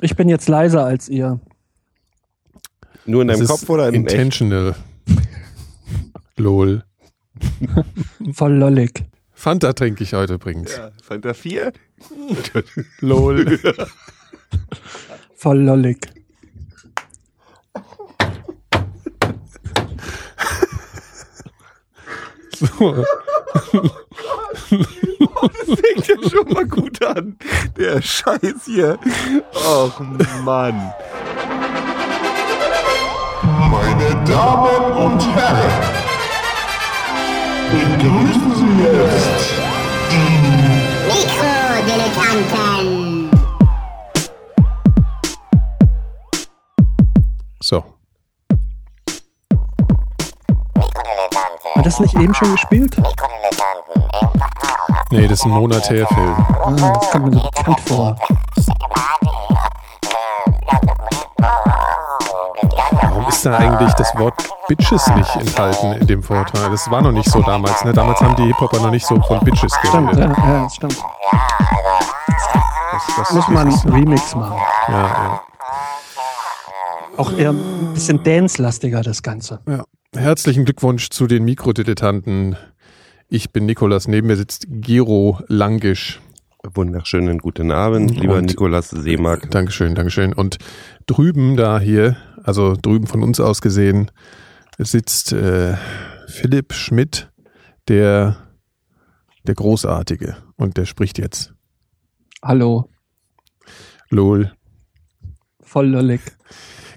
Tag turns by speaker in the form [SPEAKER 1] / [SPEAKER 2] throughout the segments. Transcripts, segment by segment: [SPEAKER 1] Ich bin jetzt leiser als ihr.
[SPEAKER 2] Nur in deinem
[SPEAKER 3] Das
[SPEAKER 2] Kopf
[SPEAKER 3] ist
[SPEAKER 2] oder im Echt?
[SPEAKER 3] Intentional. Lol.
[SPEAKER 1] Voll lollig.
[SPEAKER 3] Fanta trinke ich heute übrigens.
[SPEAKER 2] Ja, Fanta 4?
[SPEAKER 3] Lol.
[SPEAKER 1] Voll lollig.
[SPEAKER 3] So.
[SPEAKER 2] Oh, Das fängt ja schon mal gut an. Der Scheiß hier. Och Mann.
[SPEAKER 4] Meine Damen und Herren, begrüßen Sie jetzt
[SPEAKER 5] Mikrodilettanten.
[SPEAKER 3] so.
[SPEAKER 1] Hat das nicht eben schon gespielt?
[SPEAKER 3] Nee, das ist ein Monat her, Phil.
[SPEAKER 1] Ah, das kommt mir so bekannt vor.
[SPEAKER 3] Warum ist da eigentlich das Wort Bitches nicht enthalten in dem Vorteil? Das war noch nicht so damals, ne? Damals haben die Hip-Hopper noch nicht so von Bitches
[SPEAKER 1] Stimmt,
[SPEAKER 3] geredet.
[SPEAKER 1] ja, ja, das stimmt.
[SPEAKER 3] Das, das,
[SPEAKER 1] Muss man einen Remix machen.
[SPEAKER 3] ja,
[SPEAKER 1] Auch eher ein bisschen dance-lastiger das Ganze.
[SPEAKER 3] ja. ja. Herzlichen Glückwunsch zu den Mikrodilettanten. Ich bin Nikolas, neben mir sitzt Gero Langisch.
[SPEAKER 2] Wunderschönen guten Abend, lieber
[SPEAKER 3] Und-
[SPEAKER 2] Nikolas Seemark.
[SPEAKER 3] Dankeschön, Dankeschön. Und drüben da hier, also drüben von uns aus gesehen, sitzt äh, Philipp Schmidt, der, der Großartige. Und der spricht jetzt.
[SPEAKER 1] Hallo,
[SPEAKER 3] Lol.
[SPEAKER 1] voll lollig.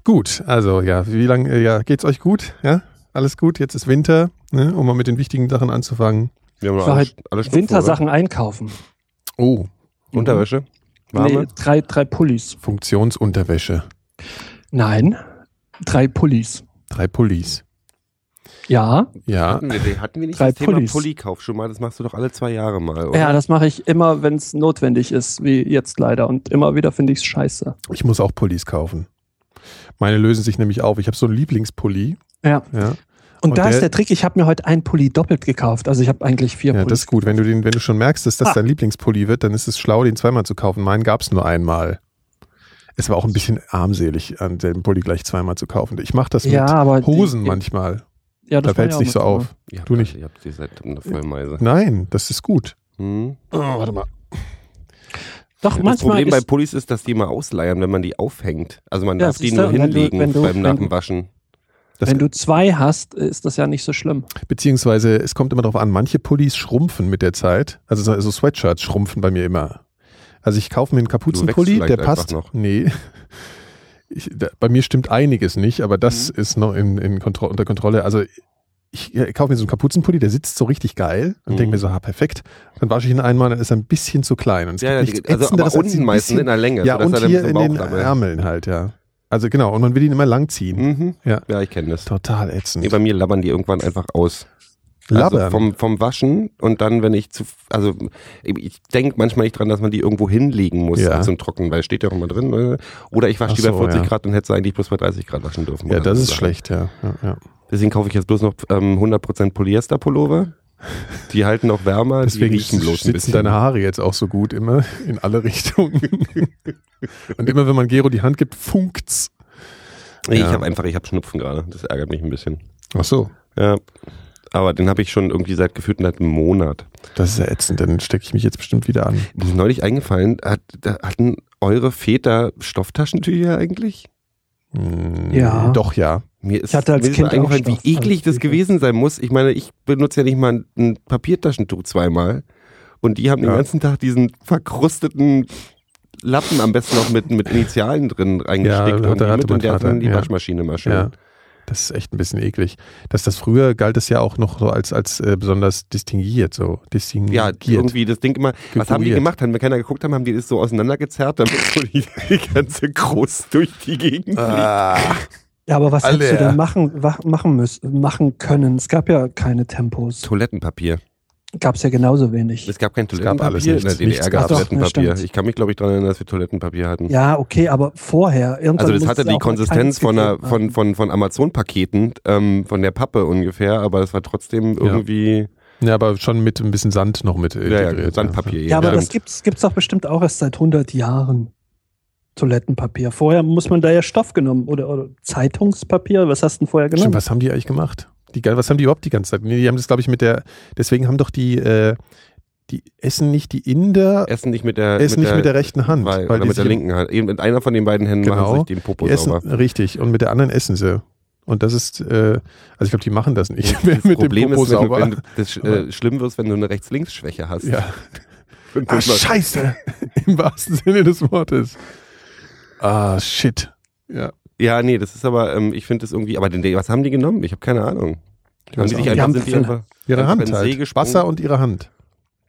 [SPEAKER 3] Gut, also ja, wie lange, äh, ja, geht's euch gut? Ja, alles gut? Jetzt ist Winter, ne? um mal mit den wichtigen Sachen anzufangen.
[SPEAKER 2] Wir haben
[SPEAKER 1] Ich war halt
[SPEAKER 2] alle Schnupfen,
[SPEAKER 1] Wintersachen einkaufen.
[SPEAKER 3] Oh,
[SPEAKER 2] oder? Unterwäsche? Warme?
[SPEAKER 1] Nee, drei, drei Pullis.
[SPEAKER 3] Funktionsunterwäsche.
[SPEAKER 1] Nein, drei Pullis.
[SPEAKER 3] Drei Pullis.
[SPEAKER 1] Ja,
[SPEAKER 3] Ja,
[SPEAKER 2] Hatten, wir, hatten wir nicht
[SPEAKER 1] Drei
[SPEAKER 2] das Thema
[SPEAKER 1] Pullis.
[SPEAKER 2] Pullikauf schon mal? Das machst du doch alle zwei Jahre mal, oder?
[SPEAKER 1] ja das mache ich immer, wenn es notwendig ist, wie jetzt leider. Und immer wieder finde ich es scheiße.
[SPEAKER 3] ich muss auch Pullis kaufen. Meine lösen sich nämlich auf. Ich habe so einen Lieblingspulli.
[SPEAKER 1] Ja,
[SPEAKER 3] Ja,
[SPEAKER 1] und,
[SPEAKER 3] Und
[SPEAKER 1] da
[SPEAKER 3] der-
[SPEAKER 1] ist der Trick, ich habe mir heute einen Pulli doppelt gekauft. Also ich habe eigentlich vier
[SPEAKER 3] Ja, das
[SPEAKER 1] Pullis.
[SPEAKER 3] ist gut. Wenn du, den, wenn du schon merkst, dass das
[SPEAKER 1] Ah.
[SPEAKER 3] dein Lieblingspulli wird, dann ist es schlau, den zweimal zu kaufen. Meinen gab es nur einmal. Es war auch ein bisschen armselig, an den Pulli gleich zweimal zu kaufen. Ich mache das
[SPEAKER 1] Ja, aber
[SPEAKER 3] mit
[SPEAKER 1] die-
[SPEAKER 3] Hosen
[SPEAKER 1] die-
[SPEAKER 3] manchmal.
[SPEAKER 1] ja,
[SPEAKER 3] Da
[SPEAKER 1] das
[SPEAKER 3] fällt es
[SPEAKER 1] war ja
[SPEAKER 3] nicht
[SPEAKER 1] auch
[SPEAKER 3] so
[SPEAKER 1] mit
[SPEAKER 3] auf.
[SPEAKER 2] Ihr habt-
[SPEAKER 3] Du nicht.
[SPEAKER 2] Ihr habt die seit eine Vollmeise.
[SPEAKER 3] Nein, das ist gut.
[SPEAKER 2] Hm?
[SPEAKER 3] warte mal.
[SPEAKER 1] drin. Doch,
[SPEAKER 2] Das
[SPEAKER 1] manchmal
[SPEAKER 2] Problem bei
[SPEAKER 1] ist,
[SPEAKER 2] Pullis ist, dass die mal ausleiern, wenn man die aufhängt. Also man
[SPEAKER 1] Ja,
[SPEAKER 2] darf die
[SPEAKER 1] siehste,
[SPEAKER 2] nur
[SPEAKER 1] wenn du-
[SPEAKER 2] hinlegen
[SPEAKER 1] wenn du-
[SPEAKER 2] beim
[SPEAKER 1] wenn
[SPEAKER 2] nach
[SPEAKER 1] du-
[SPEAKER 2] dem Waschen.
[SPEAKER 3] Das,
[SPEAKER 1] wenn du zwei hast, ist das ja nicht so schlimm.
[SPEAKER 3] beziehungsweise, es kommt immer darauf an, manche Pullis schrumpfen mit der Zeit. Also so so Sweatshirts schrumpfen bei mir immer. Also ich kaufe mir einen Kapuzenpulli,
[SPEAKER 2] vielleicht
[SPEAKER 3] der
[SPEAKER 2] einfach
[SPEAKER 3] passt.
[SPEAKER 2] noch.
[SPEAKER 3] Nee. Ich, da, bei mir stimmt einiges nicht, aber das
[SPEAKER 2] Mhm.
[SPEAKER 3] ist noch in, in Kontro unter Kontrolle. Also ich äh, kaufe mir so einen Kapuzenpulli, der sitzt so richtig geil und
[SPEAKER 2] Mhm.
[SPEAKER 3] denke mir so, ha, perfekt. Dann wasche ich ihn einmal, dann ist er ein bisschen zu klein. Und es
[SPEAKER 2] Ja, ja,
[SPEAKER 3] gibt nichts
[SPEAKER 2] die- also aber
[SPEAKER 3] Ätzenderes als
[SPEAKER 2] unten
[SPEAKER 3] ein
[SPEAKER 2] meistens in
[SPEAKER 3] bisschen,
[SPEAKER 2] der Länge.
[SPEAKER 3] Ja,
[SPEAKER 2] sodass
[SPEAKER 3] und
[SPEAKER 2] er dann
[SPEAKER 3] hier
[SPEAKER 2] so
[SPEAKER 3] in
[SPEAKER 2] Bauch
[SPEAKER 3] den
[SPEAKER 2] dabei-
[SPEAKER 3] Ärmeln halt, ja. Also genau, und man will ihn immer lang ziehen.
[SPEAKER 2] Mhm.
[SPEAKER 3] Ja.
[SPEAKER 2] Ja, ich kenne das.
[SPEAKER 3] Total
[SPEAKER 2] Nee,
[SPEAKER 3] ätzend.
[SPEAKER 2] bei mir labern die irgendwann einfach aus. Also
[SPEAKER 3] Labbern.
[SPEAKER 2] vom, vom Waschen und dann, wenn ich zu. Also, ich denke manchmal nicht dran, dass man die irgendwo hinlegen muss
[SPEAKER 3] Ja.
[SPEAKER 2] zum Trocknen, weil steht ja auch immer drin. ne? Oder ich wasche die
[SPEAKER 3] Ach
[SPEAKER 2] bei
[SPEAKER 3] so,
[SPEAKER 2] 40
[SPEAKER 3] ja.
[SPEAKER 2] Grad und hätte sie eigentlich bloß bei 30 Grad waschen dürfen.
[SPEAKER 3] ja,
[SPEAKER 2] oder
[SPEAKER 3] das
[SPEAKER 2] so
[SPEAKER 3] ist
[SPEAKER 2] Sachen.
[SPEAKER 3] schlecht, ja. ja, ja.
[SPEAKER 2] Deswegen kaufe ich jetzt bloß noch ähm, 100% Polyester-Pullover. Die halten auch wärmer.
[SPEAKER 3] Deswegen
[SPEAKER 2] die riechen bloß ein
[SPEAKER 3] sitzen
[SPEAKER 2] bisschen.
[SPEAKER 3] deine Haare jetzt auch so gut immer in alle Richtungen. Und immer wenn man Gero die Hand gibt, funkt's.
[SPEAKER 2] Nee,
[SPEAKER 3] Ja.
[SPEAKER 2] Ich habe einfach, ich habe Schnupfen gerade. Das ärgert mich ein bisschen.
[SPEAKER 3] Ach so,
[SPEAKER 2] Ja. Aber den habe ich schon irgendwie seit gefühlt einem Monat.
[SPEAKER 3] das ist ja ätzend. Dann stecke ich mich jetzt bestimmt wieder an.
[SPEAKER 2] Mir ist neulich eingefallen, hat, da hatten eure Väter Stofftaschentücher eigentlich?
[SPEAKER 3] Hm,
[SPEAKER 1] Ja.
[SPEAKER 3] Doch, ja.
[SPEAKER 2] Mir ist,
[SPEAKER 1] Ich hatte als
[SPEAKER 2] mir ist
[SPEAKER 1] Kind auch
[SPEAKER 2] eingefallen,
[SPEAKER 1] Stoff-
[SPEAKER 2] wie eklig das
[SPEAKER 1] Taschentücher.
[SPEAKER 2] gewesen sein muss. Ich meine, ich benutze ja nicht mal ein, ein Papiertaschentuch zweimal. Und die haben den
[SPEAKER 3] Ja.
[SPEAKER 2] ganzen Tag diesen verkrusteten Lappen am besten noch mit, mit Initialen drin reingesteckt
[SPEAKER 3] hatte-
[SPEAKER 2] und die
[SPEAKER 3] hatte
[SPEAKER 2] mit
[SPEAKER 3] mein
[SPEAKER 2] und der hat
[SPEAKER 3] Vater,
[SPEAKER 2] dann die
[SPEAKER 3] ja.
[SPEAKER 2] Waschmaschine mal schön.
[SPEAKER 3] ja. Das ist echt ein bisschen eklig. Dass das früher galt es ja auch noch so als, als äh, besonders distinguiert, so
[SPEAKER 2] Ja,
[SPEAKER 3] distinguiert.
[SPEAKER 2] irgendwie das Ding immer. Was haben die
[SPEAKER 3] Gekuriert.
[SPEAKER 2] gemacht? Haben wir keiner geguckt haben, haben die das so auseinandergezerrt, damit so die, die ganze Groß durch die Gegend fliegt.
[SPEAKER 3] Ah,
[SPEAKER 1] Ja, aber was
[SPEAKER 3] Alle,
[SPEAKER 1] hättest du
[SPEAKER 3] ja.
[SPEAKER 1] denn machen, wa- machen, müssen, machen können? Es gab ja keine Tempos.
[SPEAKER 2] Toilettenpapier.
[SPEAKER 1] Gab es ja genauso wenig.
[SPEAKER 2] Es gab kein
[SPEAKER 3] Es gab
[SPEAKER 2] Toilettenpapier.
[SPEAKER 3] alles
[SPEAKER 2] In der
[SPEAKER 3] nichts.
[SPEAKER 2] DDR
[SPEAKER 3] Nichts
[SPEAKER 2] gab es
[SPEAKER 1] gab's. Doch, ne,
[SPEAKER 2] Toilettenpapier.
[SPEAKER 1] stimmt.
[SPEAKER 2] ich kann mich, glaube ich, daran erinnern, dass wir Toilettenpapier hatten.
[SPEAKER 1] Ja, okay, aber vorher. Irgendwann
[SPEAKER 2] Also das
[SPEAKER 1] muss
[SPEAKER 2] hatte
[SPEAKER 1] es ja
[SPEAKER 2] die
[SPEAKER 1] auch mal
[SPEAKER 2] Konsistenz
[SPEAKER 1] keins
[SPEAKER 2] von, einer,
[SPEAKER 1] gegeben
[SPEAKER 2] von,
[SPEAKER 1] haben.
[SPEAKER 2] von, von Amazon-Paketen, ähm, von der Pappe ungefähr, aber das war trotzdem irgendwie
[SPEAKER 3] ja, aber schon mit ein bisschen Sand noch mit
[SPEAKER 2] ja, Ähm, ja,
[SPEAKER 3] integriert.
[SPEAKER 2] Sandpapier.
[SPEAKER 1] Ja, aber
[SPEAKER 2] eben.
[SPEAKER 1] das gibt's gibt's doch bestimmt auch erst seit 100 Jahren. Toilettenpapier. Vorher muss man da ja Stoff genommen oder, oder Zeitungspapier. Was hast du denn vorher
[SPEAKER 2] Genau.
[SPEAKER 1] genommen?
[SPEAKER 3] Stimmt, was haben die eigentlich gemacht? Die, geil- was haben die überhaupt die ganze Zeit? Nee, die haben das, glaube ich, mit der. Deswegen haben doch die. Äh, die essen nicht die Inder,
[SPEAKER 2] Essen nicht mit der,
[SPEAKER 3] essen nicht mit der rechten Hand.
[SPEAKER 2] weil, oder
[SPEAKER 3] weil die
[SPEAKER 2] mit der
[SPEAKER 3] sich-
[SPEAKER 2] linken Hand. Eben mit einer von den beiden Händen
[SPEAKER 3] Genau.
[SPEAKER 2] machen sich den Popo
[SPEAKER 3] die essen,
[SPEAKER 2] sauber.
[SPEAKER 3] Richtig, und mit der anderen essen sie. Und das ist, äh, also ich glaube, die machen das nicht. Wer
[SPEAKER 2] Das Problem ist, wenn, du-
[SPEAKER 3] sauber-
[SPEAKER 2] wenn du, das äh, schlimm wirst, wenn du eine Rechts-Links-Schwäche hast.
[SPEAKER 3] ja.
[SPEAKER 2] Wenn du
[SPEAKER 3] Ah,
[SPEAKER 2] mal-
[SPEAKER 3] scheiße! Im wahrsten Sinne des Wortes. Ah, shit. Ja.
[SPEAKER 2] ja, nee, das ist aber, ähm, ich finde das irgendwie, aber den, was haben die genommen? Ich habe keine Ahnung. Haben die
[SPEAKER 3] weiß auch
[SPEAKER 2] sich
[SPEAKER 3] nicht.
[SPEAKER 2] einfach,
[SPEAKER 1] haben
[SPEAKER 2] sind die
[SPEAKER 1] Pfanne.
[SPEAKER 2] einfach
[SPEAKER 3] Ihre
[SPEAKER 2] einfach in
[SPEAKER 3] Hand
[SPEAKER 2] den Also See
[SPEAKER 3] halt.
[SPEAKER 2] gesprungen?
[SPEAKER 3] Wasser und ihre Hand.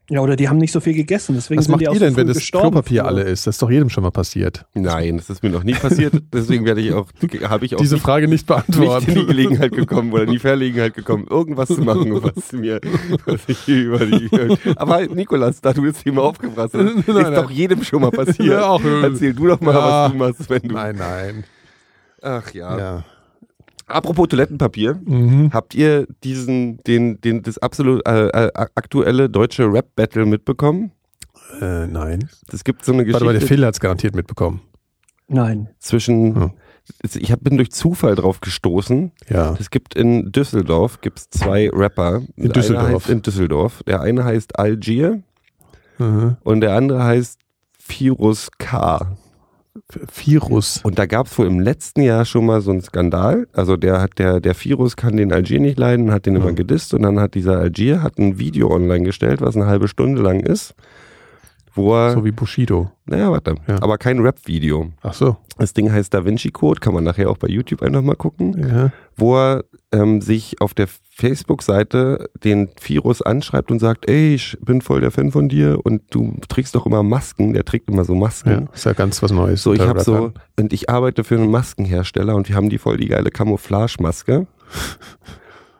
[SPEAKER 1] Ja, oder die haben nicht so viel gegessen. Deswegen
[SPEAKER 3] Was
[SPEAKER 1] sind
[SPEAKER 3] macht
[SPEAKER 1] die auch
[SPEAKER 3] ihr
[SPEAKER 1] so
[SPEAKER 3] denn,
[SPEAKER 1] früh
[SPEAKER 3] wenn das
[SPEAKER 1] gestorben
[SPEAKER 3] Klopapier
[SPEAKER 1] früher.
[SPEAKER 3] alle ist? Das ist doch jedem schon mal passiert.
[SPEAKER 2] Nein, das ist mir noch nie passiert. Deswegen werde ich auch, habe ich auch
[SPEAKER 3] Diese
[SPEAKER 2] nicht,
[SPEAKER 3] Frage nicht
[SPEAKER 2] nicht in die
[SPEAKER 3] beantworten.
[SPEAKER 2] Gelegenheit gekommen oder in die Verlegenheit gekommen, irgendwas zu machen, was mir, was ich über die. Aber Nikolas, da du jetzt Thema aufgebracht hast,
[SPEAKER 3] Nein,
[SPEAKER 2] ist
[SPEAKER 3] nein.
[SPEAKER 2] doch jedem schon mal passiert.
[SPEAKER 3] Ja, auch. äh,
[SPEAKER 2] Erzähl du doch mal,
[SPEAKER 3] Ja.
[SPEAKER 2] was du machst, wenn du. Ah.
[SPEAKER 3] Nein, nein.
[SPEAKER 2] Ach ja.
[SPEAKER 3] Ja.
[SPEAKER 2] Apropos Toilettenpapier,
[SPEAKER 3] Mhm.
[SPEAKER 2] habt ihr diesen, den, den, das absolut äh, äh, aktuelle deutsche Rap-Battle mitbekommen?
[SPEAKER 3] Äh, nein.
[SPEAKER 2] Es gibt so eine
[SPEAKER 3] Warte mal, der
[SPEAKER 2] Geschichte
[SPEAKER 3] Phil hat es garantiert mitbekommen.
[SPEAKER 1] Nein.
[SPEAKER 2] zwischen.
[SPEAKER 3] Hm.
[SPEAKER 2] Ich hab, bin durch Zufall drauf gestoßen.
[SPEAKER 3] Ja.
[SPEAKER 2] Es gibt in Düsseldorf gibt's zwei Rapper. Der eine
[SPEAKER 3] Düsseldorf.
[SPEAKER 2] Heißt, in Düsseldorf. Der eine heißt Algier
[SPEAKER 3] Mhm.
[SPEAKER 2] und der andere heißt Virus K.
[SPEAKER 3] Virus.
[SPEAKER 2] Und da gab es wohl im letzten Jahr schon mal so einen Skandal. Also der hat der, der Virus kann den Algier nicht leiden, hat den immer gedisst und dann hat dieser Algier hat ein Video online gestellt, was eine halbe Stunde lang ist, wo er.
[SPEAKER 3] So wie Bushido.
[SPEAKER 2] naja, warte.
[SPEAKER 3] Ja.
[SPEAKER 2] Aber kein Rap-Video.
[SPEAKER 3] Ach so.
[SPEAKER 2] Das Ding heißt Da Vinci Code, kann man nachher auch bei YouTube einfach mal gucken.
[SPEAKER 3] Ja.
[SPEAKER 2] wo er ähm, sich auf der Facebook-Seite den Virus anschreibt und sagt, ey, ich bin voll der Fan von dir und du trägst doch immer Masken. Der trägt immer so Masken.
[SPEAKER 3] ja. Ist ja ganz was Neues.
[SPEAKER 2] So, ich
[SPEAKER 3] unter
[SPEAKER 2] habe so,
[SPEAKER 3] Rappern.
[SPEAKER 2] und ich arbeite für einen Maskenhersteller und wir haben die voll die geile Camouflage-Maske.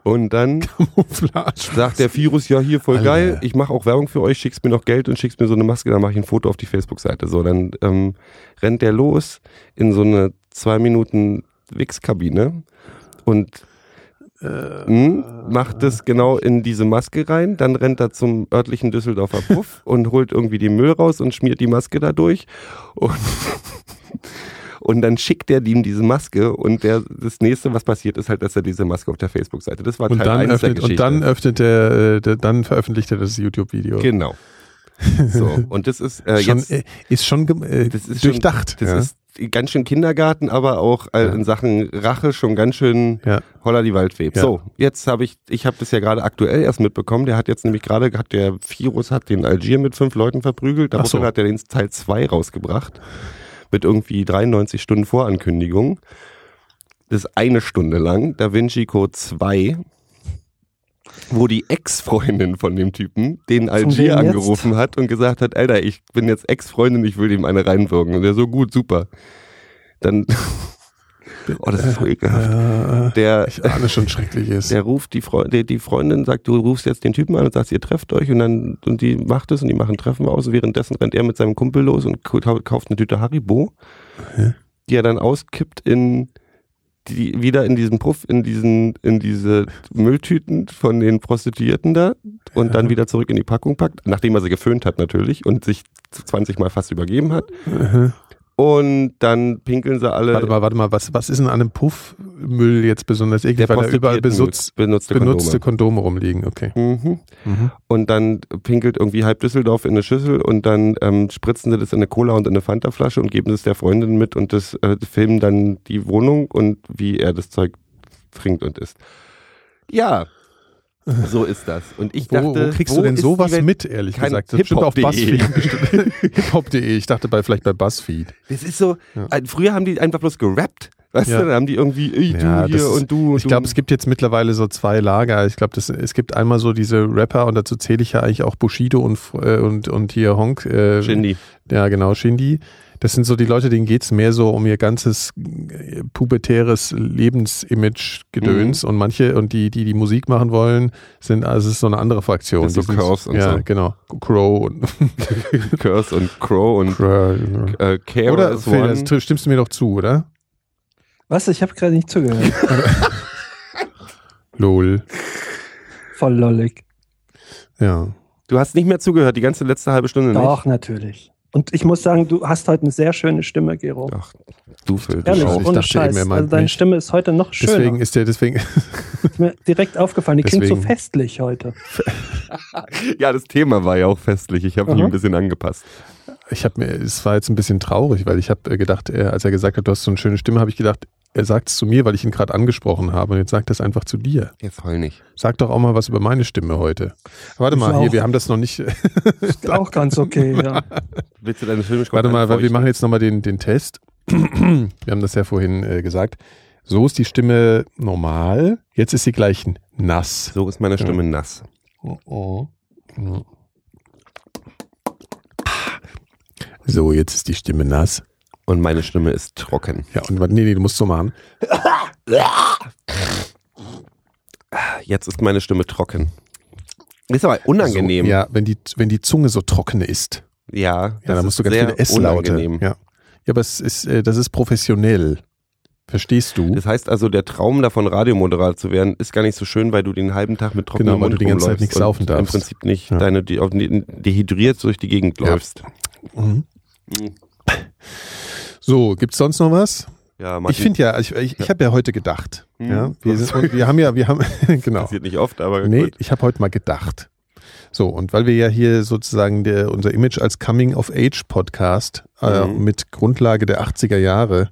[SPEAKER 2] Und dann
[SPEAKER 3] Camouflage.
[SPEAKER 2] sagt der Virus, ja, hier voll
[SPEAKER 3] Alter.
[SPEAKER 2] geil, ich mache auch Werbung für euch, schickst mir noch Geld und schickst mir so eine Maske, dann mache ich ein Foto auf die Facebook-Seite. So, dann ähm, rennt der los in so eine zwei Minuten Wix-Kabine und
[SPEAKER 3] Äh,
[SPEAKER 2] hm, macht das genau in diese Maske rein, dann rennt er zum örtlichen Düsseldorfer Puff und holt irgendwie den Müll raus und schmiert die Maske da durch und und dann schickt er ihm diese Maske und der, das nächste, was passiert, ist halt, dass er diese Maske auf der Facebook-Seite. Das war
[SPEAKER 3] Und
[SPEAKER 2] Teil
[SPEAKER 3] dann,
[SPEAKER 2] eins der
[SPEAKER 3] öffnet,
[SPEAKER 2] Geschichte.
[SPEAKER 3] und dann öffnet der, äh, der dann veröffentlicht er das YouTube-Video.
[SPEAKER 2] Genau. So, und das ist äh,
[SPEAKER 3] schon,
[SPEAKER 2] jetzt,
[SPEAKER 3] äh, ist schon gem- äh,
[SPEAKER 2] das ist
[SPEAKER 3] durchdacht.
[SPEAKER 2] Schon,
[SPEAKER 3] ja.
[SPEAKER 2] das ist ganz schön Kindergarten, aber auch äh,
[SPEAKER 3] Ja.
[SPEAKER 2] in Sachen Rache schon ganz schön
[SPEAKER 3] ja.
[SPEAKER 2] holla die Waldweb.
[SPEAKER 3] Ja.
[SPEAKER 2] So, jetzt habe ich, ich habe das ja gerade aktuell erst mitbekommen. Der hat jetzt nämlich gerade, hat der Virus hat den Algier mit fünf Leuten verprügelt.
[SPEAKER 3] Ach
[SPEAKER 2] Daraufhin
[SPEAKER 3] so.
[SPEAKER 2] hat er den Teil 2 rausgebracht. Mit irgendwie 93 Stunden Vorankündigung. Das ist eine Stunde lang. Da Vinci Code 2 wo die Ex-Freundin von dem Typen den Algier
[SPEAKER 1] wem jetzt?
[SPEAKER 2] angerufen hat und gesagt hat, Alter, ich bin jetzt Ex-Freundin, ich will ihm eine reinwirken. Und der so, gut, super. Dann, oh, das ist so ekelhaft.
[SPEAKER 3] Äh,
[SPEAKER 2] Der,
[SPEAKER 3] ich ahne schon Schreckliches.
[SPEAKER 2] der ruft die Freundin, die, die Freundin sagt, du rufst jetzt den Typen an und sagst, ihr trefft euch und dann und die macht es und die machen Treffen aus und währenddessen rennt er mit seinem Kumpel los und kau- kauft eine Tüte Haribo, die er dann auskippt in die wieder in diesen Puff, in diesen, in diese Mülltüten von den Prostituierten da und dann wieder zurück in die Packung packt, nachdem er sie geföhnt hat natürlich und sich 20 Mal fast übergeben hat. Und dann pinkeln sie alle.
[SPEAKER 3] Mhm. Warte mal, warte mal, was, was ist denn an einem Puffmüll jetzt besonders eklig, weil da überall Besutz,
[SPEAKER 2] benutzte,
[SPEAKER 3] benutzte Kondome. rumliegen? Okay.
[SPEAKER 2] Kondome. Mhm.
[SPEAKER 3] Mhm.
[SPEAKER 2] und dann pinkelt irgendwie halb Düsseldorf in eine Schüssel und dann ähm, spritzen sie das in eine Cola und in eine Fanta-Flasche und geben es der Freundin mit und das äh, filmen dann die Wohnung und wie er das Zeug trinkt und isst. Ja, so ist das. Und ich
[SPEAKER 3] Wo,
[SPEAKER 2] dachte,
[SPEAKER 3] wo kriegst du denn
[SPEAKER 2] ist
[SPEAKER 3] sowas
[SPEAKER 2] die Welt-
[SPEAKER 3] mit, ehrlich
[SPEAKER 2] Kein
[SPEAKER 3] gesagt? Das bestimmt auf
[SPEAKER 2] hiphop.de.
[SPEAKER 3] Buzzfeed. bestimmt. Hiphop.de, ich dachte bei, vielleicht bei Buzzfeed.
[SPEAKER 2] Das ist so, äh, früher haben die einfach bloß gerappt. Weißt
[SPEAKER 3] Ja.
[SPEAKER 2] du, dann haben die irgendwie, ey, du
[SPEAKER 3] Ja, das
[SPEAKER 2] hier
[SPEAKER 3] ist-
[SPEAKER 2] und du. und
[SPEAKER 3] Ich glaube,
[SPEAKER 2] du.
[SPEAKER 3] es gibt jetzt mittlerweile so zwei Lager. Ich glaube, es gibt einmal so diese Rapper und dazu zähle ich ja eigentlich auch Bushido und, äh, und, und hier Honk. Äh,
[SPEAKER 2] Shindy.
[SPEAKER 3] Ja, genau, Shindy. Das sind so die Leute, denen geht's mehr so um ihr ganzes äh, pubertäres Lebensimage-Gedöns
[SPEAKER 2] Mhm.
[SPEAKER 3] und manche, und die, die die Musik machen wollen, sind, also es ist so eine andere Fraktion.
[SPEAKER 2] Das ist so
[SPEAKER 3] Die sind-
[SPEAKER 2] Curves und
[SPEAKER 3] ja,
[SPEAKER 2] so.
[SPEAKER 3] genau. Crow und
[SPEAKER 2] Curse und Crow und
[SPEAKER 3] Crow. genau.
[SPEAKER 2] äh, Care
[SPEAKER 3] Oder,
[SPEAKER 2] is
[SPEAKER 3] Phil,
[SPEAKER 2] one.
[SPEAKER 3] das t- stimmst du mir doch zu, oder?
[SPEAKER 1] Was? Ich habe gerade nicht zugehört.
[SPEAKER 3] Lol.
[SPEAKER 1] Voll lollig.
[SPEAKER 3] Ja.
[SPEAKER 2] Du hast nicht mehr zugehört, die ganze letzte halbe Stunde nicht.
[SPEAKER 1] Doch, natürlich. Und ich muss sagen, du hast heute eine sehr schöne Stimme, Gero.
[SPEAKER 2] Ach, du für
[SPEAKER 3] Ja,
[SPEAKER 2] die
[SPEAKER 1] Ehrlich,
[SPEAKER 3] Schau. Ich
[SPEAKER 1] ohne
[SPEAKER 3] dachte
[SPEAKER 1] Scheiß.
[SPEAKER 3] eben, er meint
[SPEAKER 1] also deine
[SPEAKER 3] mich.
[SPEAKER 1] Stimme ist heute noch schöner.
[SPEAKER 3] Deswegen ist der, deswegen,
[SPEAKER 1] ist mir direkt aufgefallen. Die klingt so
[SPEAKER 3] Deswegen.
[SPEAKER 1] festlich heute.
[SPEAKER 2] Ja, das Thema war ja auch festlich. Ich habe mich
[SPEAKER 1] Mhm.
[SPEAKER 2] ein bisschen angepasst.
[SPEAKER 3] ich habe mir, es war jetzt ein bisschen traurig, weil ich habe gedacht, er, als er gesagt hat, du hast so eine schöne Stimme, habe ich gedacht, er sagt es zu mir, weil ich ihn gerade angesprochen habe und jetzt sagt er es einfach zu dir.
[SPEAKER 2] Jetzt heul nicht.
[SPEAKER 3] Sag doch auch mal was über meine Stimme heute. Warte
[SPEAKER 1] Ich
[SPEAKER 3] mal,
[SPEAKER 1] war
[SPEAKER 3] hier,
[SPEAKER 1] auch-
[SPEAKER 3] wir haben das noch nicht.
[SPEAKER 1] Ist auch ganz okay, ja.
[SPEAKER 2] Willst du deine Filme
[SPEAKER 3] Warte mal, weil wir machen jetzt nochmal den, den Test. Wir haben das ja vorhin äh, gesagt. So ist die Stimme normal. Jetzt ist sie gleich nass.
[SPEAKER 2] So ist meine Stimme nass.
[SPEAKER 3] So, jetzt ist die Stimme nass.
[SPEAKER 2] Und meine Stimme ist trocken.
[SPEAKER 3] Ja, und warte, nee, nee, du musst so machen.
[SPEAKER 2] Jetzt ist meine Stimme trocken. Ist aber unangenehm.
[SPEAKER 3] So, ja, wenn die, wenn die Zunge so trocken ist,
[SPEAKER 2] ja,
[SPEAKER 3] ja,
[SPEAKER 2] das
[SPEAKER 3] dann musst du
[SPEAKER 2] ist
[SPEAKER 3] ganz
[SPEAKER 2] sehr
[SPEAKER 3] viele S-Laute.
[SPEAKER 2] unangenehm.
[SPEAKER 3] Ja. ja, aber es ist, äh, das ist professionell. Verstehst du?
[SPEAKER 2] Das heißt also, der Traum davon, Radiomoderator zu werden, ist gar nicht so schön, weil du den halben Tag mit trockenem
[SPEAKER 3] Genau, weil
[SPEAKER 2] Mund
[SPEAKER 3] du die ganze Zeit
[SPEAKER 2] rumläufst
[SPEAKER 3] nichts
[SPEAKER 2] und
[SPEAKER 3] saufen darfst.
[SPEAKER 2] Im Prinzip nicht
[SPEAKER 3] Ja.
[SPEAKER 2] deine, die, auf- dehydriert durch die Gegend
[SPEAKER 3] Ja.
[SPEAKER 2] läufst.
[SPEAKER 3] Mhm.
[SPEAKER 2] Mhm.
[SPEAKER 3] So, gibt's sonst noch was?
[SPEAKER 2] Ja,
[SPEAKER 3] Ich finde ja, ich, ich, ich habe ja heute gedacht.
[SPEAKER 2] Hm.
[SPEAKER 3] Ja, wir, sind, wir haben ja, wir haben, genau.
[SPEAKER 2] passiert nicht oft, aber
[SPEAKER 3] Nee,
[SPEAKER 2] gut.
[SPEAKER 3] ich habe heute mal gedacht. So, und weil wir ja hier sozusagen der, unser Image als Coming-of-Age-Podcast äh,
[SPEAKER 2] Mhm.
[SPEAKER 3] mit Grundlage der 80er Jahre,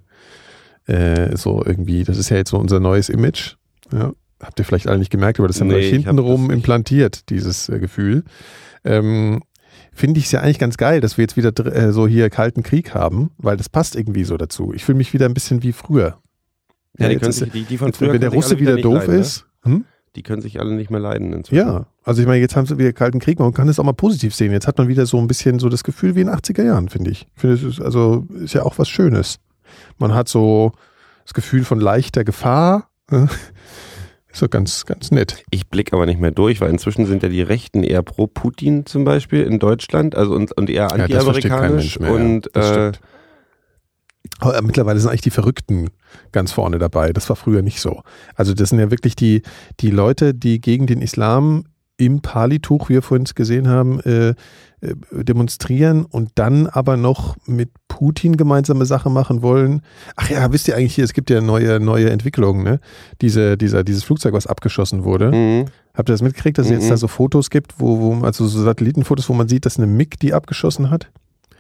[SPEAKER 3] äh, so irgendwie, das ist ja jetzt so unser neues Image. Ja, habt ihr vielleicht alle nicht gemerkt, aber das haben
[SPEAKER 2] Nee,
[SPEAKER 3] wir euch
[SPEAKER 2] ich hab das
[SPEAKER 3] hintenrum
[SPEAKER 2] nicht.
[SPEAKER 3] implantiert, dieses äh, Gefühl. Ähm, Finde ich es ja eigentlich ganz geil, dass wir jetzt wieder dr- äh, so hier Kalten Krieg haben, weil das passt irgendwie so dazu. Ich fühle mich wieder ein bisschen wie früher.
[SPEAKER 2] Ja, die,
[SPEAKER 3] jetzt
[SPEAKER 2] können
[SPEAKER 3] ist-
[SPEAKER 2] sich, die, die von
[SPEAKER 3] jetzt,
[SPEAKER 2] früher
[SPEAKER 3] wenn der
[SPEAKER 2] können sich
[SPEAKER 3] Russe
[SPEAKER 2] alle
[SPEAKER 3] wieder
[SPEAKER 2] nicht
[SPEAKER 3] doof
[SPEAKER 2] leiden, ne?
[SPEAKER 3] ist. Hm?
[SPEAKER 2] Die können sich alle nicht mehr leiden inzwischen.
[SPEAKER 3] Ja, also ich meine, jetzt haben sie wieder Kalten Krieg, man kann es auch mal positiv sehen. Jetzt hat man wieder so ein bisschen so das Gefühl wie in 80er Jahren, finde ich. Ich Finde es ist also ist ja auch was Schönes. Man hat so das Gefühl von leichter Gefahr. ne? Ist doch ganz, ganz nett.
[SPEAKER 2] Ich blicke aber nicht mehr durch, weil inzwischen sind ja die Rechten eher pro Putin zum Beispiel in Deutschland, also und, und eher
[SPEAKER 3] Ja, das versteht kein
[SPEAKER 2] anti-amerikanisch
[SPEAKER 3] Mensch mehr, ja.
[SPEAKER 2] und
[SPEAKER 3] Das
[SPEAKER 2] äh,
[SPEAKER 3] stimmt. Aber Oh, mittlerweile sind eigentlich die Verrückten ganz vorne dabei. Das war früher nicht so. Also das sind ja wirklich die, die Leute, die gegen den Islam im Palituch, wie wir vorhin gesehen haben, äh, äh, demonstrieren und dann aber noch mit Putin gemeinsame Sache machen wollen. Ach ja, wisst ihr eigentlich hier, es gibt ja neue, neue Entwicklungen, ne? Diese, dieser, dieses Flugzeug, was abgeschossen wurde.
[SPEAKER 2] mhm.
[SPEAKER 3] Habt ihr das mitgekriegt, dass es jetzt
[SPEAKER 2] Mhm.
[SPEAKER 3] da so Fotos gibt, wo, wo also so Satellitenfotos, wo man sieht, dass eine MIG die abgeschossen hat?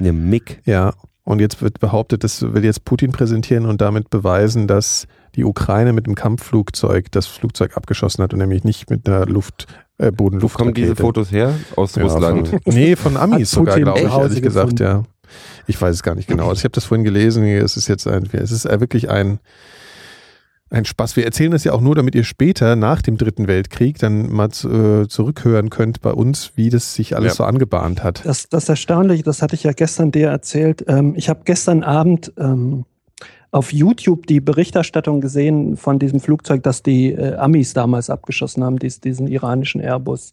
[SPEAKER 2] eine Mick.
[SPEAKER 3] Ja, und jetzt wird behauptet, das will jetzt Putin präsentieren und damit beweisen, dass die Ukraine mit dem Kampfflugzeug das Flugzeug abgeschossen hat und nämlich nicht mit einer Luft, äh,
[SPEAKER 2] Wo kommen
[SPEAKER 3] Bodenluftrakete.
[SPEAKER 2] diese Fotos her? Aus
[SPEAKER 3] Ja,
[SPEAKER 2] Russland.
[SPEAKER 3] Von, nee, von Amis
[SPEAKER 1] Hat
[SPEAKER 3] sogar,
[SPEAKER 1] Putin
[SPEAKER 3] glaube ich,
[SPEAKER 1] echt?
[SPEAKER 3] ehrlich gesagt,
[SPEAKER 1] gefunden.
[SPEAKER 3] ja. Ich weiß es gar nicht genau. Also ich habe das vorhin gelesen. Es ist jetzt ein, es ist wirklich ein, ein Spaß. Wir erzählen das ja auch nur, damit ihr später nach dem Dritten Weltkrieg dann mal zu- äh, zurückhören könnt bei uns, wie das sich alles
[SPEAKER 2] Ja.
[SPEAKER 3] so angebahnt hat.
[SPEAKER 1] Das, das Erstaunliche, das hatte ich ja gestern dir erzählt. Ähm, ich habe gestern Abend ähm, auf YouTube die Berichterstattung gesehen von diesem Flugzeug, das die äh, Amis damals abgeschossen haben, dies, diesen iranischen Airbus.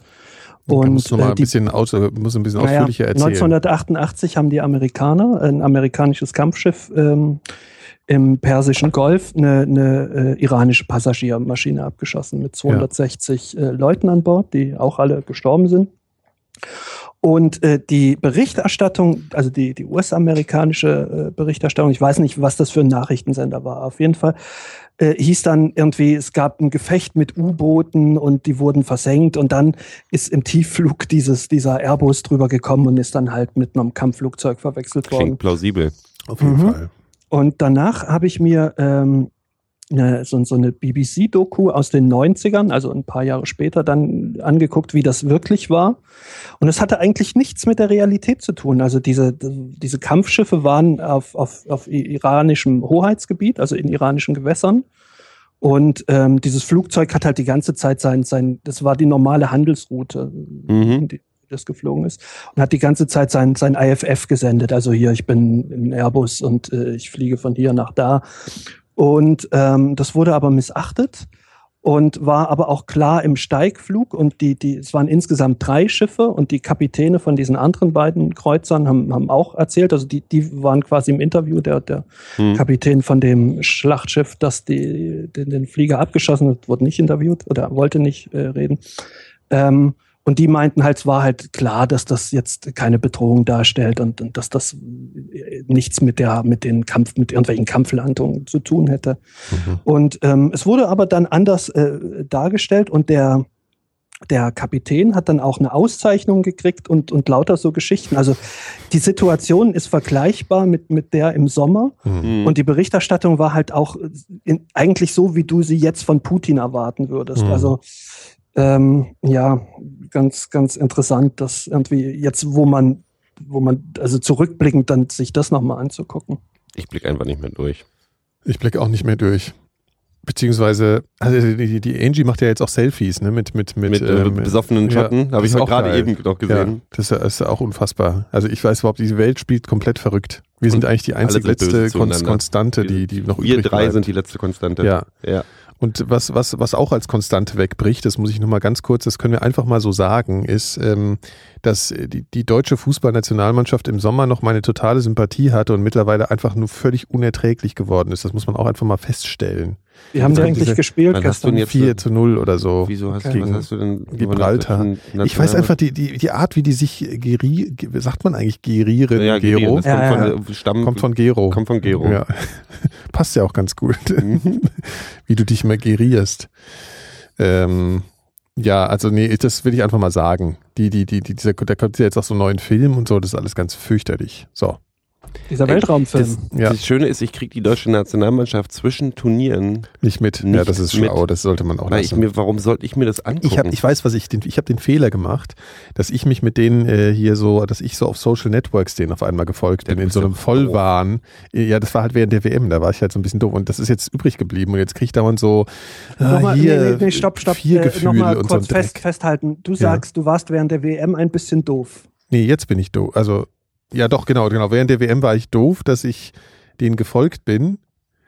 [SPEAKER 3] Da
[SPEAKER 1] Und
[SPEAKER 3] musst du noch mal
[SPEAKER 1] äh,
[SPEAKER 3] ein
[SPEAKER 1] die
[SPEAKER 3] bisschen, aus, muss ein bisschen
[SPEAKER 1] Naja,
[SPEAKER 3] ausführlicher erzählen.
[SPEAKER 1] 1988 haben die Amerikaner, ein amerikanisches Kampfschiff ähm, im Persischen Golf, eine, eine äh, iranische Passagiermaschine abgeschossen mit 260 äh, Leuten an Bord, die auch alle gestorben sind. Und äh, die Berichterstattung, also die, die US-amerikanische äh, Berichterstattung, ich weiß nicht, was das für ein Nachrichtensender war, auf jeden Fall äh, hieß dann irgendwie, es gab ein Gefecht mit U-Booten und die wurden versenkt und dann ist im Tiefflug dieses, dieser Airbus drüber gekommen und ist dann halt mit einem Kampfflugzeug verwechselt worden.
[SPEAKER 2] Klingt plausibel.
[SPEAKER 3] Auf jeden
[SPEAKER 1] Mhm.
[SPEAKER 3] Fall.
[SPEAKER 1] Und danach habe ich mir ähm, eine, so, so eine BBC-Doku aus den 90ern, also ein paar Jahre später, dann angeguckt, wie das wirklich war. Und es hatte eigentlich nichts mit der Realität zu tun. Also diese, diese Kampfschiffe waren auf, auf, auf iranischem Hoheitsgebiet, also in iranischen Gewässern. Und ähm, dieses Flugzeug hat halt die ganze Zeit sein, sein, das war die normale Handelsroute,
[SPEAKER 2] Mhm.
[SPEAKER 1] die, das geflogen ist und hat die ganze Zeit sein, sein IFF gesendet. Also hier, ich bin im Airbus und äh, ich fliege von hier nach da. Und ähm, das wurde aber missachtet und war aber auch klar im Steigflug. Und die, die, es waren insgesamt drei Schiffe und die Kapitäne von diesen anderen beiden Kreuzern haben, haben auch erzählt, also die, die waren quasi im Interview, der, der
[SPEAKER 2] Mhm.
[SPEAKER 1] Kapitän von dem Schlachtschiff, das die, den, den Flieger abgeschossen hat, wurde nicht interviewt oder wollte nicht äh, reden. Ähm, Und die meinten halt, es war halt klar, dass das jetzt keine Bedrohung darstellt und, und dass das äh, nichts mit der, mit den Kampf, mit irgendwelchen Kampflandungen zu tun hätte. Und ähm, es wurde aber dann anders äh, dargestellt und der, der Kapitän hat dann auch eine Auszeichnung gekriegt und, und lauter so Geschichten. Also die Situation ist vergleichbar mit, mit der im Sommer.
[SPEAKER 2] Mhm.
[SPEAKER 1] Und die Berichterstattung war halt auch in, eigentlich so, wie du sie jetzt von Putin erwarten würdest.
[SPEAKER 3] Mhm.
[SPEAKER 1] Also ähm, ja, ganz, ganz interessant, dass irgendwie jetzt, wo man, wo man, also zurückblickend dann sich das nochmal anzugucken.
[SPEAKER 2] Ich blicke einfach nicht mehr durch.
[SPEAKER 3] Ich blicke auch nicht mehr durch. Beziehungsweise, also die, die Angie macht ja jetzt auch Selfies, ne? Mit, mit, mit,
[SPEAKER 2] Mit, äh,
[SPEAKER 3] ähm,
[SPEAKER 2] besoffenen
[SPEAKER 3] ja,
[SPEAKER 2] Schotten
[SPEAKER 3] das
[SPEAKER 2] habe ich
[SPEAKER 3] ist
[SPEAKER 2] heute
[SPEAKER 3] auch
[SPEAKER 2] gerade
[SPEAKER 3] geil.
[SPEAKER 2] eben noch
[SPEAKER 3] Ja,
[SPEAKER 2] gesehen.
[SPEAKER 3] das ist auch unfassbar. Also ich weiß überhaupt, diese Welt spielt komplett verrückt. Wir sind
[SPEAKER 2] Und
[SPEAKER 3] eigentlich die
[SPEAKER 2] alle
[SPEAKER 3] einzig
[SPEAKER 2] sind böse
[SPEAKER 3] letzte Kon
[SPEAKER 2] zueinander.
[SPEAKER 3] Konstante, die, die noch
[SPEAKER 2] Wir
[SPEAKER 3] übrig
[SPEAKER 2] drei
[SPEAKER 3] bleibt.
[SPEAKER 2] sind die letzte Konstante.
[SPEAKER 3] Ja.
[SPEAKER 2] ja.
[SPEAKER 3] Und was, was, was auch als Konstante wegbricht, das muss ich nochmal ganz kurz, das können wir einfach mal so sagen, ist, ähm, dass äh, die, die deutsche Fußballnationalmannschaft im Sommer noch meine totale Sympathie hatte und mittlerweile einfach nur völlig unerträglich geworden ist. Das muss man auch einfach mal feststellen.
[SPEAKER 1] Wir haben
[SPEAKER 3] Jetzt
[SPEAKER 1] da
[SPEAKER 3] kommt
[SPEAKER 1] eigentlich
[SPEAKER 3] diese-
[SPEAKER 1] gespielt
[SPEAKER 2] Wann hast
[SPEAKER 1] gestern.
[SPEAKER 2] du denn jetzt
[SPEAKER 3] 4 zu 0 oder so.
[SPEAKER 2] Wieso hast
[SPEAKER 3] gegen
[SPEAKER 2] du, was hast du denn?
[SPEAKER 3] Oh. Gibraltar. Ich weiß einfach,
[SPEAKER 2] also
[SPEAKER 3] die, die, die Art, wie die sich äh, geri, ge- sagt man eigentlich gerieren,
[SPEAKER 2] ja, Gero.
[SPEAKER 3] Gero?
[SPEAKER 2] Das
[SPEAKER 1] Ja,
[SPEAKER 2] kommt,
[SPEAKER 1] ja,
[SPEAKER 2] Von, Stamm,
[SPEAKER 3] Kommt von Gero.
[SPEAKER 2] Mhm. kommt von Gero.
[SPEAKER 3] Ja. Passt ja auch ganz gut,
[SPEAKER 2] Mhm.
[SPEAKER 3] wie du dich immer gerierst. Ähm, ja, also nee, das will ich einfach mal sagen. Die, die, die, die, dieser, da kommt ja jetzt auch so einen neuen Film und so, das ist alles ganz fürchterlich. So.
[SPEAKER 1] Dieser Weltraumfilm.
[SPEAKER 2] Das,
[SPEAKER 3] Ja.
[SPEAKER 2] das Schöne ist, ich kriege die deutsche Nationalmannschaft zwischen Turnieren.
[SPEAKER 3] Nicht mit. ja,
[SPEAKER 2] Nicht
[SPEAKER 3] das ist
[SPEAKER 2] mit.
[SPEAKER 3] schlau, das sollte man auch
[SPEAKER 2] Weil ich
[SPEAKER 3] lassen.
[SPEAKER 2] mir, warum sollte Oh, ich mir das angucken?
[SPEAKER 3] Ich, hab, ich weiß, was ich den, ich habe den Fehler gemacht, dass ich mich mit denen äh, hier so, dass ich so auf Social Networks denen auf einmal gefolgt
[SPEAKER 2] Ja,
[SPEAKER 3] bin,
[SPEAKER 2] du
[SPEAKER 3] in
[SPEAKER 2] bist
[SPEAKER 3] so
[SPEAKER 2] ja
[SPEAKER 3] einem Vollwahn. Äh, Ja, das war halt während der WM, da war ich halt so ein bisschen doof und das ist jetzt übrig geblieben und jetzt krieg ich dauernd so ah,
[SPEAKER 1] Äh, Nochmal,
[SPEAKER 3] hier
[SPEAKER 1] nee, nee, nee, stopp, stopp.
[SPEAKER 3] vier
[SPEAKER 1] äh,
[SPEAKER 3] Gefühle
[SPEAKER 1] nochmal
[SPEAKER 3] und so ein
[SPEAKER 1] kurz fest,
[SPEAKER 3] Dreck.
[SPEAKER 1] festhalten. Du sagst, du warst während der WM ein bisschen doof.
[SPEAKER 3] Nee, jetzt bin ich doof. Also ja, doch genau, genau. Während der WM war ich doof, dass ich denen gefolgt bin.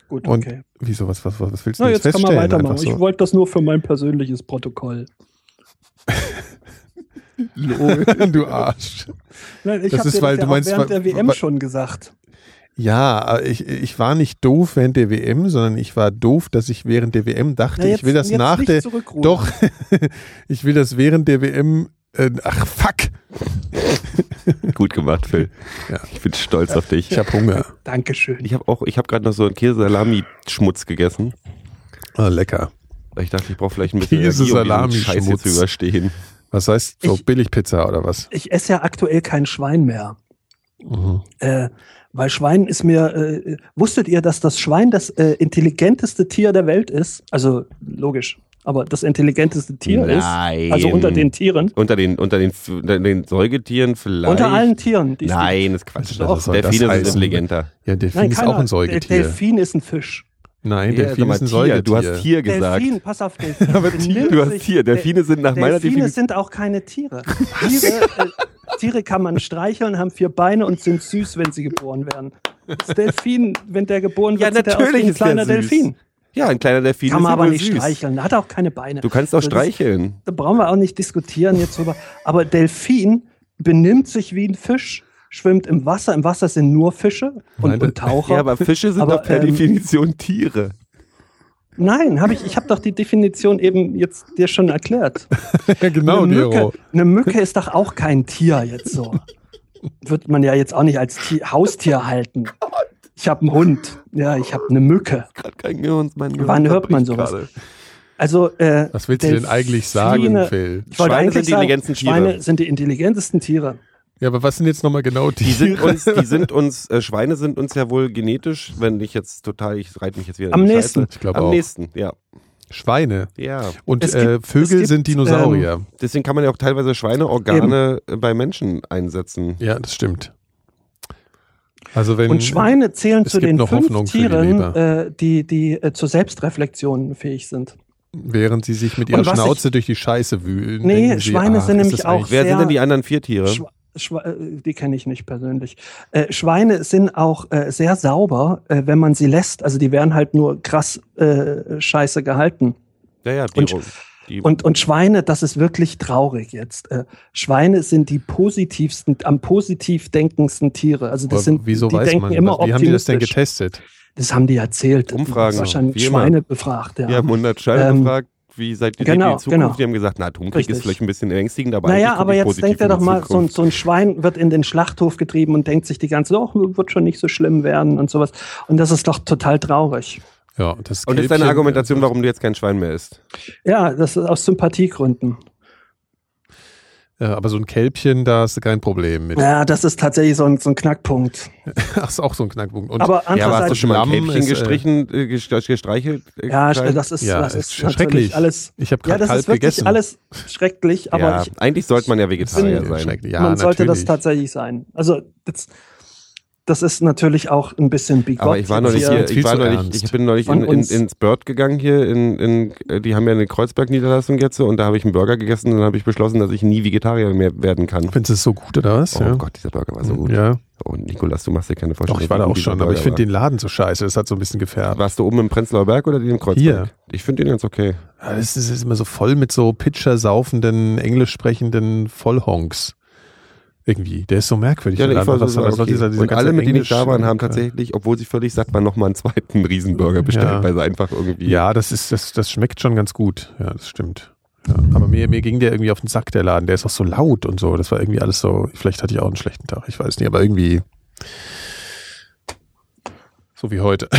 [SPEAKER 1] Gut,
[SPEAKER 3] Und
[SPEAKER 1] okay.
[SPEAKER 3] Wieso was was was, was willst du
[SPEAKER 1] Na,
[SPEAKER 3] jetzt
[SPEAKER 1] jetzt kann man
[SPEAKER 3] feststellen?
[SPEAKER 1] weitermachen.
[SPEAKER 3] Einfach so.
[SPEAKER 1] Ich wollte das nur für mein persönliches Protokoll.
[SPEAKER 3] du Arsch.
[SPEAKER 1] Nein, ich
[SPEAKER 3] Das
[SPEAKER 1] hab
[SPEAKER 3] ist,
[SPEAKER 1] dir
[SPEAKER 3] weil
[SPEAKER 1] das
[SPEAKER 3] du
[SPEAKER 1] ja
[SPEAKER 3] meinst,
[SPEAKER 1] auch während
[SPEAKER 3] weil-
[SPEAKER 1] der WM
[SPEAKER 3] weil-
[SPEAKER 1] schon gesagt.
[SPEAKER 3] Ja, aber ich, ich war nicht doof während der WM, sondern ich war doof, dass ich während der WM dachte,
[SPEAKER 1] Na, jetzt-
[SPEAKER 3] ich will das
[SPEAKER 1] jetzt
[SPEAKER 3] nach
[SPEAKER 1] nicht
[SPEAKER 3] der.
[SPEAKER 1] zurückrudern.
[SPEAKER 3] Doch, ich will das während der WM. Äh, ach, fuck!
[SPEAKER 2] Gut gemacht, Phil.
[SPEAKER 3] Ja.
[SPEAKER 2] Ich bin stolz auf dich.
[SPEAKER 3] Ich habe Hunger.
[SPEAKER 1] Dankeschön.
[SPEAKER 2] Ich habe auch, ich habe gerade noch so einen Käse-Salami-Schmutz gegessen.
[SPEAKER 3] Ah, lecker.
[SPEAKER 2] Ich dachte, ich brauche vielleicht ein bisschen Energie, um
[SPEAKER 3] Käse-Salami-Schmutz.
[SPEAKER 2] diesen Scheiß hier zu überstehen.
[SPEAKER 3] Was heißt so
[SPEAKER 1] Ich-
[SPEAKER 3] Billigpizza oder was?
[SPEAKER 1] Ich esse ja aktuell kein Schwein mehr.
[SPEAKER 3] Mhm.
[SPEAKER 1] Äh, weil Schwein ist mir, äh, wusstet ihr, dass das Schwein das äh, intelligenteste Tier der Welt ist? Also logisch, aber das intelligenteste Tier
[SPEAKER 2] Nein.
[SPEAKER 1] ist, also unter den Tieren,
[SPEAKER 2] Unter den, unter den, unter den Säugetieren vielleicht.
[SPEAKER 1] unter allen Tieren. die es gibt.
[SPEAKER 2] Nein, ist Quatsch.
[SPEAKER 3] Also, was soll das
[SPEAKER 2] Delfine sind
[SPEAKER 3] heißen?
[SPEAKER 2] intelligenter.
[SPEAKER 3] Ja, Delfin
[SPEAKER 1] Nein,
[SPEAKER 3] ist
[SPEAKER 1] keiner.
[SPEAKER 3] auch
[SPEAKER 1] Der
[SPEAKER 3] ein Säugetier.
[SPEAKER 1] Delfin ist ein Fisch.
[SPEAKER 3] Nein,
[SPEAKER 2] Ja, sag
[SPEAKER 3] Delfin
[SPEAKER 2] mal,
[SPEAKER 3] ist ein
[SPEAKER 2] Tier.
[SPEAKER 3] Säugetier.
[SPEAKER 2] Du hast Tier gesagt.
[SPEAKER 1] Delfin, pass auf, Delfin.
[SPEAKER 2] Aber Tier,
[SPEAKER 1] benimmt
[SPEAKER 2] du hast
[SPEAKER 1] sich-
[SPEAKER 2] Tier. Delfine sind nach meiner
[SPEAKER 1] Delfine
[SPEAKER 2] Definition.
[SPEAKER 1] sind auch keine Tiere. Tiere, äh, Tiere kann man streicheln, haben vier Beine und sind süß, wenn sie geboren werden. Das Delfin, wenn der geboren
[SPEAKER 2] Ja,
[SPEAKER 1] wird, sieht der aus
[SPEAKER 2] natürlich
[SPEAKER 1] wie ein
[SPEAKER 2] ist der
[SPEAKER 1] kleiner
[SPEAKER 2] süß.
[SPEAKER 1] Delfin.
[SPEAKER 2] Ja, ein kleiner Delfin
[SPEAKER 1] Kann
[SPEAKER 2] ist
[SPEAKER 1] man aber
[SPEAKER 2] wohl
[SPEAKER 1] nicht
[SPEAKER 2] süß.
[SPEAKER 1] streicheln. Hat auch keine Beine.
[SPEAKER 2] Du kannst auch
[SPEAKER 1] Also das-
[SPEAKER 2] streicheln.
[SPEAKER 1] Da brauchen wir auch nicht diskutieren jetzt drüber. Aber Delfin benimmt sich wie ein Fisch, schwimmt im Wasser. Im Wasser sind nur Fische und,
[SPEAKER 3] Nein,
[SPEAKER 1] und Taucher.
[SPEAKER 2] Ja, aber Fische sind
[SPEAKER 1] Aber,
[SPEAKER 2] doch per
[SPEAKER 1] ähm,
[SPEAKER 2] Definition Tiere.
[SPEAKER 1] Nein, habe ich, ich habe doch die Definition eben jetzt dir schon erklärt.
[SPEAKER 3] ja, genau,
[SPEAKER 1] eine,
[SPEAKER 3] Gero.
[SPEAKER 1] Mücke, eine Mücke ist doch auch kein Tier jetzt so. Wird man ja jetzt auch nicht als Ti- Haustier halten. Ich habe einen Hund. Ja, ich habe eine Mücke.
[SPEAKER 2] Gerade kein Gehirn, mein Gehirn
[SPEAKER 1] Wann hört man
[SPEAKER 2] zerbricht
[SPEAKER 1] sowas?
[SPEAKER 2] gerade.
[SPEAKER 1] Also, äh,
[SPEAKER 3] Was willst du denn
[SPEAKER 1] Delfine-
[SPEAKER 3] eigentlich sagen, Phil?
[SPEAKER 1] Ich wollte
[SPEAKER 2] Schweine
[SPEAKER 1] eigentlich
[SPEAKER 2] sind die intelligentesten
[SPEAKER 1] sagen, Schweine
[SPEAKER 2] Tiere.
[SPEAKER 1] sind die intelligentesten Tiere.
[SPEAKER 3] Ja, aber was sind jetzt nochmal genau Tiere?
[SPEAKER 2] Die sind uns, die sind uns äh, Schweine sind uns ja wohl genetisch, wenn ich jetzt total, ich reite mich jetzt wieder in
[SPEAKER 1] Am
[SPEAKER 2] die
[SPEAKER 1] nächsten.
[SPEAKER 2] Scheiße.
[SPEAKER 3] Ich glaub
[SPEAKER 2] Am
[SPEAKER 3] auch.
[SPEAKER 2] nächsten, ja.
[SPEAKER 3] Schweine.
[SPEAKER 2] Ja.
[SPEAKER 3] Und
[SPEAKER 1] Es gibt-
[SPEAKER 3] äh, Vögel
[SPEAKER 1] es gibt, ähm,
[SPEAKER 3] sind Dinosaurier.
[SPEAKER 2] Deswegen kann man ja auch teilweise Schweineorgane äh, bei Menschen einsetzen.
[SPEAKER 3] ja, das stimmt. Also wenn,
[SPEAKER 1] Und Schweine zählen
[SPEAKER 3] es
[SPEAKER 1] zu
[SPEAKER 3] gibt
[SPEAKER 1] den
[SPEAKER 3] noch
[SPEAKER 1] fünf
[SPEAKER 3] Hoffnung für die
[SPEAKER 1] Tieren,
[SPEAKER 3] Leber.
[SPEAKER 1] äh, die, die äh, zur Selbstreflexion fähig sind.
[SPEAKER 3] während sie sich mit ihrer
[SPEAKER 1] Und was
[SPEAKER 3] Schnauze durch die Scheiße wühlen.
[SPEAKER 1] Nee,
[SPEAKER 3] denken sie,
[SPEAKER 1] Schweine
[SPEAKER 3] ach,
[SPEAKER 1] sind
[SPEAKER 3] ist
[SPEAKER 1] nämlich
[SPEAKER 3] das
[SPEAKER 1] auch
[SPEAKER 3] echt?
[SPEAKER 2] Wer
[SPEAKER 1] sehr-
[SPEAKER 2] sind denn die anderen vier Tiere?
[SPEAKER 1] Schwe Schwe äh, die kenne ich nicht persönlich. Äh, Schweine sind auch äh, sehr sauber, äh, wenn man sie lässt. Also die werden halt nur krass äh, scheiße gehalten.
[SPEAKER 2] ja, ja, die,
[SPEAKER 1] Und-
[SPEAKER 2] Ro- die,
[SPEAKER 1] Und, und Schweine, das ist wirklich traurig jetzt. Äh, Schweine sind die positivsten, am positiv denkendsten Tiere. Also das
[SPEAKER 3] Aber
[SPEAKER 1] sind,
[SPEAKER 3] wieso
[SPEAKER 1] die
[SPEAKER 3] weiß
[SPEAKER 1] denken
[SPEAKER 3] man,
[SPEAKER 1] immer
[SPEAKER 3] was, wie haben die das denn
[SPEAKER 1] optimistisch.
[SPEAKER 3] getestet?
[SPEAKER 1] Das haben die erzählt.
[SPEAKER 2] Umfragen,
[SPEAKER 1] Wahrscheinlich
[SPEAKER 2] wie immer.
[SPEAKER 1] Schweine befragt, ja.
[SPEAKER 2] wir haben 100 Schweine
[SPEAKER 1] Ähm,
[SPEAKER 2] gefragt, wie seid ihr
[SPEAKER 1] Genau,
[SPEAKER 2] die Zukunft?
[SPEAKER 1] genau.
[SPEAKER 2] Die haben gesagt, na, Atomkrieg
[SPEAKER 1] Richtig.
[SPEAKER 2] ist vielleicht ein bisschen ängstigend, aber eigentlich
[SPEAKER 1] Naja,
[SPEAKER 2] guck
[SPEAKER 1] aber
[SPEAKER 2] ich
[SPEAKER 1] jetzt
[SPEAKER 2] positiv
[SPEAKER 1] denkt er
[SPEAKER 2] in die
[SPEAKER 1] doch mal, so ein,
[SPEAKER 2] Zukunft.
[SPEAKER 1] so ein Schwein wird in den Schlachthof getrieben und denkt sich die ganze, oh, wird schon nicht so schlimm werden und sowas. Und das ist doch total traurig.
[SPEAKER 3] Ja, das
[SPEAKER 2] Und das ist
[SPEAKER 3] Kälbchen- also-
[SPEAKER 2] deine Argumentation, warum du jetzt kein Schwein mehr isst?
[SPEAKER 1] Ja, das ist aus Sympathiegründen.
[SPEAKER 3] Ja, aber so ein Kälbchen, da hast du kein Problem mit.
[SPEAKER 1] Ja, das ist tatsächlich so ein, so ein Knackpunkt.
[SPEAKER 3] Das ist auch so ein Knackpunkt. Und
[SPEAKER 1] Aber
[SPEAKER 2] Ja, aber hast du
[SPEAKER 1] andererseits,
[SPEAKER 2] schon mal ein
[SPEAKER 3] Lamm
[SPEAKER 2] Kälbchen
[SPEAKER 3] ist, äh,
[SPEAKER 2] gestrichen, äh, gest- gestreichelt? äh,
[SPEAKER 1] ja,
[SPEAKER 2] Klein?
[SPEAKER 1] das ist,
[SPEAKER 3] ja,
[SPEAKER 1] das
[SPEAKER 3] also,
[SPEAKER 1] ist
[SPEAKER 3] ist
[SPEAKER 1] natürlich
[SPEAKER 3] schrecklich.
[SPEAKER 1] alles.
[SPEAKER 3] ich habe
[SPEAKER 1] Ja,
[SPEAKER 3] gerade
[SPEAKER 1] das
[SPEAKER 3] Kalb
[SPEAKER 1] ist wirklich
[SPEAKER 3] gegessen.
[SPEAKER 1] alles schrecklich, aber
[SPEAKER 2] ja,
[SPEAKER 1] ich,
[SPEAKER 2] eigentlich sollte man ja Vegetarier
[SPEAKER 3] Äh,
[SPEAKER 2] sein.
[SPEAKER 3] schrecklich. Ja,
[SPEAKER 1] man sollte das
[SPEAKER 3] natürlich.
[SPEAKER 1] tatsächlich sein. Also das, das ist natürlich auch ein bisschen bigott.
[SPEAKER 2] Aber ich war neulich
[SPEAKER 3] ist
[SPEAKER 2] hier,
[SPEAKER 3] jetzt
[SPEAKER 2] ich
[SPEAKER 3] viel
[SPEAKER 2] war
[SPEAKER 3] zu
[SPEAKER 2] neulich,
[SPEAKER 3] ernst.
[SPEAKER 2] ich bin neulich
[SPEAKER 1] Von
[SPEAKER 2] in, in,
[SPEAKER 1] uns.
[SPEAKER 2] ins Bird gegangen hier, in, in, äh, die haben ja eine Kreuzberg-Niederlassung jetzt und da habe ich einen Burger gegessen und dann habe ich beschlossen, dass ich nie Vegetarier mehr werden kann.
[SPEAKER 3] Findest du es so gut oder was?
[SPEAKER 2] Oh
[SPEAKER 3] ja.
[SPEAKER 2] Gott, dieser Burger war so gut.
[SPEAKER 3] Ja.
[SPEAKER 2] Und Nikolas, du machst dir keine Vorstellung.
[SPEAKER 3] Doch, ich war da
[SPEAKER 2] wie
[SPEAKER 3] auch
[SPEAKER 2] dieser
[SPEAKER 3] schon, aber
[SPEAKER 2] Burger
[SPEAKER 3] ich finde
[SPEAKER 2] war.
[SPEAKER 3] den Laden so scheiße. Das hat so ein bisschen gefärbt.
[SPEAKER 2] Warst du oben im Prenzlauer Berg oder den im Kreuzberg?
[SPEAKER 3] Hier.
[SPEAKER 2] Ich finde den ganz okay.
[SPEAKER 3] Ja, Ah, Das ist, ist immer so voll mit so pitcher-saufenden, englisch sprechenden Vollhonks. Irgendwie. Der ist so merkwürdig.
[SPEAKER 2] Ja,
[SPEAKER 3] der
[SPEAKER 2] ich war
[SPEAKER 3] Laden.
[SPEAKER 2] so
[SPEAKER 3] Was soll- was soll
[SPEAKER 2] okay.
[SPEAKER 3] dieser- dieser
[SPEAKER 2] Und
[SPEAKER 3] ganze
[SPEAKER 2] alle, mit denen ich
[SPEAKER 3] Englisch-
[SPEAKER 2] da waren, haben tatsächlich, obwohl sie völlig satt waren, nochmal einen zweiten Riesenburger bestellt,
[SPEAKER 3] Ja.
[SPEAKER 2] weil sie einfach irgendwie.
[SPEAKER 3] Ja, das ist, das, das schmeckt schon ganz gut. Ja, das stimmt. Ja, aber mir, mir ging der irgendwie auf den Sack, der Laden. Der ist auch so laut und so. Das war irgendwie alles so. Vielleicht hatte ich auch einen schlechten Tag. Ich weiß nicht, aber irgendwie. So wie heute.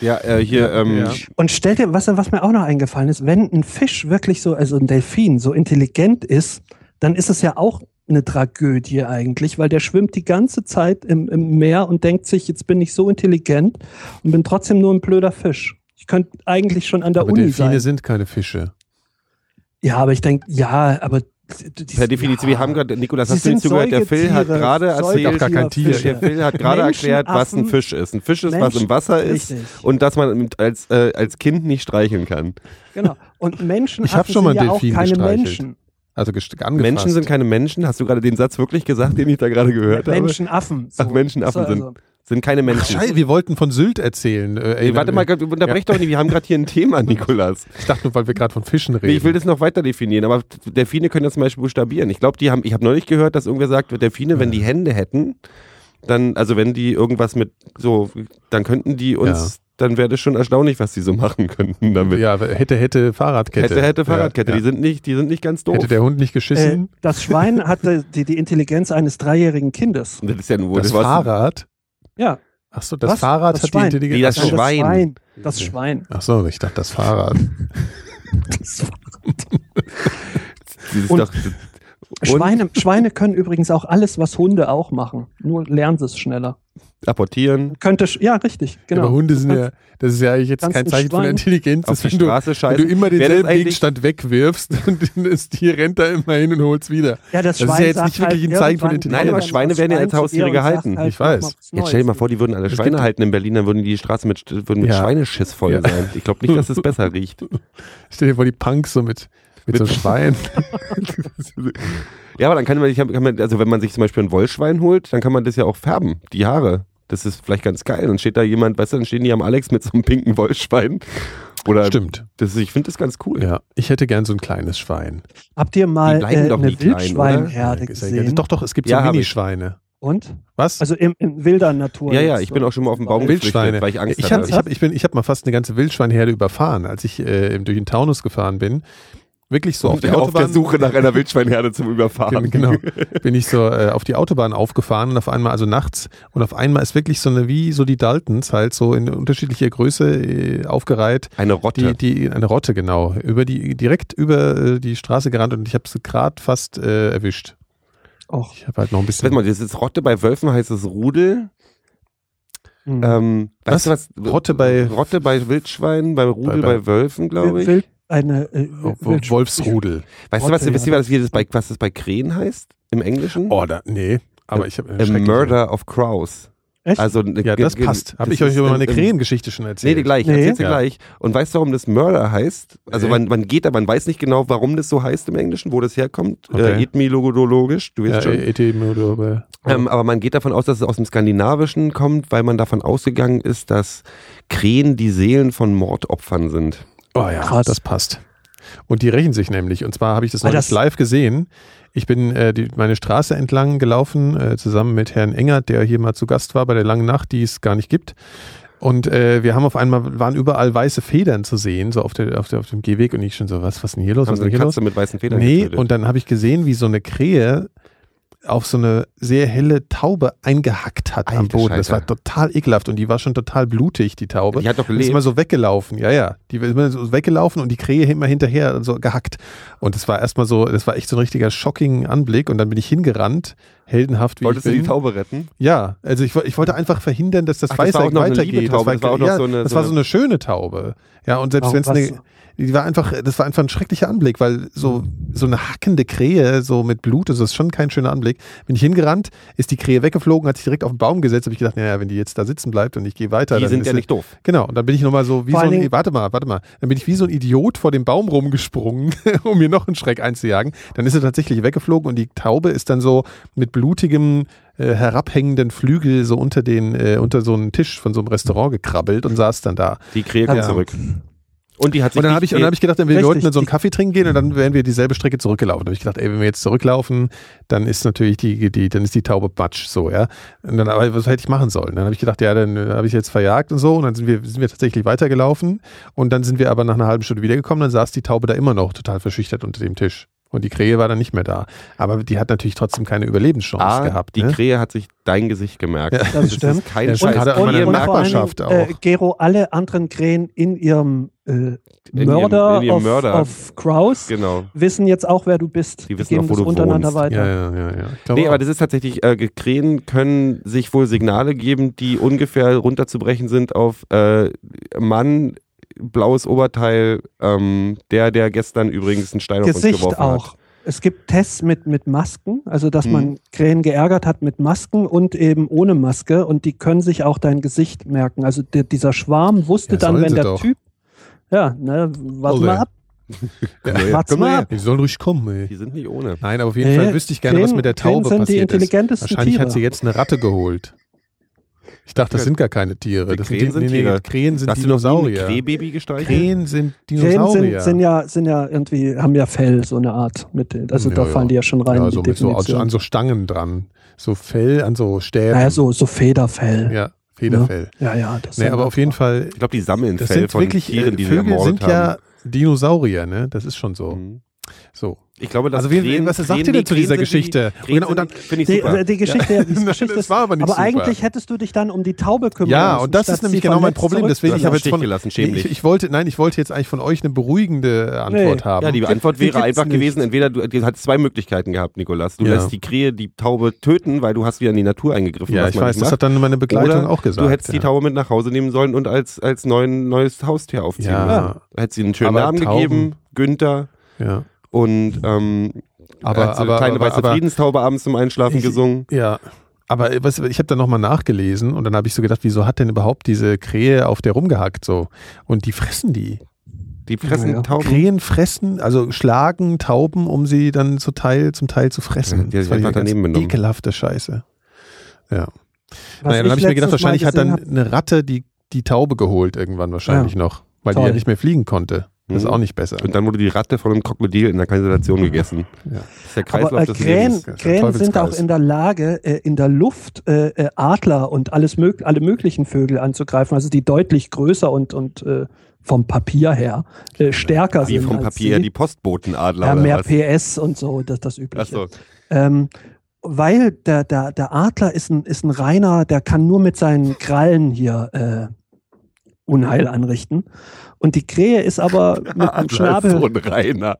[SPEAKER 2] Ja, äh, hier, ähm,
[SPEAKER 3] Ja.
[SPEAKER 1] Und stell dir, was, was mir auch noch eingefallen ist, wenn ein Fisch wirklich so, also ein Delfin, so intelligent ist, dann ist es ja auch eine Tragödie eigentlich, weil der schwimmt die ganze Zeit im, im Meer und denkt sich, jetzt bin ich so intelligent und bin trotzdem nur ein blöder Fisch. Ich könnte eigentlich schon an der
[SPEAKER 3] aber
[SPEAKER 1] Uni
[SPEAKER 3] Delfine
[SPEAKER 1] sein.
[SPEAKER 3] sind keine Fische.
[SPEAKER 1] Ja, aber ich denke, ja, aber die- die-
[SPEAKER 2] Per Definition, wir haben gerade, Nikolas, hast du nicht
[SPEAKER 1] sind
[SPEAKER 2] zugehört? Der Phil hat
[SPEAKER 1] Säugetiere,
[SPEAKER 2] gerade erzählt,
[SPEAKER 3] Säugetiere, Doch gar kein Tier.
[SPEAKER 2] der Phil hat gerade
[SPEAKER 1] Menschen,
[SPEAKER 2] erklärt, was ein
[SPEAKER 1] Affen,
[SPEAKER 2] Fisch ist. Ein Fisch ist, was
[SPEAKER 1] Menschen-
[SPEAKER 2] im Wasser ist
[SPEAKER 1] Richtig.
[SPEAKER 2] und dass man mit- als, äh, als Kind nicht streicheln kann.
[SPEAKER 1] Genau. Und Menschen
[SPEAKER 3] Ich hab schon mal
[SPEAKER 1] sind ja auch
[SPEAKER 3] Delfin
[SPEAKER 1] keine
[SPEAKER 3] gestreichelt.
[SPEAKER 1] Menschen.
[SPEAKER 3] Also gest- angefasst.
[SPEAKER 2] Menschen sind keine Menschen. Hast du gerade den Satz wirklich gesagt, den ich da gerade gehört habe?
[SPEAKER 1] Menschenaffen. So.
[SPEAKER 2] Ach, Menschenaffen
[SPEAKER 1] So,
[SPEAKER 2] sind,
[SPEAKER 1] also-
[SPEAKER 2] sind keine Menschen.
[SPEAKER 3] Scheiße, wir wollten von Sylt erzählen. Äh,
[SPEAKER 2] Ey, warte mal, unterbrech doch nicht, wir haben gerade hier ein Thema, Nikolas.
[SPEAKER 3] Ich dachte nur, weil wir gerade von Fischen reden.
[SPEAKER 2] Nee, ich will das noch weiter definieren, aber Delfine können das zum Beispiel buchstabieren. Ich glaube, die haben, ich habe neulich gehört, dass irgendwer sagt, Delfine, wenn die Hände hätten, dann, also wenn die irgendwas mit so, dann könnten die uns, dann wäre das schon erstaunlich, was die so machen könnten damit.
[SPEAKER 3] ja, hätte, hätte Fahrradkette.
[SPEAKER 2] hätte, hätte
[SPEAKER 3] Ja,
[SPEAKER 2] Fahrradkette.
[SPEAKER 3] ja.
[SPEAKER 2] Die sind nicht, die sind nicht ganz doof.
[SPEAKER 3] Hätte der Hund nicht
[SPEAKER 1] Äh,
[SPEAKER 3] geschissen?
[SPEAKER 1] das Schwein hatte die, die Intelligenz eines dreijährigen Kindes.
[SPEAKER 2] das ist ja nur
[SPEAKER 3] das
[SPEAKER 2] war's-
[SPEAKER 3] Fahrrad?
[SPEAKER 1] Ja,
[SPEAKER 3] Achso, das
[SPEAKER 1] Was?
[SPEAKER 3] Fahrrad
[SPEAKER 1] Das
[SPEAKER 3] hat die
[SPEAKER 1] Schwein.
[SPEAKER 3] Intelligenz.
[SPEAKER 2] Nee, das
[SPEAKER 3] Achso.
[SPEAKER 2] Schwein.
[SPEAKER 1] Das Schwein.
[SPEAKER 3] Achso, ich dachte, das Fahrrad.
[SPEAKER 1] Das Schwein.
[SPEAKER 2] Das ist
[SPEAKER 1] Und-
[SPEAKER 2] doch, und
[SPEAKER 1] Schweine, Schweine können übrigens auch alles, was Hunde auch machen. Nur lernen sie es schneller.
[SPEAKER 2] apportieren,
[SPEAKER 1] Könnte, sch- ja, richtig, genau.
[SPEAKER 3] Aber Hunde
[SPEAKER 1] Du
[SPEAKER 3] sind
[SPEAKER 1] kannst-
[SPEAKER 3] ja, das ist ja eigentlich jetzt
[SPEAKER 1] kannst
[SPEAKER 3] kein
[SPEAKER 1] ein
[SPEAKER 3] Zeichen von
[SPEAKER 1] Schwein
[SPEAKER 3] Intelligenz,
[SPEAKER 2] auf
[SPEAKER 3] dass
[SPEAKER 2] die
[SPEAKER 3] wenn du,
[SPEAKER 2] Straße
[SPEAKER 3] wenn
[SPEAKER 2] scheißen.
[SPEAKER 3] du immer
[SPEAKER 2] Wer das
[SPEAKER 3] denselben
[SPEAKER 2] eigentlich-
[SPEAKER 3] Gegenstand wegwirfst und das Tier rennt da immer hin und holt's wieder.
[SPEAKER 1] Ja, das
[SPEAKER 3] Das
[SPEAKER 1] Schwein
[SPEAKER 3] ist ja jetzt
[SPEAKER 1] sagt
[SPEAKER 3] nicht wirklich
[SPEAKER 1] halt
[SPEAKER 3] ein Zeichen von
[SPEAKER 1] irgendwann-
[SPEAKER 3] Intelligenz.
[SPEAKER 2] Nein, aber
[SPEAKER 1] irgendwann
[SPEAKER 2] Schweine
[SPEAKER 1] das
[SPEAKER 2] werden ja
[SPEAKER 1] Schwein
[SPEAKER 2] als
[SPEAKER 1] zu dir
[SPEAKER 2] Haustiere
[SPEAKER 1] und sagt
[SPEAKER 2] gehalten.
[SPEAKER 1] halt,
[SPEAKER 3] Ich weiß.
[SPEAKER 1] mach mal was
[SPEAKER 2] Jetzt stell dir mal
[SPEAKER 1] Neues.
[SPEAKER 2] vor, die würden alle
[SPEAKER 3] Es
[SPEAKER 2] Schweine
[SPEAKER 3] gibt-
[SPEAKER 2] halten in Berlin, dann würden die Straße mit, würden mit
[SPEAKER 3] Ja.
[SPEAKER 2] Schweineschiss voll
[SPEAKER 3] Ja.
[SPEAKER 2] sein. Ich glaube nicht, dass es besser riecht.
[SPEAKER 3] Stell dir vor, die Punks so mit,
[SPEAKER 2] Mit-
[SPEAKER 3] mit so einem Schwein.
[SPEAKER 2] Ja, aber dann kann man, ich hab- kann man, also wenn man sich zum Beispiel ein Wollschwein holt, dann kann man das ja auch färben, die Haare. Das ist vielleicht ganz geil. Dann steht da jemand, weißt du, dann stehen die am Alex mit so einem pinken Wollschwein. Oder
[SPEAKER 3] Stimmt.
[SPEAKER 2] Das, ich finde das ganz cool.
[SPEAKER 3] Ja, ich hätte gern so ein kleines Schwein.
[SPEAKER 1] Habt ihr
[SPEAKER 2] Die
[SPEAKER 1] mal
[SPEAKER 2] bleiben
[SPEAKER 1] äh,
[SPEAKER 2] doch
[SPEAKER 1] eine
[SPEAKER 2] nie klein, oder?
[SPEAKER 1] Wildschweinherde
[SPEAKER 3] Ist ja egal.
[SPEAKER 1] gesehen?
[SPEAKER 3] Doch, doch, es gibt
[SPEAKER 2] Ja,
[SPEAKER 3] so
[SPEAKER 2] hab ich.
[SPEAKER 3] Minischweine.
[SPEAKER 1] Und?
[SPEAKER 3] Was?
[SPEAKER 1] Also im, in wilder Natur.
[SPEAKER 2] Ja, ja,
[SPEAKER 1] jetzt,
[SPEAKER 2] ich bin
[SPEAKER 1] so.
[SPEAKER 2] auch schon mal auf dem Baum
[SPEAKER 1] Wild-
[SPEAKER 2] geflüchtet,
[SPEAKER 3] Wildschweine.
[SPEAKER 2] weil ich Angst
[SPEAKER 3] Ich habe
[SPEAKER 2] hatte.
[SPEAKER 3] ich hab, ich bin- ich hab mal fast eine ganze Wildschweinherde überfahren, als ich äh, durch den Taunus gefahren bin. Wirklich so auf der
[SPEAKER 2] auf
[SPEAKER 3] Autobahn.
[SPEAKER 2] der Suche nach einer Wildschweinherde zum Überfahren.
[SPEAKER 3] Genau. Bin ich so äh, auf die Autobahn aufgefahren und auf einmal, also nachts, und auf einmal ist wirklich so eine, wie so die Daltons, halt so in unterschiedlicher Größe äh, aufgereiht.
[SPEAKER 2] Eine Rotte.
[SPEAKER 3] Die, die, eine Rotte, genau. Über die, direkt über äh, die Straße gerannt und ich habe sie gerade fast äh, erwischt.
[SPEAKER 1] Och,
[SPEAKER 3] Ich habe halt noch ein bisschen.
[SPEAKER 2] Warte mal, das ist Rotte bei Wölfen heißt es Rudel.
[SPEAKER 1] hm.
[SPEAKER 2] Ähm,
[SPEAKER 3] Was?
[SPEAKER 2] Weißt du was?
[SPEAKER 3] Rotte bei-
[SPEAKER 2] Rotte bei Wildschweinen, bei Rudel bei,
[SPEAKER 3] bei-
[SPEAKER 2] Wölfen, glaube ich.
[SPEAKER 1] Wild, eine äh,
[SPEAKER 3] Oh,
[SPEAKER 1] Wild-
[SPEAKER 3] Wolfsrudel.
[SPEAKER 2] Weißt du, was,
[SPEAKER 1] Rotte,
[SPEAKER 2] wisst ihr, was, wie das bei, was das bei Krähen heißt? Im Englischen?
[SPEAKER 3] Oh, da, nee, aber ich äh, habe.
[SPEAKER 2] A Murder of Crows.
[SPEAKER 1] Echt?
[SPEAKER 2] Also, ne-
[SPEAKER 3] Ja,
[SPEAKER 2] ge-
[SPEAKER 3] das
[SPEAKER 2] ge-
[SPEAKER 3] passt. Habe
[SPEAKER 2] das
[SPEAKER 3] ich euch
[SPEAKER 2] ist
[SPEAKER 3] über
[SPEAKER 2] im-
[SPEAKER 3] meine
[SPEAKER 2] im-
[SPEAKER 3] Krähengeschichte schon
[SPEAKER 2] Nee,
[SPEAKER 3] erzählt?
[SPEAKER 2] die gleich,
[SPEAKER 1] Nee.
[SPEAKER 2] erzählst du
[SPEAKER 3] Ja.
[SPEAKER 2] gleich. Und weißt du, warum das Murder heißt? Also
[SPEAKER 3] Nee.
[SPEAKER 2] man, man geht da, man weiß nicht genau, warum das so heißt im Englischen, wo das herkommt.
[SPEAKER 3] Okay.
[SPEAKER 2] Äh, Ethnologisch, du
[SPEAKER 3] Ja, E
[SPEAKER 2] weißt schon.
[SPEAKER 3] Etymologie.
[SPEAKER 2] Ähm, aber man geht davon aus, dass es aus dem Skandinavischen kommt, weil man davon ausgegangen ist, dass Krähen die Seelen von Mordopfern sind.
[SPEAKER 3] Oh ja,
[SPEAKER 1] Krass.
[SPEAKER 3] das passt. Und die rächen sich nämlich. Und zwar habe ich das
[SPEAKER 1] Ah,
[SPEAKER 3] neulich
[SPEAKER 1] das-
[SPEAKER 3] live gesehen. Ich bin äh, die, meine Straße entlang gelaufen, äh, zusammen mit Herrn Engert, der hier mal zu Gast war bei der langen Nacht, die es gar nicht gibt. Und äh, wir haben auf einmal, waren überall weiße Federn zu sehen, so auf, der, auf, der, auf dem Gehweg. Und ich schon so, was, was ist denn hier los?
[SPEAKER 2] Haben
[SPEAKER 3] was
[SPEAKER 2] sie
[SPEAKER 3] ist denn
[SPEAKER 2] eine
[SPEAKER 3] hier
[SPEAKER 2] Katze mit weißen Federn
[SPEAKER 3] Nee,
[SPEAKER 2] getötet?
[SPEAKER 3] und dann habe ich gesehen, wie so eine Krähe auf so eine sehr helle Taube eingehackt hat am
[SPEAKER 2] Alter
[SPEAKER 3] Boden. Das
[SPEAKER 2] Scheiter.
[SPEAKER 3] war total ekelhaft und die war schon total blutig, die Taube.
[SPEAKER 2] Die hat doch
[SPEAKER 3] Und ist
[SPEAKER 2] gelebt.
[SPEAKER 3] immer so weggelaufen, ja, ja. Die ist immer so weggelaufen und die Krähe immer hinterher so gehackt. Und das war erstmal so, das war echt so ein richtiger shocking Anblick und dann bin ich hingerannt, heldenhaft wie
[SPEAKER 2] Wolltest
[SPEAKER 3] ich
[SPEAKER 2] du
[SPEAKER 3] bin.
[SPEAKER 2] die Taube retten?
[SPEAKER 3] Ja, also ich, wo- ich wollte einfach verhindern, dass das
[SPEAKER 2] Ach, das war auch
[SPEAKER 3] Weißeck
[SPEAKER 2] noch eine
[SPEAKER 3] weitergeht.
[SPEAKER 2] liebe Taube, das war auch noch
[SPEAKER 3] ja,
[SPEAKER 2] so eine-
[SPEAKER 3] das
[SPEAKER 2] so
[SPEAKER 3] war so
[SPEAKER 2] eine-
[SPEAKER 3] eine schöne Taube. Ja, und selbst
[SPEAKER 1] Warum,
[SPEAKER 3] wenn es
[SPEAKER 1] was-
[SPEAKER 3] eine, die war einfach, das war einfach ein schrecklicher Anblick, weil so so eine hackende Krähe so mit Blut, also das ist schon kein schöner Anblick. Bin ich hingerannt, ist die Krähe weggeflogen, hat sich direkt auf den Baum gesetzt, habe ich gedacht, naja, wenn die jetzt da sitzen bleibt und ich gehe weiter,
[SPEAKER 2] Die
[SPEAKER 3] dann
[SPEAKER 2] sind
[SPEAKER 3] ist
[SPEAKER 2] ja
[SPEAKER 3] es-
[SPEAKER 2] nicht doof.
[SPEAKER 3] Genau, und dann bin ich nochmal so wie
[SPEAKER 1] Vor
[SPEAKER 3] so
[SPEAKER 1] allen
[SPEAKER 3] ein,
[SPEAKER 1] Dingen-
[SPEAKER 3] warte mal, warte mal. Dann bin ich wie so ein Idiot vor dem Baum rumgesprungen, um mir noch einen Schreck einzujagen. Dann ist er tatsächlich weggeflogen und die Taube ist dann so mit blutigem äh, herabhängenden Flügel so unter den äh, unter so einen Tisch von so einem Restaurant gekrabbelt und saß dann da.
[SPEAKER 2] Die Krähe kommt
[SPEAKER 3] Ja.
[SPEAKER 2] zurück. Und die hat sich
[SPEAKER 3] Und dann habe
[SPEAKER 2] nicht-
[SPEAKER 3] ich, und dann hab ich gedacht, dann wir
[SPEAKER 1] Richtig,
[SPEAKER 3] wollten dann so einen
[SPEAKER 1] die-
[SPEAKER 3] Kaffee trinken gehen und dann wären wir dieselbe Strecke zurückgelaufen. Da habe ich gedacht, ey, wenn wir jetzt zurücklaufen, dann ist natürlich die, die dann ist die Taube Batsch so, ja. Und dann, aber was hätte ich machen sollen? Dann habe ich gedacht, ja, dann äh, habe ich jetzt verjagt und so. Und dann sind wir, sind wir tatsächlich weitergelaufen. Und dann sind wir aber nach einer halben Stunde wiedergekommen. Dann saß die Taube da immer noch total verschüchtert unter dem Tisch. Und die Krähe war dann nicht mehr da. Aber die hat natürlich trotzdem keine Überlebenschance
[SPEAKER 2] A,
[SPEAKER 3] gehabt.
[SPEAKER 2] Ah, die
[SPEAKER 3] ne?
[SPEAKER 2] Krähe hat sich dein Gesicht gemerkt.
[SPEAKER 3] Ja.
[SPEAKER 1] Das stimmt.
[SPEAKER 2] ist kein
[SPEAKER 3] Ja,
[SPEAKER 2] Scheiß.
[SPEAKER 3] gerade an
[SPEAKER 2] Und-
[SPEAKER 3] meiner
[SPEAKER 2] und-
[SPEAKER 1] vor allen
[SPEAKER 3] Nachbarschaft
[SPEAKER 1] Dingen, Äh,
[SPEAKER 3] auch.
[SPEAKER 1] Gero, alle anderen Krähen in ihrem äh,
[SPEAKER 2] ihrem-
[SPEAKER 1] Mörder,
[SPEAKER 2] in ihrem Mörder.
[SPEAKER 1] auf, auf Kraus
[SPEAKER 2] Genau.
[SPEAKER 1] wissen jetzt auch, wer du bist.
[SPEAKER 2] Die wissen auch, wo
[SPEAKER 1] das
[SPEAKER 2] du
[SPEAKER 1] untereinander
[SPEAKER 2] wohnst.
[SPEAKER 1] weiter.
[SPEAKER 3] ja, ja, ja, ja. Ich glaube
[SPEAKER 2] Nee, aber
[SPEAKER 3] auch.
[SPEAKER 2] das ist tatsächlich, äh, ge- Krähen können sich wohl Signale geben, die ungefähr runterzubrechen sind auf äh, Mann, blaues Oberteil, ähm, der, der gestern übrigens einen Stein auf uns
[SPEAKER 1] Gesicht
[SPEAKER 2] geworfen
[SPEAKER 1] auch.
[SPEAKER 2] hat.
[SPEAKER 1] Es gibt Tests mit, mit Masken, also dass
[SPEAKER 3] Mhm.
[SPEAKER 2] Hm.
[SPEAKER 1] man Krähen geärgert hat mit Masken und eben ohne Maske und die können sich auch dein Gesicht merken. Also der, dieser Schwarm wusste
[SPEAKER 3] Ja,
[SPEAKER 1] dann,
[SPEAKER 3] sollen
[SPEAKER 1] wenn
[SPEAKER 3] sie
[SPEAKER 1] der
[SPEAKER 3] doch.
[SPEAKER 1] Typ, ja, ne, warte
[SPEAKER 3] Oder.
[SPEAKER 1] mal ab,
[SPEAKER 2] Komm her.
[SPEAKER 1] warte
[SPEAKER 3] Komm
[SPEAKER 1] mal
[SPEAKER 3] mal,
[SPEAKER 1] ab.
[SPEAKER 3] die sollen ruhig kommen, ey.
[SPEAKER 2] Die sind nicht ohne.
[SPEAKER 3] Nein, aber auf jeden
[SPEAKER 1] Nee,
[SPEAKER 3] Fall wüsste ich gerne, was
[SPEAKER 1] Krähen-
[SPEAKER 3] mit der
[SPEAKER 1] Krähen
[SPEAKER 3] Taube
[SPEAKER 1] sind die
[SPEAKER 3] passiert ist.
[SPEAKER 1] intelligentesten
[SPEAKER 3] Wahrscheinlich
[SPEAKER 1] Tiere.
[SPEAKER 3] hat sie jetzt eine Ratte geholt. Ich dachte, das sind gar keine Tiere.
[SPEAKER 2] Die
[SPEAKER 3] Das
[SPEAKER 2] Krähen sind Tiere.
[SPEAKER 3] Krähen sind
[SPEAKER 2] Hast du noch nie eine
[SPEAKER 3] Dinosaurier.
[SPEAKER 2] Krähbaby gestreichelt?
[SPEAKER 3] Krähen sind
[SPEAKER 1] Krähen
[SPEAKER 3] Dinosaurier.
[SPEAKER 1] sind, sind, ja, sind ja irgendwie, haben ja Fell, so eine Art. Mit, den- also
[SPEAKER 3] Ja,
[SPEAKER 1] da
[SPEAKER 3] ja.
[SPEAKER 1] fallen die ja schon rein.
[SPEAKER 3] ja,
[SPEAKER 1] in
[SPEAKER 3] so
[SPEAKER 1] die
[SPEAKER 3] mit so
[SPEAKER 1] Definition.
[SPEAKER 3] an so Stangen dran. So Fell an so Stäben.
[SPEAKER 1] naja, so, so Federfell. ne?
[SPEAKER 3] Ja, Federfell.
[SPEAKER 1] Ja, ja. Das
[SPEAKER 3] Nee, aber auf jeden Fall,
[SPEAKER 2] Ich glaube, die sammeln
[SPEAKER 3] das
[SPEAKER 2] Fell
[SPEAKER 3] sind
[SPEAKER 2] von
[SPEAKER 3] wirklich, äh,
[SPEAKER 2] Tieren, die sie
[SPEAKER 3] Vögel
[SPEAKER 2] ermordet
[SPEAKER 3] sind
[SPEAKER 2] haben.
[SPEAKER 3] ja Dinosaurier, ne? Das ist schon so.
[SPEAKER 2] Mhm.
[SPEAKER 3] So.
[SPEAKER 2] Ich glaube, dass
[SPEAKER 3] Also wie-
[SPEAKER 2] Krähen,
[SPEAKER 3] was sagt ihr
[SPEAKER 2] Krähen-
[SPEAKER 3] denn zu
[SPEAKER 2] Krähen
[SPEAKER 3] dieser
[SPEAKER 2] sind die-
[SPEAKER 3] Geschichte?
[SPEAKER 2] Krähen
[SPEAKER 3] Und- und
[SPEAKER 2] sind
[SPEAKER 3] dann-
[SPEAKER 2] die- Finde ich
[SPEAKER 1] Die,
[SPEAKER 2] super.
[SPEAKER 1] äh, die Geschichte, die
[SPEAKER 3] Nein,
[SPEAKER 1] Geschichte
[SPEAKER 3] das
[SPEAKER 1] ist,
[SPEAKER 3] war aber nicht super.
[SPEAKER 1] eigentlich hättest du dich dann um die Taube kümmern
[SPEAKER 3] Ja,
[SPEAKER 1] müssen,
[SPEAKER 3] und das
[SPEAKER 1] statt
[SPEAKER 3] ist nämlich
[SPEAKER 1] sie
[SPEAKER 3] genau mein
[SPEAKER 1] verletzt
[SPEAKER 3] Problem. Deswegen
[SPEAKER 2] zurück-
[SPEAKER 3] ich habe
[SPEAKER 2] Lass
[SPEAKER 3] jetzt
[SPEAKER 2] im
[SPEAKER 3] von
[SPEAKER 2] Stich gelassen,
[SPEAKER 3] nee,
[SPEAKER 2] schämlich.
[SPEAKER 3] ich, ich wollte, nein, ich wollte jetzt eigentlich von euch eine beruhigende Antwort
[SPEAKER 1] Nee.
[SPEAKER 3] haben.
[SPEAKER 2] Ja, die Antwort wäre einfach gewesen, entweder du, du hast zwei Möglichkeiten gehabt, Nikolas. Du
[SPEAKER 3] Ja.
[SPEAKER 2] lässt die Krähe, die Taube töten, weil du hast wieder in die Natur eingegriffen.
[SPEAKER 3] ja,
[SPEAKER 2] was
[SPEAKER 3] ich
[SPEAKER 2] man
[SPEAKER 3] weiß,
[SPEAKER 2] nicht
[SPEAKER 3] das
[SPEAKER 2] macht.
[SPEAKER 3] hat dann meine Begleitung
[SPEAKER 2] Oder
[SPEAKER 3] auch gesagt.
[SPEAKER 2] Du hättest
[SPEAKER 3] ja.
[SPEAKER 2] die Taube mit nach Hause nehmen sollen und als, als neuen, neues Haustier aufziehen.
[SPEAKER 3] Ja.
[SPEAKER 2] müssen. Da hättest du ihnen einen schönen
[SPEAKER 3] Aber
[SPEAKER 2] Namen
[SPEAKER 3] Tauben-
[SPEAKER 2] gegeben, Günther
[SPEAKER 3] Ja,
[SPEAKER 2] und ähm,
[SPEAKER 3] Aber-
[SPEAKER 2] hat so eine
[SPEAKER 3] aber-
[SPEAKER 2] kleine
[SPEAKER 3] aber-
[SPEAKER 2] weiße
[SPEAKER 3] aber-
[SPEAKER 2] Friedenstaube abends zum Einschlafen
[SPEAKER 3] Ich-
[SPEAKER 2] gesungen.
[SPEAKER 3] ja. Aber äh, was, ich habe dann nochmal nachgelesen und dann habe ich so gedacht, wieso hat denn überhaupt diese Krähe auf der rumgehackt so? Und die fressen die.
[SPEAKER 2] Die fressen
[SPEAKER 1] Ja, ja.
[SPEAKER 2] Tauben.
[SPEAKER 3] Krähen fressen, also schlagen Tauben, um sie dann zu Teil, zum Teil zu
[SPEAKER 2] Ja,
[SPEAKER 3] fressen.
[SPEAKER 2] die hat sich
[SPEAKER 3] fand ich
[SPEAKER 2] einfach daneben
[SPEAKER 3] ganz
[SPEAKER 2] benommen.
[SPEAKER 3] Ekelhafte Scheiße. Ja.
[SPEAKER 1] Was
[SPEAKER 3] naja, dann habe ich mir
[SPEAKER 1] letztes
[SPEAKER 3] gedacht,
[SPEAKER 1] Mal
[SPEAKER 3] wahrscheinlich hat dann
[SPEAKER 1] gesehen
[SPEAKER 3] eine Ratte die, die Taube geholt irgendwann wahrscheinlich noch, weil die
[SPEAKER 1] Toll.
[SPEAKER 3] ja nicht mehr fliegen konnte. Das ist
[SPEAKER 2] Mhm.
[SPEAKER 3] auch nicht besser.
[SPEAKER 2] Und dann wurde die Ratte von einem Krokodil in der Kanalisation gegessen.
[SPEAKER 3] Ja.
[SPEAKER 2] Das ist der
[SPEAKER 1] hab.
[SPEAKER 2] Kreislauf
[SPEAKER 1] aber äh,
[SPEAKER 2] des
[SPEAKER 1] Krähen,
[SPEAKER 2] Lebens.
[SPEAKER 3] Ja,
[SPEAKER 1] Krähen sind
[SPEAKER 3] Teufelskreis.
[SPEAKER 1] auch in der Lage, äh, in der Luft äh, äh, Adler und alles mög alle möglichen Vögel anzugreifen, also die deutlich größer und, und äh, vom Papier her äh, stärker
[SPEAKER 2] Wie
[SPEAKER 1] sind.
[SPEAKER 2] vom
[SPEAKER 1] als
[SPEAKER 2] Papier,
[SPEAKER 1] sie.
[SPEAKER 2] die Postbotenadler
[SPEAKER 1] ja,
[SPEAKER 2] oder
[SPEAKER 1] mehr
[SPEAKER 2] was?
[SPEAKER 1] PS und so, das, das
[SPEAKER 2] Ach
[SPEAKER 1] Übliche.
[SPEAKER 2] so.
[SPEAKER 1] Ähm, weil der, der, der Adler ist ein, ist ein reiner, der kann nur mit seinen Krallen hier äh, Unheil anrichten. Und die Krähe ist aber mit einem
[SPEAKER 2] Adler ist
[SPEAKER 1] Schnabel.
[SPEAKER 2] unreiner.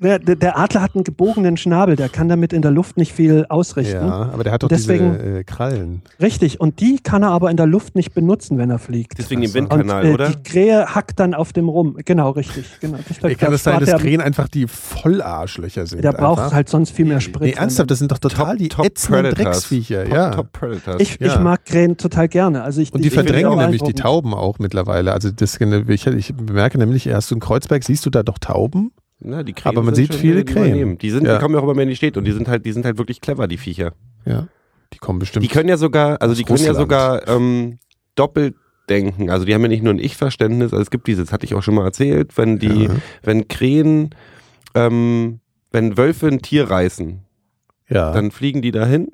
[SPEAKER 1] Der, der der Adler hat einen gebogenen Schnabel, der kann damit in der Luft nicht viel ausrichten.
[SPEAKER 3] Ja, aber der hat doch
[SPEAKER 1] ne? Deswegen-
[SPEAKER 3] diese äh, Krallen.
[SPEAKER 1] Richtig, und die kann er aber in der Luft nicht benutzen, wenn er fliegt.
[SPEAKER 2] Deswegen den
[SPEAKER 3] Ach so.
[SPEAKER 1] und
[SPEAKER 2] Windkanal,
[SPEAKER 1] äh,
[SPEAKER 2] oder?
[SPEAKER 1] die Krähe hackt dann auf dem rum. Genau, richtig. Genau. Das
[SPEAKER 3] Ey, kann
[SPEAKER 1] da
[SPEAKER 3] es sein,
[SPEAKER 1] spart
[SPEAKER 3] dass
[SPEAKER 1] der-
[SPEAKER 3] Krähen einfach die Vollarschlöcher sind?
[SPEAKER 1] Der braucht
[SPEAKER 3] einfach?
[SPEAKER 1] halt sonst viel mehr Sprit.
[SPEAKER 3] Nee, ernsthaft, das sind doch total die ätzenden Drecksviecher.
[SPEAKER 2] Top,
[SPEAKER 3] ja.
[SPEAKER 2] Top Predators.
[SPEAKER 1] Ich,
[SPEAKER 3] Ja.
[SPEAKER 1] ich mag Krähen total gerne. Also ich,
[SPEAKER 3] Und die
[SPEAKER 1] ich finde
[SPEAKER 3] verdrängen
[SPEAKER 1] auch
[SPEAKER 3] nämlich die
[SPEAKER 1] beeindruckend.
[SPEAKER 3] Tauben auch mittlerweile. Also das, ich, ich bemerke nämlich, erst in Kreuzberg siehst du da doch Tauben.
[SPEAKER 2] Na, die Krähen
[SPEAKER 3] Aber man
[SPEAKER 2] sind
[SPEAKER 3] sieht
[SPEAKER 2] schon
[SPEAKER 3] viele
[SPEAKER 2] die
[SPEAKER 3] Krähen.
[SPEAKER 2] übernehmen. Die, sind,
[SPEAKER 3] Ja.
[SPEAKER 2] die kommen ja auch immer mehr in die Städte und die sind halt, die sind halt wirklich clever, die Viecher.
[SPEAKER 3] Ja, die kommen bestimmt.
[SPEAKER 2] Die können ja sogar, also die
[SPEAKER 3] Aus
[SPEAKER 2] können ja
[SPEAKER 3] Russland.
[SPEAKER 2] sogar ähm, doppelt denken. Also die haben ja nicht nur ein Ich-Verständnis, also es gibt dieses, hatte ich auch schon mal erzählt, wenn die,
[SPEAKER 3] Ja.
[SPEAKER 2] wenn Krähen, ähm, wenn Wölfe ein Tier reißen,
[SPEAKER 3] ja.
[SPEAKER 2] dann fliegen die dahin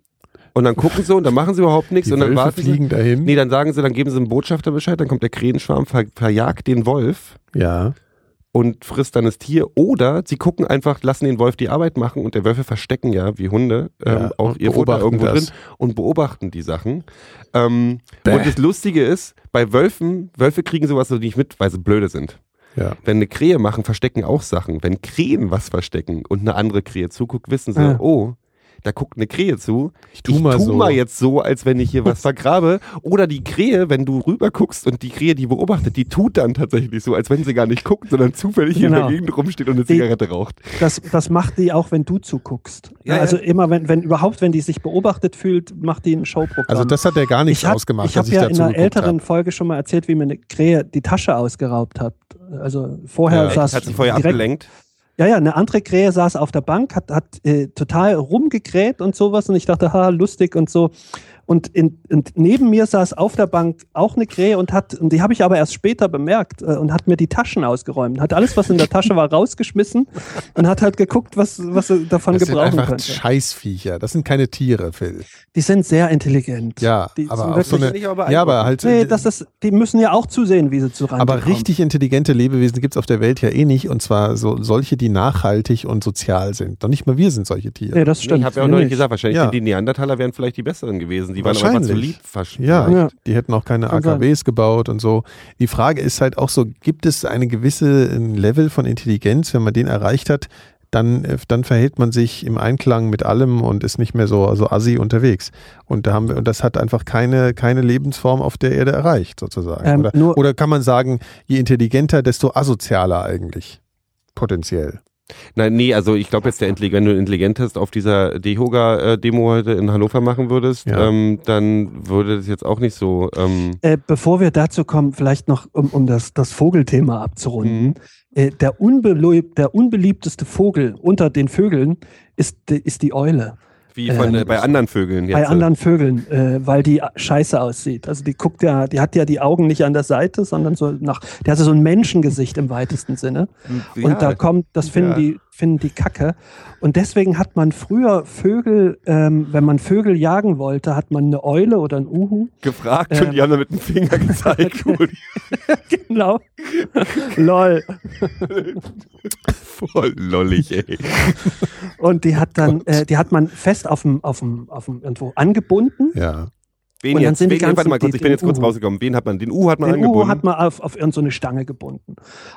[SPEAKER 2] Und dann gucken sie und dann machen sie überhaupt nichts
[SPEAKER 3] Die
[SPEAKER 2] und dann
[SPEAKER 3] Wölfe
[SPEAKER 2] warten
[SPEAKER 3] fliegen
[SPEAKER 2] sie.
[SPEAKER 3] dahin.
[SPEAKER 2] Nee, dann sagen sie, dann geben sie dem Botschafter Bescheid, dann kommt der Krähenschwarm, ver verjagt den Wolf
[SPEAKER 3] Ja.
[SPEAKER 2] und frisst dann das Tier. Oder sie gucken einfach, lassen den Wolf die Arbeit machen und der Wölfe verstecken ja, wie Hunde,
[SPEAKER 3] Ja,
[SPEAKER 2] ähm, auch
[SPEAKER 3] und
[SPEAKER 2] ihr Futter
[SPEAKER 3] beobachten
[SPEAKER 2] irgendwo
[SPEAKER 3] das.
[SPEAKER 2] drin und beobachten die Sachen. Ähm,
[SPEAKER 3] Bäh.
[SPEAKER 2] und das Lustige ist, bei Wölfen, Wölfe kriegen sowas so nicht mit, weil sie blöde sind.
[SPEAKER 3] Ja.
[SPEAKER 2] Wenn eine Krähe machen, verstecken auch Sachen. Wenn Krähen was verstecken und eine andere Krähe zuguckt, wissen sie,
[SPEAKER 1] Ah.
[SPEAKER 2] oh, da guckt eine Krähe zu. Ich
[SPEAKER 3] tu mal so.
[SPEAKER 2] mal jetzt so, als wenn ich hier was vergrabe. Oder die Krähe, wenn du rüber guckst und die Krähe, die beobachtet, die tut dann tatsächlich so, als wenn sie gar nicht guckt, sondern zufällig hier in
[SPEAKER 1] Genau.
[SPEAKER 2] der Gegend rumsteht und eine
[SPEAKER 1] Die-
[SPEAKER 2] Zigarette raucht.
[SPEAKER 1] Das, das macht die auch, wenn du zuguckst.
[SPEAKER 2] Ja, ja.
[SPEAKER 1] also immer, wenn, wenn überhaupt, wenn die sich beobachtet fühlt, macht die ein Showprogramm.
[SPEAKER 3] Also das hat er gar nicht
[SPEAKER 1] ich hab,
[SPEAKER 3] ausgemacht,
[SPEAKER 1] Ich habe
[SPEAKER 3] dass
[SPEAKER 1] ja
[SPEAKER 3] ich
[SPEAKER 1] in
[SPEAKER 3] dazu
[SPEAKER 1] einer
[SPEAKER 3] geguckt
[SPEAKER 1] älteren
[SPEAKER 3] hab.
[SPEAKER 1] Folge schon mal erzählt, wie mir eine Krähe die Tasche ausgeraubt hat. Also vorher
[SPEAKER 3] Ja,
[SPEAKER 1] saß
[SPEAKER 2] Hat sie vorher
[SPEAKER 1] direkt-
[SPEAKER 2] abgelenkt.
[SPEAKER 1] Ja, ja, eine andere Krähe saß auf der Bank, hat, hat äh, total rumgekräht und sowas und ich dachte, ha, lustig und so. Und, in, und neben mir saß auf der Bank auch eine Krähe und hat, und die habe ich aber erst später bemerkt äh, und hat mir die Taschen ausgeräumt, hat alles, was in der Tasche war, rausgeschmissen und hat halt geguckt, was, was sie davon
[SPEAKER 3] Das sind
[SPEAKER 1] gebrauchen
[SPEAKER 3] einfach
[SPEAKER 1] könnte.
[SPEAKER 3] Scheißviecher. Das sind keine Tiere, Phil.
[SPEAKER 1] Die sind sehr intelligent.
[SPEAKER 3] Ja,
[SPEAKER 1] die
[SPEAKER 3] aber
[SPEAKER 1] sind
[SPEAKER 3] auch so
[SPEAKER 1] wirklich-
[SPEAKER 3] eine,
[SPEAKER 2] Nicht aber
[SPEAKER 3] ja, aber halt,
[SPEAKER 1] Nee, das ist, die müssen ja auch zusehen, wie sie zu Rande
[SPEAKER 3] aber
[SPEAKER 1] kommen.
[SPEAKER 3] richtig intelligente Lebewesen gibt es auf der Welt ja eh nicht. Und zwar so, solche, die nachhaltig und sozial sind. Doch nicht mal wir sind solche Tiere.
[SPEAKER 1] Nee, das stimmt.
[SPEAKER 2] ich habe ja auch
[SPEAKER 1] Nee,
[SPEAKER 2] noch nicht
[SPEAKER 1] nicht.
[SPEAKER 2] gesagt, wahrscheinlich
[SPEAKER 3] Ja.
[SPEAKER 2] sind die Neandertaler wären vielleicht die besseren gewesen. Die waren aber immer zu
[SPEAKER 3] Wahrscheinlich.
[SPEAKER 2] lieb verschwunden.
[SPEAKER 3] Ja,
[SPEAKER 1] Ja.
[SPEAKER 3] die hätten auch keine
[SPEAKER 1] Kann sein.
[SPEAKER 3] AKWs gebaut und so. Die Frage ist halt auch so, gibt es eine gewisse äh, Level von Intelligenz, wenn man den erreicht hat, dann, äh, dann verhält man sich im Einklang mit allem und ist nicht mehr so so assi unterwegs. Und, da haben wir, und das hat einfach keine, keine Lebensform auf der Erde erreicht, sozusagen.
[SPEAKER 1] Ähm,
[SPEAKER 3] oder,
[SPEAKER 1] nur-
[SPEAKER 3] oder kann man sagen, je intelligenter, desto asozialer eigentlich. Potenziell.
[SPEAKER 2] Nein, nee, also ich glaube jetzt, der Intellig- wenn du einen Intelligentest auf dieser Dehoga-Demo heute in Hannover machen würdest,
[SPEAKER 3] Ja.
[SPEAKER 2] ähm, dann würde das jetzt auch nicht so. Ähm,
[SPEAKER 1] Äh, bevor wir dazu kommen, vielleicht noch, um, um das, das Vogelthema abzurunden.
[SPEAKER 2] mhm.
[SPEAKER 1] Äh, der, unbelieb, der unbeliebteste Vogel unter den Vögeln ist, die- ist die Eule.
[SPEAKER 2] Wie von,
[SPEAKER 1] Ähm,
[SPEAKER 2] äh, bei anderen Vögeln jetzt.
[SPEAKER 1] Bei anderen Vögeln, äh, weil die scheiße aussieht. Also die guckt ja, die hat ja die Augen nicht an der Seite, sondern so nach, der hat so ein Menschengesicht im weitesten Sinne.
[SPEAKER 2] Ja.
[SPEAKER 1] Und da kommt, das finden
[SPEAKER 2] Ja.
[SPEAKER 1] die, finden die Kacke. Und deswegen hat man früher Vögel, ähm, wenn man Vögel jagen wollte, hat man eine Eule oder ein Uhu
[SPEAKER 2] gefragt und
[SPEAKER 1] ähm,
[SPEAKER 2] die haben da mit dem Finger gezeigt. wo die-
[SPEAKER 1] Genau. Lol.
[SPEAKER 2] Voll lollig, ey.
[SPEAKER 1] Und die hat dann, äh, die hat man fest auf dem, auf dem, auf dem irgendwo angebunden.
[SPEAKER 3] Ja.
[SPEAKER 2] Wen
[SPEAKER 1] Und dann
[SPEAKER 2] jetzt,
[SPEAKER 1] sind die
[SPEAKER 2] wen, äh, warte mal
[SPEAKER 1] ganzen-
[SPEAKER 2] kurz,
[SPEAKER 1] die-
[SPEAKER 2] ich bin jetzt
[SPEAKER 1] den
[SPEAKER 2] kurz
[SPEAKER 1] Uhu.
[SPEAKER 2] rausgekommen. Wen hat man? Den U hat man
[SPEAKER 1] Den
[SPEAKER 2] angebunden.
[SPEAKER 1] Uhu hat man auf, auf irgendeine so eine Stange gebunden.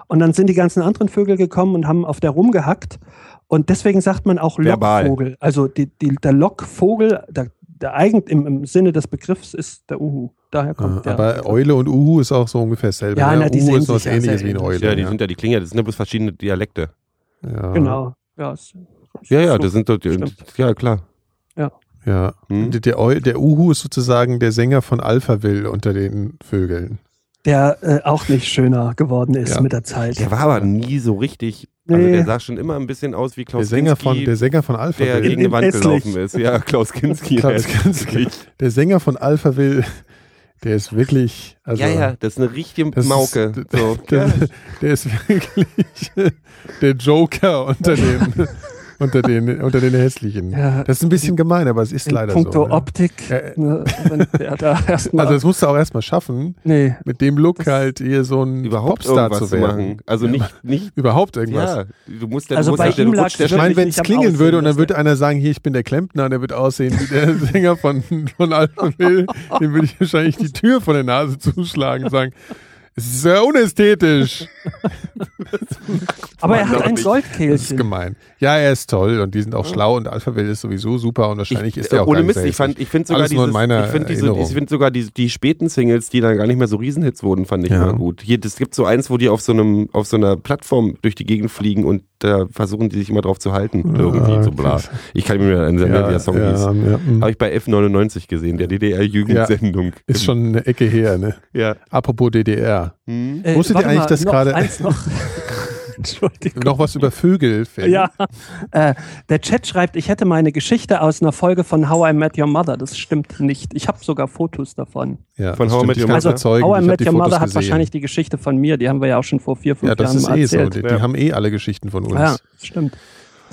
[SPEAKER 1] Und dann sind die ganzen anderen Vögel gekommen und haben auf der rumgehackt. Und deswegen sagt man auch
[SPEAKER 2] Verbal.
[SPEAKER 1] Lockvogel. Also die, die, der Lockvogel, der, der eigentlich im, im Sinne des Begriffs ist der Uhu. Daher kommt der.
[SPEAKER 3] Aber äh, Eule und Uhu ist auch so ungefähr dasselbe.
[SPEAKER 1] Ja,
[SPEAKER 3] ne?
[SPEAKER 1] na, die
[SPEAKER 3] Uhu
[SPEAKER 1] sehen
[SPEAKER 3] ist was
[SPEAKER 1] sich ja
[SPEAKER 3] ähnliches
[SPEAKER 1] sehr
[SPEAKER 3] wie eine
[SPEAKER 1] ähnlich.
[SPEAKER 3] Eule. ne?
[SPEAKER 2] ja, die sind ja die Klinger, das sind ja bloß verschiedene Dialekte.
[SPEAKER 3] ja.
[SPEAKER 1] genau. Ja, ist-
[SPEAKER 2] Ja, ja,
[SPEAKER 1] so.
[SPEAKER 2] das sind doch die.
[SPEAKER 1] Stimmt.
[SPEAKER 2] Ja, klar.
[SPEAKER 3] Ja.
[SPEAKER 2] Hm?
[SPEAKER 3] Der, der, Eu- der Uhu ist sozusagen der Sänger von Alphaville unter den Vögeln.
[SPEAKER 1] der äh, auch nicht schöner geworden ist
[SPEAKER 3] Ja.
[SPEAKER 1] mit der Zeit.
[SPEAKER 2] Der war aber nie so richtig. Also
[SPEAKER 1] Nee.
[SPEAKER 2] der sah schon immer ein bisschen aus wie
[SPEAKER 3] Der
[SPEAKER 2] Klaus
[SPEAKER 3] Sänger,
[SPEAKER 2] Kinski,
[SPEAKER 3] von, der Sänger von
[SPEAKER 2] der
[SPEAKER 3] Alphaville.
[SPEAKER 2] gegen die
[SPEAKER 1] In
[SPEAKER 2] Wand
[SPEAKER 1] Esslich.
[SPEAKER 2] gelaufen ist. Ja, Klaus Kinski.
[SPEAKER 3] Klaus
[SPEAKER 2] der ist
[SPEAKER 3] Kinski.
[SPEAKER 2] wirklich-
[SPEAKER 3] der Sänger von Alphaville, der ist wirklich. Also,
[SPEAKER 2] ja, ja, das ist eine richtige
[SPEAKER 3] Das ist-
[SPEAKER 2] Mauke. so.
[SPEAKER 3] Der, der ist wirklich der Joker unter den, unter den, unter den hässlichen.
[SPEAKER 1] Ja.
[SPEAKER 3] Das ist ein bisschen gemein, aber es ist
[SPEAKER 1] In
[SPEAKER 3] leider
[SPEAKER 1] puncto
[SPEAKER 3] so. ne?
[SPEAKER 1] Optik,
[SPEAKER 3] Ja, äh.
[SPEAKER 1] ne, wenn der da erstmal.
[SPEAKER 3] Also das musst du auch erstmal schaffen,
[SPEAKER 1] nee.
[SPEAKER 3] mit dem Look
[SPEAKER 1] Das-
[SPEAKER 3] halt hier so ein
[SPEAKER 2] Überhaupt
[SPEAKER 3] Popstar
[SPEAKER 2] irgendwas
[SPEAKER 3] zu
[SPEAKER 2] zu,
[SPEAKER 3] werden.
[SPEAKER 2] machen. Also nicht, nicht,
[SPEAKER 3] Überhaupt irgendwas.
[SPEAKER 2] ja, halt du musst ja,
[SPEAKER 1] Also
[SPEAKER 2] du musst
[SPEAKER 1] bei
[SPEAKER 2] ja,
[SPEAKER 1] ihm
[SPEAKER 2] du
[SPEAKER 1] lag's
[SPEAKER 2] rutscht ja
[SPEAKER 1] wirklich-
[SPEAKER 3] Ich meine, wenn es
[SPEAKER 1] nicht am
[SPEAKER 3] klingeln
[SPEAKER 1] Aussehen,
[SPEAKER 3] würde und dann
[SPEAKER 1] dass
[SPEAKER 3] würde einer sagen, hier, ich bin der Klempner, der wird aussehen wie der Sänger von, von Alphaville, dem würde ich wahrscheinlich die Tür von der Nase zuschlagen und sagen, es ist ja unästhetisch.
[SPEAKER 1] Aber er
[SPEAKER 2] Mann,
[SPEAKER 1] hat
[SPEAKER 2] doch
[SPEAKER 1] ein
[SPEAKER 2] nicht.
[SPEAKER 3] Das ist
[SPEAKER 1] Goldkehlchen.
[SPEAKER 3] gemein. Ja, er ist toll und die sind auch schlau und Alphaville ist sowieso super und wahrscheinlich ist
[SPEAKER 2] äh,
[SPEAKER 3] er auch
[SPEAKER 2] ohne
[SPEAKER 3] gar nicht
[SPEAKER 2] Mist,
[SPEAKER 3] sehr
[SPEAKER 2] ich fand,
[SPEAKER 3] hässlich.
[SPEAKER 2] ich finde sogar
[SPEAKER 3] Alles
[SPEAKER 2] dieses,
[SPEAKER 3] nur in meiner
[SPEAKER 2] ich finde diese,
[SPEAKER 3] Erinnerung.
[SPEAKER 2] ich find sogar die, die späten Singles, die dann gar nicht mehr so Riesenhits wurden, fand ich
[SPEAKER 3] Ja.
[SPEAKER 2] immer gut. Hier, es gibt so eins, wo die auf so einem, auf so einer Plattform durch die Gegend fliegen und da versuchen die sich immer drauf zu halten. irgendwie so bla.
[SPEAKER 3] Ah, krass.
[SPEAKER 2] Ich kann mir an Sender,
[SPEAKER 3] Ja,
[SPEAKER 2] wie der Song
[SPEAKER 3] ja,
[SPEAKER 2] hieß.
[SPEAKER 3] ja, mm.
[SPEAKER 2] Habe ich bei F99 gesehen, der DDR-Jugendsendung.
[SPEAKER 3] ist schon eine Ecke her, ne?
[SPEAKER 2] Ja.
[SPEAKER 3] Apropos DDR.
[SPEAKER 2] Hm.
[SPEAKER 1] Äh,
[SPEAKER 3] Wusstet ihr
[SPEAKER 1] warte
[SPEAKER 3] eigentlich,
[SPEAKER 1] mal,
[SPEAKER 3] dass
[SPEAKER 1] noch
[SPEAKER 3] gerade-
[SPEAKER 1] eins noch. Entschuldigung.
[SPEAKER 3] Noch was über Vögel, Phil.
[SPEAKER 1] Ja, äh, der Chat schreibt, ich hätte meine Geschichte aus einer Folge von How I Met Your Mother. Das stimmt nicht. Ich habe sogar Fotos davon. Also,
[SPEAKER 3] ja
[SPEAKER 2] Von
[SPEAKER 3] das
[SPEAKER 2] How I
[SPEAKER 3] stimmt,
[SPEAKER 2] Met
[SPEAKER 3] ich
[SPEAKER 2] Your
[SPEAKER 3] kann's
[SPEAKER 2] Mother.
[SPEAKER 3] bezeugen,
[SPEAKER 1] How
[SPEAKER 3] ich
[SPEAKER 1] I
[SPEAKER 3] hab
[SPEAKER 1] Met
[SPEAKER 3] die
[SPEAKER 1] Your
[SPEAKER 3] Fotos
[SPEAKER 1] Mother hat
[SPEAKER 3] gesehen.
[SPEAKER 1] wahrscheinlich die Geschichte von mir. Die haben wir ja auch schon vor vier, fünf
[SPEAKER 3] Ja, das
[SPEAKER 1] Jahren
[SPEAKER 3] ist
[SPEAKER 1] mal
[SPEAKER 3] eh so.
[SPEAKER 1] erzählt.
[SPEAKER 3] Die, die
[SPEAKER 2] Ja.
[SPEAKER 3] haben eh alle Geschichten von uns.
[SPEAKER 1] ja, das stimmt.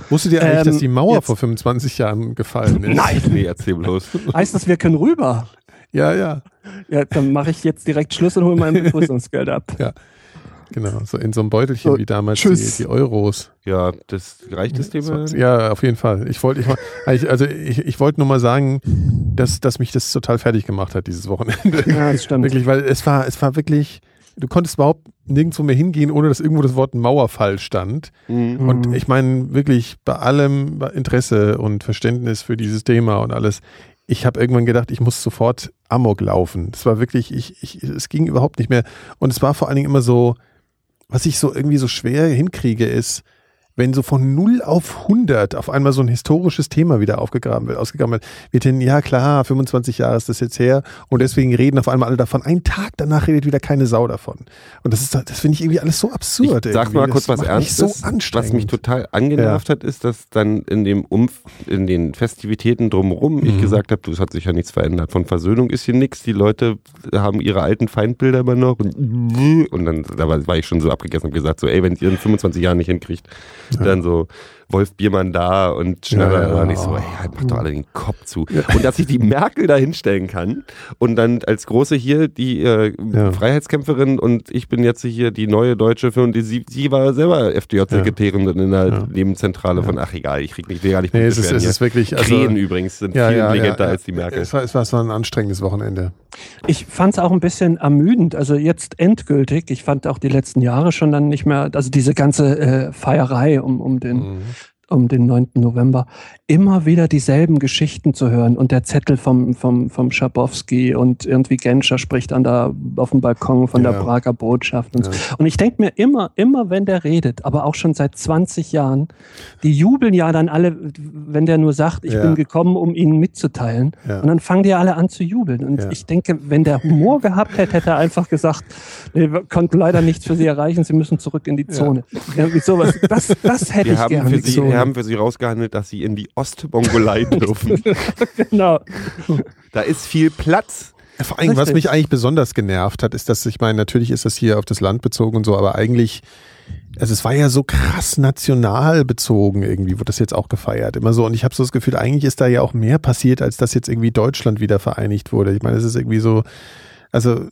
[SPEAKER 3] Wusstet ihr eigentlich,
[SPEAKER 1] Ähm,
[SPEAKER 3] dass die Mauer
[SPEAKER 1] jetzt-
[SPEAKER 3] vor 25 Jahren gefallen ist?
[SPEAKER 2] Nein, nee, erzähl bloß.
[SPEAKER 1] Heißt das, wir können rüber?
[SPEAKER 3] Ja, ja,
[SPEAKER 1] Ja, dann mache ich jetzt direkt Schluss und hole mein Begrüßungsgeld ab.
[SPEAKER 3] genau. So in so einem Beutelchen
[SPEAKER 1] So,
[SPEAKER 3] wie damals
[SPEAKER 1] tschüss.
[SPEAKER 3] die, die Euros.
[SPEAKER 2] Ja, das reicht das Thema.
[SPEAKER 3] So, Ja, auf jeden Fall. Ich wollte, ich, wollte- eigentlich- also ich, ich wollte nur mal sagen, dass, dass mich das total fertig gemacht hat dieses Wochenende.
[SPEAKER 1] Ja, das stimmt.
[SPEAKER 3] Wirklich, weil es war, es war wirklich, du konntest überhaupt nirgendwo mehr hingehen, ohne dass irgendwo das Wort Mauerfall stand.
[SPEAKER 2] Mhm.
[SPEAKER 3] Und ich meine wirklich bei allem Interesse und Verständnis für dieses Thema und alles. Ich habe irgendwann gedacht, ich muss sofort Amok laufen. Das war wirklich, ich, ich, es ging überhaupt nicht mehr. Und es war vor allen Dingen immer so, was ich so irgendwie so schwer hinkriege, ist, wenn so von 0 auf 100 auf einmal so ein historisches Thema wieder aufgegraben wird, ausgegraben wird, wird hin, ja klar, 25 Jahre ist das jetzt her und deswegen reden auf einmal alle davon. Einen Tag danach redet wieder keine Sau davon. Und das ist, das finde ich irgendwie alles so absurd.
[SPEAKER 2] Ich sag
[SPEAKER 3] irgendwie.
[SPEAKER 2] mal
[SPEAKER 3] Das
[SPEAKER 2] kurz was
[SPEAKER 3] macht mich
[SPEAKER 2] Ernstes.
[SPEAKER 3] So anstrengend.
[SPEAKER 2] Was mich total angenervt hat, ist, dass dann in dem Umf in den Festivitäten drumherum ich
[SPEAKER 3] Mhm.
[SPEAKER 2] gesagt habe, du, es hat sich ja nichts verändert. Von Versöhnung ist hier nichts. Die Leute haben ihre alten Feindbilder immer noch. Und, und dann da war, war ich schon so abgegessen und gesagt, so, ey, wenn ihr in 25 Jahren nicht hinkriegt, dann so Wolf Biermann da und Schneller.
[SPEAKER 3] Ja, ja, ja.
[SPEAKER 2] Und ich so, ey, halt, mach doch
[SPEAKER 3] Oh.
[SPEAKER 2] alle den Kopf zu. Und dass ich die Merkel da hinstellen kann und dann als große hier die äh,
[SPEAKER 3] Ja.
[SPEAKER 2] Freiheitskämpferin und ich bin jetzt hier die neue deutsche Firma. Die, sie, sie war selber FDJ-Sekretärin in der
[SPEAKER 3] Ja.
[SPEAKER 2] Lebenszentrale von, ach egal, ich krieg nicht, will gar nicht
[SPEAKER 3] Nee, es
[SPEAKER 2] politisch
[SPEAKER 3] ist, es ist
[SPEAKER 2] werden
[SPEAKER 3] wirklich.
[SPEAKER 2] hier.
[SPEAKER 3] Also,
[SPEAKER 2] Krähen übrigens sind viel intelligenter als die Merkel.
[SPEAKER 3] Es war, es, war, es war ein anstrengendes Wochenende.
[SPEAKER 1] Ich fand es auch ein bisschen ermüdend, also jetzt endgültig. Ich fand auch die letzten Jahre schon dann nicht mehr, also diese ganze äh, Feierei um, um den
[SPEAKER 3] Mhm.
[SPEAKER 1] um den 9. November, immer wieder dieselben Geschichten zu hören und der Zettel vom, vom, vom Schabowski und irgendwie Genscher spricht an der, auf dem Balkon von
[SPEAKER 3] Ja.
[SPEAKER 1] der Prager Botschaft und so.
[SPEAKER 3] Ja.
[SPEAKER 1] Und ich denke mir immer, immer wenn der redet, aber auch schon seit 20 Jahren, die jubeln ja dann alle, wenn der nur sagt, ich
[SPEAKER 3] Ja.
[SPEAKER 1] bin gekommen, um ihnen mitzuteilen.
[SPEAKER 3] Ja.
[SPEAKER 1] Und dann fangen die alle an zu jubeln. Und
[SPEAKER 3] Ja.
[SPEAKER 1] ich denke, wenn der Humor gehabt hätte, hätte er einfach gesagt, nee, wir konnten leider nichts für sie erreichen, sie müssen zurück in die Zone. Irgendwie sowas. Das, das hätte
[SPEAKER 2] Wir
[SPEAKER 1] ich
[SPEAKER 2] haben,
[SPEAKER 1] gerne
[SPEAKER 2] für sie,
[SPEAKER 1] gesehen.
[SPEAKER 2] wir haben für sie rausgehandelt, dass sie in die Ostmongolei dürfen.
[SPEAKER 1] Genau.
[SPEAKER 2] Da ist viel Platz.
[SPEAKER 3] Vor allem, was
[SPEAKER 1] Richtig.
[SPEAKER 3] mich eigentlich besonders genervt hat, ist, dass ich meine, natürlich ist das hier auf das Land bezogen und so, aber eigentlich, also es war ja so krass national bezogen irgendwie, wurde das jetzt auch gefeiert. Immer so. Und ich habe so das Gefühl, eigentlich ist da ja auch mehr passiert, als dass jetzt irgendwie Deutschland wieder vereinigt wurde. Ich meine, es ist irgendwie so, also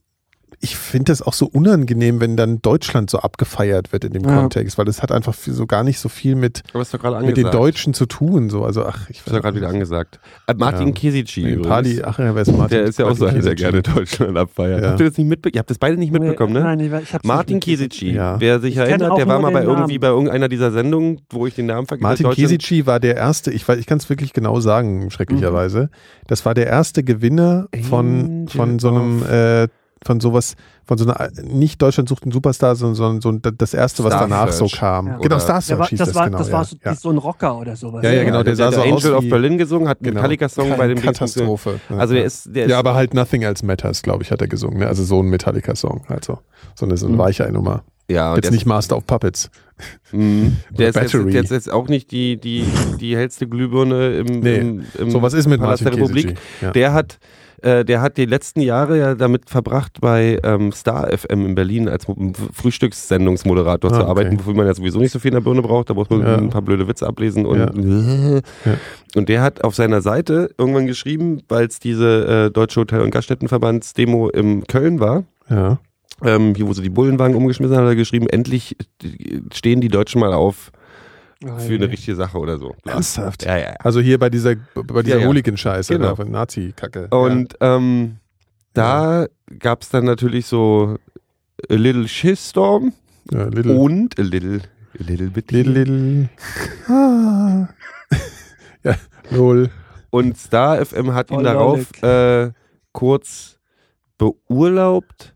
[SPEAKER 3] ich finde das auch so unangenehm, wenn dann Deutschland so abgefeiert wird in dem
[SPEAKER 1] Ja.
[SPEAKER 3] Kontext, weil das hat einfach viel- so gar nicht so viel mit,
[SPEAKER 2] Aber ist doch gerade
[SPEAKER 3] mit
[SPEAKER 2] angesagt.
[SPEAKER 3] den Deutschen zu tun. So. Also, ach, ich
[SPEAKER 2] Ist doch gerade wieder angesagt. Äh, Martin
[SPEAKER 3] Ja.
[SPEAKER 2] Kesici
[SPEAKER 3] Nee,
[SPEAKER 2] übrigens.
[SPEAKER 3] Pali, ach ja, wer ist Martin?
[SPEAKER 2] Der ist ja auch so einer, der
[SPEAKER 3] Martin
[SPEAKER 2] gerne Deutschland abfeiert.
[SPEAKER 3] Ja.
[SPEAKER 2] Habt ihr das nicht mitbekommen? Ihr habt das beide nicht mitbekommen, ne?
[SPEAKER 1] Nein, ich, ich hab's
[SPEAKER 2] Martin
[SPEAKER 1] nicht mitgekriegt.
[SPEAKER 2] Kesici,
[SPEAKER 3] Ja.
[SPEAKER 2] wer sich
[SPEAKER 1] Ich kenn
[SPEAKER 2] erinnert,
[SPEAKER 1] auch
[SPEAKER 2] der war mal
[SPEAKER 1] nur
[SPEAKER 2] bei
[SPEAKER 1] den
[SPEAKER 2] irgendwie
[SPEAKER 1] Namen.
[SPEAKER 2] bei irgendeiner dieser Sendungen, wo ich den Namen vergessen
[SPEAKER 3] Martin
[SPEAKER 2] Deutschland-
[SPEAKER 3] Kesici war der erste, ich, weiß, ich kann es wirklich genau sagen, schrecklicherweise. Das war der erste Gewinner von,
[SPEAKER 2] Mhm. Angel
[SPEAKER 3] von so einem,
[SPEAKER 2] of-
[SPEAKER 3] äh, von sowas, von so einer, nicht Deutschland sucht einen Superstar, sondern, sondern so ein- das erste, was
[SPEAKER 2] Star
[SPEAKER 3] danach
[SPEAKER 2] Search.
[SPEAKER 3] so kam.
[SPEAKER 1] Ja.
[SPEAKER 3] Genau,
[SPEAKER 2] Oder-
[SPEAKER 3] Star
[SPEAKER 1] Der
[SPEAKER 3] Search
[SPEAKER 1] war,
[SPEAKER 3] hieß
[SPEAKER 1] das, war,
[SPEAKER 3] genau.
[SPEAKER 1] das war
[SPEAKER 3] ja,
[SPEAKER 1] so,
[SPEAKER 3] ja.
[SPEAKER 1] so ein Rocker oder sowas. ne?
[SPEAKER 3] Ja, ja, genau,
[SPEAKER 2] Ja,
[SPEAKER 3] der sah
[SPEAKER 2] hat
[SPEAKER 3] so
[SPEAKER 2] Angel
[SPEAKER 3] aus
[SPEAKER 2] of
[SPEAKER 3] wie-
[SPEAKER 2] Berlin gesungen, hat einen
[SPEAKER 3] Genau.
[SPEAKER 2] Metallica-Song bei dem
[SPEAKER 3] Katastrophe.
[SPEAKER 2] Dings gesungen. Also der ist, der ist
[SPEAKER 3] ja, aber halt Nothing Else Matters, glaube ich, hat er gesungen. Ne? Also so ein Metallica-Song. Also so eine, so eine weiche Nummer.
[SPEAKER 2] ja, und
[SPEAKER 3] Jetzt
[SPEAKER 2] Mhm. der
[SPEAKER 3] nicht Master of Puppets.
[SPEAKER 2] ist, mh, der ist
[SPEAKER 3] oder
[SPEAKER 2] jetzt,
[SPEAKER 3] Battery.
[SPEAKER 2] jetzt, jetzt auch nicht die, die, die hellste Glühbirne im,
[SPEAKER 3] Nee,
[SPEAKER 2] im, im
[SPEAKER 3] So was ist mit
[SPEAKER 2] Palast Mhm.
[SPEAKER 3] Martin
[SPEAKER 2] der Republik.
[SPEAKER 3] Kesici. Ja.
[SPEAKER 2] Der hat, äh, der hat die letzten Jahre ja damit verbracht, bei ähm, Star FM in Berlin als Mo- Frühstückssendungsmoderator
[SPEAKER 3] Ah,
[SPEAKER 2] zu
[SPEAKER 3] okay.
[SPEAKER 2] arbeiten, wofür man ja sowieso nicht so viel in der Birne braucht. Da muss man
[SPEAKER 3] Ja.
[SPEAKER 2] ein paar blöde Witze ablesen und. äh.
[SPEAKER 3] Ja.
[SPEAKER 2] Und der hat auf seiner Seite irgendwann geschrieben, weil es diese äh, Deutsche Hotel- und Gaststättenverbandsdemo im Köln war.
[SPEAKER 3] ja.
[SPEAKER 2] Ähm, hier, wo sie die Bullenwagen umgeschmissen haben, hat er geschrieben, endlich äh, stehen die Deutschen mal auf für eine richtige Sache oder so.
[SPEAKER 3] Ernsthaft.
[SPEAKER 2] Ja, ja, ja.
[SPEAKER 3] Also hier bei dieser, bei dieser
[SPEAKER 2] Ja, ja.
[SPEAKER 3] Hooligan-Scheiße,
[SPEAKER 2] Genau.
[SPEAKER 3] da, Nazi-Kacke.
[SPEAKER 2] Und ähm, da gab es dann natürlich so a little shitstorm
[SPEAKER 3] ja. Ja, little,
[SPEAKER 2] und a little, a little bit.
[SPEAKER 3] little, little. Ah. ja, lol.
[SPEAKER 2] Und Star FM hat ihn
[SPEAKER 1] Oh,
[SPEAKER 2] darauf äh, kurz beurlaubt.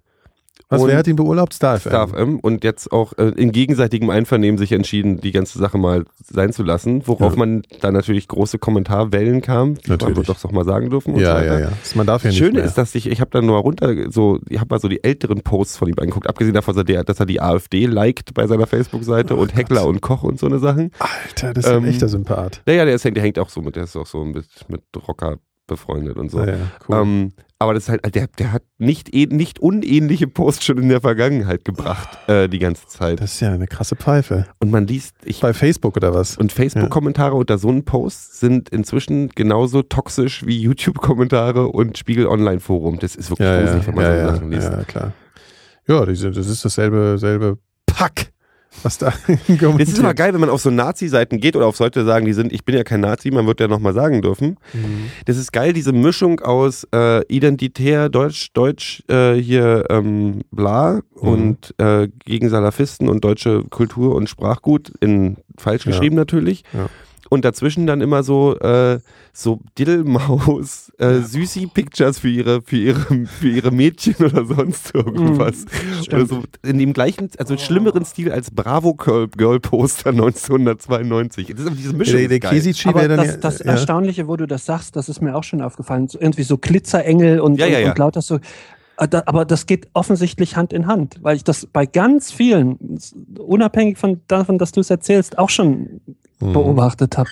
[SPEAKER 3] Was,
[SPEAKER 2] und
[SPEAKER 3] wer hat ihn beurlaubt? Star FM.
[SPEAKER 2] Star FM und jetzt auch äh, in gegenseitigem Einvernehmen sich entschieden, die ganze Sache mal sein zu lassen, worauf
[SPEAKER 3] Ja.
[SPEAKER 2] man da natürlich große Kommentarwellen kam, die
[SPEAKER 3] Natürlich.
[SPEAKER 2] man doch doch mal sagen dürfen. und so
[SPEAKER 3] Ja,
[SPEAKER 2] weiter.
[SPEAKER 3] ja, ja. Das- Man darf ja
[SPEAKER 2] Das
[SPEAKER 3] nicht
[SPEAKER 2] Schöne
[SPEAKER 3] mehr.
[SPEAKER 2] ist, dass ich, ich habe dann nur runter, so, ich habe mal so die älteren Posts von ihm angeguckt, abgesehen davon, dass er, dass er die AfD liked bei seiner Facebook-Seite und Heckler und Koch und so eine Sachen.
[SPEAKER 3] Alter, das ist
[SPEAKER 2] Ähm,
[SPEAKER 3] ein echter Sympath.
[SPEAKER 2] Naja, der, ist, der hängt auch so mit, der ist auch so mit, mit Rocker. befreundet und so.
[SPEAKER 3] Ah, ja, cool.
[SPEAKER 2] Ähm, aber das ist halt, der, der hat nicht, eh- nicht unähnliche Posts schon in der Vergangenheit gebracht,
[SPEAKER 3] Oh.
[SPEAKER 2] äh, die ganze Zeit.
[SPEAKER 3] das ist ja eine krasse Pfeife.
[SPEAKER 2] Und man liest, ich,
[SPEAKER 3] Bei Facebook oder was?
[SPEAKER 2] und Facebook-Kommentare unter so einem Post sind inzwischen genauso toxisch wie YouTube-Kommentare und Spiegel-Online-Forum. Das ist wirklich
[SPEAKER 3] Ja, ja,
[SPEAKER 2] gruselig, wenn man
[SPEAKER 3] ja,
[SPEAKER 2] so
[SPEAKER 3] ja,
[SPEAKER 2] Sachen liest.
[SPEAKER 3] ja, klar. Ja, diese, das ist dasselbe selbe Pack, was da kommentiert.
[SPEAKER 2] Das ist immer geil, wenn man auf so Nazi-Seiten geht oder auf solche sagen, die sind, ich bin ja kein Nazi, man wird ja nochmal sagen dürfen. Das ist geil, diese Mischung aus äh, identitär, Deutsch, Deutsch, äh, hier ähm, bla und äh, gegen Salafisten und deutsche Kultur und Sprachgut, in falsch
[SPEAKER 3] Ja.
[SPEAKER 2] geschrieben natürlich.
[SPEAKER 3] Ja.
[SPEAKER 2] Und dazwischen dann immer so, äh, so Diddlemaus, äh, Süßi-Pictures für ihre, für ihre, für ihre Mädchen oder sonst irgendwas.
[SPEAKER 3] Mhm.
[SPEAKER 2] Oder so in dem gleichen, also schlimmeren Stil als Bravo Girl, Girl Poster 1992. Das ist aber diese Mischung.
[SPEAKER 3] Der, der
[SPEAKER 2] ist geil.
[SPEAKER 3] Kesici
[SPEAKER 1] Aber
[SPEAKER 3] wäre dann
[SPEAKER 1] das, das
[SPEAKER 3] ja, ja.
[SPEAKER 1] Erstaunliche, wo du das sagst, das ist mir auch schon aufgefallen. So, irgendwie so Glitzerengel und,
[SPEAKER 2] Ja, ja,
[SPEAKER 1] und,
[SPEAKER 2] ja.
[SPEAKER 1] und lauter so. Äh, da- Aber das geht offensichtlich Hand in Hand, weil ich das bei ganz vielen, s- unabhängig von davon, dass du es erzählst, auch schon beobachtet habe.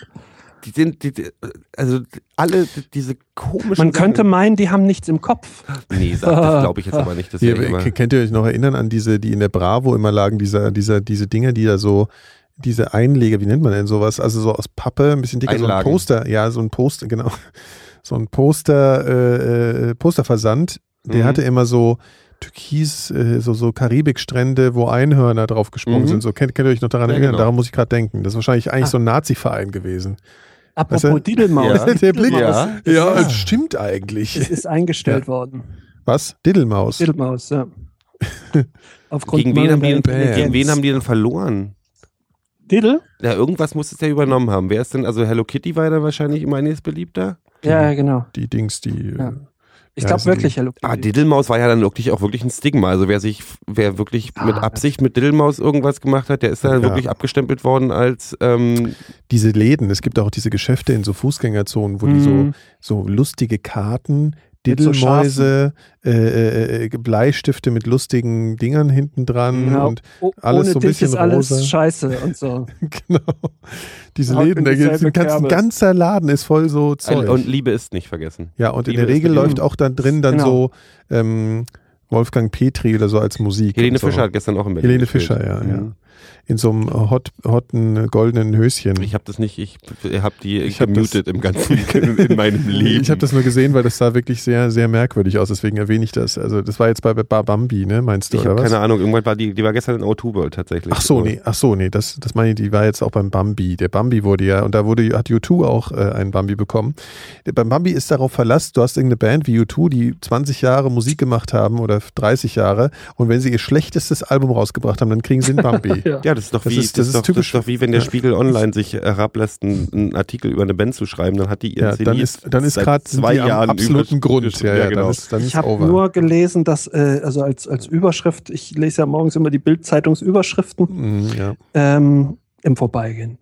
[SPEAKER 2] Die sind, die, die, also alle die- diese komischen.
[SPEAKER 1] Man könnte
[SPEAKER 2] Sachen.
[SPEAKER 1] meinen, die haben nichts im Kopf.
[SPEAKER 2] Nee, sag, das glaube ich jetzt aber nicht. Das
[SPEAKER 3] Hier,
[SPEAKER 2] wär immer,
[SPEAKER 3] k- Kennt ihr euch noch erinnern an diese, die in der Bravo immer lagen, dieser, dieser, diese Dinger, die da so, diese Einleger, wie nennt man denn sowas? Also so aus Pappe, ein bisschen dicker, so
[SPEAKER 2] Einlagen.
[SPEAKER 3] ein Poster, ja, so ein Poster, genau. So ein Poster, äh, äh, Posterversand, der
[SPEAKER 2] Mhm.
[SPEAKER 3] hatte immer so Türkis, äh, so, so Karibikstrände, wo Einhörner drauf gesprungen
[SPEAKER 2] Mhm.
[SPEAKER 3] sind. So kennt, kennt ihr euch noch daran
[SPEAKER 2] Ja,
[SPEAKER 3] erinnern?
[SPEAKER 2] genau.
[SPEAKER 3] Daran muss ich gerade denken. Das ist wahrscheinlich eigentlich
[SPEAKER 1] Ah.
[SPEAKER 3] so ein Nazi-Verein gewesen.
[SPEAKER 1] Apropos
[SPEAKER 3] Weißt du?
[SPEAKER 1] Diddlemaus.
[SPEAKER 2] Ja.
[SPEAKER 3] Also, Der Blick.
[SPEAKER 2] Ja.
[SPEAKER 3] Ja, es stimmt eigentlich.
[SPEAKER 1] Es ist eingestellt
[SPEAKER 3] Ja.
[SPEAKER 1] worden.
[SPEAKER 3] Was? Diddelmaus.
[SPEAKER 1] Diddlemaus, ja. Aufgrund
[SPEAKER 2] gegen, wen haben die,
[SPEAKER 1] mangelnder
[SPEAKER 3] halt Bands.
[SPEAKER 2] gegen wen haben die denn verloren?
[SPEAKER 1] Diddle?
[SPEAKER 2] Ja, irgendwas muss es ja übernommen haben. Wer ist denn, also Hello Kitty war da wahrscheinlich immer eines beliebter?
[SPEAKER 1] Ja, ja, genau.
[SPEAKER 3] Die Dings, die.
[SPEAKER 1] Ja.
[SPEAKER 3] äh,
[SPEAKER 1] Ich
[SPEAKER 3] Ja, Ah,
[SPEAKER 1] glaube
[SPEAKER 3] ist ein-
[SPEAKER 1] wirklich, Hello
[SPEAKER 2] Aber
[SPEAKER 1] Kitty.
[SPEAKER 2] Diddelmaus Ah, war ja dann wirklich auch wirklich ein Stigma. Also wer sich, wer wirklich mit
[SPEAKER 1] Ah.
[SPEAKER 2] Absicht mit Diddelmaus irgendwas gemacht hat, der ist dann
[SPEAKER 3] Ja.
[SPEAKER 2] wirklich abgestempelt worden als ähm,
[SPEAKER 3] diese Läden, es gibt auch diese Geschäfte in so Fußgängerzonen, wo die so,
[SPEAKER 1] Mhm.
[SPEAKER 3] so lustige Karten,
[SPEAKER 1] Mit so
[SPEAKER 3] Diddelmäuse, äh, äh, äh, Bleistifte mit lustigen Dingern hinten dran
[SPEAKER 1] Genau.
[SPEAKER 3] und
[SPEAKER 1] O-
[SPEAKER 3] alles
[SPEAKER 1] Ohne
[SPEAKER 3] so ein
[SPEAKER 1] dich
[SPEAKER 3] bisschen
[SPEAKER 1] ist alles
[SPEAKER 3] rosa.
[SPEAKER 1] scheiße und so.
[SPEAKER 3] genau. Diese
[SPEAKER 1] Haut
[SPEAKER 3] Läden,
[SPEAKER 1] in
[SPEAKER 3] da gibt's
[SPEAKER 1] dieselbe
[SPEAKER 3] ein ganz, ein
[SPEAKER 1] Kerbe.
[SPEAKER 3] ganzer Laden ist voll so Zeug.
[SPEAKER 2] und Liebe ist nicht vergessen.
[SPEAKER 3] ja, und in
[SPEAKER 2] Liebe
[SPEAKER 3] der
[SPEAKER 2] ist
[SPEAKER 3] Regel
[SPEAKER 2] Liebe.
[SPEAKER 3] läuft auch dann drin dann
[SPEAKER 1] Genau.
[SPEAKER 3] so ähm, Wolfgang Petri oder so als Musik.
[SPEAKER 2] Helene
[SPEAKER 3] und so.
[SPEAKER 2] Fischer hat gestern auch in Berlin
[SPEAKER 3] Helene
[SPEAKER 2] gespielt.
[SPEAKER 3] Fischer, ja, ja.
[SPEAKER 2] Mhm.
[SPEAKER 3] In so einem hot, hotten goldenen Höschen.
[SPEAKER 2] Ich habe das nicht, ich habe die
[SPEAKER 3] Ich hab
[SPEAKER 2] gemutet im ganzen in, in meinem Leben.
[SPEAKER 3] Ich habe das nur gesehen, weil das sah wirklich sehr, sehr merkwürdig aus. Deswegen erwähne ich das. Also das war jetzt bei Ba- Bambi, ne? Meinst du
[SPEAKER 2] Ich
[SPEAKER 3] oder
[SPEAKER 2] habe
[SPEAKER 3] was?
[SPEAKER 2] keine Ahnung, irgendwann war die, die war gestern in O2-World tatsächlich.
[SPEAKER 3] Ach so, nee, ach so, nee, das, das meine ich, die war jetzt auch beim Bambi. Der Bambi wurde ja, und da wurde, hat U2 auch äh, einen Bambi bekommen. Der- Beim Bambi ist darauf Verlass, du hast irgendeine Band wie U2, die 20 Jahre Musik gemacht haben oder 30 Jahre und wenn sie ihr schlechtestes Album rausgebracht haben, dann kriegen sie einen Bambi.
[SPEAKER 2] Ja, das ist doch
[SPEAKER 3] Das
[SPEAKER 2] wie,
[SPEAKER 3] ist- das ist
[SPEAKER 2] doch,
[SPEAKER 3] typisch.
[SPEAKER 2] das ist doch wie wenn der Spiegel online sich herablässt, einen, einen Artikel über eine Band zu schreiben, dann hat die ihren
[SPEAKER 3] Ja, dann
[SPEAKER 2] CD
[SPEAKER 3] ist, dann ist
[SPEAKER 2] seit
[SPEAKER 3] gerade
[SPEAKER 2] zwei Jahren
[SPEAKER 3] am absoluten
[SPEAKER 2] über-
[SPEAKER 3] Grund. Ja, ja,
[SPEAKER 2] genau.
[SPEAKER 3] dann ist, dann
[SPEAKER 1] Ich
[SPEAKER 3] ist
[SPEAKER 1] habe
[SPEAKER 3] over.
[SPEAKER 1] nur gelesen, dass, äh, also als, als Überschrift, ich lese ja morgens immer die Bild-Zeitungsüberschriften
[SPEAKER 3] Mhm, ja.
[SPEAKER 1] ähm, im Vorbeigehen.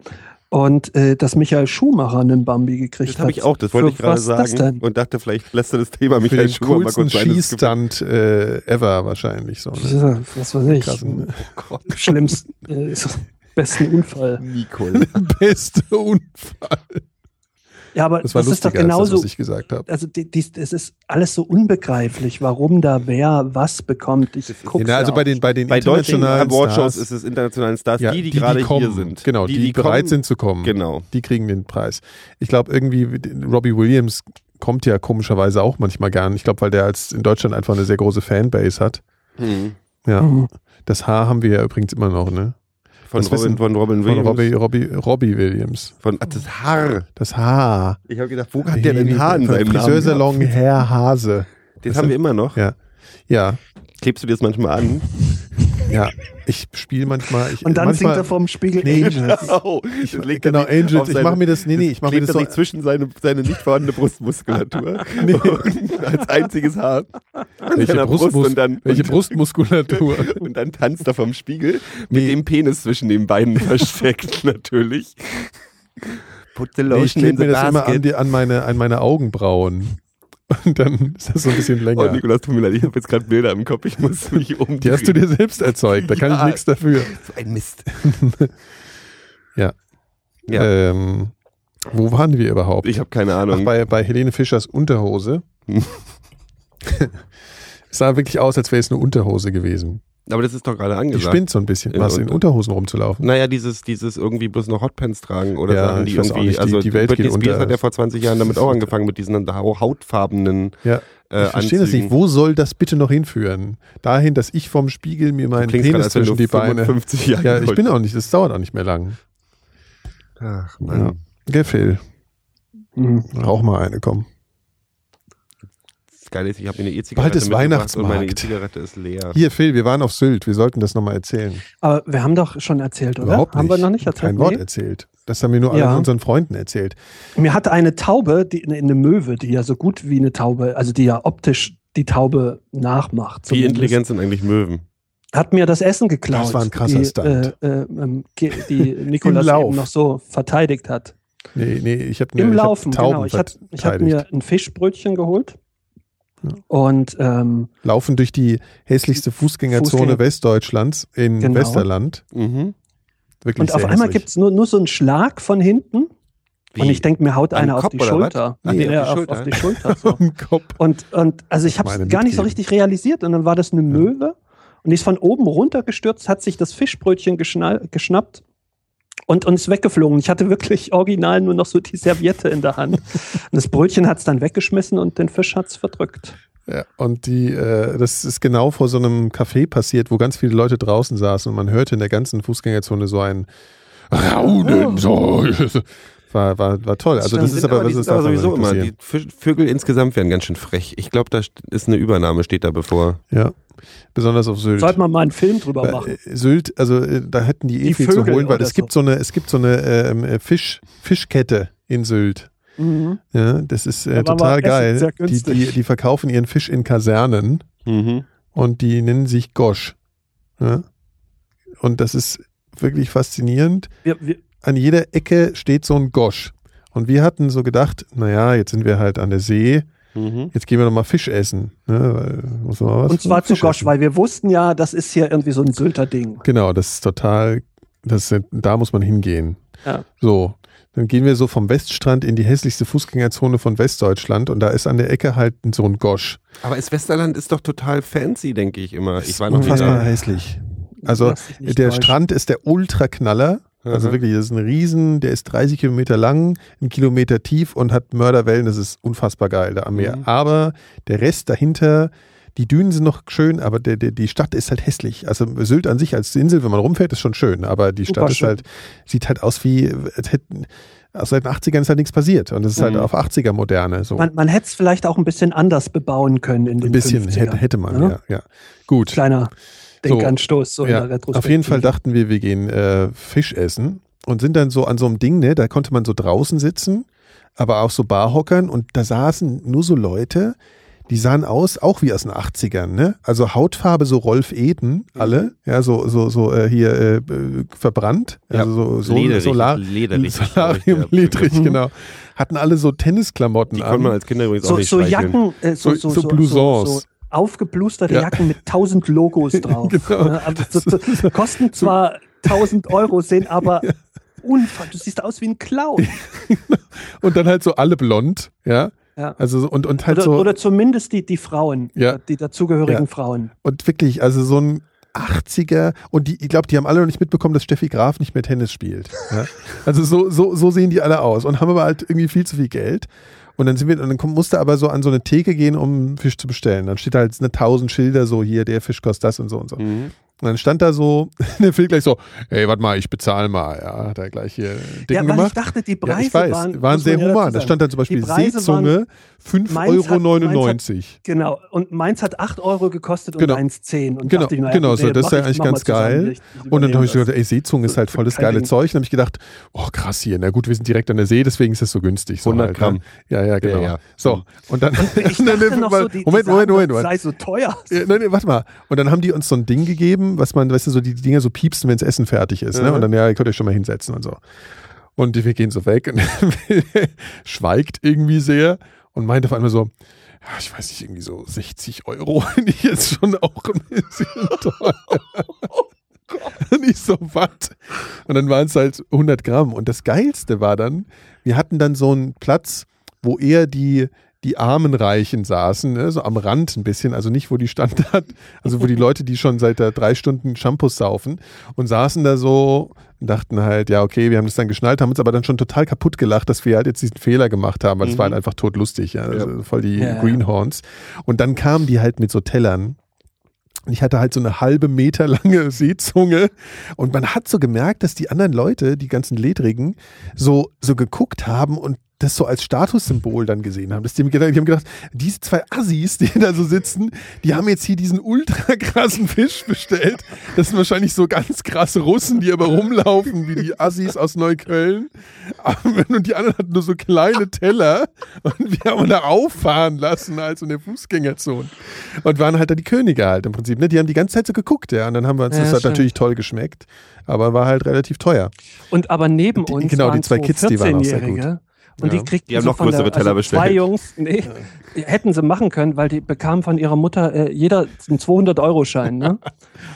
[SPEAKER 1] Und äh, dass Michael Schumacher einen Bambi gekriegt
[SPEAKER 2] Das habe
[SPEAKER 1] hat.
[SPEAKER 2] ich auch, das wollte
[SPEAKER 1] Für
[SPEAKER 2] ich gerade
[SPEAKER 1] was das
[SPEAKER 2] sagen
[SPEAKER 1] denn?
[SPEAKER 2] und dachte, vielleicht lässt du das Thema
[SPEAKER 3] Für
[SPEAKER 2] Michael
[SPEAKER 3] den
[SPEAKER 2] Schumacher mal
[SPEAKER 3] coolsten
[SPEAKER 2] kurz sein. Das gibt-
[SPEAKER 3] Schießstand äh, ever wahrscheinlich. So, ne?
[SPEAKER 1] Ja, Was weiß ich. Oh
[SPEAKER 3] Krassen-
[SPEAKER 1] Schlimmsten, äh, so, besten Unfall.
[SPEAKER 2] Nicole.
[SPEAKER 3] beste Unfall.
[SPEAKER 1] Ja, aber
[SPEAKER 3] Das war
[SPEAKER 1] ist
[SPEAKER 3] lustiger
[SPEAKER 1] doch
[SPEAKER 3] als das,
[SPEAKER 1] genauso.
[SPEAKER 3] was ich gesagt habe.
[SPEAKER 1] also die, die, es ist alles so unbegreiflich, warum da wer was bekommt. Ich gucke
[SPEAKER 3] Ja, also bei den, bei den
[SPEAKER 2] Bei deutschen
[SPEAKER 3] internationalen
[SPEAKER 2] Awardshows
[SPEAKER 3] Stars,
[SPEAKER 2] ist es internationalen Stars,
[SPEAKER 3] ja,
[SPEAKER 2] die, die, gerade hier
[SPEAKER 3] kommen,
[SPEAKER 2] sind.
[SPEAKER 3] Genau, die, die, bereit sind zu kommen.
[SPEAKER 2] Genau.
[SPEAKER 3] Die kriegen den Preis. Ich glaube, irgendwie Robbie Williams kommt ja komischerweise auch manchmal gern. Ich glaube, weil der als in Deutschland einfach eine sehr große Fanbase hat.
[SPEAKER 2] Hm.
[SPEAKER 3] Ja.
[SPEAKER 1] Mhm.
[SPEAKER 3] Das Haar haben wir ja übrigens immer noch, ne?
[SPEAKER 2] Von,
[SPEAKER 3] Das
[SPEAKER 2] Robin,
[SPEAKER 3] wissen-
[SPEAKER 2] von Robin
[SPEAKER 3] Von
[SPEAKER 2] Williams.
[SPEAKER 3] Robbie, Robbie, Robbie Williams.
[SPEAKER 2] Von, ach, das Haar.
[SPEAKER 3] Das Haar.
[SPEAKER 2] Ich habe gedacht, wo hat der denn Haar in
[SPEAKER 3] Von
[SPEAKER 2] seinem Namen?
[SPEAKER 3] Friseursalon Herr Hase.
[SPEAKER 2] Den haben wir immer noch.
[SPEAKER 3] Ja. Ja.
[SPEAKER 2] Klebst du dir das manchmal an?
[SPEAKER 3] Ja, ich spiele manchmal. Ich,
[SPEAKER 1] Und dann singt
[SPEAKER 3] manchmal,
[SPEAKER 1] er vorm Spiegel.
[SPEAKER 3] Nee,
[SPEAKER 2] Oh, ich,
[SPEAKER 3] genau, Angels. Ich mache mir das. Nee, nee, ich mache mir das so.
[SPEAKER 2] sich zwischen seine, seine nicht vorhandene Brustmuskulatur und als einziges Haar an seiner
[SPEAKER 3] Brustmus-
[SPEAKER 2] und dann,
[SPEAKER 3] welche
[SPEAKER 2] und,
[SPEAKER 3] Brustmuskulatur?
[SPEAKER 2] und dann tanzt er vom Spiegel
[SPEAKER 3] Nee.
[SPEAKER 2] mit dem Penis zwischen den Beinen versteckt natürlich. Put the
[SPEAKER 3] Nee, ich
[SPEAKER 2] lotion in
[SPEAKER 3] klebe
[SPEAKER 2] the
[SPEAKER 3] mir das immer an,
[SPEAKER 2] basket.
[SPEAKER 3] die, an, meine, an meine Augenbrauen. Und dann ist das so ein bisschen
[SPEAKER 2] Oh,
[SPEAKER 3] länger.
[SPEAKER 2] Nikolas, tut mir leid, ich habe jetzt gerade Bilder im Kopf, ich muss mich umdrehen.
[SPEAKER 3] Die hast du dir selbst erzeugt. Da kann
[SPEAKER 2] Ja.
[SPEAKER 3] ich nichts dafür.
[SPEAKER 2] So ein Mist.
[SPEAKER 3] Ja.
[SPEAKER 2] Ja.
[SPEAKER 3] Ähm, Wo waren wir überhaupt?
[SPEAKER 2] Ich habe keine
[SPEAKER 3] Ach,
[SPEAKER 2] Ahnung.
[SPEAKER 3] bei, bei Helene Fischers Unterhose. es sah wirklich aus, als wäre es eine Unterhose gewesen.
[SPEAKER 2] Aber das ist doch gerade
[SPEAKER 3] Die
[SPEAKER 2] angesagt.
[SPEAKER 3] spinnt so ein bisschen.
[SPEAKER 2] Ja,
[SPEAKER 3] Was, in
[SPEAKER 2] und-
[SPEAKER 3] Unterhosen rumzulaufen?
[SPEAKER 2] Naja, dieses, dieses irgendwie bloß noch Hotpants tragen oder
[SPEAKER 3] Ja,
[SPEAKER 2] Sachen, die
[SPEAKER 3] ich weiß auch
[SPEAKER 2] irgendwie,
[SPEAKER 3] nicht, die-
[SPEAKER 2] also
[SPEAKER 3] die Welt
[SPEAKER 2] Britney
[SPEAKER 3] geht
[SPEAKER 2] Spears
[SPEAKER 3] unter.
[SPEAKER 2] hat ja vor 20 Jahren damit auch angefangen mit diesen hau- hautfarbenen
[SPEAKER 3] Ja.
[SPEAKER 2] äh,
[SPEAKER 3] ich verstehe das
[SPEAKER 2] Anzügen.
[SPEAKER 3] nicht. Wo soll das bitte noch hinführen? Dahin, dass ich vom Spiegel mir meinen
[SPEAKER 2] klingst gerade,
[SPEAKER 3] Penis
[SPEAKER 2] als wenn
[SPEAKER 3] zwischen
[SPEAKER 2] du
[SPEAKER 3] die Beine.
[SPEAKER 2] 55 Jahre
[SPEAKER 3] ja, ich
[SPEAKER 2] alt
[SPEAKER 3] bin auch nicht. Das dauert auch nicht mehr lang.
[SPEAKER 2] Ach
[SPEAKER 3] Ja. Gell, Phil?
[SPEAKER 1] Mhm.
[SPEAKER 3] Rauch mal eine, komm.
[SPEAKER 2] Das Geile ist, ich habe mir eine E-Zigarette
[SPEAKER 3] Bald ist
[SPEAKER 2] mitgebracht
[SPEAKER 3] Weihnachtsmarkt.
[SPEAKER 2] und meine E-Zigarette ist leer.
[SPEAKER 3] Hier, Phil, wir waren auf Sylt. Wir sollten das nochmal erzählen.
[SPEAKER 1] Aber wir haben doch schon erzählt, oder?
[SPEAKER 3] Überhaupt nicht.
[SPEAKER 1] Haben wir noch nicht erzählt?
[SPEAKER 3] Kein Wort erzählt. Das haben wir nur
[SPEAKER 1] Ja.
[SPEAKER 3] allen unseren Freunden erzählt.
[SPEAKER 1] Mir hatte eine Taube, die, eine- eine Möwe, die ja so gut wie eine Taube, also die ja optisch die Taube nachmacht.
[SPEAKER 2] Wie
[SPEAKER 1] zumindest,
[SPEAKER 2] intelligent sind eigentlich Möwen?
[SPEAKER 1] Hat mir das Essen geklaut.
[SPEAKER 3] Das war ein krasser
[SPEAKER 1] die,
[SPEAKER 3] Stunt.
[SPEAKER 1] Äh, äh, ähm, ge- die Nikolas
[SPEAKER 3] Lauf.
[SPEAKER 1] eben noch so verteidigt hat.
[SPEAKER 3] Nee, nee, ich habe
[SPEAKER 1] Im
[SPEAKER 3] ich hab
[SPEAKER 1] Laufen,
[SPEAKER 3] Tauben
[SPEAKER 1] genau. Ich habe ich hab
[SPEAKER 3] verteidigt.
[SPEAKER 1] mir ein Fischbrötchen geholt und ähm,
[SPEAKER 3] Laufen durch die hässlichste Fußgängerzone
[SPEAKER 1] Fußgänger-
[SPEAKER 3] Westdeutschlands in
[SPEAKER 1] Genau.
[SPEAKER 3] Westerland.
[SPEAKER 2] Mhm.
[SPEAKER 3] Wirklich
[SPEAKER 1] Und auf
[SPEAKER 3] sehr
[SPEAKER 1] einmal
[SPEAKER 3] hässlich.
[SPEAKER 1] gibt's nur, nur so einen Schlag von hinten. Und
[SPEAKER 2] Wie?
[SPEAKER 1] ich denke, mir haut
[SPEAKER 2] An den
[SPEAKER 1] einer auf
[SPEAKER 2] Kopf
[SPEAKER 1] die
[SPEAKER 2] oder was?
[SPEAKER 1] Schulter.
[SPEAKER 2] Ach nee, auf die Schulter.
[SPEAKER 1] auf, auf die Schulter. So.
[SPEAKER 3] Im Kopf.
[SPEAKER 1] und, und also ich habe
[SPEAKER 3] Meine
[SPEAKER 1] es gar nicht so
[SPEAKER 3] mitgeben.
[SPEAKER 1] richtig realisiert. Und dann war das eine Möwe. Und die ist von oben runtergestürzt, hat sich das Fischbrötchen geschnall, geschnappt und, und ist weggeflogen. Ich hatte wirklich original nur noch so die Serviette in der Hand. und das Brötchen hat's dann weggeschmissen und den Fisch hat's verdrückt.
[SPEAKER 3] Ja, und die, äh, das ist genau vor so einem Café passiert, wo ganz viele Leute draußen saßen und man hörte in der ganzen Fußgängerzone so ein Raunen. So. War, war, war toll. Also das
[SPEAKER 2] Stimmt,
[SPEAKER 3] ist
[SPEAKER 2] Oh. sind
[SPEAKER 3] aber,
[SPEAKER 2] die
[SPEAKER 3] das ist
[SPEAKER 2] sind aber
[SPEAKER 3] darf aber
[SPEAKER 2] sowieso
[SPEAKER 3] nicht
[SPEAKER 2] immer. Die
[SPEAKER 3] passieren.
[SPEAKER 2] Fisch- Vögel insgesamt werden ganz schön frech. Ich glaube, da st- ist eine Übernahme, steht da bevor.
[SPEAKER 3] Ja, besonders auf Sylt.
[SPEAKER 1] Sollte man mal einen Film drüber machen.
[SPEAKER 3] Äh, Sylt, also äh, da hätten die eh
[SPEAKER 1] Die
[SPEAKER 3] viel zu
[SPEAKER 1] Vögel
[SPEAKER 3] holen, weil
[SPEAKER 1] oder
[SPEAKER 3] es gibt so eine, es gibt so eine ähm, äh, Fisch, Fischkette in Sylt.
[SPEAKER 1] Mhm.
[SPEAKER 3] Ja, das ist äh,
[SPEAKER 1] Aber
[SPEAKER 3] total
[SPEAKER 1] war Essen
[SPEAKER 3] geil.
[SPEAKER 1] sehr
[SPEAKER 3] Die,
[SPEAKER 1] günstig.
[SPEAKER 3] die, die verkaufen ihren Fisch in Kasernen
[SPEAKER 2] Mhm.
[SPEAKER 3] und die nennen sich Gosch. Ja? Und das ist wirklich faszinierend.
[SPEAKER 1] Wir, wir,
[SPEAKER 3] An jeder Ecke steht so ein Gosch. Und wir hatten so gedacht, naja, jetzt sind wir halt an der See,
[SPEAKER 2] Mhm.
[SPEAKER 3] jetzt gehen wir nochmal Fisch essen. Ne? Weil, muss man was
[SPEAKER 1] Und zwar zu
[SPEAKER 3] Fisch
[SPEAKER 1] Gosch,
[SPEAKER 3] essen.
[SPEAKER 1] weil wir wussten ja, das ist hier irgendwie so ein Sylter Ding.
[SPEAKER 3] Genau, das ist total, das ist, da muss man hingehen.
[SPEAKER 1] Ja.
[SPEAKER 3] So, dann gehen wir so vom Weststrand in die hässlichste Fußgängerzone von Westdeutschland und da ist an der Ecke halt so ein Gosch.
[SPEAKER 2] Aber das Westerland ist doch total fancy, denke ich immer. Ich war noch nie
[SPEAKER 3] unfassbar
[SPEAKER 2] da.
[SPEAKER 3] hässlich. Also
[SPEAKER 1] Lass dich nicht
[SPEAKER 3] der
[SPEAKER 1] täuschen.
[SPEAKER 3] Strand ist der Ultraknaller. Also
[SPEAKER 2] Mhm.
[SPEAKER 3] wirklich, das ist ein Riesen, der ist 30 Kilometer lang, ein Kilometer tief und hat Mörderwellen. Das ist unfassbar geil da am Meer.
[SPEAKER 2] Mhm.
[SPEAKER 3] Aber der Rest dahinter, die Dünen sind noch schön, aber der, der, die Stadt ist halt hässlich. Also Sylt an sich als Insel, wenn man rumfährt, ist schon schön, aber die
[SPEAKER 1] Super
[SPEAKER 3] Stadt ist
[SPEAKER 1] schön.
[SPEAKER 3] halt, sieht halt aus wie, als hätten, also seit den 80ern ist halt nichts passiert. Und das ist halt
[SPEAKER 2] Mhm.
[SPEAKER 3] auf 80er Moderne so.
[SPEAKER 1] Man, man hätte es vielleicht auch ein bisschen anders bebauen können in den ne?
[SPEAKER 3] ein bisschen
[SPEAKER 1] 50ern.
[SPEAKER 3] hätte, hätte man,
[SPEAKER 1] Ja?
[SPEAKER 3] ja. ja. Gut.
[SPEAKER 1] Kleiner Denkanstoß so, in der Retrospektive.
[SPEAKER 3] Auf jeden Fall dachten wir, wir gehen äh, Fisch essen und sind dann so an so einem Ding, ne, da konnte man so draußen sitzen, aber auch so Barhockern und da saßen nur so Leute, die sahen aus, auch wie aus den 80ern, ne? Also Hautfarbe so Rolf Eden,
[SPEAKER 2] Mhm.
[SPEAKER 3] alle, ja, so, so, so äh, hier äh, äh, verbrannt,
[SPEAKER 2] Ja,
[SPEAKER 3] also so, so
[SPEAKER 2] lederig,
[SPEAKER 3] Solar
[SPEAKER 2] lederig,
[SPEAKER 3] Solarium
[SPEAKER 2] glaub ich, ja. Mhm.
[SPEAKER 3] ledrig, genau. Hatten alle so Tennisklamotten
[SPEAKER 2] Die
[SPEAKER 3] an.
[SPEAKER 2] konnte man als Kinder übrigens auch
[SPEAKER 1] so,
[SPEAKER 2] nicht
[SPEAKER 1] so
[SPEAKER 2] streicheln.
[SPEAKER 1] Jacken, äh, so,
[SPEAKER 3] So-
[SPEAKER 1] so,
[SPEAKER 3] so
[SPEAKER 1] so, so,
[SPEAKER 3] Blousons.
[SPEAKER 1] so aufgeblusterte
[SPEAKER 3] Ja.
[SPEAKER 1] Jacken mit tausend Logos drauf.
[SPEAKER 3] Genau.
[SPEAKER 1] Ja, also, so, so, kosten zwar tausend Euro, sehen aber unfassbar. Du siehst aus wie ein Clown.
[SPEAKER 3] und dann halt so alle blond, ja.
[SPEAKER 1] Ja.
[SPEAKER 3] Also so- und, und halt
[SPEAKER 1] Oder,
[SPEAKER 3] so.
[SPEAKER 1] oder zumindest die, die Frauen, äh,
[SPEAKER 3] Ja.
[SPEAKER 1] die dazugehörigen
[SPEAKER 3] Ja.
[SPEAKER 1] Frauen.
[SPEAKER 3] Und wirklich, also so ein 80er und die, ich glaube, die haben alle noch nicht mitbekommen, dass Steffi Graf nicht mehr Tennis spielt. Ja? Also so, so, so sehen die alle aus und haben aber halt irgendwie viel zu viel Geld. Und dann sind wir, und dann komm- musste aber so an so eine Theke gehen, um Fisch zu bestellen. Dann steht halt eine tausend Schilder so hier, der Fisch kostet das und so und so.
[SPEAKER 2] Mhm.
[SPEAKER 3] Und dann stand da so, der Phil gleich so, ey, warte mal, ich bezahle mal. Ja, hat er gleich hier Ding
[SPEAKER 1] ja, weil
[SPEAKER 3] gemacht.
[SPEAKER 1] ich dachte, die
[SPEAKER 3] Ja,
[SPEAKER 1] Preise
[SPEAKER 3] ich weiß,
[SPEAKER 1] waren,
[SPEAKER 3] waren,
[SPEAKER 1] muss
[SPEAKER 3] sehr
[SPEAKER 1] man ja dazu
[SPEAKER 3] human. Da
[SPEAKER 1] sagen.
[SPEAKER 3] stand dann zum Beispiel
[SPEAKER 1] Die Preise waren-
[SPEAKER 3] Seezunge
[SPEAKER 1] Meins hat-
[SPEAKER 3] 5,99
[SPEAKER 1] meins
[SPEAKER 3] Euro.
[SPEAKER 1] Genau, und meins hat 8 Euro gekostet und
[SPEAKER 3] Genau.
[SPEAKER 1] eins 10. Und
[SPEAKER 3] Genau,
[SPEAKER 1] dachte ich, naja,
[SPEAKER 3] genau
[SPEAKER 1] gut,
[SPEAKER 3] so,
[SPEAKER 1] nee,
[SPEAKER 3] das ist ja
[SPEAKER 1] mach ich,
[SPEAKER 3] eigentlich
[SPEAKER 1] mach mal
[SPEAKER 3] ganz
[SPEAKER 1] zusammen,
[SPEAKER 3] geil.
[SPEAKER 1] ich- ich
[SPEAKER 3] Und dann habe ich so
[SPEAKER 1] übernehme
[SPEAKER 3] gedacht, ey, Seezunge ist halt voll das
[SPEAKER 1] Kein
[SPEAKER 3] geile
[SPEAKER 1] Ding.
[SPEAKER 3] Zeug. Dann habe ich gedacht, oh krass hier, na gut, wir sind direkt an der See, deswegen ist das so günstig. So
[SPEAKER 2] 100
[SPEAKER 3] halt,
[SPEAKER 2] Gramm.
[SPEAKER 3] ne? Ja, ja, genau.
[SPEAKER 2] Ja, ja. Hm.
[SPEAKER 3] So, und dann...
[SPEAKER 1] das. Ich dachte noch so, die, die
[SPEAKER 3] Moment, Moment,
[SPEAKER 1] sagen,
[SPEAKER 3] Moment,
[SPEAKER 1] das
[SPEAKER 3] Moment.
[SPEAKER 1] sei so teuer.
[SPEAKER 3] Ja, nein, nein, warte mal. Und dann haben die uns so ein Ding gegeben, was man, weißt du, so die Dinger so piepsen, wenns Essen fertig ist. Ne?
[SPEAKER 2] Mhm.
[SPEAKER 3] Und dann, ja, ihr könnt euch schon mal hinsetzen und so. Und wir gehen so weg und schweigt irgendwie sehr und meint auf einmal so, ja, ich weiß nicht, irgendwie so 60 Euro finde ich jetzt schon auch ein bisschen teuer. Und ich so, was? Und dann waren es halt 100 Gramm. Und das Geilste war dann, wir hatten dann so einen Platz, wo eher die, die armen Reichen saßen, ne? so am Rand ein bisschen, also nicht, wo die Standard, also wo die Leute, die schon seit da drei Stunden Shampoos saufen und saßen da so und dachten halt, ja, okay, wir haben das dann geschnallt, haben uns aber dann schon total kaputt gelacht, dass wir halt jetzt diesen Fehler gemacht haben, weil es war halt einfach totlustig, ja? also voll die
[SPEAKER 1] Mhm. Ja, ja.
[SPEAKER 3] Greenhorns. Und dann kamen die halt mit so Tellern und ich hatte halt so eine halbe Meter lange Seezunge. Und man hat so gemerkt, dass die anderen Leute, die ganzen Ledrigen, so, so geguckt haben und das so als Statussymbol dann gesehen haben. Dass die, mir gedacht- die haben gedacht, diese zwei Assis, die da so sitzen, die haben jetzt hier diesen ultra krassen Fisch bestellt. Das sind wahrscheinlich so ganz krasse Russen, die aber rumlaufen, wie die Assis aus Neukölln. Aber- Und die anderen hatten nur so kleine Teller und wir haben da auffahren lassen, also in der Fußgängerzone. Und waren halt da die Könige halt im Prinzip. Ne? Die haben die ganze Zeit so geguckt, ja. Und dann haben wir uns,
[SPEAKER 1] Ja,
[SPEAKER 3] das hat
[SPEAKER 1] stimmt.
[SPEAKER 3] natürlich toll geschmeckt, aber war halt relativ teuer.
[SPEAKER 1] Und aber neben
[SPEAKER 3] Die-
[SPEAKER 1] uns
[SPEAKER 3] genau, die
[SPEAKER 1] waren
[SPEAKER 3] zwei
[SPEAKER 1] so
[SPEAKER 3] Kids, die waren auch sehr
[SPEAKER 1] 14-Jährige. Und
[SPEAKER 3] Ja.
[SPEAKER 1] die kriegten
[SPEAKER 2] Die haben
[SPEAKER 1] so
[SPEAKER 2] noch
[SPEAKER 1] von
[SPEAKER 2] größere
[SPEAKER 1] der, also
[SPEAKER 2] Teller
[SPEAKER 1] Zwei
[SPEAKER 2] bestellt.
[SPEAKER 1] Jungs, nee, hätten sie machen können, weil die bekamen von ihrer Mutter äh, jeder einen 200-Euro-Schein. Ne?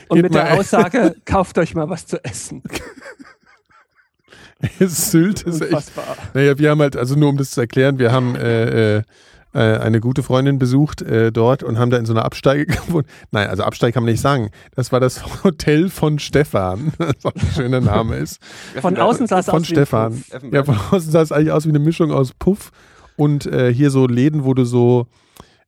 [SPEAKER 1] Und
[SPEAKER 3] Gebt
[SPEAKER 1] mit
[SPEAKER 3] mal
[SPEAKER 1] der
[SPEAKER 3] ein.
[SPEAKER 1] Aussage, kauft euch mal was zu essen.
[SPEAKER 3] Sylt ist echt
[SPEAKER 1] Unfassbar.
[SPEAKER 3] Naja, wir haben halt, also nur um das zu erklären, wir haben äh, äh, äh, eine gute Freundin besucht äh, dort und haben da in so einer Absteige gewohnt. Nein, also Absteige kann man nicht sagen. Das war das Hotel von Stefan, was auch ein schöner Name ist.
[SPEAKER 1] Von außen sah es
[SPEAKER 3] genau. Von
[SPEAKER 1] aus wie ein Puff.
[SPEAKER 3] Stefan.
[SPEAKER 2] Puff.
[SPEAKER 3] Ja, von außen sah es eigentlich aus wie eine Mischung aus Puff und äh, hier so Läden, wo du so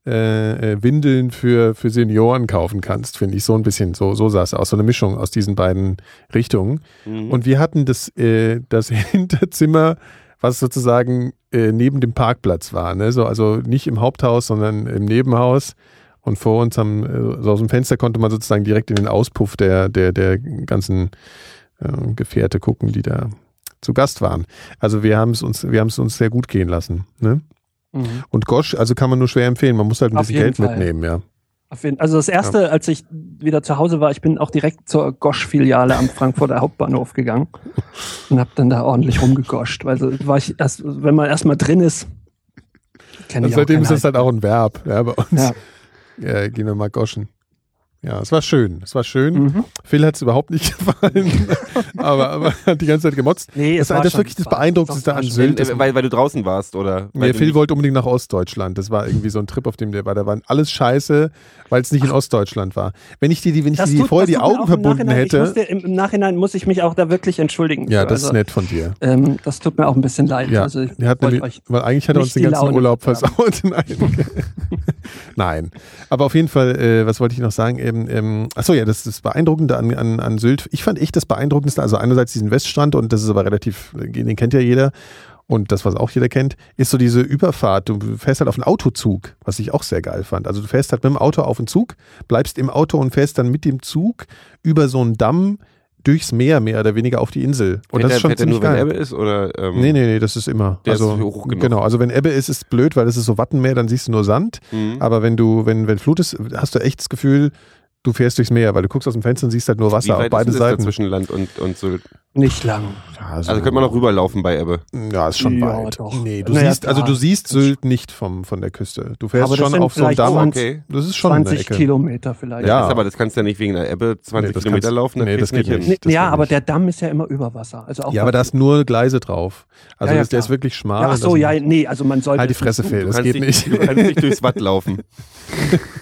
[SPEAKER 3] äh, äh, Windeln für, für Senioren kaufen kannst, finde ich. So ein bisschen, so, so sah es aus. So eine Mischung aus diesen beiden Richtungen.
[SPEAKER 1] Mhm.
[SPEAKER 3] Und wir hatten das, äh, das Hinterzimmer, was sozusagen äh, neben dem Parkplatz war. Ne? So, also nicht im Haupthaus, sondern im Nebenhaus. Und vor uns haben, äh, so aus dem Fenster konnte man sozusagen direkt in den Auspuff der, der, der ganzen äh, Gefährte gucken, die da zu Gast waren. Also wir haben es uns, wir haben es uns sehr gut gehen lassen. Ne?
[SPEAKER 1] Mhm.
[SPEAKER 3] Und Gosch, also kann man nur schwer empfehlen. Man muss halt ein
[SPEAKER 1] Auf
[SPEAKER 3] bisschen
[SPEAKER 1] jeden
[SPEAKER 3] Geld
[SPEAKER 1] Fall.
[SPEAKER 3] mitnehmen, ja.
[SPEAKER 1] Auf jeden, also das erste, als ich wieder zu Hause war, ich bin auch direkt zur Gosch-Filiale am Frankfurter Hauptbahnhof gegangen und habe dann da ordentlich rumgegoscht. Weil so war ich erst, wenn man erstmal drin ist, kenn
[SPEAKER 3] Also
[SPEAKER 1] ich auch
[SPEAKER 3] seitdem
[SPEAKER 1] keinen
[SPEAKER 3] ist das halt auch ein Verb ja, bei uns.
[SPEAKER 1] Ja.
[SPEAKER 3] Ja, gehen wir mal Goschen. Ja, es war schön. Es war schön.
[SPEAKER 1] Mhm.
[SPEAKER 3] Phil hat es überhaupt nicht gefallen, aber, aber hat die ganze Zeit gemotzt.
[SPEAKER 1] Nee,
[SPEAKER 3] das
[SPEAKER 1] es
[SPEAKER 3] war
[SPEAKER 1] war
[SPEAKER 3] das
[SPEAKER 1] schon-
[SPEAKER 3] wirklich das
[SPEAKER 1] war-
[SPEAKER 3] Beeindruckendste
[SPEAKER 1] war
[SPEAKER 3] an
[SPEAKER 1] schon- Äh,
[SPEAKER 3] Sylt. ist-
[SPEAKER 2] weil, weil du draußen warst, oder? Weil
[SPEAKER 3] Nee,
[SPEAKER 2] du
[SPEAKER 3] Phil
[SPEAKER 2] nicht-
[SPEAKER 3] wollte unbedingt nach Ostdeutschland. Das war irgendwie so ein Trip, auf dem der war. Da waren alles scheiße, weil es nicht in Ostdeutschland war. Wenn ich dir die, wenn ich
[SPEAKER 1] Das
[SPEAKER 3] dir die
[SPEAKER 1] tut-
[SPEAKER 3] vorher
[SPEAKER 1] das
[SPEAKER 3] die
[SPEAKER 1] tut mir auch
[SPEAKER 3] Augen
[SPEAKER 1] im
[SPEAKER 3] verbunden
[SPEAKER 1] Nachhinein- Ich
[SPEAKER 3] hätte.
[SPEAKER 1] musste, im, Im Nachhinein muss ich mich auch da wirklich entschuldigen.
[SPEAKER 3] Ja,
[SPEAKER 1] für.
[SPEAKER 3] das ist
[SPEAKER 1] also,
[SPEAKER 3] nett von dir.
[SPEAKER 1] Ähm, das tut mir auch ein bisschen leid.
[SPEAKER 3] Ja,
[SPEAKER 1] also, ich
[SPEAKER 3] der hat
[SPEAKER 1] wollte
[SPEAKER 3] nämlich,
[SPEAKER 1] euch,
[SPEAKER 3] weil eigentlich hat er
[SPEAKER 1] nicht
[SPEAKER 3] uns den
[SPEAKER 1] die
[SPEAKER 3] ganzen
[SPEAKER 1] Laune
[SPEAKER 3] Urlaub
[SPEAKER 1] verderben.
[SPEAKER 3] versaut. Nein. Nein. Aber auf jeden Fall, äh, was wollte ich noch sagen? Ähm, ähm, achso, ja, das, das Beeindruckende an, an, an Sylt. Ich fand echt das Beeindruckendste, also einerseits diesen Weststrand und das ist aber relativ, äh, den kennt ja jeder. Und das, was auch jeder kennt, ist so diese Überfahrt. Du fährst halt auf einen Autozug, was ich auch sehr geil fand. Also du fährst halt mit dem Auto auf den Zug, bleibst im Auto und fährst dann mit dem Zug über so einen Damm durchs Meer mehr oder weniger auf die Insel. Und
[SPEAKER 2] fährt
[SPEAKER 3] das
[SPEAKER 2] er-
[SPEAKER 3] ist schon
[SPEAKER 2] fährt er
[SPEAKER 3] ziemlich
[SPEAKER 2] nur, wenn
[SPEAKER 3] geil.
[SPEAKER 2] Ebbe ist, oder? Ähm,
[SPEAKER 3] Nee, nee, nee, das ist immer.
[SPEAKER 2] Der ist
[SPEAKER 3] also,
[SPEAKER 2] hoch genug.
[SPEAKER 3] Genau, also wenn Ebbe ist, ist blöd, weil das ist so Wattenmeer, dann siehst du nur Sand.
[SPEAKER 2] hm?
[SPEAKER 3] Aber wenn du, wenn, wenn Flut ist, hast du echt das Gefühl, du fährst durchs Meer, weil du guckst aus dem Fenster und siehst halt nur
[SPEAKER 2] Wie
[SPEAKER 3] Wasser auf
[SPEAKER 2] weit
[SPEAKER 3] beide
[SPEAKER 2] ist
[SPEAKER 3] Seiten. Also
[SPEAKER 2] zwischen Land und, und Sylt?
[SPEAKER 1] nicht lang.
[SPEAKER 3] Ja,
[SPEAKER 2] Also könnte man auch rüberlaufen bei Ebbe.
[SPEAKER 3] Ja, ist schon
[SPEAKER 1] Ja,
[SPEAKER 3] weit.
[SPEAKER 1] doch.
[SPEAKER 3] Nee, du
[SPEAKER 1] Naja,
[SPEAKER 3] siehst, also
[SPEAKER 1] klar.
[SPEAKER 3] du siehst Sylt nicht vom, von der Küste. Du fährst
[SPEAKER 1] Aber das
[SPEAKER 3] schon
[SPEAKER 1] sind
[SPEAKER 3] auf so einen
[SPEAKER 1] vielleicht
[SPEAKER 3] Damm.
[SPEAKER 1] 20
[SPEAKER 2] Okay.
[SPEAKER 3] Das ist schon eine
[SPEAKER 1] 20
[SPEAKER 3] Ecke.
[SPEAKER 1] Kilometer vielleicht.
[SPEAKER 3] Ja.
[SPEAKER 2] Das ist aber das kannst du ja nicht wegen der Ebbe 20
[SPEAKER 3] Nee, das
[SPEAKER 2] Kilometer
[SPEAKER 3] kannst-
[SPEAKER 2] laufen, dann
[SPEAKER 3] nee, das
[SPEAKER 2] kriegst du
[SPEAKER 3] geht
[SPEAKER 2] nicht hin.
[SPEAKER 1] Nee,
[SPEAKER 3] Das
[SPEAKER 1] ja,
[SPEAKER 3] geht
[SPEAKER 1] aber
[SPEAKER 3] nicht.
[SPEAKER 1] der Damm ist ja immer über Wasser. Also auch
[SPEAKER 3] Ja, aber da ist nur Gleise drauf. Also
[SPEAKER 1] Ja, ja,
[SPEAKER 3] das, der ist
[SPEAKER 1] klar.
[SPEAKER 3] wirklich schmal.
[SPEAKER 1] ja, ach so,
[SPEAKER 3] Das-
[SPEAKER 1] ja, nee, also man sollte.
[SPEAKER 3] Halt die Fresse, Phil,
[SPEAKER 2] Du
[SPEAKER 3] das
[SPEAKER 2] kannst
[SPEAKER 3] geht nicht.
[SPEAKER 2] Du kannst nicht durchs Watt laufen.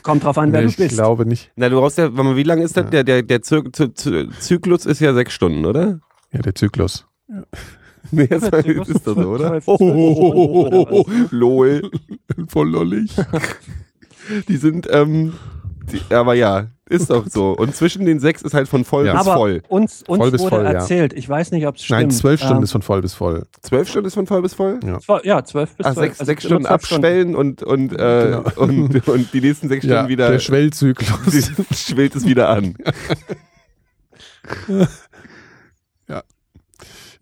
[SPEAKER 1] Kommt drauf an, wer
[SPEAKER 3] Nee,
[SPEAKER 1] du
[SPEAKER 3] ich
[SPEAKER 1] bist.
[SPEAKER 3] glaube nicht.
[SPEAKER 2] Na, du brauchst ja, warte mal, wie lang ist das? Der, der, der Zyr- Zy- Zy- Zyklus ist ja sechs Stunden, oder?
[SPEAKER 3] Ja, der Zyklus.
[SPEAKER 2] Nee, das ist das so, oder? Oh,
[SPEAKER 1] Zwölf- zwölf- oder was?
[SPEAKER 2] Lol.
[SPEAKER 3] Voll lollig.
[SPEAKER 2] Die sind, ähm, die, aber ja, ist doch so. Und zwischen den sechs ist halt von voll
[SPEAKER 3] Ja.
[SPEAKER 2] bis
[SPEAKER 1] Aber
[SPEAKER 2] voll.
[SPEAKER 1] uns, uns
[SPEAKER 3] Voll bis
[SPEAKER 1] wurde
[SPEAKER 3] voll, ja.
[SPEAKER 1] erzählt, ich weiß nicht, ob es stimmt.
[SPEAKER 3] Nein, zwölf Stunden
[SPEAKER 1] Ähm,
[SPEAKER 3] ist von voll bis voll.
[SPEAKER 2] Zwölf Stunden ist von voll bis voll?
[SPEAKER 1] zwölf- Ja, zwölf bis
[SPEAKER 3] Ah,
[SPEAKER 2] Ach,
[SPEAKER 1] zwölf.
[SPEAKER 2] sechs,
[SPEAKER 1] Also
[SPEAKER 2] sechs
[SPEAKER 1] immer
[SPEAKER 2] Stunden
[SPEAKER 1] zwölf
[SPEAKER 2] abschwellen und, und, äh,
[SPEAKER 3] Genau.
[SPEAKER 2] und, und die nächsten sechs Stunden wieder
[SPEAKER 3] der Schwellzyklus.
[SPEAKER 2] schwillt es wieder an.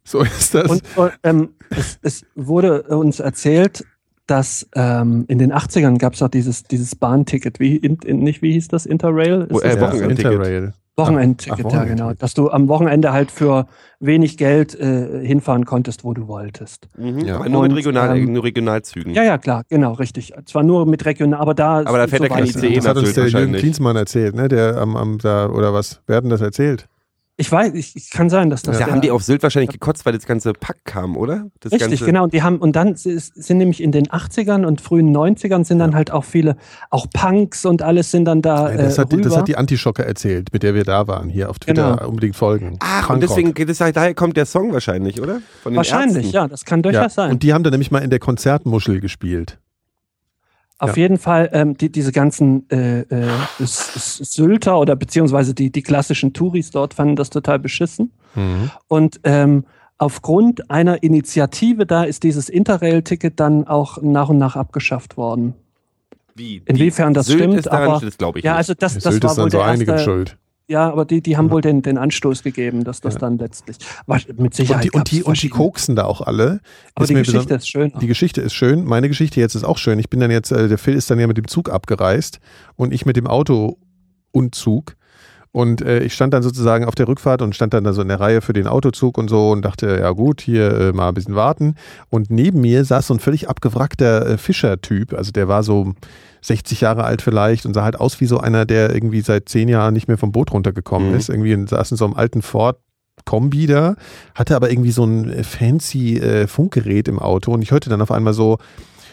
[SPEAKER 3] so ist das.
[SPEAKER 1] Und äh, ähm, es, es wurde uns erzählt, dass ähm, in den 80ern gab es auch dieses, dieses Bahnticket, wie, in, in, nicht, wie hieß das, Interrail? Ist
[SPEAKER 2] Oh,
[SPEAKER 1] das
[SPEAKER 2] äh, Wochenendticket.
[SPEAKER 3] Interrail.
[SPEAKER 1] Wochenendticket,
[SPEAKER 3] Ach,
[SPEAKER 1] ja
[SPEAKER 3] Wochenendticket.
[SPEAKER 1] genau. Dass du am Wochenende halt für wenig Geld äh, hinfahren konntest, wo du wolltest.
[SPEAKER 2] Mhm.
[SPEAKER 3] Ja.
[SPEAKER 2] Aber nur mit
[SPEAKER 1] Und,
[SPEAKER 2] Regional,
[SPEAKER 1] ähm,
[SPEAKER 2] nur Regionalzügen.
[SPEAKER 1] Ja, ja, klar, genau, richtig. Zwar nur mit regional, aber da...
[SPEAKER 2] Aber da fährt ja kein
[SPEAKER 1] weiß ich
[SPEAKER 2] ICE
[SPEAKER 1] nicht.
[SPEAKER 3] Das hat uns
[SPEAKER 2] E natürlich
[SPEAKER 3] der Jürgen
[SPEAKER 2] wahrscheinlich.
[SPEAKER 3] Klinsmann erzählt, ne? Der am, am da, oder was? Wer hat denn das erzählt?
[SPEAKER 1] Ich weiß, ich, ich kann sein, dass das.
[SPEAKER 2] Da
[SPEAKER 1] der-
[SPEAKER 2] haben die auf Sylt wahrscheinlich gekotzt, weil das ganze Pack kam, oder? Das
[SPEAKER 1] Richtig,
[SPEAKER 2] ganze,
[SPEAKER 1] genau. Und die haben, und dann s- s- sind nämlich in den 80ern und frühen 90ern sind dann halt auch viele, auch Punks und alles sind dann da.
[SPEAKER 3] Nein, das,
[SPEAKER 1] äh,
[SPEAKER 3] hat die, das
[SPEAKER 1] rüber.
[SPEAKER 3] hat die Antischocker erzählt, mit der wir da waren, hier auf Twitter.
[SPEAKER 1] Genau.
[SPEAKER 3] Unbedingt folgen.
[SPEAKER 2] Ach,
[SPEAKER 3] Punkrock.
[SPEAKER 2] und deswegen, das, daher kommt der Song wahrscheinlich, oder? Von den
[SPEAKER 1] Wahrscheinlich,
[SPEAKER 2] Ärzten.
[SPEAKER 1] ja, das kann durchaus
[SPEAKER 3] Ja.
[SPEAKER 1] sein.
[SPEAKER 3] Und die haben da nämlich mal in der Konzertmuschel gespielt.
[SPEAKER 1] Auf
[SPEAKER 3] ja.
[SPEAKER 1] jeden Fall, ähm, die, diese ganzen äh, äh, S- S- Sylter oder beziehungsweise die, die klassischen Touris dort fanden das total beschissen.
[SPEAKER 3] Mhm.
[SPEAKER 1] Und ähm, aufgrund einer Initiative da ist dieses Interrail-Ticket dann auch nach und nach abgeschafft worden.
[SPEAKER 2] Wie?
[SPEAKER 1] Inwiefern das
[SPEAKER 2] Sylt
[SPEAKER 1] stimmt,
[SPEAKER 2] ist daran,
[SPEAKER 1] aber-
[SPEAKER 2] das glaube ich
[SPEAKER 1] ja,
[SPEAKER 2] nicht.
[SPEAKER 1] also das,
[SPEAKER 3] Das
[SPEAKER 1] das
[SPEAKER 3] Sylt
[SPEAKER 1] war
[SPEAKER 3] ist
[SPEAKER 1] wohl
[SPEAKER 3] dann so
[SPEAKER 1] der
[SPEAKER 3] einigem
[SPEAKER 1] erste,
[SPEAKER 3] schuld. Mhm.
[SPEAKER 1] Ja, aber die, die haben wohl den, den Anstoß gegeben, dass das dann letztlich. War, mit
[SPEAKER 3] Und
[SPEAKER 1] Sicherheit.
[SPEAKER 3] die, und, die,
[SPEAKER 1] gab's
[SPEAKER 3] und die
[SPEAKER 1] verschiedene-
[SPEAKER 3] koksen da auch alle.
[SPEAKER 1] Aber
[SPEAKER 3] Ist
[SPEAKER 1] die
[SPEAKER 3] mir
[SPEAKER 1] Geschichte
[SPEAKER 3] beson-
[SPEAKER 1] ist schön.
[SPEAKER 3] Die Geschichte ist schön. Meine Geschichte jetzt ist auch schön. Ich bin dann jetzt, äh, der Phil ist dann ja mit dem Zug abgereist und ich mit dem Auto und Zug. Und äh, ich stand dann sozusagen auf der Rückfahrt und stand dann da so in der Reihe für den Autozug und so und dachte, ja gut, hier äh, mal ein bisschen warten. Und neben mir saß so ein völlig abgewrackter äh, Fischertyp. Also der war so 60 Jahre alt vielleicht und sah halt aus wie so einer, der irgendwie seit zehn Jahren nicht mehr vom Boot runtergekommen
[SPEAKER 2] Mhm.
[SPEAKER 3] ist. Irgendwie und saß in so einem alten Ford Kombi da, hatte aber irgendwie so ein äh, fancy äh, Funkgerät im Auto und ich hörte dann auf einmal so,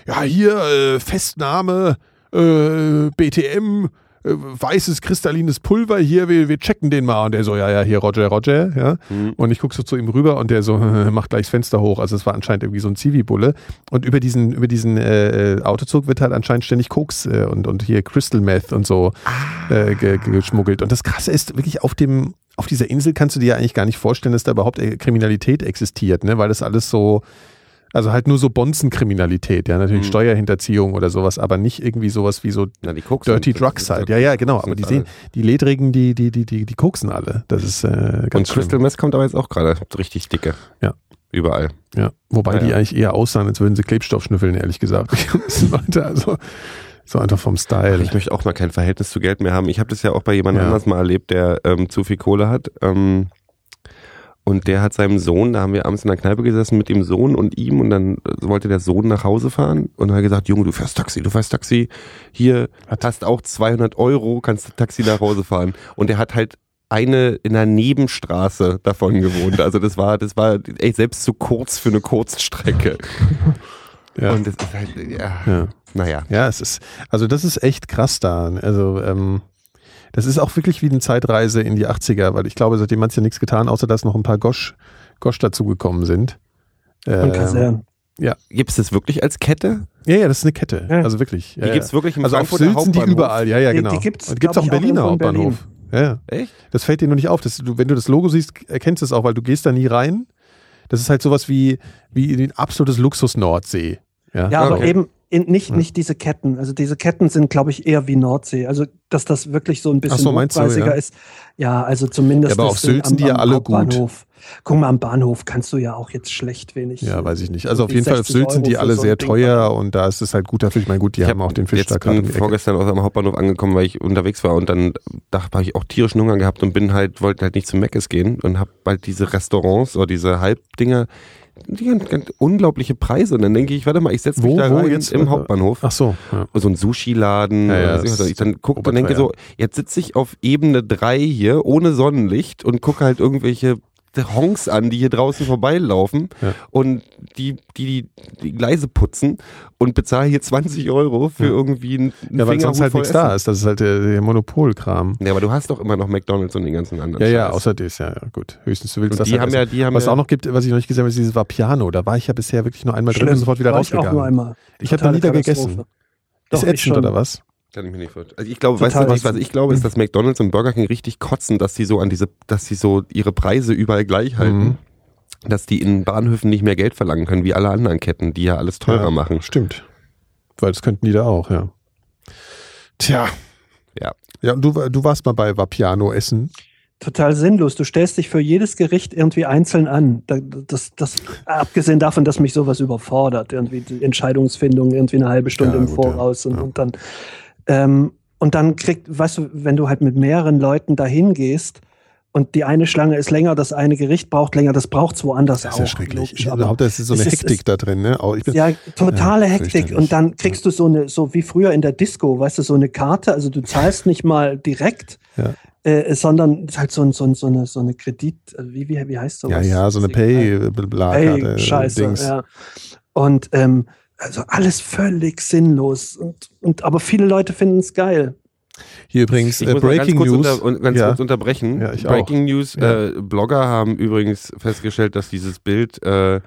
[SPEAKER 3] ja hier, äh, Festnahme, äh, BTM, äh, weißes kristallines Pulver hier, wir, wir checken den mal. Und der so, ja, ja, hier, Roger, Roger, ja. Und ich guck so zu ihm rüber und der so, macht gleich das Fenster hoch. Also es war anscheinend irgendwie so ein Zivi-Bulle. Und über diesen, über diesen äh, äh, Autozug wird halt anscheinend ständig Koks äh, und, und hier Crystal Meth und so äh, ge ge- geschmuggelt. Und das Krasse ist wirklich auf dem, auf dieser Insel kannst du dir ja eigentlich gar nicht vorstellen, dass da überhaupt äh, Kriminalität existiert, ne? Weil das alles so, also halt nur so Bonzenkriminalität, ja,
[SPEAKER 2] Mhm.
[SPEAKER 3] natürlich Steuerhinterziehung oder sowas, aber nicht irgendwie sowas wie so
[SPEAKER 2] Na, die koksen.
[SPEAKER 3] Dirty
[SPEAKER 2] Das-
[SPEAKER 3] Drugs
[SPEAKER 2] das-
[SPEAKER 3] halt. Ja, ja, genau. Aber
[SPEAKER 2] das-
[SPEAKER 3] die sehen, die Ledrigen, die, die, die, die, die koksen alle. Das ist äh,
[SPEAKER 2] Und
[SPEAKER 3] ganz
[SPEAKER 2] Crystal
[SPEAKER 3] schlimm.
[SPEAKER 2] Meth kommt aber jetzt auch gerade richtig dicke.
[SPEAKER 3] Ja.
[SPEAKER 2] Überall.
[SPEAKER 3] Ja. Wobei
[SPEAKER 2] Ja,
[SPEAKER 3] die
[SPEAKER 2] ja.
[SPEAKER 3] eigentlich eher aussahen, als würden sie Klebstoff schnüffeln, ehrlich gesagt. Die Leute, also, so einfach vom Style.
[SPEAKER 2] Ich möchte auch mal kein Verhältnis zu Geld mehr haben. Ich habe das ja auch bei jemand
[SPEAKER 3] Ja.
[SPEAKER 2] anders mal erlebt, der ähm, zu viel Kohle hat. Ähm, und der hat seinem Sohn, da haben wir abends in der Kneipe gesessen mit dem Sohn und ihm und dann äh, wollte der Sohn nach Hause fahren und dann hat er gesagt, Junge, du fährst Taxi, du fährst Taxi, hier hast auch 200 Euro, kannst Taxi nach Hause fahren. Und der hat halt eine in einer Nebenstraße davon gewohnt. Also das war, das war echt selbst zu kurz für eine Kurzstrecke.
[SPEAKER 3] Ja.
[SPEAKER 2] Und das ist halt, ja,
[SPEAKER 3] Ja.
[SPEAKER 2] naja.
[SPEAKER 3] Ja, es ist, also das ist echt krass da. Also, ähm, das ist auch wirklich wie eine Zeitreise in die 80er, weil ich glaube, seitdem hat es ja nichts getan, außer dass noch ein paar Gosch, Gosch dazugekommen sind.
[SPEAKER 1] von
[SPEAKER 3] Ähm,
[SPEAKER 1] Kasernen.
[SPEAKER 2] Gibt es das wirklich als Kette?
[SPEAKER 3] ja, ja, das ist eine Kette.
[SPEAKER 1] Ja.
[SPEAKER 3] Also wirklich. Ja,
[SPEAKER 2] Die gibt's wirklich im
[SPEAKER 3] im Also auf
[SPEAKER 2] Frankfurter
[SPEAKER 3] Sylt sind die
[SPEAKER 2] Hauptbahnhof?
[SPEAKER 3] überall, ja, ja,
[SPEAKER 1] Die- die
[SPEAKER 3] genau.
[SPEAKER 1] gibt's,
[SPEAKER 3] Und gibt's
[SPEAKER 1] glaub
[SPEAKER 3] auch
[SPEAKER 1] ich,
[SPEAKER 3] im
[SPEAKER 1] auch
[SPEAKER 3] Berliner
[SPEAKER 1] irgendwo in Berlin.
[SPEAKER 3] Hauptbahnhof. Ja, ja.
[SPEAKER 2] Echt?
[SPEAKER 3] Das fällt dir nur nicht auf. Das, du, wenn du das Logo siehst, erkennst du es auch, weil du gehst da nie rein. Das ist halt sowas wie, wie ein absolutes Luxus-Nordsee. Ja,
[SPEAKER 1] Ja, aber
[SPEAKER 2] Okay.
[SPEAKER 1] eben in, nicht, nicht diese Ketten. Also diese Ketten sind, glaube ich, eher wie Nordsee. Also dass das wirklich so ein bisschen
[SPEAKER 3] Ach so, meinst du,
[SPEAKER 1] hochpreisiger
[SPEAKER 3] ja.
[SPEAKER 1] ist. Ja, also zumindest.
[SPEAKER 3] Ja, aber auf
[SPEAKER 1] das, äh,
[SPEAKER 3] Sylt sind die ja alle gut.
[SPEAKER 1] Hauptbahnhof. Guck mal, am Bahnhof kannst du ja auch jetzt schlecht wenig.
[SPEAKER 3] Ja, weiß ich nicht. Also auf
[SPEAKER 1] Die
[SPEAKER 3] jeden Fall auf
[SPEAKER 1] 60
[SPEAKER 3] Sylt sind
[SPEAKER 1] Euro
[SPEAKER 3] die
[SPEAKER 1] für
[SPEAKER 3] alle
[SPEAKER 1] so ein
[SPEAKER 3] sehr
[SPEAKER 1] Ding.
[SPEAKER 3] teuer und da ist es halt gut dafür. Ich meine, gut, die haben auch den Fisch da
[SPEAKER 2] jetzt bin
[SPEAKER 3] gerade. um die Ecke.
[SPEAKER 2] vorgestern aus am Hauptbahnhof angekommen, weil ich unterwegs war und dann dachte, habe ich auch tierischen Hunger gehabt und bin halt, wollte halt nicht zu Meckes gehen und habe halt diese Restaurants oder diese Halbdinger, die haben ganz unglaubliche Preise und dann denke ich, warte mal, ich setze mich
[SPEAKER 3] Wo,
[SPEAKER 2] da
[SPEAKER 3] wo
[SPEAKER 2] rein
[SPEAKER 3] jetzt?
[SPEAKER 2] im Hauptbahnhof.
[SPEAKER 3] Ach so. Ja.
[SPEAKER 2] So ein Sushi-Laden.
[SPEAKER 3] Ja, ja,
[SPEAKER 2] oder
[SPEAKER 3] das
[SPEAKER 2] so. ich dann
[SPEAKER 3] ist
[SPEAKER 2] guck und denke so,
[SPEAKER 3] oberteuer.
[SPEAKER 2] jetzt sitze ich auf Ebene 3 hier ohne Sonnenlicht und gucke halt irgendwelche Honks an, die hier draußen vorbeilaufen
[SPEAKER 3] Ja.
[SPEAKER 2] und die, die, die die Gleise putzen und bezahle hier 20 Euro für
[SPEAKER 3] Ja.
[SPEAKER 2] irgendwie einen einen
[SPEAKER 3] Ja, weil
[SPEAKER 2] Fingerhut
[SPEAKER 3] sonst halt
[SPEAKER 2] voll
[SPEAKER 3] nichts da
[SPEAKER 2] Essen.
[SPEAKER 3] ist. Das ist halt der, der Monopolkram.
[SPEAKER 2] Ja, aber du hast doch immer noch McDonalds und den ganzen anderen.
[SPEAKER 3] Ja, ja,
[SPEAKER 2] Scheiß.
[SPEAKER 3] außer das, ja, ja, gut. Höchstens du willst
[SPEAKER 2] Und
[SPEAKER 3] das
[SPEAKER 2] die
[SPEAKER 3] halt
[SPEAKER 2] haben
[SPEAKER 3] essen.
[SPEAKER 2] ja- die haben
[SPEAKER 3] Was
[SPEAKER 2] ja-
[SPEAKER 3] auch noch gibt, was ich noch nicht gesehen habe, ist dieses Vapiano. Da war ich ja bisher wirklich nur einmal drin und sofort wieder
[SPEAKER 1] War ich
[SPEAKER 3] rausgegangen.
[SPEAKER 1] auch nur einmal.
[SPEAKER 3] Ich hab
[SPEAKER 1] Totale
[SPEAKER 3] nie da
[SPEAKER 1] Katastrophe.
[SPEAKER 3] gegessen.
[SPEAKER 1] Doch,
[SPEAKER 3] ist
[SPEAKER 1] ich
[SPEAKER 3] ätzend
[SPEAKER 1] schon.
[SPEAKER 3] oder was?
[SPEAKER 2] Kann ich mir nicht vorstellen. Also ich glaube,
[SPEAKER 1] Total
[SPEAKER 2] weißt du, was, ich-
[SPEAKER 1] ätzend.
[SPEAKER 2] was ich glaube, ist, dass McDonalds und Burger King richtig kotzen, dass sie so an diese, dass sie so ihre Preise überall gleich halten.
[SPEAKER 3] Mhm.
[SPEAKER 2] Dass die in Bahnhöfen nicht mehr Geld verlangen können, wie alle anderen Ketten, die ja alles teurer
[SPEAKER 3] Ja.
[SPEAKER 2] machen.
[SPEAKER 3] Stimmt. Weil das könnten die da auch, ja. Tja.
[SPEAKER 2] Ja.
[SPEAKER 3] Ja, und du, war- du warst mal bei Vapiano essen.
[SPEAKER 1] Total sinnlos. Du stellst dich für jedes Gericht irgendwie einzeln an. Da- Das, das, abgesehen davon, dass mich sowas überfordert, irgendwie die Entscheidungsfindung, irgendwie eine halbe Stunde
[SPEAKER 3] Ja,
[SPEAKER 1] im
[SPEAKER 3] gut, ja.
[SPEAKER 1] Voraus und,
[SPEAKER 3] Ja.
[SPEAKER 1] und dann. Ähm, und dann kriegt, weißt du, wenn du halt mit mehreren Leuten dahin gehst Und die eine Schlange ist länger, das eine Gericht braucht länger, das braucht es woanders
[SPEAKER 3] Das
[SPEAKER 1] auch.
[SPEAKER 3] ist ja schrecklich.
[SPEAKER 1] logisch,
[SPEAKER 3] Ich
[SPEAKER 1] aber-
[SPEAKER 3] glaube, das ist so eine
[SPEAKER 1] es ist-
[SPEAKER 3] Hektik da drin. Ne? Auch ich bin,
[SPEAKER 1] ja, totale
[SPEAKER 3] Ja,
[SPEAKER 1] Hektik.
[SPEAKER 3] fürchterlich.
[SPEAKER 1] Und dann kriegst du so eine, so wie früher in der Disco, weißt du, so eine Karte, also du zahlst nicht mal direkt,
[SPEAKER 3] Ja.
[SPEAKER 1] äh, sondern es ist halt so, ein, so, ein, so, eine, so eine Kredit, also wie, wie, wie heißt
[SPEAKER 3] ja,
[SPEAKER 1] sowas?
[SPEAKER 3] ja, so eine Pay-Karte.
[SPEAKER 1] halt. Hey, scheiße,
[SPEAKER 3] Dings.
[SPEAKER 1] ja. Und ähm, also alles völlig sinnlos. Und, und aber viele Leute finden es geil.
[SPEAKER 3] Hier übrigens
[SPEAKER 2] Ich
[SPEAKER 3] äh,
[SPEAKER 2] muss mal
[SPEAKER 3] Breaking
[SPEAKER 2] ganz kurz
[SPEAKER 3] News.
[SPEAKER 2] Unter, und ganz
[SPEAKER 3] ja.
[SPEAKER 2] kurz unterbrechen.
[SPEAKER 3] Ja, ich
[SPEAKER 2] Breaking News.
[SPEAKER 3] Ja.
[SPEAKER 2] Äh, Blogger haben übrigens festgestellt, dass dieses Bild äh,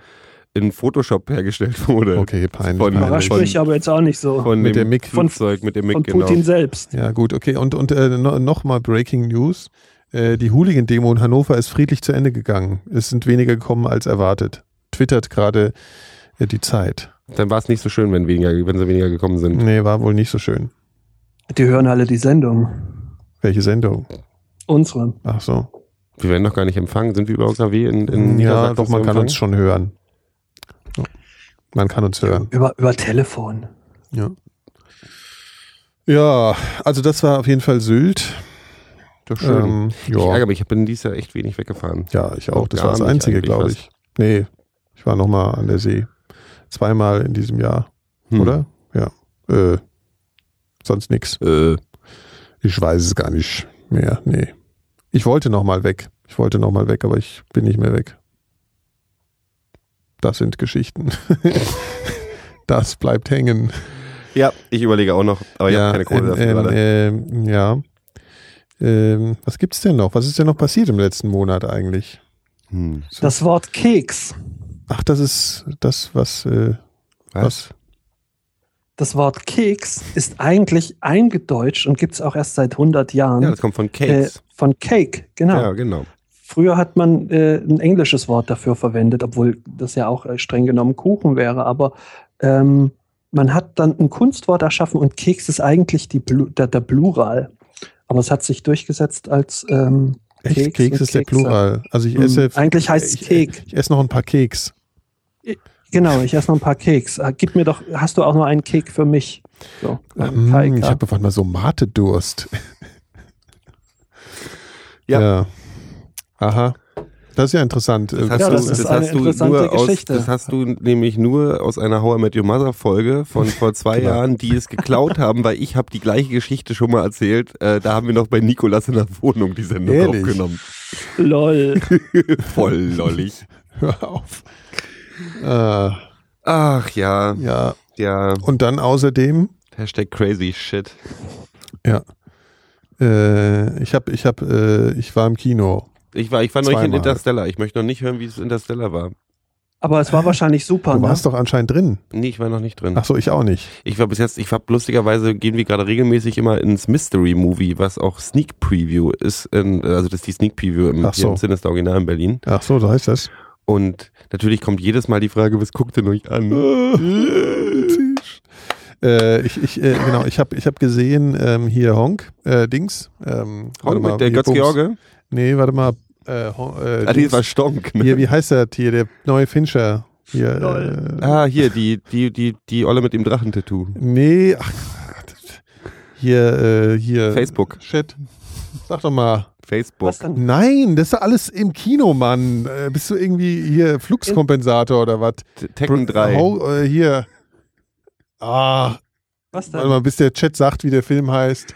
[SPEAKER 2] in Photoshop hergestellt wurde.
[SPEAKER 3] okay, peinlich.
[SPEAKER 2] Von-
[SPEAKER 3] peinlich.
[SPEAKER 1] Überrascht
[SPEAKER 2] von-
[SPEAKER 1] mich aber jetzt auch nicht so.
[SPEAKER 2] Von
[SPEAKER 3] Mit
[SPEAKER 2] dem
[SPEAKER 3] dem Mick.
[SPEAKER 2] Flugzeug, mit dem Mick,
[SPEAKER 1] Von
[SPEAKER 2] genau.
[SPEAKER 1] Putin selbst.
[SPEAKER 3] Ja, gut, okay. Und, und äh, no, nochmal Breaking News. Äh, die Hooligan-Demo in Hannover ist friedlich zu Ende gegangen. Es sind weniger gekommen als erwartet. Twittert gerade äh, die Zeit.
[SPEAKER 2] Dann war es nicht so schön, wenn, weniger, wenn sie weniger gekommen sind.
[SPEAKER 3] Nee, war wohl nicht so schön.
[SPEAKER 1] Die hören alle die Sendung.
[SPEAKER 3] Welche Sendung?
[SPEAKER 1] Unsere.
[SPEAKER 3] Ach so.
[SPEAKER 2] Wir werden doch gar nicht empfangen. Sind wir über KW in, in
[SPEAKER 3] ja,
[SPEAKER 2] Niedersachsen
[SPEAKER 3] doch,
[SPEAKER 2] zu
[SPEAKER 3] man kann
[SPEAKER 2] empfangen?
[SPEAKER 3] uns schon hören. Ja. Man kann uns hören.
[SPEAKER 1] Über, über Telefon.
[SPEAKER 3] Ja. ja, also das war auf jeden Fall Sylt.
[SPEAKER 2] Doch schön.
[SPEAKER 3] Ähm,
[SPEAKER 2] Ich
[SPEAKER 3] ja.
[SPEAKER 2] ärgere mich, ich bin dieses Jahr echt wenig weggefahren.
[SPEAKER 3] ja, ich auch. Das
[SPEAKER 2] Gar
[SPEAKER 3] war das
[SPEAKER 2] nicht
[SPEAKER 3] Einzige,
[SPEAKER 2] eigentlich
[SPEAKER 3] glaube
[SPEAKER 2] was.
[SPEAKER 3] ich. Nee, ich war nochmal an der See. Zweimal in diesem Jahr.
[SPEAKER 2] Hm.
[SPEAKER 3] oder? Ja. Äh, sonst nix.
[SPEAKER 2] Äh,
[SPEAKER 3] Ich weiß es gar nicht mehr. Nee. Ich wollte nochmal weg. Ich wollte nochmal weg, aber ich bin nicht mehr weg. Das sind Geschichten. das bleibt hängen.
[SPEAKER 2] ja, ich überlege auch noch, aber ich habe keine Kohle dafür
[SPEAKER 3] ähm,
[SPEAKER 2] gerade.
[SPEAKER 3] ähm, ähm, ja. Ähm, was gibt's denn noch? Was ist denn noch passiert im letzten Monat eigentlich?
[SPEAKER 2] Hm.
[SPEAKER 1] Das Wort Keks.
[SPEAKER 3] Ach, das ist das, was, äh,
[SPEAKER 2] Was?
[SPEAKER 3] was?
[SPEAKER 1] Das Wort Keks ist eigentlich eingedeutscht und gibt es auch erst seit 100 Jahren.
[SPEAKER 2] Ja, das kommt von
[SPEAKER 1] äh,
[SPEAKER 2] Cakes.
[SPEAKER 1] von Cake, genau.
[SPEAKER 2] Ja, genau.
[SPEAKER 1] Früher hat man äh, ein englisches Wort dafür verwendet, obwohl das ja auch äh, streng genommen Kuchen wäre, aber ähm, man hat dann ein Kunstwort erschaffen und Keks ist eigentlich die Plu- der, der Plural. Aber es hat sich durchgesetzt als ähm,
[SPEAKER 3] Echt,
[SPEAKER 1] Keks
[SPEAKER 3] Keks,
[SPEAKER 1] und
[SPEAKER 3] ist der
[SPEAKER 1] Kekse.
[SPEAKER 3] Plural. Also ich esse.
[SPEAKER 1] Mhm. Eigentlich heißt es
[SPEAKER 3] ich-
[SPEAKER 1] Kek.
[SPEAKER 3] Ich esse noch ein paar Keks.
[SPEAKER 1] Genau, ich esse noch ein paar Keks. Äh, Gib mir doch, hast du auch noch einen Kek für mich? So, einen
[SPEAKER 3] Mm,
[SPEAKER 1] Teig,
[SPEAKER 3] ich
[SPEAKER 1] ja.
[SPEAKER 3] habe irgendwann mal so Mate-Durst.
[SPEAKER 2] Ja.
[SPEAKER 3] Aha. Das ist ja interessant. Äh,
[SPEAKER 1] Ja,
[SPEAKER 2] du-
[SPEAKER 1] das ist eine interessante
[SPEAKER 2] nur
[SPEAKER 1] Geschichte.
[SPEAKER 2] Aus, das hast du nämlich nur aus einer How I Met Your Mother Folge von vor zwei
[SPEAKER 3] Klar.
[SPEAKER 2] Jahren, die es geklaut haben, weil ich habe die gleiche Geschichte schon mal erzählt. Äh, da haben wir noch bei Nikolas in der Wohnung die Sendung
[SPEAKER 3] Ehrlich?
[SPEAKER 2] aufgenommen.
[SPEAKER 1] Lol.
[SPEAKER 2] Voll lollig.
[SPEAKER 3] Hör auf. Äh,
[SPEAKER 2] Ach ja,
[SPEAKER 3] ja.
[SPEAKER 2] ja.
[SPEAKER 3] Und dann außerdem,
[SPEAKER 2] Hashtag crazy shit.
[SPEAKER 3] ja. Äh, ich habe, ich habe, äh, ich war im Kino.
[SPEAKER 2] Ich war, ich war neulich in
[SPEAKER 3] Zweimal.
[SPEAKER 2] Interstellar. Ich möchte noch nicht hören, wie es Interstellar war.
[SPEAKER 1] Aber es war wahrscheinlich
[SPEAKER 2] Oh,
[SPEAKER 1] super.
[SPEAKER 3] Du
[SPEAKER 1] ne?
[SPEAKER 3] warst doch anscheinend drin.
[SPEAKER 2] Nee, ich war noch nicht drin.
[SPEAKER 3] Ach so, ich auch nicht.
[SPEAKER 2] Ich war bis jetzt, ich hab lustigerweise gehen wir gerade regelmäßig immer ins Mystery Movie, was auch Sneak Preview ist, in, also das ist die Sneak Preview im,
[SPEAKER 3] Ach so.
[SPEAKER 2] hier im Sinister Original in Berlin.
[SPEAKER 3] Ach so, so heißt das.
[SPEAKER 2] Und natürlich kommt jedes Mal die Frage, was guckt ihr euch an?
[SPEAKER 3] Äh, ich, ich, äh, genau, ich habe ich hab gesehen, ähm, hier Honk, äh, Dings. Ähm, warte
[SPEAKER 2] Hong
[SPEAKER 3] mal,
[SPEAKER 2] mit der
[SPEAKER 3] hier
[SPEAKER 2] Götz
[SPEAKER 3] Bums.
[SPEAKER 2] George?
[SPEAKER 3] Nee, warte mal. Äh, Hon- äh,
[SPEAKER 2] Ah, die
[SPEAKER 3] Dings.
[SPEAKER 2] war Stonk, ne?
[SPEAKER 3] Hier, wie heißt das hier? Der neue Fincher. Hier,
[SPEAKER 1] Lol.
[SPEAKER 3] äh,
[SPEAKER 2] Ah, hier, die, die, die, die Olle mit dem Drachentattoo.
[SPEAKER 3] nee, ach, Gott. hier, äh, hier.
[SPEAKER 2] Facebook.
[SPEAKER 3] Shit. Sag doch mal.
[SPEAKER 2] Facebook.
[SPEAKER 1] Was denn?
[SPEAKER 3] Nein, das ist doch alles im Kino, Mann. Äh, bist du irgendwie hier Fluxkompensator oder was?
[SPEAKER 2] T- Tekken
[SPEAKER 3] Br-
[SPEAKER 2] 3.
[SPEAKER 3] Ho- äh, hier. Ah,
[SPEAKER 1] Was
[SPEAKER 3] warte
[SPEAKER 1] denn?
[SPEAKER 3] mal, bis der Chat sagt, wie der Film heißt.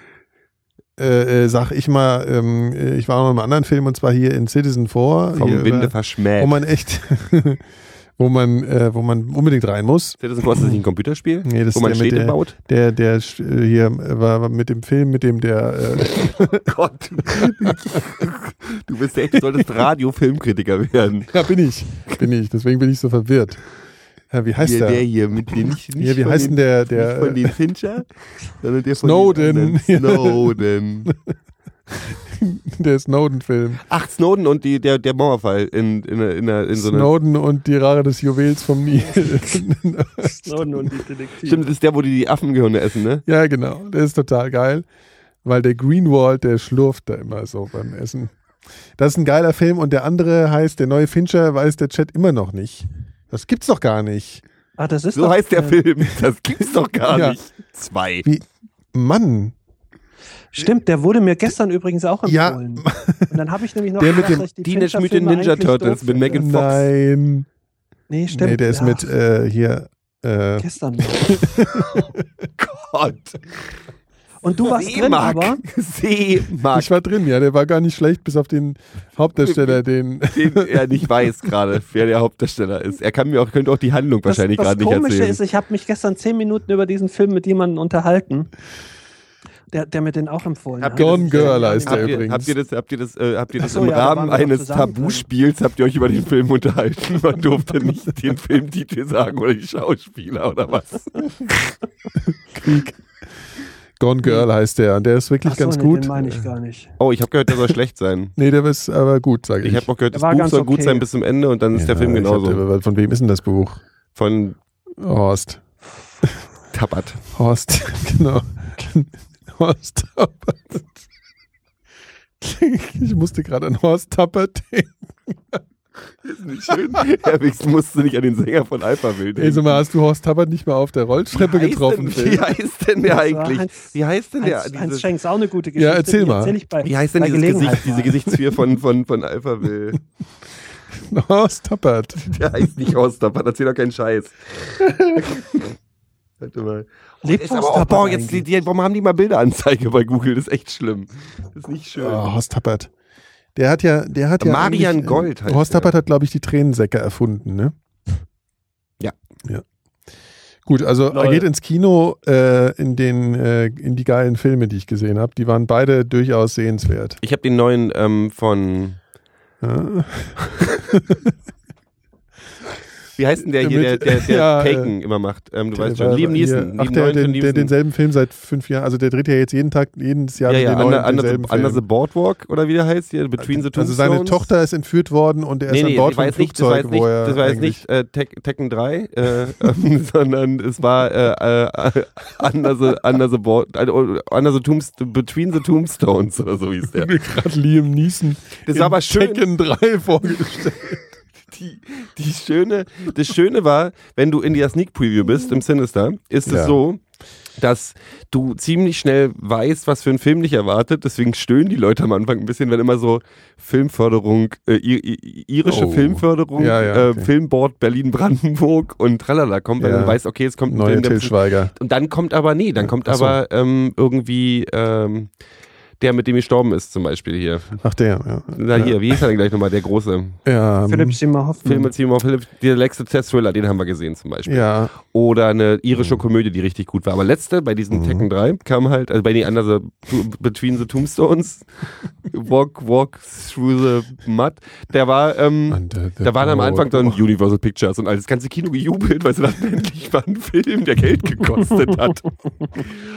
[SPEAKER 3] Äh, äh, sag ich mal, ähm, äh, ich war noch in einem anderen Film und zwar hier in Citizen 4.
[SPEAKER 2] Vom
[SPEAKER 3] hier, äh,
[SPEAKER 2] Winde
[SPEAKER 3] oder? Oh
[SPEAKER 2] verschmäht.
[SPEAKER 3] wo man echt, wo man, äh, wo man unbedingt rein muss.
[SPEAKER 2] Citizen Four, ist das nicht ein Computerspiel?
[SPEAKER 3] Nee, das
[SPEAKER 2] wo
[SPEAKER 3] ist
[SPEAKER 2] man
[SPEAKER 3] der mit
[SPEAKER 2] Städte
[SPEAKER 3] der-
[SPEAKER 2] baut?
[SPEAKER 3] Der, der sch- äh, hier äh, war war mit dem Film, mit dem der, äh,
[SPEAKER 2] Gott. du bist echt, du solltest Radio-Filmkritiker werden.
[SPEAKER 3] ja bin ich, bin ich, deswegen bin ich so verwirrt. Ja, wie heißt
[SPEAKER 2] Hier,
[SPEAKER 3] der?
[SPEAKER 2] der hier mit den nicht, nicht
[SPEAKER 3] Ja, wie
[SPEAKER 2] von
[SPEAKER 3] heißt
[SPEAKER 2] den,
[SPEAKER 3] denn der- der-
[SPEAKER 2] nicht von den Fincher, sondern der von
[SPEAKER 3] Snowden.
[SPEAKER 2] den anderen. Snowden.
[SPEAKER 3] Der Snowden-Film.
[SPEAKER 2] Ach, Snowden und die, der, der Mauerfall in, in, in, in, in so einer.
[SPEAKER 3] Snowden und die Rache des Juwels vom Nil.
[SPEAKER 1] Snowden und die Detektive.
[SPEAKER 2] Stimmt, das ist der, wo die die Affengehirne essen, ne?
[SPEAKER 3] ja, genau, der ist total geil, weil der Greenwald, der schlurft da immer so beim Essen. Das ist ein geiler Film und der andere heißt, der neue Fincher weiß der Chat immer noch nicht. Das gibt's doch gar nicht.
[SPEAKER 1] Ah, das ist
[SPEAKER 2] So
[SPEAKER 1] doch,
[SPEAKER 2] heißt der
[SPEAKER 1] äh,
[SPEAKER 2] Film. Das gibt's doch gar
[SPEAKER 3] Ja.
[SPEAKER 2] nicht. Zwei.
[SPEAKER 3] Wie, Mann,
[SPEAKER 1] Stimmt, der wurde mir gestern übrigens auch
[SPEAKER 3] Ja.
[SPEAKER 1] empfohlen. Und dann habe ich nämlich noch
[SPEAKER 3] Der mit dem
[SPEAKER 1] dass ich die
[SPEAKER 2] Teenage Mutant
[SPEAKER 1] Fincher-Filme
[SPEAKER 2] Ninja
[SPEAKER 1] eigentlich
[SPEAKER 2] Turtles
[SPEAKER 1] doof
[SPEAKER 2] mit
[SPEAKER 1] finde.
[SPEAKER 2] Megan-
[SPEAKER 3] Nein.
[SPEAKER 1] Nee, Äh, stimmt.
[SPEAKER 3] nee, der ist
[SPEAKER 1] ja,
[SPEAKER 3] mit äh, hier. Äh,
[SPEAKER 1] Gestern. noch.
[SPEAKER 2] Gott.
[SPEAKER 1] Und du warst drin,
[SPEAKER 2] Seemark.
[SPEAKER 1] aber.
[SPEAKER 2] Seemark.
[SPEAKER 3] ich war drin, ja. Der war gar nicht schlecht, bis auf den Hauptdarsteller, den.
[SPEAKER 2] Den er nicht weiß gerade, wer der Hauptdarsteller ist. Er kann mir auch, könnte auch die Handlung wahrscheinlich
[SPEAKER 1] das, das
[SPEAKER 2] gerade nicht
[SPEAKER 1] Komische
[SPEAKER 2] erzählen.
[SPEAKER 1] ist, ich habe mich gestern zehn Minuten über diesen Film mit jemandem unterhalten, der, der mir den auch empfohlen
[SPEAKER 2] Habt
[SPEAKER 1] hat.
[SPEAKER 2] ihr das-
[SPEAKER 3] Gone Girl heißt
[SPEAKER 2] habt
[SPEAKER 3] der
[SPEAKER 2] ihr,
[SPEAKER 3] übrigens.
[SPEAKER 2] habt ihr das, habt ihr das, äh, habt ihr das
[SPEAKER 1] Ach so,
[SPEAKER 2] im
[SPEAKER 1] ja, da waren
[SPEAKER 2] Rahmen
[SPEAKER 1] wir doch
[SPEAKER 2] eines
[SPEAKER 1] zusammen ne? drin.
[SPEAKER 2] Tabuspiels, habt ihr euch über den Film unterhalten? Man durfte nicht den Filmtitel sagen oder die Schauspieler oder was?
[SPEAKER 3] Gone Girl heißt der. Und der ist wirklich
[SPEAKER 1] Ach so,
[SPEAKER 3] ganz
[SPEAKER 1] nee,
[SPEAKER 3] gut.
[SPEAKER 1] Den meine ich gar nicht.
[SPEAKER 2] Oh, ich habe gehört, der soll schlecht sein.
[SPEAKER 3] Nee, der ist aber gut, sage ich.
[SPEAKER 2] Ich habe auch gehört,
[SPEAKER 1] Der
[SPEAKER 2] das
[SPEAKER 1] war
[SPEAKER 2] Buch
[SPEAKER 1] ganz
[SPEAKER 2] soll gut
[SPEAKER 1] okay.
[SPEAKER 2] sein bis zum Ende und dann ist der
[SPEAKER 3] Ja,
[SPEAKER 2] Film
[SPEAKER 3] ich
[SPEAKER 2] genauso.
[SPEAKER 3] hatte- von wem ist denn das Buch?
[SPEAKER 2] Von
[SPEAKER 3] Horst.
[SPEAKER 2] Tabat.
[SPEAKER 3] Horst, genau. Horst Tappert. Ich musste gerade an Horst Tappert denken.
[SPEAKER 2] Ist nicht schön. Herwix musste nicht an den Sänger von Alpha
[SPEAKER 1] Hm.
[SPEAKER 2] Wild
[SPEAKER 3] Ey, sag mal, hast du Horst Tappert nicht mal auf der Rolltreppe getroffen?
[SPEAKER 2] Denn, wie heißt denn der
[SPEAKER 1] Das war
[SPEAKER 2] eigentlich?
[SPEAKER 1] Heinz-
[SPEAKER 2] Wie heißt denn der?
[SPEAKER 1] Heinz, Heinz
[SPEAKER 2] dieses-
[SPEAKER 1] Schenk ist auch eine gute Geschichte.
[SPEAKER 3] Ja, erzähl
[SPEAKER 1] die
[SPEAKER 3] mal.
[SPEAKER 1] erzähl ich bei,
[SPEAKER 2] Wie heißt denn
[SPEAKER 1] bei
[SPEAKER 2] dieses
[SPEAKER 1] Gesicht,
[SPEAKER 2] Gesicht, diese Gesichtsfigur von, von, von Alpha Will?
[SPEAKER 3] Horst Tappert.
[SPEAKER 2] Der heißt nicht Horstappert, erzähl doch keinen Scheiß. Warte mal. Oh,
[SPEAKER 1] Lebt
[SPEAKER 2] ist aber auch,
[SPEAKER 1] Horstappert
[SPEAKER 2] boah, jetzt, die,
[SPEAKER 1] eigentlich?
[SPEAKER 2] die, warum haben die mal Bilderanzeige bei Google? Das ist echt schlimm. Das ist nicht schön.
[SPEAKER 3] Oh, Horst Tappert. Der hat ja, der hat ja.
[SPEAKER 2] genau. Marian
[SPEAKER 3] eigentlich- äh,
[SPEAKER 2] Gold heißt
[SPEAKER 3] Horst
[SPEAKER 2] der.
[SPEAKER 3] Tappert hat, glaube ich, die Tränensäcke erfunden, ne?
[SPEAKER 2] Ja.
[SPEAKER 3] Ja. Gut, also
[SPEAKER 1] Lol.
[SPEAKER 3] geht ins Kino äh, in den äh, in die geilen Filme, die ich gesehen habe. Die waren beide durchaus sehenswert. ne?
[SPEAKER 2] Ich habe den neuen ähm, von,
[SPEAKER 3] Ja.
[SPEAKER 2] wie heißt denn der hier, der,
[SPEAKER 3] Mit-
[SPEAKER 2] der, der
[SPEAKER 3] ja, äh,
[SPEAKER 2] Taken immer macht? Ähm, du
[SPEAKER 3] Der
[SPEAKER 2] weißt schon,
[SPEAKER 3] war
[SPEAKER 2] Liam
[SPEAKER 3] hier-
[SPEAKER 2] Neeson.
[SPEAKER 3] Ach,
[SPEAKER 2] Liam
[SPEAKER 3] der,
[SPEAKER 2] neuen von
[SPEAKER 3] den, der
[SPEAKER 2] Neeson.
[SPEAKER 3] denselben Film seit fünf Jahren, also der dreht ja jetzt jeden Tag, jedes Jahr
[SPEAKER 2] ja, ja,
[SPEAKER 3] den neuen,
[SPEAKER 2] Under, Under,
[SPEAKER 3] denselben
[SPEAKER 2] the, Under the
[SPEAKER 3] Film.
[SPEAKER 2] Boardwalk oder wie der heißt hier? Between the Two
[SPEAKER 3] also seine
[SPEAKER 2] Zones?
[SPEAKER 3] Tochter ist entführt worden und er ist an Bord
[SPEAKER 2] das war
[SPEAKER 3] vom
[SPEAKER 2] jetzt nicht, das war
[SPEAKER 3] Flugzeug,
[SPEAKER 2] jetzt
[SPEAKER 3] wo
[SPEAKER 2] nicht,
[SPEAKER 3] er
[SPEAKER 2] das war jetzt
[SPEAKER 3] eigentlich-
[SPEAKER 2] nicht äh, Tek Tekken 3, äh, ähm, sondern es war äh, äh, under, the, under, the board, äh, under the Tombst Between the Tombstones oder so hieß der.
[SPEAKER 3] mir gerade Liam Neeson
[SPEAKER 2] Das
[SPEAKER 3] in
[SPEAKER 2] war aber schön.
[SPEAKER 3] Tekken 3 vorgestellt.
[SPEAKER 2] Die, die schöne, das Schöne war, wenn du in der Sneak Preview bist im Sinister, ist
[SPEAKER 3] Ja.
[SPEAKER 2] es so, dass du ziemlich schnell weißt, was für ein Film dich erwartet. Deswegen stöhnen die Leute am Anfang ein bisschen, wenn immer so Filmförderung, äh, ir ir- irische
[SPEAKER 3] Oh.
[SPEAKER 2] Filmförderung,
[SPEAKER 3] Ja, ja,
[SPEAKER 2] äh,
[SPEAKER 3] okay.
[SPEAKER 2] Filmboard Berlin-Brandenburg und tralala kommt, weil
[SPEAKER 3] Ja.
[SPEAKER 2] du weißt, okay, es kommt ein
[SPEAKER 3] Neue
[SPEAKER 2] Film, der-
[SPEAKER 3] Till Schweiger.
[SPEAKER 2] Und dann kommt aber, nee, dann kommt
[SPEAKER 3] Ach so.
[SPEAKER 2] aber ähm, irgendwie ähm, der, mit dem gestorben ist, zum Beispiel hier.
[SPEAKER 3] Ach der, ja.
[SPEAKER 2] Na, hier, wie hieß er denn gleich nochmal, der große?
[SPEAKER 3] Ja, ähm,
[SPEAKER 1] Philipp Seymour Hoffmann.
[SPEAKER 2] Filme Timo Philipp, der letzte Test Thriller, den haben wir gesehen zum Beispiel.
[SPEAKER 3] ja, Mhm.
[SPEAKER 2] Oder eine irische Komödie, die richtig gut war. Aber letzte, bei diesem Tekken 3, kam halt, also bei den anderen, Between the Tombstones, Walk, Walk Through the Mud, der war, ähm,
[SPEAKER 3] Under the
[SPEAKER 2] da waren am
[SPEAKER 3] Board.
[SPEAKER 2] Anfang dann Universal Pictures und alles ganze Kino gejubelt, weil sie dachten, endlich war ein Film, der Geld gekostet hat.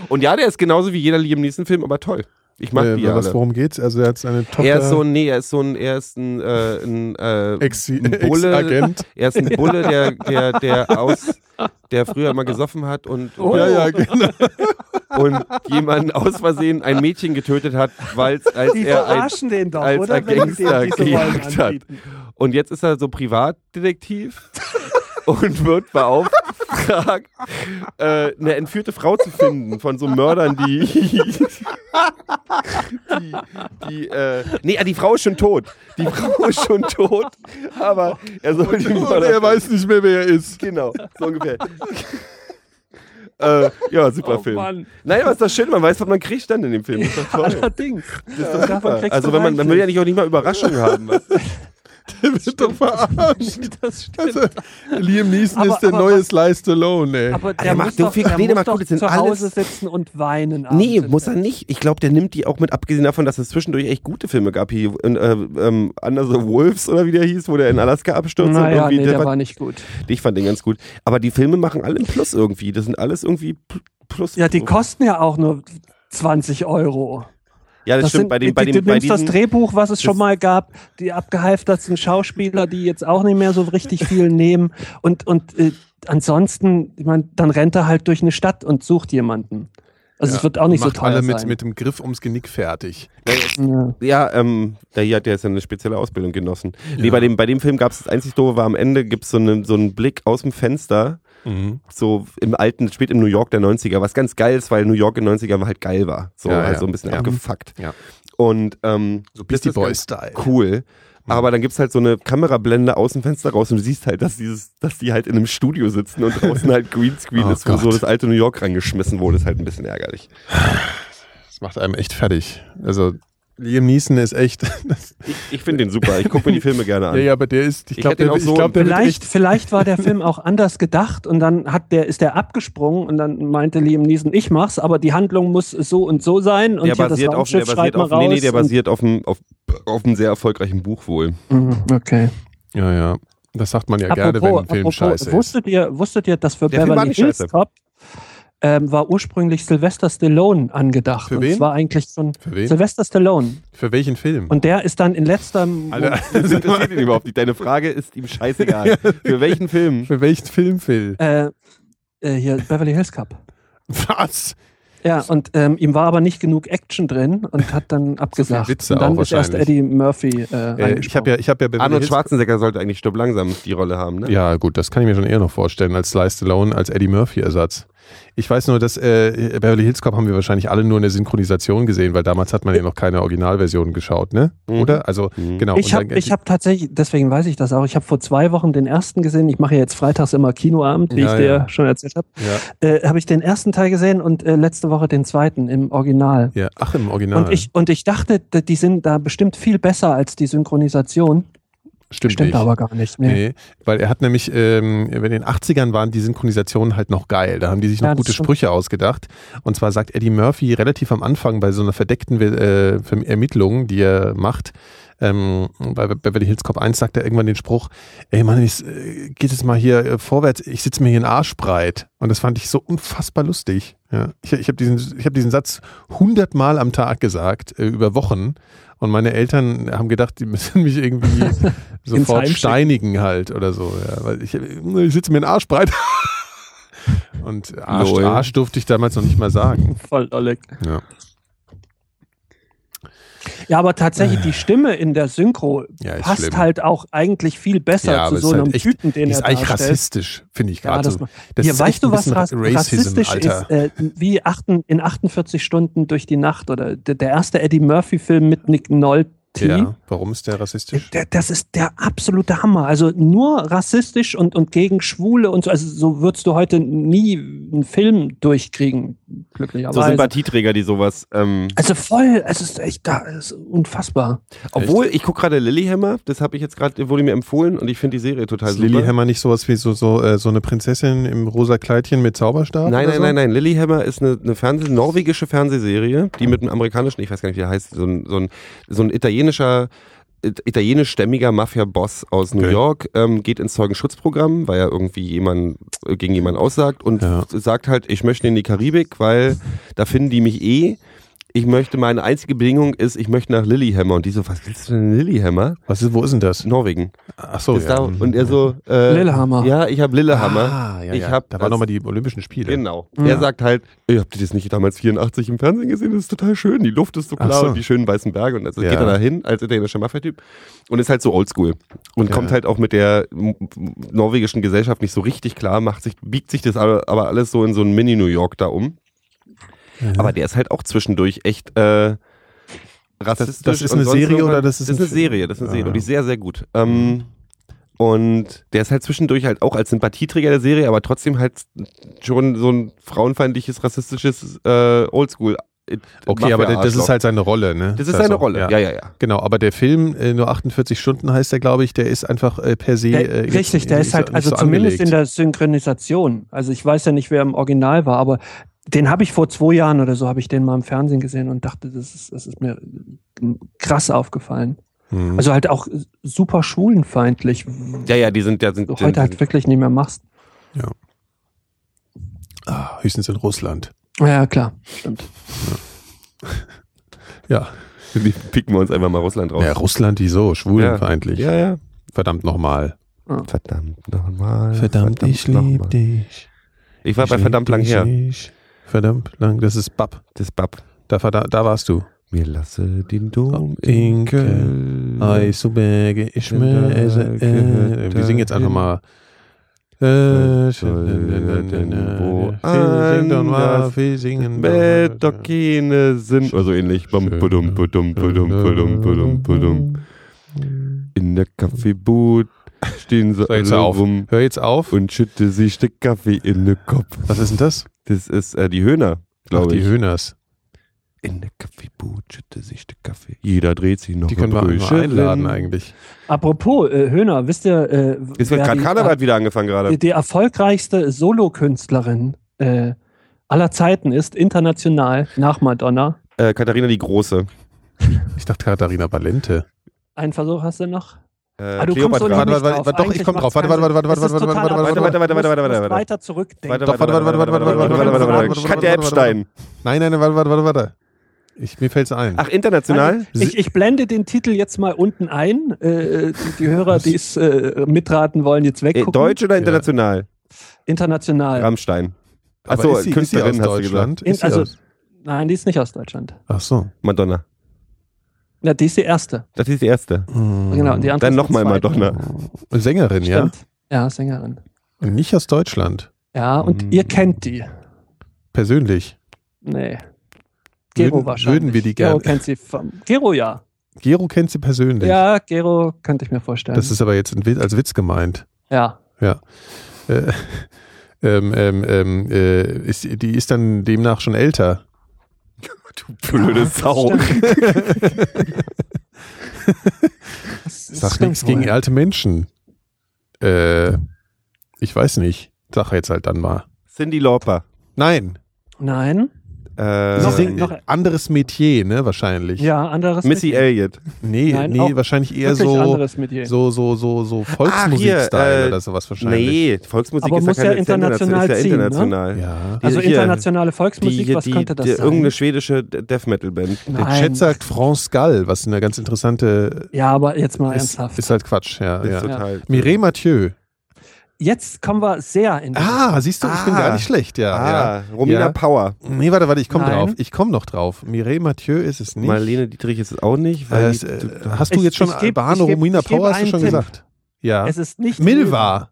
[SPEAKER 2] Und ja, der ist genauso wie jeder Liam Neeson-Film, aber toll. Ich mag
[SPEAKER 3] Äh,
[SPEAKER 2] die
[SPEAKER 3] was,
[SPEAKER 2] alle.
[SPEAKER 3] worum geht's? Also er hat seine Tochter,
[SPEAKER 2] Er ist so ein, nee, er ist so ein, er ist ein, äh, ein, äh,
[SPEAKER 3] Ex-
[SPEAKER 2] ein Bulle,
[SPEAKER 3] Ex-Agent.
[SPEAKER 2] er ist ein Bulle, der, der, der aus, der früher mal gesoffen hat und,
[SPEAKER 3] Ja,
[SPEAKER 2] Oh.
[SPEAKER 3] ja, genau.
[SPEAKER 2] und jemanden aus Versehen ein Mädchen getötet hat, weil als
[SPEAKER 1] Die
[SPEAKER 2] er ein,
[SPEAKER 1] verarschen den doch,
[SPEAKER 2] als
[SPEAKER 1] oder?
[SPEAKER 2] ein
[SPEAKER 1] Wenn die
[SPEAKER 2] Gangster
[SPEAKER 1] denen diese Rollen
[SPEAKER 2] gejagt hat.
[SPEAKER 1] anbieten.
[SPEAKER 2] Und jetzt ist er so Privatdetektiv und wird beauftragt, äh, eine entführte Frau zu finden von so Mördern, die. die, die äh, nee, ah, die Frau ist schon tot. Die Frau ist schon tot, aber er soll die
[SPEAKER 3] Und
[SPEAKER 2] Mörder.
[SPEAKER 3] er weiß nicht mehr, wer er ist.
[SPEAKER 2] Genau, so ungefähr. äh, ja, super
[SPEAKER 1] Oh,
[SPEAKER 2] Film.
[SPEAKER 1] Mann.
[SPEAKER 2] Nein, aber ist doch schön, man weiß, was man kriegt dann in dem Film. Ist doch toll.
[SPEAKER 1] Allerdings. Das
[SPEAKER 2] Super. Also wenn man, man will ja nicht auch nicht mal Überraschung haben. Was?
[SPEAKER 3] Der wird doch verarscht.
[SPEAKER 1] Das stimmt.
[SPEAKER 3] Also, Liam Neeson
[SPEAKER 1] Aber-
[SPEAKER 3] ist der
[SPEAKER 1] aber
[SPEAKER 3] neue
[SPEAKER 1] was-
[SPEAKER 3] Sly Stallone, ey.
[SPEAKER 1] Aber der,
[SPEAKER 2] der
[SPEAKER 1] muss
[SPEAKER 2] macht so
[SPEAKER 1] doch,
[SPEAKER 2] viel-
[SPEAKER 1] der
[SPEAKER 2] nee, der
[SPEAKER 1] muss
[SPEAKER 2] macht
[SPEAKER 1] doch
[SPEAKER 2] gut, das sind
[SPEAKER 1] zu Hause
[SPEAKER 2] alles-
[SPEAKER 1] sitzen und weinen.
[SPEAKER 2] Nee,
[SPEAKER 1] abends.
[SPEAKER 2] muss er nicht. Ich glaube, der nimmt die auch mit, abgesehen davon, dass es zwischendurch echt gute Filme gab. Hier, äh, ähm, Under the Wolves oder wie der hieß, wo der in Alaska abstürzt. und
[SPEAKER 1] Naja,
[SPEAKER 2] irgendwie,
[SPEAKER 1] nee,
[SPEAKER 2] der
[SPEAKER 1] der
[SPEAKER 2] war-
[SPEAKER 1] war nicht gut.
[SPEAKER 2] ich fand den ganz gut. Aber die Filme machen alle einen Plus irgendwie. Das sind alles irgendwie pl- Plus.
[SPEAKER 1] Ja, die kosten ja auch nur 20 Euro.
[SPEAKER 2] Ja, das, stimmt.
[SPEAKER 1] sind-
[SPEAKER 2] bei
[SPEAKER 1] die-
[SPEAKER 2] dem, bei
[SPEAKER 1] die-
[SPEAKER 2] dem,
[SPEAKER 1] du
[SPEAKER 2] bei
[SPEAKER 1] nimmst das
[SPEAKER 2] diesen-
[SPEAKER 1] Drehbuch, was es schon
[SPEAKER 2] das-
[SPEAKER 1] mal gab, die abgehalfterten Schauspieler, die jetzt auch nicht mehr so richtig viel nehmen. Und, und äh, ansonsten, ich meine, dann rennt er halt durch eine Stadt und sucht jemanden. Also es wird auch nicht
[SPEAKER 3] Macht
[SPEAKER 1] so teuer
[SPEAKER 3] alle mit,
[SPEAKER 1] sein.
[SPEAKER 3] mit dem Griff ums Genick fertig.
[SPEAKER 1] ja.
[SPEAKER 2] Ja, ähm, der hier hat ja jetzt eine spezielle Ausbildung genossen. Nee, bei dem, bei dem Film gab es das einzig doofe war am Ende gibt's so, ne, so einen Blick aus dem Fenster
[SPEAKER 3] Mhm.
[SPEAKER 2] so im alten, spät im New York der 90er, was ganz geil ist, weil New York in den 90ern halt geil war. So,
[SPEAKER 3] Ja, ja.
[SPEAKER 2] also ein bisschen
[SPEAKER 3] Ja.
[SPEAKER 2] abgefuckt.
[SPEAKER 3] Ja.
[SPEAKER 2] Und ähm,
[SPEAKER 3] So Beastie Mhm.
[SPEAKER 2] das ist ganz
[SPEAKER 3] Boys-Style.
[SPEAKER 2] Cool. Aber dann gibt's halt so eine Kamerablende aus dem Fenster raus und du siehst halt, dass dieses, dass die halt in einem Studio sitzen und draußen halt Greenscreen
[SPEAKER 3] Oh
[SPEAKER 2] ist, wo so
[SPEAKER 3] Gott.
[SPEAKER 2] das alte New York reingeschmissen wurde, ist halt ein bisschen ärgerlich.
[SPEAKER 3] Das macht einem echt fertig. Also Liam Neeson ist echt. Das,
[SPEAKER 2] Ich, ich finde den super. Ich gucke mir die Filme gerne an.
[SPEAKER 3] ja, ja, aber der ist. Ich
[SPEAKER 2] Ich
[SPEAKER 3] glaube,
[SPEAKER 2] hätte ihn
[SPEAKER 3] der,
[SPEAKER 2] auch
[SPEAKER 3] ich
[SPEAKER 2] so-
[SPEAKER 3] glaub, der wird
[SPEAKER 1] Vielleicht,
[SPEAKER 3] echt.
[SPEAKER 1] vielleicht war der Film auch anders gedacht und dann hat der, ist der abgesprungen und dann meinte Liam Neeson, ich mach's, aber die Handlung muss so und so sein und hier
[SPEAKER 2] Der
[SPEAKER 1] das
[SPEAKER 2] basiert auf, der
[SPEAKER 1] Raumschiff
[SPEAKER 2] basiert
[SPEAKER 1] schreibt mal
[SPEAKER 2] auf,
[SPEAKER 1] raus.
[SPEAKER 2] nee, nee, der
[SPEAKER 1] und-
[SPEAKER 2] basiert auf einem, auf, auf einem sehr erfolgreichen Buch wohl.
[SPEAKER 1] Mhm, Okay.
[SPEAKER 3] Ja, ja. Das sagt man ja gerne, wenn ein Film scheiße ist.
[SPEAKER 1] wusstet ihr, wusstet ihr, dass für
[SPEAKER 2] Der Film war
[SPEAKER 1] Beverly
[SPEAKER 2] nicht
[SPEAKER 1] Hills
[SPEAKER 2] scheiße.
[SPEAKER 1] Cop ähm, war ursprünglich Sylvester Stallone angedacht.
[SPEAKER 3] Für
[SPEAKER 1] und
[SPEAKER 3] wen?
[SPEAKER 1] es war eigentlich schon
[SPEAKER 3] Für wen?
[SPEAKER 1] Sylvester Stallone.
[SPEAKER 3] Für welchen Film?
[SPEAKER 1] Und der ist dann in letzterem
[SPEAKER 2] Alter, das interessiert ihn überhaupt nicht. Deine Frage ist ihm scheißegal. Für welchen Film?
[SPEAKER 3] Für welchen Film, Phil?
[SPEAKER 1] äh, äh, hier Beverly Hills Cop.
[SPEAKER 3] Was?
[SPEAKER 1] Ja, und ähm, ihm war aber nicht genug Action drin und hat dann abgesagt.
[SPEAKER 3] Witze
[SPEAKER 1] und dann
[SPEAKER 3] auch
[SPEAKER 1] ist erst
[SPEAKER 3] wahrscheinlich.
[SPEAKER 1] Eddie Murphy äh,
[SPEAKER 3] Äh, ich habe ja, ich habe ja Beverly
[SPEAKER 2] Arnold
[SPEAKER 3] Hills-
[SPEAKER 2] Schwarzenegger sollte eigentlich Stirb langsam die Rolle haben, ne?
[SPEAKER 3] Ja, gut, das kann ich mir schon eher noch vorstellen als Sly Stallone, als Eddie Murphy-Ersatz. Ich weiß nur, dass äh, Beverly Hills Cop haben wir wahrscheinlich alle nur in der Synchronisation gesehen, weil damals hat man ja noch keine Originalversion geschaut, ne?
[SPEAKER 2] Mhm.
[SPEAKER 3] Oder? Also
[SPEAKER 2] Mhm.
[SPEAKER 3] genau.
[SPEAKER 1] Ich
[SPEAKER 3] und
[SPEAKER 1] habe
[SPEAKER 3] dann-
[SPEAKER 1] ich hab tatsächlich, deswegen weiß ich das auch, ich habe vor zwei Wochen den ersten gesehen. Ich mache ja jetzt freitags immer Kinoabend, wie
[SPEAKER 3] Ja,
[SPEAKER 1] ich dir
[SPEAKER 3] ja.
[SPEAKER 1] schon erzählt habe.
[SPEAKER 3] ja,
[SPEAKER 1] Äh, habe ich den ersten Teil gesehen und äh, letzte Woche den zweiten im Original.
[SPEAKER 3] ja. Ach, im Original.
[SPEAKER 1] Und, ich, und ich dachte, d- die sind da bestimmt viel besser als die Synchronisation.
[SPEAKER 3] Stimmt,
[SPEAKER 1] Stimmt
[SPEAKER 3] nicht.
[SPEAKER 1] aber gar nicht. Nee.
[SPEAKER 3] Nee, weil er hat nämlich, ähm, in den 80ern waren die Synchronisationen halt noch geil. Da haben die sich noch
[SPEAKER 1] Ja, das
[SPEAKER 3] gute
[SPEAKER 1] stimmt.
[SPEAKER 3] Sprüche ausgedacht. Und zwar sagt Eddie Murphy relativ am Anfang bei so einer verdeckten äh, Verm- Ermittlung, die er macht, ähm, bei Beverly Hills Cop 1 sagt er irgendwann den Spruch, ey Mann, ich, äh, geht jetzt mal hier äh, vorwärts, ich sitze mir hier einen Arsch breit. Und das fand ich so unfassbar lustig. Ja. Ich, ich habe diesen, ich hab diesen Satz hundertmal am Tag gesagt, äh, über Wochen. Und meine Eltern haben gedacht, die müssen mich irgendwie sofort
[SPEAKER 1] Heim schicken.
[SPEAKER 3] steinigen halt oder so. Ja. Weil ich, äh, ich sitze mir einen Arsch breit. Und Arsch,
[SPEAKER 2] Lol.
[SPEAKER 3] Arsch durfte ich damals noch nicht mal sagen.
[SPEAKER 1] Voll Oleg.
[SPEAKER 3] Ja.
[SPEAKER 1] Ja, aber tatsächlich, die Stimme in der Synchro
[SPEAKER 3] Ja, ist
[SPEAKER 1] passt
[SPEAKER 3] schlimm.
[SPEAKER 1] halt auch eigentlich viel besser
[SPEAKER 3] Ja,
[SPEAKER 1] zu
[SPEAKER 3] aber
[SPEAKER 1] so
[SPEAKER 3] ist halt
[SPEAKER 1] einem
[SPEAKER 3] echt-
[SPEAKER 1] Typen, den
[SPEAKER 3] Die ist
[SPEAKER 1] er
[SPEAKER 3] eigentlich
[SPEAKER 1] darstellt.
[SPEAKER 3] rassistisch, finde ich
[SPEAKER 1] Ja,
[SPEAKER 3] gerade.
[SPEAKER 1] das
[SPEAKER 3] so.
[SPEAKER 1] ma- Hier,
[SPEAKER 3] ist
[SPEAKER 1] weißt
[SPEAKER 3] echt
[SPEAKER 1] du,
[SPEAKER 3] ein
[SPEAKER 1] was
[SPEAKER 3] bisschen
[SPEAKER 1] ras rassistisch ist? Äh, wie achten, in 48 Stunden durch die Nacht oder der, der erste Eddie Murphy-Film mit Nick Nolte.
[SPEAKER 3] Ja, warum ist der rassistisch?
[SPEAKER 1] Der, das ist der absolute Hammer. Also nur rassistisch und, und gegen Schwule und so. Also so würdest du heute nie einen Film durchkriegen,
[SPEAKER 2] So
[SPEAKER 1] glücklicherweise.
[SPEAKER 2] Sympathieträger, die sowas. Ähm,
[SPEAKER 1] also voll, es ist echt da, es ist unfassbar.
[SPEAKER 2] obwohl, ich gucke gerade Lilyhammer, das habe ich jetzt gerade, wurde mir empfohlen und ich finde die Serie total
[SPEAKER 3] Ist
[SPEAKER 2] super.
[SPEAKER 3] Lilyhammer Also nicht sowas wie so, so, äh, so eine Prinzessin im rosa Kleidchen mit Zauberstab?
[SPEAKER 2] Nein,
[SPEAKER 3] oder
[SPEAKER 2] nein,
[SPEAKER 3] so?
[SPEAKER 2] nein, nein. Lilyhammer ist eine, eine Fernseh norwegische Fernsehserie, die mit einem amerikanischen, ich weiß gar nicht, wie er heißt, so ein, so ein, so ein italienischer, it- italienischstämmiger Mafia-Boss aus New
[SPEAKER 3] Okay.
[SPEAKER 2] York ähm, geht ins Zeugenschutzprogramm, weil er irgendwie jemand äh, gegen jemanden aussagt und
[SPEAKER 3] Ja.
[SPEAKER 2] sagt halt, ich möchte in die Karibik, weil da finden die mich eh. Ich möchte, meine einzige Bedingung ist, ich möchte nach Lilyhammer. Und die so, was willst du denn in Lilyhammer?
[SPEAKER 3] Was ist, wo ist denn das?
[SPEAKER 2] Norwegen.
[SPEAKER 3] Ach so,
[SPEAKER 2] Ist da,
[SPEAKER 3] Oh ja.
[SPEAKER 2] und er so, äh,
[SPEAKER 1] Lillehammer.
[SPEAKER 2] Ja, ich habe Lillehammer.
[SPEAKER 3] Ah, ja,
[SPEAKER 2] ich
[SPEAKER 3] ja.
[SPEAKER 2] hab
[SPEAKER 3] da waren
[SPEAKER 2] das-
[SPEAKER 3] nochmal die Olympischen Spiele.
[SPEAKER 2] Genau. Er sagt halt, ihr habt ihr das nicht damals 84 im Fernsehen gesehen? Das ist total schön. Die Luft ist so
[SPEAKER 3] Ach
[SPEAKER 2] klar
[SPEAKER 3] so.
[SPEAKER 2] und die schönen weißen Berge. Und also
[SPEAKER 3] Ja.
[SPEAKER 2] geht er dahin als italienischer Mafia-Typ und ist halt so oldschool. Und
[SPEAKER 3] Ja.
[SPEAKER 2] kommt halt auch mit der m- m- norwegischen Gesellschaft nicht so richtig klar, macht sich, biegt sich das aber, aber alles so in so ein Mini-New York da um. Aber der ist halt auch zwischendurch echt äh, rassistisch.
[SPEAKER 3] das ist
[SPEAKER 2] und
[SPEAKER 3] eine
[SPEAKER 2] sonst
[SPEAKER 3] Serie
[SPEAKER 2] irgendwas.
[SPEAKER 3] oder das ist
[SPEAKER 2] das ist
[SPEAKER 3] ein
[SPEAKER 2] eine
[SPEAKER 3] Film?
[SPEAKER 2] Serie, das ist eine
[SPEAKER 3] Ah, Mhm.
[SPEAKER 2] Serie
[SPEAKER 3] ja.
[SPEAKER 2] und die ist sehr, sehr gut. Ähm, und der ist halt zwischendurch halt auch als Sympathieträger der Serie, aber trotzdem halt schon so ein frauenfeindliches, rassistisches äh, Oldschool. äh,
[SPEAKER 3] Okay, aber das ist
[SPEAKER 2] Mafia-Arschloch.
[SPEAKER 3] halt seine Rolle, ne?
[SPEAKER 2] Das ist
[SPEAKER 3] Also,
[SPEAKER 2] seine Rolle. Ja, ja, ja.
[SPEAKER 3] Genau, aber der Film, äh, nur 48 Stunden heißt der, glaube ich, der ist einfach äh, per se.
[SPEAKER 1] Der,
[SPEAKER 3] äh, jetzt-
[SPEAKER 1] richtig, der ist halt,
[SPEAKER 3] nicht
[SPEAKER 1] also
[SPEAKER 3] so
[SPEAKER 1] zumindest
[SPEAKER 3] angelegt.
[SPEAKER 1] in der Synchronisation. Also ich weiß ja nicht, wer im Original war, aber den habe ich vor zwei Jahren oder so, habe ich den mal im Fernsehen gesehen und dachte, das ist, das ist mir krass aufgefallen.
[SPEAKER 3] Mhm.
[SPEAKER 1] Also halt auch super schwulenfeindlich.
[SPEAKER 2] Ja, ja, die sind, ja sind, die
[SPEAKER 1] Heute halt
[SPEAKER 2] sind
[SPEAKER 1] wirklich nicht mehr machst.
[SPEAKER 3] Ah, höchstens in Russland.
[SPEAKER 1] Ja, klar, stimmt.
[SPEAKER 3] Ja.
[SPEAKER 2] die picken wir uns einfach mal Russland raus.
[SPEAKER 3] Ja, Russland, wieso? Schwulenfeindlich.
[SPEAKER 2] Ja, ja.
[SPEAKER 3] Verdammt nochmal.
[SPEAKER 2] Verdammt nochmal. nochmal.
[SPEAKER 3] dich.
[SPEAKER 2] Ich war bei verdammt lang her.
[SPEAKER 3] Verdammt lang, das ist Bab.
[SPEAKER 2] Das Bab.
[SPEAKER 3] Da, da, da warst du.
[SPEAKER 2] Mir lasse den Dom
[SPEAKER 3] In
[SPEAKER 2] in
[SPEAKER 3] Köln.
[SPEAKER 2] Köln.
[SPEAKER 3] Eisberge, ich
[SPEAKER 2] Wenn da
[SPEAKER 3] mir esse- äh.
[SPEAKER 2] gehört
[SPEAKER 3] Wir singen jetzt einfach
[SPEAKER 2] dahin.
[SPEAKER 3] mal Äh,
[SPEAKER 2] woanders
[SPEAKER 3] wir singen
[SPEAKER 2] Meldokine sind. Also ähnlich. Bam, budum, budum, budum, budum, budum, budum. In der Kaffeebude stehen sie
[SPEAKER 3] So, jetzt
[SPEAKER 2] alle
[SPEAKER 3] hör auf.
[SPEAKER 2] rum
[SPEAKER 3] Hör jetzt auf.
[SPEAKER 2] und schütte sich den Kaffee in den Kopf.
[SPEAKER 3] Was ist denn das?
[SPEAKER 2] Das ist äh, die Höhner,
[SPEAKER 3] Ach,
[SPEAKER 2] glaube
[SPEAKER 3] die
[SPEAKER 2] ich.
[SPEAKER 3] Höhners.
[SPEAKER 2] in der Kaffeebude schütte sich der Kaffee. Jeder dreht sich noch
[SPEAKER 3] Die können wir
[SPEAKER 2] ein
[SPEAKER 3] mal
[SPEAKER 2] Brötchen.
[SPEAKER 3] einladen eigentlich.
[SPEAKER 1] Apropos äh, Höhner, wisst ihr, äh,
[SPEAKER 2] Es wird
[SPEAKER 1] wer
[SPEAKER 2] gerade
[SPEAKER 1] die- äh,
[SPEAKER 2] Karneval hat wieder angefangen gerade.
[SPEAKER 1] die, die erfolgreichste Solokünstlerin äh, aller Zeiten ist, international, nach Madonna.
[SPEAKER 2] Äh, Katharina die Große. Äh,
[SPEAKER 3] Ich dachte Katharina Valente.
[SPEAKER 1] Einen Versuch hast du noch?
[SPEAKER 2] Äh,
[SPEAKER 1] Ah, du kommst
[SPEAKER 2] Kleopatra.
[SPEAKER 1] ohnehin
[SPEAKER 3] Warte,
[SPEAKER 1] nicht
[SPEAKER 3] warte, warte,
[SPEAKER 1] drauf.
[SPEAKER 3] warte, doch, ich
[SPEAKER 1] Eigentlich
[SPEAKER 3] komm drauf.
[SPEAKER 1] macht's
[SPEAKER 3] Warte, warte,
[SPEAKER 1] keinen
[SPEAKER 3] warte,
[SPEAKER 1] Sinn.
[SPEAKER 3] warte,
[SPEAKER 1] Es ist
[SPEAKER 3] warte, warte,
[SPEAKER 1] total
[SPEAKER 3] warte,
[SPEAKER 1] absurd.
[SPEAKER 2] warte, warte,
[SPEAKER 1] Du musst-
[SPEAKER 2] warte, warte,
[SPEAKER 1] musst
[SPEAKER 2] warte.
[SPEAKER 1] weiter zurückdenken.
[SPEAKER 2] Warte, warte, warte, warte, warte, warte, warte, warte, warte, warte, warte, warte. Katja Epstein.
[SPEAKER 3] Nein, nein, warte, warte, warte, warte. Ich, mir fällt's ein.
[SPEAKER 2] Ach, international?
[SPEAKER 1] Also, Ich, ich blende den Titel jetzt mal unten ein. Äh, die, die Hörer, die es äh, mitraten wollen, jetzt
[SPEAKER 2] Äh,
[SPEAKER 1] weggucken.
[SPEAKER 2] Deutsch oder
[SPEAKER 3] Ja.
[SPEAKER 2] international?
[SPEAKER 1] International.
[SPEAKER 2] Rammstein.
[SPEAKER 3] Aber
[SPEAKER 2] Achso,
[SPEAKER 3] ist sie- ist sie
[SPEAKER 2] Künstlerin
[SPEAKER 3] aus
[SPEAKER 2] hast du gesagt.
[SPEAKER 3] Deutschland? Ist sie
[SPEAKER 1] also-
[SPEAKER 3] aus-
[SPEAKER 1] Nein, die ist nicht aus Deutschland.
[SPEAKER 3] Ach so.
[SPEAKER 2] Madonna.
[SPEAKER 1] Na, die ist die erste.
[SPEAKER 2] Das ist die erste.
[SPEAKER 1] Genau, und die andere
[SPEAKER 2] Dann
[SPEAKER 1] ist die
[SPEAKER 2] nochmal
[SPEAKER 1] zweite.
[SPEAKER 2] Madonna.
[SPEAKER 3] Sängerin, ja?
[SPEAKER 1] Stimmt. Ja, Sängerin.
[SPEAKER 3] Und nicht aus Deutschland.
[SPEAKER 1] Ja, und
[SPEAKER 2] Mm.
[SPEAKER 1] ihr
[SPEAKER 3] Hm.
[SPEAKER 1] kennt die.
[SPEAKER 3] Persönlich.
[SPEAKER 1] Nee. Gero
[SPEAKER 3] Würden-
[SPEAKER 1] wahrscheinlich.
[SPEAKER 3] würden wir die
[SPEAKER 1] Gero
[SPEAKER 3] gerne-
[SPEAKER 1] kennt sie vom. Gero ja.
[SPEAKER 3] Gero kennt sie persönlich.
[SPEAKER 1] Ja, Gero könnte ich mir vorstellen.
[SPEAKER 3] Das ist aber jetzt ein Witz, als Witz gemeint.
[SPEAKER 1] ja.
[SPEAKER 3] Äh, ähm, ähm, ähm, äh, ist, die ist dann demnach schon älter.
[SPEAKER 2] Du blöde Sau.
[SPEAKER 1] Das stimmt. Das
[SPEAKER 3] Sag
[SPEAKER 1] stimmt
[SPEAKER 3] nichts gegen
[SPEAKER 1] wohl.
[SPEAKER 3] alte Menschen. Äh, ich weiß nicht. Sag jetzt halt dann mal.
[SPEAKER 2] Cindy Lauper.
[SPEAKER 3] Nein.
[SPEAKER 1] Nein.
[SPEAKER 2] Äh,
[SPEAKER 3] Sie
[SPEAKER 1] Noch-
[SPEAKER 3] singt
[SPEAKER 1] noch-
[SPEAKER 3] anderes Metier, ne? Wahrscheinlich.
[SPEAKER 1] Ja, anderes
[SPEAKER 2] Missy
[SPEAKER 1] Metier.
[SPEAKER 2] Elliott.
[SPEAKER 3] Nee,
[SPEAKER 1] Nein,
[SPEAKER 3] nee,
[SPEAKER 1] auch
[SPEAKER 3] wahrscheinlich eher
[SPEAKER 1] Wirklich
[SPEAKER 3] so,
[SPEAKER 1] anderes Metier.
[SPEAKER 3] so, so, so, so
[SPEAKER 2] Ah, hier,
[SPEAKER 3] Volksmusik-Style
[SPEAKER 2] äh,
[SPEAKER 3] oder sowas wahrscheinlich.
[SPEAKER 2] Nee, Volksmusik
[SPEAKER 1] Aber
[SPEAKER 2] ist
[SPEAKER 1] muss
[SPEAKER 2] ja
[SPEAKER 1] ja
[SPEAKER 2] keine ist
[SPEAKER 1] international
[SPEAKER 2] ist ja
[SPEAKER 1] ziehen, ne?
[SPEAKER 2] international.
[SPEAKER 3] Ja.
[SPEAKER 1] also
[SPEAKER 2] hier-
[SPEAKER 1] internationale Volksmusik, was könnte das
[SPEAKER 2] die,
[SPEAKER 1] sein?
[SPEAKER 2] Irgendeine schwedische De- Death Metal Band.
[SPEAKER 3] Der
[SPEAKER 1] Nein.
[SPEAKER 3] Chat sagt France Gall, was eine ganz interessante
[SPEAKER 1] ja, aber jetzt mal
[SPEAKER 3] ist,
[SPEAKER 1] ernsthaft.
[SPEAKER 3] ist halt Quatsch, ja.
[SPEAKER 2] Das ist
[SPEAKER 3] ja.
[SPEAKER 2] total.
[SPEAKER 3] Mireille Mathieu.
[SPEAKER 1] jetzt kommen wir sehr in die-
[SPEAKER 3] Ah, siehst du, ich bin
[SPEAKER 2] Ah.
[SPEAKER 3] gar nicht schlecht, ja.
[SPEAKER 2] Ah, Romina
[SPEAKER 3] Ja.
[SPEAKER 2] Power.
[SPEAKER 3] ja. Nee, warte, warte, ich komme
[SPEAKER 1] Nein.
[SPEAKER 3] drauf. Ich komme noch drauf. Mireille Mathieu ist es nicht.
[SPEAKER 2] Marlene Dietrich ist es auch nicht. Weil
[SPEAKER 3] Äh,
[SPEAKER 2] die-
[SPEAKER 3] es,
[SPEAKER 2] du-
[SPEAKER 3] äh,
[SPEAKER 2] du-
[SPEAKER 3] hast du
[SPEAKER 1] Ich-
[SPEAKER 3] jetzt schon
[SPEAKER 1] ich geb-
[SPEAKER 3] Albano
[SPEAKER 1] ich geb-
[SPEAKER 3] Romina
[SPEAKER 1] ich geb
[SPEAKER 3] Power, hast du
[SPEAKER 1] einen
[SPEAKER 3] schon
[SPEAKER 1] Tipp.
[SPEAKER 3] gesagt? Ja.
[SPEAKER 1] Es ist nicht
[SPEAKER 3] Milva.
[SPEAKER 1] Milva.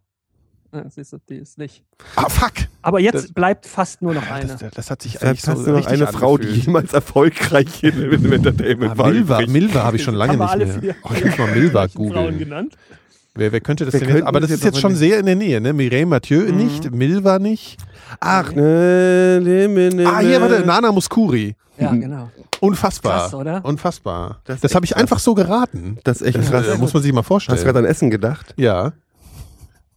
[SPEAKER 1] Ja, siehst du, die ist nicht.
[SPEAKER 3] Ah, fuck.
[SPEAKER 1] Aber jetzt
[SPEAKER 3] Das-
[SPEAKER 1] bleibt fast nur noch eine.
[SPEAKER 3] Das, das hat sich
[SPEAKER 2] Da
[SPEAKER 3] eigentlich
[SPEAKER 2] hast
[SPEAKER 3] so
[SPEAKER 2] du noch
[SPEAKER 3] richtig
[SPEAKER 2] eine Frau, die
[SPEAKER 3] angefühlt.
[SPEAKER 2] jemals erfolgreich in, im Entertainment
[SPEAKER 3] Ah,
[SPEAKER 2] war.
[SPEAKER 3] Milva, Milva habe ich schon lange
[SPEAKER 1] Haben wir
[SPEAKER 3] nicht
[SPEAKER 1] alle
[SPEAKER 3] mehr.
[SPEAKER 1] vier-
[SPEAKER 3] oh, ich muss mal Milva
[SPEAKER 1] Frauen
[SPEAKER 3] googeln.
[SPEAKER 1] genannt.
[SPEAKER 3] Wer, wer könnte das
[SPEAKER 2] Wir
[SPEAKER 3] denn jetzt?
[SPEAKER 2] könnten
[SPEAKER 3] Aber das
[SPEAKER 2] das
[SPEAKER 3] ist
[SPEAKER 2] jetzt
[SPEAKER 3] jetzt
[SPEAKER 2] aber
[SPEAKER 3] schon
[SPEAKER 2] nicht-
[SPEAKER 3] sehr in der Nähe, ne? Mireille Mathieu nicht, Milva nicht.
[SPEAKER 2] Ach, ne, ne, ne, ne,
[SPEAKER 3] Ah, hier, warte, Nana Muscuri.
[SPEAKER 1] Ja, genau.
[SPEAKER 3] Ähm, Unfassbar.
[SPEAKER 1] Krass, oder?
[SPEAKER 3] Unfassbar.
[SPEAKER 2] Das ist
[SPEAKER 3] Das,
[SPEAKER 2] echt
[SPEAKER 3] habe ich einfach so geraten.
[SPEAKER 2] Das ist echt
[SPEAKER 3] Das,
[SPEAKER 2] krass.
[SPEAKER 3] äh, muss man sich mal
[SPEAKER 2] Hast
[SPEAKER 3] vorstellen.
[SPEAKER 2] du gerade an Essen gedacht?
[SPEAKER 3] ja.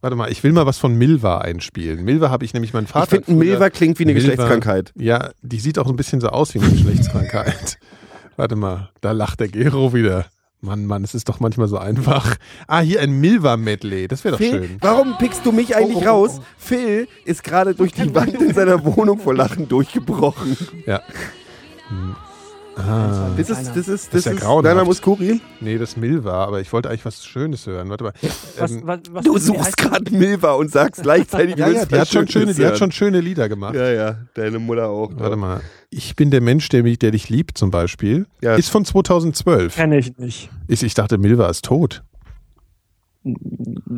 [SPEAKER 3] Warte mal, ich will mal was von Milva einspielen. Milva habe ich nämlich meinen Vater.
[SPEAKER 2] Ich finde,
[SPEAKER 3] früher-
[SPEAKER 2] Milva klingt wie eine
[SPEAKER 3] Milva-
[SPEAKER 2] Geschlechtskrankheit.
[SPEAKER 3] Ja, die sieht auch so ein bisschen so aus wie eine Geschlechtskrankheit. Warte mal, da lacht der Gero wieder. Mann, Mann, es ist doch manchmal so einfach. Ah, hier ein Milva-Medley. Das wäre doch
[SPEAKER 2] Phil,
[SPEAKER 3] schön. Oh,
[SPEAKER 2] warum pickst du mich eigentlich raus? Phil ist gerade durch die Wand in seiner Wohnung vor Lachen durchgebrochen.
[SPEAKER 3] Ja.
[SPEAKER 2] Das ist, das ist,
[SPEAKER 3] Das ist
[SPEAKER 2] das
[SPEAKER 3] ja
[SPEAKER 2] ist
[SPEAKER 3] grauenhaft.
[SPEAKER 2] Nana Muscuri.
[SPEAKER 3] Nee, das Milva, aber ich wollte eigentlich was Schönes hören. Warte mal.
[SPEAKER 1] Was,
[SPEAKER 3] Ähm,
[SPEAKER 1] was, was
[SPEAKER 2] Du
[SPEAKER 1] wie
[SPEAKER 2] suchst
[SPEAKER 1] heißt
[SPEAKER 2] gerade Milva und sagst gleichzeitig,
[SPEAKER 3] ja,
[SPEAKER 2] du
[SPEAKER 3] ja,
[SPEAKER 2] willst
[SPEAKER 3] die hat,
[SPEAKER 2] was
[SPEAKER 3] schon schöne,
[SPEAKER 2] Schönes
[SPEAKER 3] die hat
[SPEAKER 2] hören.
[SPEAKER 3] schon schöne Lieder gemacht.
[SPEAKER 2] Ja, ja, deine Mutter auch. ne?
[SPEAKER 3] Warte mal. Ich bin der Mensch, der, mich, der dich liebt, zum Beispiel.
[SPEAKER 2] Ja.
[SPEAKER 3] Ist von 2012.
[SPEAKER 1] Kenne ich nicht.
[SPEAKER 3] Ich, ich dachte, Milva ist tot.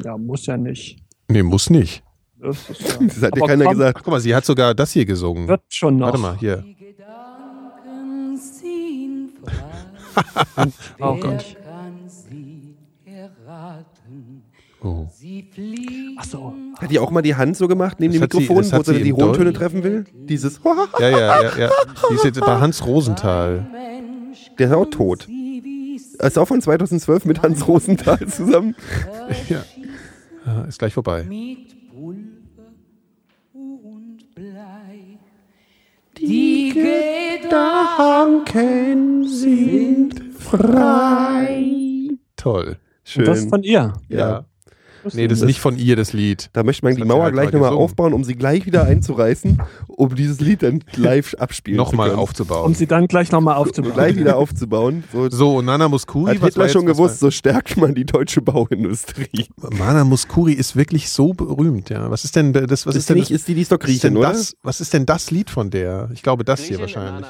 [SPEAKER 1] Ja, muss ja nicht.
[SPEAKER 3] Nee, muss nicht.
[SPEAKER 1] Das ist ja.
[SPEAKER 2] Das hat dir
[SPEAKER 1] Aber
[SPEAKER 2] keiner
[SPEAKER 1] komm,
[SPEAKER 2] gesagt.
[SPEAKER 3] Ach, guck mal, sie hat sogar das hier gesungen.
[SPEAKER 1] Wird schon noch.
[SPEAKER 3] Warte mal, hier.
[SPEAKER 6] Gedanken ziehen vorbei,
[SPEAKER 1] Oh
[SPEAKER 6] wer
[SPEAKER 1] Gott.
[SPEAKER 6] kann sie erraten?
[SPEAKER 3] Oh.
[SPEAKER 6] Sie fliegen
[SPEAKER 1] Ach so.
[SPEAKER 2] Hat die auch mal die Hand so gemacht neben dem
[SPEAKER 3] Das hat sie-
[SPEAKER 2] Mikrofon,
[SPEAKER 3] das
[SPEAKER 2] wo
[SPEAKER 3] hat
[SPEAKER 2] sie
[SPEAKER 3] sie
[SPEAKER 2] die
[SPEAKER 3] im
[SPEAKER 2] Hohntöne
[SPEAKER 3] Deu-
[SPEAKER 2] treffen will? Dieses.
[SPEAKER 3] Ja, ja, ja, ja. Die ist jetzt bei Hans Rosenthal.
[SPEAKER 6] Mensch,
[SPEAKER 2] Der ist auch tot.
[SPEAKER 6] sie wie's
[SPEAKER 2] Ist auch von 2012 mit Hans Rosenthal zusammen.
[SPEAKER 3] Ja. Ah, Ist gleich vorbei.
[SPEAKER 6] mit Pulver und Blei. Die Gedanken
[SPEAKER 2] Danken sind frei.
[SPEAKER 3] Toll.
[SPEAKER 1] Und das ist
[SPEAKER 2] Schön.
[SPEAKER 1] von ihr.
[SPEAKER 3] Ja. Nee, das ist nicht von ihr, das Lied.
[SPEAKER 2] Da möchte man die
[SPEAKER 3] hat sie
[SPEAKER 2] Mauer
[SPEAKER 3] halt
[SPEAKER 2] gleich
[SPEAKER 3] mal
[SPEAKER 2] nochmal
[SPEAKER 3] gesungen.
[SPEAKER 2] aufbauen, um sie gleich wieder einzureißen, um dieses Lied dann live abspielen zu
[SPEAKER 3] Nochmal
[SPEAKER 2] können.
[SPEAKER 1] Um
[SPEAKER 3] aufzubauen.
[SPEAKER 1] sie dann gleich nochmal
[SPEAKER 2] Um gleich
[SPEAKER 1] aufzubauen.
[SPEAKER 2] wieder aufzubauen. So,
[SPEAKER 3] So, und Nana Muscuri.
[SPEAKER 2] hat
[SPEAKER 3] was war
[SPEAKER 2] Hitler
[SPEAKER 3] jetzt-
[SPEAKER 2] schon
[SPEAKER 3] was war-
[SPEAKER 2] gewusst, so stärkt man die deutsche Bauindustrie.
[SPEAKER 3] Mana Muscuri ist wirklich so berühmt, ja. Was ist denn das, was ist, denn das,
[SPEAKER 2] ist die, die ist doch
[SPEAKER 3] was ist denn
[SPEAKER 2] Griechin, oder?
[SPEAKER 3] das, was ist denn das Lied von der? Ich glaube, das hier wahrscheinlich.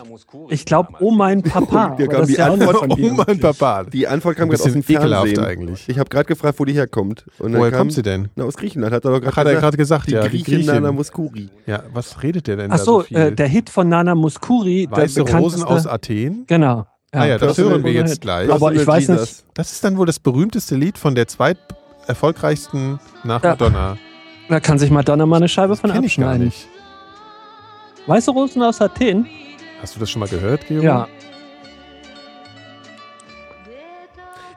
[SPEAKER 1] Ich glaube, oh mein Papa.
[SPEAKER 2] Wir
[SPEAKER 1] aber
[SPEAKER 2] haben
[SPEAKER 1] das
[SPEAKER 2] die
[SPEAKER 1] ist ja auch
[SPEAKER 2] Antwort
[SPEAKER 1] nicht von
[SPEAKER 3] Oh
[SPEAKER 1] ihr.
[SPEAKER 3] mein Papa.
[SPEAKER 2] Die Antwort kam
[SPEAKER 3] Ein
[SPEAKER 2] gerade aus dem
[SPEAKER 3] bisschen ekelhaft
[SPEAKER 2] Fernsehen.
[SPEAKER 3] eigentlich.
[SPEAKER 2] Ich habe gerade gefragt, wo die herkommt. Und dann woher
[SPEAKER 3] Woher
[SPEAKER 2] kam
[SPEAKER 3] kommt sie denn?
[SPEAKER 2] Na, aus Griechenland hat er doch
[SPEAKER 3] Ach, hat er gerade gesagt,
[SPEAKER 2] die
[SPEAKER 3] ja. Die
[SPEAKER 2] Griechen,
[SPEAKER 3] Griechen.
[SPEAKER 2] Nana Muskuri.
[SPEAKER 3] Ja, was redet der denn
[SPEAKER 1] Ach
[SPEAKER 3] da
[SPEAKER 1] so,
[SPEAKER 3] so viel?
[SPEAKER 1] äh, der Hit von Nana Muskuri,
[SPEAKER 3] Weiße
[SPEAKER 1] der bekannteste.
[SPEAKER 3] Rosen aus Athen?
[SPEAKER 1] genau.
[SPEAKER 3] Ah ja, das
[SPEAKER 2] Personal-
[SPEAKER 3] hören wir jetzt gleich.
[SPEAKER 1] Aber ich weiß
[SPEAKER 2] Jesus.
[SPEAKER 3] Das ist dann wohl das berühmteste Lied von der zweit erfolgreichsten nach
[SPEAKER 1] Ja.
[SPEAKER 3] Madonna.
[SPEAKER 1] Da kann sich Madonna mal eine Scheibe von
[SPEAKER 3] Kenn ich gar
[SPEAKER 1] abschneiden.
[SPEAKER 3] nicht.
[SPEAKER 1] Weiße Rosen aus Athen?
[SPEAKER 3] Hast du das schon mal gehört, Georg?
[SPEAKER 1] Ja.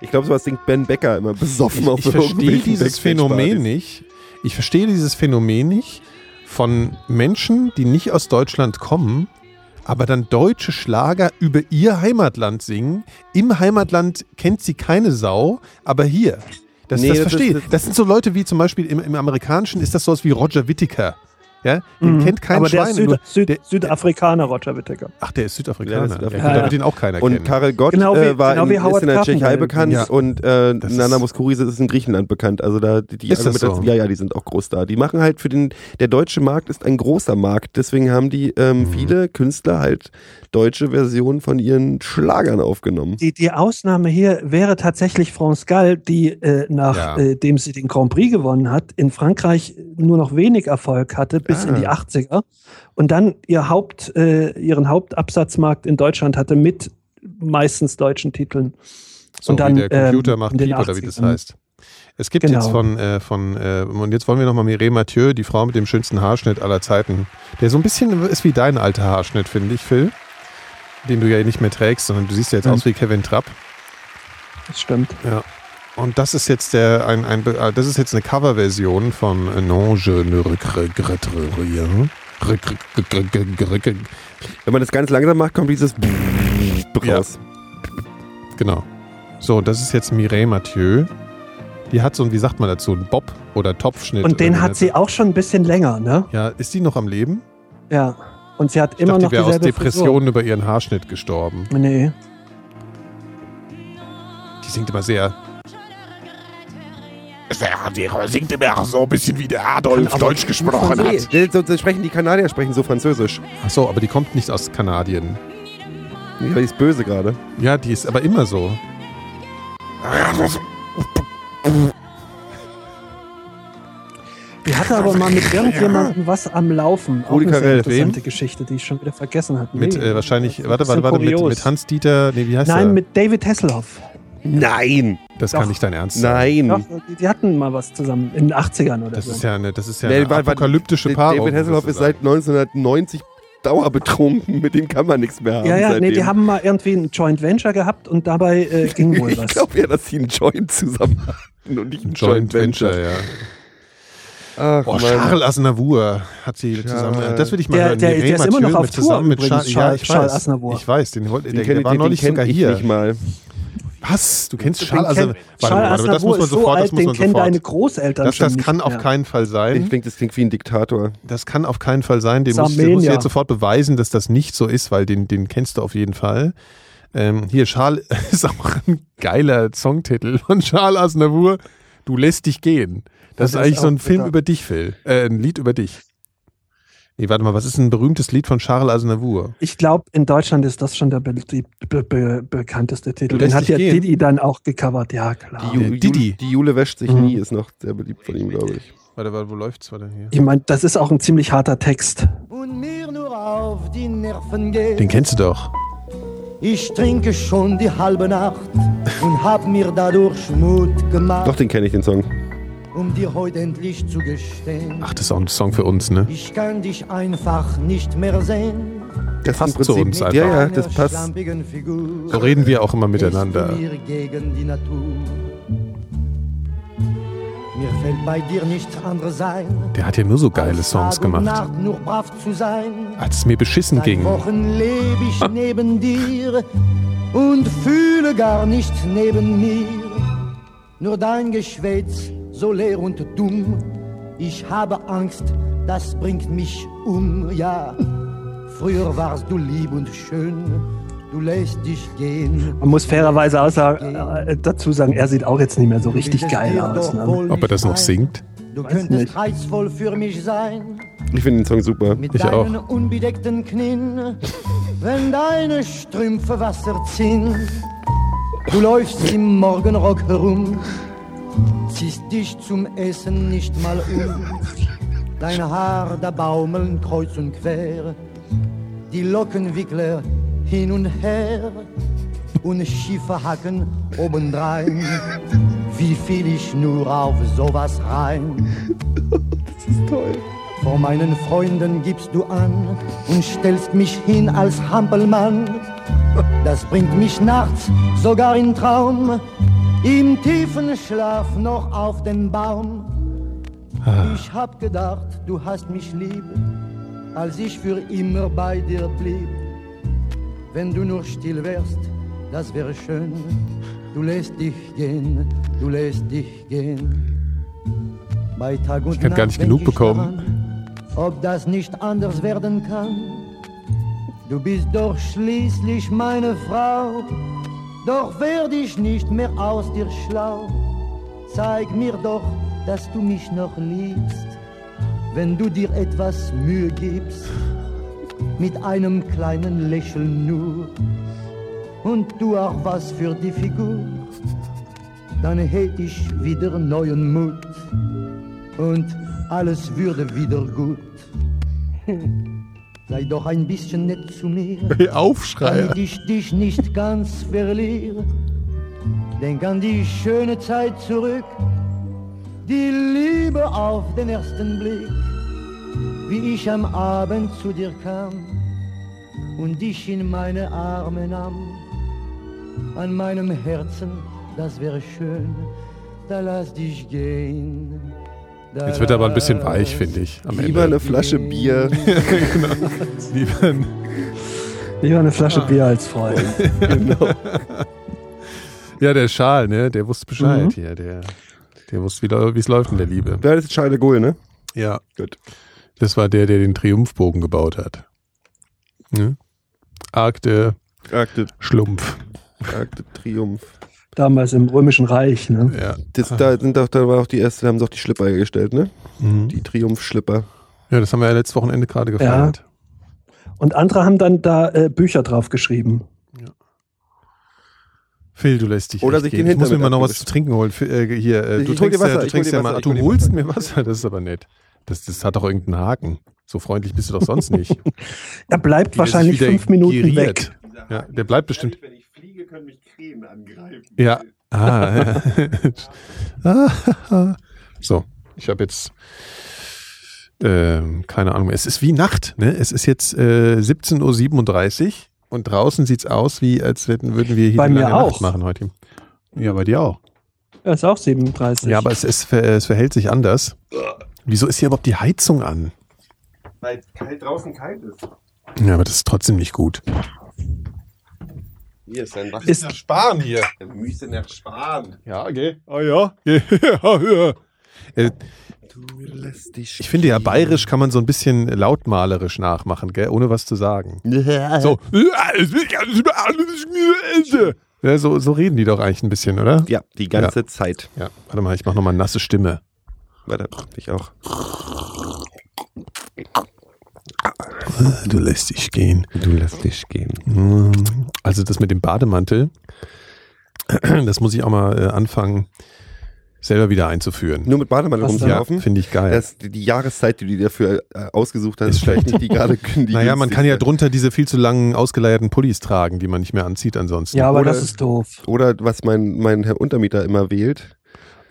[SPEAKER 2] Ich glaube, sowas singt Ben Becker immer besoffen
[SPEAKER 3] Ich,
[SPEAKER 2] auf
[SPEAKER 3] ich verstehe
[SPEAKER 2] irgendwelchen
[SPEAKER 3] dieses Phänomen
[SPEAKER 2] Backstage-Partys.
[SPEAKER 3] nicht. Ich verstehe dieses Phänomen nicht von Menschen, die nicht aus Deutschland kommen, aber dann deutsche Schlager über ihr Heimatland singen. Im Heimatland kennt sie keine Sau, aber hier. Das,
[SPEAKER 2] Nee,
[SPEAKER 3] das,
[SPEAKER 2] das ist-
[SPEAKER 3] verstehe ich.
[SPEAKER 2] das-
[SPEAKER 3] Das, sind so Leute wie zum Beispiel im, im Amerikanischen ist das sowas wie Roger Whittaker. Ja? Den kennt kein
[SPEAKER 1] Mhm. Aber der
[SPEAKER 3] Schwein.
[SPEAKER 1] ist
[SPEAKER 3] nur-
[SPEAKER 1] Süd, Süd,
[SPEAKER 3] der-
[SPEAKER 1] Südafrikaner, Roger Whittaker.
[SPEAKER 3] Ach, der ist Südafrikaner.
[SPEAKER 2] Ja,
[SPEAKER 3] Ja,
[SPEAKER 2] der ist Südafrikaner.
[SPEAKER 3] gut,
[SPEAKER 1] Ja,
[SPEAKER 3] da
[SPEAKER 1] ja.
[SPEAKER 3] wird ihn auch keiner
[SPEAKER 2] Und
[SPEAKER 3] kennen.
[SPEAKER 2] Karel Gott
[SPEAKER 1] Genau wie-
[SPEAKER 2] äh, war
[SPEAKER 1] genau wie
[SPEAKER 2] in, ist
[SPEAKER 1] Howard
[SPEAKER 2] in der Tschechei
[SPEAKER 1] Carpendale.
[SPEAKER 2] bekannt
[SPEAKER 3] Ja.
[SPEAKER 2] und äh,
[SPEAKER 3] Das
[SPEAKER 2] Nana
[SPEAKER 3] ist-
[SPEAKER 2] Muskuri ist in Griechenland bekannt. Also da die, die
[SPEAKER 3] Ist das
[SPEAKER 2] Argumentation-
[SPEAKER 3] so?
[SPEAKER 2] ja, ja, die sind auch groß da. Die machen halt für den, der deutsche Markt ist ein großer Markt, deswegen haben die ähm,
[SPEAKER 3] Mhm.
[SPEAKER 2] viele Künstler halt deutsche Versionen von ihren Schlagern aufgenommen.
[SPEAKER 1] Die, die Ausnahme hier wäre tatsächlich France Gall, die äh,
[SPEAKER 3] Ja.
[SPEAKER 1] nachdem äh, dem sie den Grand Prix gewonnen hat, in Frankreich nur noch wenig Erfolg hatte, bis
[SPEAKER 3] Ah.
[SPEAKER 1] in die 80er. Und dann ihr Haupt, äh, ihren Hauptabsatzmarkt in Deutschland hatte mit meistens deutschen Titeln.
[SPEAKER 3] So
[SPEAKER 1] Und dann,
[SPEAKER 3] wie der Computer
[SPEAKER 1] ähm,
[SPEAKER 3] macht
[SPEAKER 1] in den
[SPEAKER 3] Piep oder wie das
[SPEAKER 1] 80ern.
[SPEAKER 3] heißt. Es gibt
[SPEAKER 1] Genau.
[SPEAKER 3] jetzt von, äh, von äh, und jetzt wollen wir nochmal Mireille Mathieu, die Frau mit dem schönsten Haarschnitt aller Zeiten, der so ein bisschen ist wie dein alter Haarschnitt, finde ich, Phil. Den du ja nicht mehr trägst, sondern du siehst ja jetzt
[SPEAKER 1] Mhm.
[SPEAKER 3] aus wie Kevin Trapp.
[SPEAKER 1] Das stimmt.
[SPEAKER 3] Und das ist jetzt der ein, ein äh, das ist jetzt eine Coverversion von äh, Non je ne regrette rien. Regr- regr- regr- regr-
[SPEAKER 2] Wenn man das ganz langsam macht, kommt dieses
[SPEAKER 3] Ja.
[SPEAKER 2] raus.
[SPEAKER 3] Genau. So, das ist jetzt Mireille Mathieu. Die hat so ein, wie sagt man dazu, einen Bob oder Topfschnitt. ne?
[SPEAKER 1] Und den
[SPEAKER 3] oder wie
[SPEAKER 1] hat
[SPEAKER 3] das-
[SPEAKER 1] sie auch schon ein bisschen länger, ne?
[SPEAKER 3] Ja, ist die noch am Leben?
[SPEAKER 1] Ja. Und sie hat
[SPEAKER 3] Ich
[SPEAKER 1] immer
[SPEAKER 3] dachte,
[SPEAKER 1] noch
[SPEAKER 3] die wäre aus
[SPEAKER 1] dieselbe Frisur.
[SPEAKER 3] Depressionen über ihren Haarschnitt gestorben.
[SPEAKER 1] Nee.
[SPEAKER 3] Die singt immer sehr.
[SPEAKER 7] Der singt immer so ein bisschen wie der Adolf Deutsch gesprochen
[SPEAKER 2] Nee,
[SPEAKER 7] hat.
[SPEAKER 2] nee, so, so sprechen die Kanadier sprechen so Französisch.
[SPEAKER 3] Ach so, aber die kommt nicht aus Kanadien.
[SPEAKER 2] Nee, Die ist böse gerade.
[SPEAKER 3] Ja, die ist aber immer so.
[SPEAKER 1] Die hatte aber mal mit irgendjemandem was am Laufen. Auch
[SPEAKER 2] Rudi
[SPEAKER 1] eine sehr
[SPEAKER 2] Carrell,
[SPEAKER 1] interessante Geschichte, die ich schon wieder vergessen hatte.
[SPEAKER 3] Mit
[SPEAKER 1] Nee.
[SPEAKER 3] äh, wahrscheinlich,
[SPEAKER 1] Das
[SPEAKER 3] warte,
[SPEAKER 1] ist ein
[SPEAKER 3] warte, warte, mit,
[SPEAKER 1] kurios.
[SPEAKER 3] mit Hans-Dieter, nee, wie heißt er?
[SPEAKER 1] Nein, mit David Hasselhoff.
[SPEAKER 2] Nein!
[SPEAKER 3] Das
[SPEAKER 1] doch.
[SPEAKER 3] kann nicht dein Ernst sein.
[SPEAKER 2] Nein!
[SPEAKER 1] Doch, die, die hatten mal was zusammen in den 80ern oder
[SPEAKER 3] Hm. Das
[SPEAKER 1] so.
[SPEAKER 3] ist ja eine, das ist ja
[SPEAKER 2] Nee,
[SPEAKER 3] eine
[SPEAKER 2] warte, warte.
[SPEAKER 3] apokalyptische Paarung.
[SPEAKER 2] David Hasselhoff ist seit 1990 dauerbetrunken, mit dem kann man nichts mehr haben.
[SPEAKER 1] ja, ja, nee,
[SPEAKER 2] seitdem.
[SPEAKER 1] die haben mal irgendwie ein Joint Venture gehabt und dabei äh, ging wohl
[SPEAKER 2] Ich
[SPEAKER 1] was.
[SPEAKER 2] glaube ja, dass sie einen Joint zusammen hatten und nicht einen Joint,
[SPEAKER 3] Joint Venture, ja.
[SPEAKER 2] Ach,
[SPEAKER 3] Oh,
[SPEAKER 2] Mann.
[SPEAKER 3] Charles Aznavour hat sie zusammen. Das will ich mal
[SPEAKER 1] Der-
[SPEAKER 3] hören.
[SPEAKER 1] der-
[SPEAKER 3] Mireille
[SPEAKER 1] der ist immer
[SPEAKER 3] Mathieu
[SPEAKER 1] noch auf
[SPEAKER 3] mit
[SPEAKER 1] Tour
[SPEAKER 3] zusammen mit
[SPEAKER 1] übrigens,
[SPEAKER 3] Charles, ja,
[SPEAKER 1] Charles-
[SPEAKER 3] ich
[SPEAKER 1] Charles
[SPEAKER 3] weiß.
[SPEAKER 1] Aznavour.
[SPEAKER 3] Ich weiß, den, wollte-
[SPEAKER 2] Den
[SPEAKER 3] der,
[SPEAKER 2] kenn
[SPEAKER 3] der
[SPEAKER 2] ich-
[SPEAKER 3] war
[SPEAKER 2] den
[SPEAKER 3] neulich
[SPEAKER 2] kenn
[SPEAKER 3] sogar
[SPEAKER 2] ich
[SPEAKER 3] hier.
[SPEAKER 2] nicht mal.
[SPEAKER 3] Was? Du kennst
[SPEAKER 1] Den
[SPEAKER 3] Charles Aznavour?
[SPEAKER 1] kennt-
[SPEAKER 3] Warte,
[SPEAKER 1] Charles
[SPEAKER 3] warte, warte, das muss
[SPEAKER 1] Aznavour
[SPEAKER 3] man
[SPEAKER 1] ist
[SPEAKER 3] sofort, das
[SPEAKER 1] alt,
[SPEAKER 3] muss man
[SPEAKER 1] den kennen deine
[SPEAKER 3] sofort.
[SPEAKER 1] Großeltern
[SPEAKER 3] Das,
[SPEAKER 1] schon
[SPEAKER 3] das
[SPEAKER 1] nicht
[SPEAKER 3] kann auf
[SPEAKER 1] mehr.
[SPEAKER 3] keinen Fall
[SPEAKER 2] Ich
[SPEAKER 3] sein.
[SPEAKER 2] finde, das klingt wie ein Diktator.
[SPEAKER 3] Das kann auf keinen Fall sein. Den musst, du- den
[SPEAKER 1] Sarmenia.
[SPEAKER 3] musst du jetzt sofort beweisen, dass das nicht so ist, weil den, den kennst du auf jeden Fall. Ähm, hier, Charles ist auch ein geiler Songtitel von Charles Aznavour. Du lässt dich gehen.
[SPEAKER 1] Das
[SPEAKER 3] Das, ist
[SPEAKER 1] ist
[SPEAKER 3] eigentlich so ein
[SPEAKER 1] auch
[SPEAKER 3] Film
[SPEAKER 1] wieder-
[SPEAKER 3] über dich, Phil. Äh, ein Lied über dich. Nee, warte mal, was ist ein berühmtes Lied von Charles Aznavour?
[SPEAKER 1] Ich glaube, in Deutschland ist das schon der be die, be be bekannteste Titel.
[SPEAKER 3] lässt
[SPEAKER 1] Den hat
[SPEAKER 3] dich
[SPEAKER 1] ja
[SPEAKER 3] gehen.
[SPEAKER 1] Didi dann auch gecovert, ja klar.
[SPEAKER 2] Die, Ju
[SPEAKER 3] Äh, Didi.
[SPEAKER 2] Jule- die Jule wäscht sich
[SPEAKER 1] Mhm.
[SPEAKER 2] nie, ist noch sehr beliebt von ihm, glaube ich.
[SPEAKER 3] Warte, warte, wo läuft's? Warte, hier.
[SPEAKER 1] Ich meine, das ist auch ein ziemlich harter Text.
[SPEAKER 8] und mir nur auf die Nerven geht.
[SPEAKER 3] Den kennst du doch.
[SPEAKER 8] Ich trinke schon die halbe Nacht und hab mir dadurch Mut gemacht,
[SPEAKER 2] Doch, den kenne ich, den Song.
[SPEAKER 8] um dir heute endlich zu gestehen.
[SPEAKER 3] Ach, das ist auch ein Song für uns, ne?
[SPEAKER 8] Ich kann dich einfach nicht mehr sehen.
[SPEAKER 2] Das
[SPEAKER 3] Passt
[SPEAKER 2] ist im
[SPEAKER 3] zu
[SPEAKER 2] Prinzip-
[SPEAKER 3] uns einfach.
[SPEAKER 2] Ja, ja,
[SPEAKER 8] Deiner
[SPEAKER 2] das passt.
[SPEAKER 8] schlampigen Figur
[SPEAKER 3] So reden wir auch immer
[SPEAKER 8] bist
[SPEAKER 3] miteinander.
[SPEAKER 8] du Mir gegen die Natur. Mir fällt bei dir nichts anderes ein.
[SPEAKER 3] Der hat ja nur so geile
[SPEAKER 8] als
[SPEAKER 3] Songs
[SPEAKER 8] Tag und
[SPEAKER 3] gemacht.
[SPEAKER 8] Nacht nur brav zu sein.
[SPEAKER 3] Als es mir beschissen
[SPEAKER 8] Seit
[SPEAKER 3] ging.
[SPEAKER 8] Wochen lebe ich neben dir und fühle gar nicht neben mir. Nur dein Geschwätz, so leer und dumm. Ich habe Angst, das bringt mich um, ja. Früher warst du lieb und schön, du lässt dich gehen.
[SPEAKER 1] Man muss fairerweise auch sagen, äh, dazu sagen, er sieht auch jetzt nicht mehr so richtig geil aus. Ne?
[SPEAKER 3] Ob er das noch singt?
[SPEAKER 8] Du könntest
[SPEAKER 1] nicht.
[SPEAKER 8] reizvoll für mich sein.
[SPEAKER 2] Ich finde den Song super.
[SPEAKER 8] Mit
[SPEAKER 3] Ich
[SPEAKER 8] deinen unbedeckten Knien, wenn deine Strümpfe Wasser ziehen. Du läufst im Morgenrock herum, ziehst dich zum Essen nicht mal um. Deine Haare da baumeln kreuz und quer, die Lockenwickler hin und her und schiefe Hacken obendrein. Wie fiel ich nur auf sowas rein? Vor meinen Freunden gibst du an und stellst mich hin als Hampelmann. Das bringt mich nachts sogar in Traum, im tiefen Schlaf noch auf den Baum. Ich hab gedacht, du hast mich lieb, als ich für immer bei dir blieb. Wenn du nur still wärst, das wäre schön. Du lässt dich gehen, du lässt dich gehen. Bei Tag und ich
[SPEAKER 3] kann gar nicht genug bekommen.
[SPEAKER 8] ob das nicht anders werden kann. Du bist doch schließlich meine Frau, doch werd ich nicht mehr aus dir schlau. Zeig mir doch, dass du mich noch liebst, wenn du dir etwas Mühe gibst, mit einem kleinen Lächeln nur. Und du auch was für die Figur, dann hätt ich wieder neuen Mut und alles würde wieder gut. Sei doch ein bisschen nett zu mir.
[SPEAKER 3] Aufschreier.
[SPEAKER 8] Damit ich dich nicht ganz verliere, denk an die schöne Zeit zurück, die Liebe auf den ersten Blick, wie ich am Abend zu dir kam und dich in meine Arme nahm. An meinem Herzen, das wäre schön, da lass dich gehen. Da
[SPEAKER 3] Jetzt wird er aber ein bisschen
[SPEAKER 8] lass
[SPEAKER 3] weich, finde ich, am
[SPEAKER 2] Lieber
[SPEAKER 3] Ende.
[SPEAKER 2] eine Flasche Bier.
[SPEAKER 3] Lieber ein-
[SPEAKER 1] Lieber eine Flasche Bier als Freund.
[SPEAKER 3] Ja, der Schal, ne? Der wusste Bescheid
[SPEAKER 1] Mhm.
[SPEAKER 3] hier. Der, der wusste, wie lau- wie es läuft in der Liebe.
[SPEAKER 2] Das ist Charles de Gaulle, ne?
[SPEAKER 3] Ja.
[SPEAKER 2] Gut.
[SPEAKER 3] Das war der, der den Triumphbogen gebaut hat. Ne? Arc de
[SPEAKER 2] Akte,
[SPEAKER 3] Schlumpf.
[SPEAKER 2] Akte Triumph.
[SPEAKER 1] Damals im Römischen Reich. Ne?
[SPEAKER 3] Ja.
[SPEAKER 2] Das, da, sind doch, da war auch die erste, da haben sie auch die Schlipper gestellt, ne? Die Triumph-Schlipper.
[SPEAKER 3] ja, das haben wir ja letztes Wochenende gerade gefeiert.
[SPEAKER 1] Und andere haben dann da äh, Bücher drauf geschrieben.
[SPEAKER 3] Phil, du lässt dich
[SPEAKER 2] Oder
[SPEAKER 3] echt
[SPEAKER 2] sich
[SPEAKER 3] gehen.
[SPEAKER 2] den
[SPEAKER 3] Ich muss mir
[SPEAKER 2] Hintern
[SPEAKER 3] mal noch
[SPEAKER 2] mit
[SPEAKER 3] was zu trinken holen. Phil, äh, hier, äh,
[SPEAKER 2] Ich
[SPEAKER 3] du
[SPEAKER 2] hol dir
[SPEAKER 3] trinkst,
[SPEAKER 2] Wasser,
[SPEAKER 3] ja, du
[SPEAKER 2] ich hol
[SPEAKER 3] trinkst
[SPEAKER 2] dir
[SPEAKER 3] ja mal,
[SPEAKER 2] Wasser, ich
[SPEAKER 3] du
[SPEAKER 2] hol dir
[SPEAKER 3] holst
[SPEAKER 2] Wasser.
[SPEAKER 3] mir Wasser, das ist aber nett. Das, das hat doch irgendeinen Haken. So freundlich bist du doch sonst nicht. Hier ist
[SPEAKER 1] Er bleibt wahrscheinlich
[SPEAKER 3] wieder
[SPEAKER 1] fünf Minuten
[SPEAKER 3] giriert.
[SPEAKER 1] weg.
[SPEAKER 3] Ja, der bleibt bestimmt.
[SPEAKER 4] Wenn ich fliege, können mich Krähen angreifen.
[SPEAKER 3] Ja. Ah, ja. Ah, so, ich habe jetzt ähm, keine Ahnung mehr. Es ist wie Nacht, ne? Es ist jetzt äh, 17.37 Uhr und draußen sieht's aus, wie als hätten, würden wir hier
[SPEAKER 1] Bei
[SPEAKER 3] eine
[SPEAKER 1] mir
[SPEAKER 3] lange Nacht
[SPEAKER 1] auch.
[SPEAKER 3] machen heute. Ja, bei dir auch.
[SPEAKER 1] Er ist auch 37.
[SPEAKER 3] Ja, aber es, es, ver- es verhält sich anders. Wieso ist hier überhaupt die Heizung an?
[SPEAKER 2] Weil es draußen kalt ist.
[SPEAKER 3] Ja, aber das ist trotzdem nicht gut.
[SPEAKER 2] Hier ist ein Wach.
[SPEAKER 1] Ist-
[SPEAKER 3] nach Spahn hier.
[SPEAKER 2] Wir müssen nach Spahn.
[SPEAKER 3] Ja, geh. Ah ja. ja. Äh, Ich finde ja, bayerisch kann man so ein bisschen lautmalerisch nachmachen, gell? ohne was zu sagen. So. Ja, so, so reden die doch eigentlich ein bisschen, oder?
[SPEAKER 2] Ja, die ganze Zeit.
[SPEAKER 3] Ja, warte mal, ich mache nochmal nasse Stimme.
[SPEAKER 2] Warte, ich auch.
[SPEAKER 3] Du lässt dich gehen.
[SPEAKER 2] Du lässt dich gehen.
[SPEAKER 3] Mm, Also das mit dem Bademantel, das muss ich auch mal äh, anfangen, selber wieder einzuführen.
[SPEAKER 2] Nur mit Bademantel
[SPEAKER 1] Was
[SPEAKER 3] Ja,
[SPEAKER 2] rumzulaufen?
[SPEAKER 3] finde ich geil.
[SPEAKER 2] Das, die die Jahreszeit, die du dir dafür äh, ausgesucht hast,
[SPEAKER 3] Ist
[SPEAKER 2] ist vielleicht nicht die gerade kündige.
[SPEAKER 3] naja, man kann ja drunter diese viel zu langen, ausgeleierten Pullis tragen, die man nicht mehr anzieht ansonsten.
[SPEAKER 1] Ja, aber
[SPEAKER 2] Oder-
[SPEAKER 1] das ist doof.
[SPEAKER 2] Oder was mein, mein Herr Untermieter immer wählt,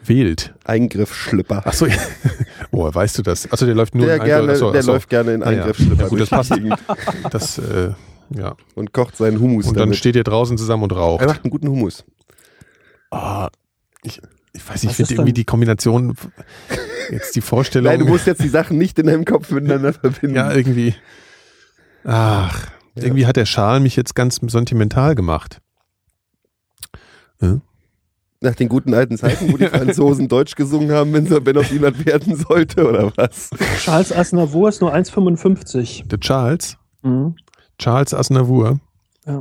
[SPEAKER 3] Wählt.
[SPEAKER 2] Eingriffsschlipper.
[SPEAKER 3] Achso, ja. Woher weißt du das? Achso, der läuft nur
[SPEAKER 2] der
[SPEAKER 3] in
[SPEAKER 2] gerne,
[SPEAKER 3] Eingriff- achso,
[SPEAKER 2] der
[SPEAKER 3] achso.
[SPEAKER 2] läuft gerne in
[SPEAKER 3] Ja, ja.
[SPEAKER 2] Eingriffsschlipper
[SPEAKER 3] Ja, gut, das
[SPEAKER 2] durch die
[SPEAKER 3] passt.
[SPEAKER 2] Gegend
[SPEAKER 3] Das, äh, ja.
[SPEAKER 2] und kocht seinen Hummus
[SPEAKER 3] Und dann
[SPEAKER 2] damit.
[SPEAKER 3] steht ihr draußen zusammen und
[SPEAKER 2] er
[SPEAKER 3] raucht.
[SPEAKER 2] macht einen guten Hummus.
[SPEAKER 3] Ah, ich, ich weiß nicht, ich
[SPEAKER 1] Was
[SPEAKER 3] finde
[SPEAKER 1] ist
[SPEAKER 3] irgendwie
[SPEAKER 1] denn?
[SPEAKER 3] die Kombination, jetzt die Vorstellung.
[SPEAKER 2] Nein, du musst jetzt die Sachen nicht in deinem Kopf miteinander verbinden.
[SPEAKER 3] Ja, äh, irgendwie. Ach,
[SPEAKER 2] Ja.
[SPEAKER 3] irgendwie hat der Schal mich jetzt ganz sentimental gemacht.
[SPEAKER 2] Nach den guten alten Zeiten, wo die Franzosen Deutsch gesungen haben, wenn, sie- wenn auf jemand werden sollte, oder was?
[SPEAKER 1] Charles Aznavour ist nur 1,55.
[SPEAKER 3] Der Charles,
[SPEAKER 1] Mhm.
[SPEAKER 3] Charles Aznavour.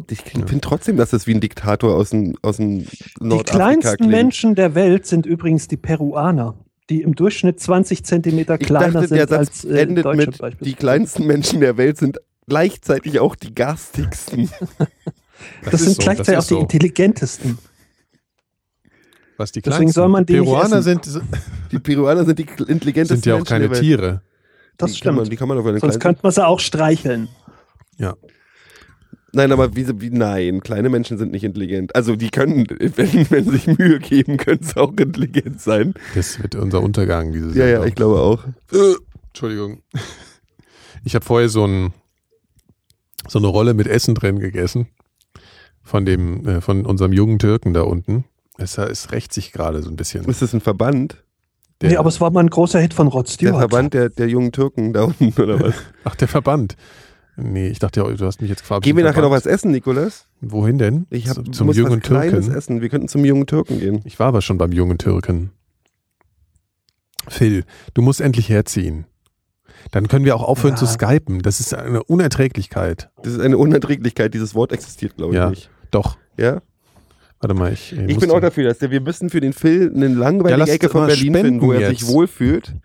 [SPEAKER 2] Ich
[SPEAKER 3] genau.
[SPEAKER 2] finde trotzdem, dass das wie ein Diktator aus dem, aus dem
[SPEAKER 1] Die
[SPEAKER 2] Nordafrika
[SPEAKER 1] kleinsten
[SPEAKER 2] klingt.
[SPEAKER 1] Menschen der Welt sind übrigens die Peruaner, die im Durchschnitt 20 Zentimeter
[SPEAKER 2] Ich
[SPEAKER 1] kleiner
[SPEAKER 2] dachte,
[SPEAKER 1] sind
[SPEAKER 2] der Satz
[SPEAKER 1] als äh,
[SPEAKER 2] endet
[SPEAKER 1] Deutsche
[SPEAKER 2] mit,
[SPEAKER 1] beispielsweise.
[SPEAKER 2] die kleinsten Menschen der Welt sind gleichzeitig auch die garstigsten.
[SPEAKER 1] das, sind
[SPEAKER 3] so,
[SPEAKER 1] gleichzeitig
[SPEAKER 3] ist
[SPEAKER 1] auch die
[SPEAKER 3] so.
[SPEAKER 1] intelligentesten.
[SPEAKER 3] was die
[SPEAKER 1] Deswegen
[SPEAKER 3] kleinsten.
[SPEAKER 1] soll man die nicht
[SPEAKER 3] Peruaner
[SPEAKER 1] essen.
[SPEAKER 3] sind,
[SPEAKER 2] Die Peruaner sind die intelligentesten
[SPEAKER 3] sind ja auch
[SPEAKER 2] Menschen der
[SPEAKER 3] keine
[SPEAKER 2] Welt.
[SPEAKER 3] Tiere.
[SPEAKER 1] Das
[SPEAKER 2] die Kann man,
[SPEAKER 1] stimmt.
[SPEAKER 2] die kann man auf eine
[SPEAKER 1] Sonst
[SPEAKER 2] kleine.
[SPEAKER 1] könnte man sie auch streicheln.
[SPEAKER 2] Nein, aber wie, wie, nein, kleine Menschen sind nicht intelligent. Also die können, wenn, wenn sie sich Mühe geben, können sie auch intelligent sein.
[SPEAKER 3] Das wird unser Untergang, dieses
[SPEAKER 2] Ja, ja, ich glaube auch.
[SPEAKER 3] Äh, Entschuldigung. Ich habe vorher so, ein, so eine Rolle mit Essen drin gegessen. Von dem, äh, von unserem jungen Türken da unten. Es, es rächt sich gerade so ein bisschen.
[SPEAKER 2] Ist das ein Verband?
[SPEAKER 3] Der-
[SPEAKER 1] Nee, aber es war mal ein großer Hit von Rod
[SPEAKER 2] Der
[SPEAKER 1] Stewart.
[SPEAKER 2] Verband der, der jungen Türken da unten, oder was?
[SPEAKER 3] Ach, der Verband. Nee, ich dachte, du hast mich jetzt gefragt.
[SPEAKER 2] Gehen wir nachher noch was essen, Nikolas?
[SPEAKER 3] Wohin denn?
[SPEAKER 2] Ich hab,
[SPEAKER 3] Zu- zum
[SPEAKER 2] muss
[SPEAKER 3] jungen
[SPEAKER 2] was Kleines
[SPEAKER 3] Türken.
[SPEAKER 2] essen. Wir könnten zum jungen Türken gehen.
[SPEAKER 3] Ich war aber schon beim jungen Türken. Phil, du musst endlich herziehen. Dann können wir auch aufhören
[SPEAKER 1] Ja.
[SPEAKER 3] zu skypen. Das ist eine Unerträglichkeit.
[SPEAKER 2] Das ist eine Unerträglichkeit. Dieses Wort existiert, glaube ich,
[SPEAKER 3] Ja.
[SPEAKER 2] nicht.
[SPEAKER 3] Doch.
[SPEAKER 2] Ja?
[SPEAKER 3] Warte mal, ich.
[SPEAKER 2] Ich
[SPEAKER 3] muss
[SPEAKER 2] bin
[SPEAKER 3] den-
[SPEAKER 2] auch dafür, dass der, wir müssen für den Phil eine
[SPEAKER 3] Ja,
[SPEAKER 2] langweilige
[SPEAKER 3] lasst
[SPEAKER 2] Ecke von
[SPEAKER 3] mal
[SPEAKER 2] Berlin
[SPEAKER 3] spenden
[SPEAKER 2] finden, wo er sich
[SPEAKER 3] jetzt.
[SPEAKER 2] wohlfühlt,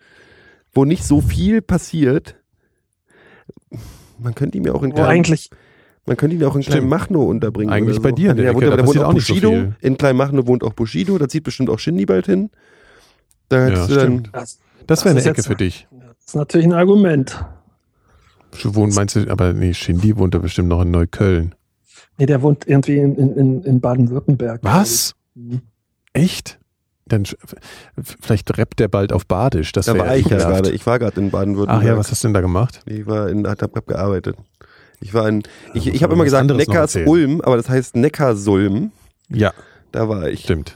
[SPEAKER 2] wo nicht so viel passiert. Man könnte ihm ja auch in
[SPEAKER 1] Wo eigentlich
[SPEAKER 2] Man könnte ihn ja auch in
[SPEAKER 3] Stimmt.
[SPEAKER 2] Kleinmachnow unterbringen.
[SPEAKER 3] Eigentlich
[SPEAKER 2] oder
[SPEAKER 3] bei dir in
[SPEAKER 2] Der,
[SPEAKER 3] der
[SPEAKER 2] der, wohnt-
[SPEAKER 3] Ecke, da
[SPEAKER 2] da wohnt
[SPEAKER 3] passiert
[SPEAKER 2] auch
[SPEAKER 3] auch nicht so
[SPEAKER 2] Bushido.
[SPEAKER 3] viel.
[SPEAKER 2] in Kleinmachnow wohnt auch Bushido. Da zieht bestimmt auch Shindy bald hin. Da
[SPEAKER 3] Ja,
[SPEAKER 2] hättest du dann,
[SPEAKER 3] stimmt.
[SPEAKER 1] das Das
[SPEAKER 3] Das wäre eine
[SPEAKER 1] ist
[SPEAKER 3] Ecke
[SPEAKER 1] jetzt-
[SPEAKER 3] für dich.
[SPEAKER 1] ist natürlich ein Argument.
[SPEAKER 3] Wohnt, meinst du, aber nee, Shindy wohnt da bestimmt noch in Neukölln.
[SPEAKER 1] Nee, der wohnt irgendwie in, in- in, in Baden-Württemberg.
[SPEAKER 3] Was?
[SPEAKER 1] Mhm.
[SPEAKER 3] Echt? Dann sch- vielleicht rappt der bald auf Badisch. Das
[SPEAKER 2] da
[SPEAKER 3] wäre
[SPEAKER 2] war ich ja
[SPEAKER 3] ekelhaft.
[SPEAKER 2] gerade. Ich war gerade in Baden-Württemberg.
[SPEAKER 3] Ach ja, was hast du denn da gemacht?
[SPEAKER 2] Ich war in hab, hab gearbeitet. Ich war in, ich,
[SPEAKER 3] muss
[SPEAKER 2] ich habe
[SPEAKER 3] man
[SPEAKER 2] immer
[SPEAKER 3] was
[SPEAKER 2] gesagt
[SPEAKER 3] anderes noch erzählen.
[SPEAKER 2] Neckars-Ulm, aber das heißt Neckarsulm.
[SPEAKER 3] Ja,
[SPEAKER 2] Da war ich.
[SPEAKER 3] stimmt.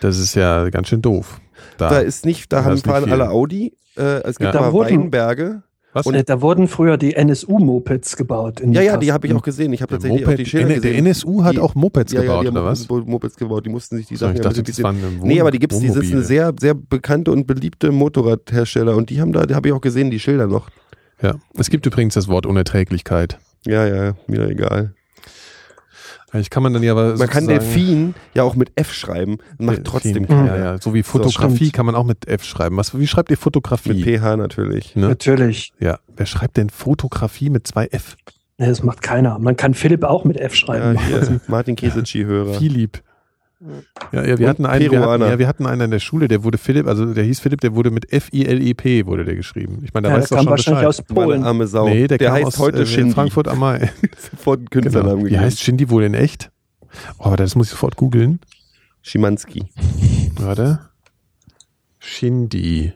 [SPEAKER 3] Das ist ja ganz schön doof. Da,
[SPEAKER 2] Da ist nicht, da,
[SPEAKER 3] Da
[SPEAKER 2] haben
[SPEAKER 3] ist nicht
[SPEAKER 2] fahren
[SPEAKER 3] viel.
[SPEAKER 2] alle Audi. Äh, es gibt
[SPEAKER 1] Ja. Da
[SPEAKER 2] aber
[SPEAKER 1] wurden-
[SPEAKER 2] Weinberge.
[SPEAKER 3] was?
[SPEAKER 1] Äh, Da wurden früher die NSU-Mopeds gebaut. in
[SPEAKER 2] Ja, ja, die
[SPEAKER 1] Kassel.
[SPEAKER 2] habe ich auch gesehen. Ich habe
[SPEAKER 3] Der,
[SPEAKER 2] tatsächlich auch die
[SPEAKER 3] Moped,
[SPEAKER 2] Schilder
[SPEAKER 3] N, der
[SPEAKER 2] gesehen.
[SPEAKER 3] NSU hat
[SPEAKER 2] Die-
[SPEAKER 3] auch Mopeds
[SPEAKER 2] ja,
[SPEAKER 3] gebaut,
[SPEAKER 2] ja, die
[SPEAKER 3] oder
[SPEAKER 2] haben
[SPEAKER 3] was?
[SPEAKER 2] Mo- Mopeds gebaut. Die mussten sich die
[SPEAKER 3] So,
[SPEAKER 2] Sachen
[SPEAKER 3] ich
[SPEAKER 2] ja
[SPEAKER 3] dachte,
[SPEAKER 2] ein
[SPEAKER 3] das
[SPEAKER 2] bisschen-
[SPEAKER 3] waren eine Wohn
[SPEAKER 2] Nee, aber die gibt's, die sind
[SPEAKER 3] Wohnmobile.
[SPEAKER 2] eine sehr, sehr bekannte und beliebte Motorradhersteller und die haben da, die habe ich auch gesehen, die Schilder noch.
[SPEAKER 3] Ja. Es gibt übrigens das Wort Unerträglichkeit.
[SPEAKER 2] Ja, ja, mir egal.
[SPEAKER 3] Ich kann man dann ja aber
[SPEAKER 2] Man kann
[SPEAKER 3] Also sozusagen-
[SPEAKER 2] Delfin ja auch mit F schreiben und macht trotzdem
[SPEAKER 3] Delfin,
[SPEAKER 2] keiner.
[SPEAKER 3] ja, ja. So wie Fotografie
[SPEAKER 1] stimmt.
[SPEAKER 3] kann man auch mit F schreiben. Was, wie schreibt ihr Fotografie?
[SPEAKER 2] Mit PH natürlich.
[SPEAKER 3] ne?
[SPEAKER 1] Natürlich.
[SPEAKER 3] Ja, wer schreibt denn Fotografie mit zwei F?
[SPEAKER 1] Nee, das macht keiner. Man kann Philipp auch mit F
[SPEAKER 2] Ja,
[SPEAKER 1] schreiben.
[SPEAKER 2] hier, Martin Kiesetschi-Hörer.
[SPEAKER 3] Philipp. Ja, ja, wir
[SPEAKER 2] Und
[SPEAKER 3] hatten einen, wir hatten,
[SPEAKER 2] Peruaner.
[SPEAKER 3] ja, wir hatten einen in der Schule, der wurde Philipp, also der hieß Philipp, der wurde mit F-I-L-E-P E wurde der geschrieben. Ich meine, da
[SPEAKER 1] Ja,
[SPEAKER 3] weißt du
[SPEAKER 1] der
[SPEAKER 3] doch
[SPEAKER 1] kam
[SPEAKER 3] schon
[SPEAKER 1] wahrscheinlich
[SPEAKER 3] Bescheid.
[SPEAKER 1] aus
[SPEAKER 2] Meine
[SPEAKER 1] Polen.
[SPEAKER 2] arme Sau.
[SPEAKER 3] nee, der, kam
[SPEAKER 2] heißt
[SPEAKER 3] aus,
[SPEAKER 2] heute
[SPEAKER 3] äh,
[SPEAKER 2] Shindy.
[SPEAKER 3] Frankfurt am Main.
[SPEAKER 2] Sofort einen Künstlernamen
[SPEAKER 3] genau. Wie
[SPEAKER 2] gegeben.
[SPEAKER 3] heißt Shindy wohl in echt? Oh, aber das muss ich sofort googeln.
[SPEAKER 2] Schimanski.
[SPEAKER 3] Warte. Shindy.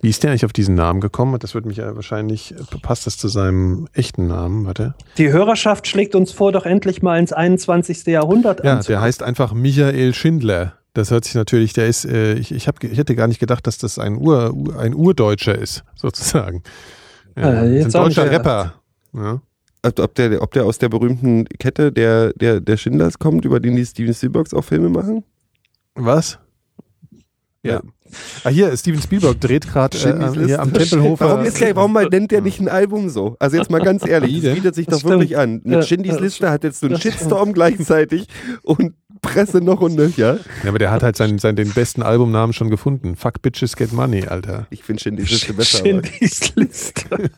[SPEAKER 3] Wie ist der eigentlich auf diesen Namen gekommen? Das wird mich ja wahrscheinlich, äh, passt das zu seinem echten Namen? Warte.
[SPEAKER 1] Die Hörerschaft schlägt uns vor, doch endlich mal ins 21. Jahrhundert
[SPEAKER 3] Ja,
[SPEAKER 1] anzu-
[SPEAKER 3] der heißt einfach Michael Schindler. Das hört sich natürlich, der ist, äh, ich, ich, hab, ge- ich hätte gar nicht gedacht, dass das ein, Ur, Ur- ein Urdeutscher ist, sozusagen. Ja,
[SPEAKER 1] Äh,
[SPEAKER 3] ist
[SPEAKER 1] jetzt
[SPEAKER 3] ein
[SPEAKER 1] auch
[SPEAKER 3] deutscher
[SPEAKER 1] nicht
[SPEAKER 3] Rapper. Ja.
[SPEAKER 2] Ob, ob, der, ob der aus der berühmten Kette der, der, der Schindlers kommt, über den die Steven Spielbergs auch Filme machen?
[SPEAKER 3] Was? Ja.
[SPEAKER 2] Ja.
[SPEAKER 3] Ah, hier, Steven Spielberg dreht gerade
[SPEAKER 2] Schindlers
[SPEAKER 3] äh, hier am
[SPEAKER 2] Liste.
[SPEAKER 3] Tempelhofer. Äh,
[SPEAKER 2] Warum, ist der, warum nennt der nicht ein Album so? Also jetzt mal ganz ehrlich,
[SPEAKER 3] Wie
[SPEAKER 2] das
[SPEAKER 3] denn?
[SPEAKER 2] bietet sich
[SPEAKER 1] Das
[SPEAKER 2] doch wirklich
[SPEAKER 1] stimmt.
[SPEAKER 2] an.
[SPEAKER 1] Ja,
[SPEAKER 2] Mit Shindys
[SPEAKER 1] ja.
[SPEAKER 2] Liste hat jetzt so einen
[SPEAKER 1] Das stimmt.
[SPEAKER 2] Shitstorm gleichzeitig und Presse noch und nöcher.
[SPEAKER 3] Ja, aber der hat halt seinen, seinen, den besten Albumnamen schon gefunden. Fuck Bitches Get Money, Alter.
[SPEAKER 2] Ich finde Shindys Liste besser. aber-
[SPEAKER 1] Schindys Liste.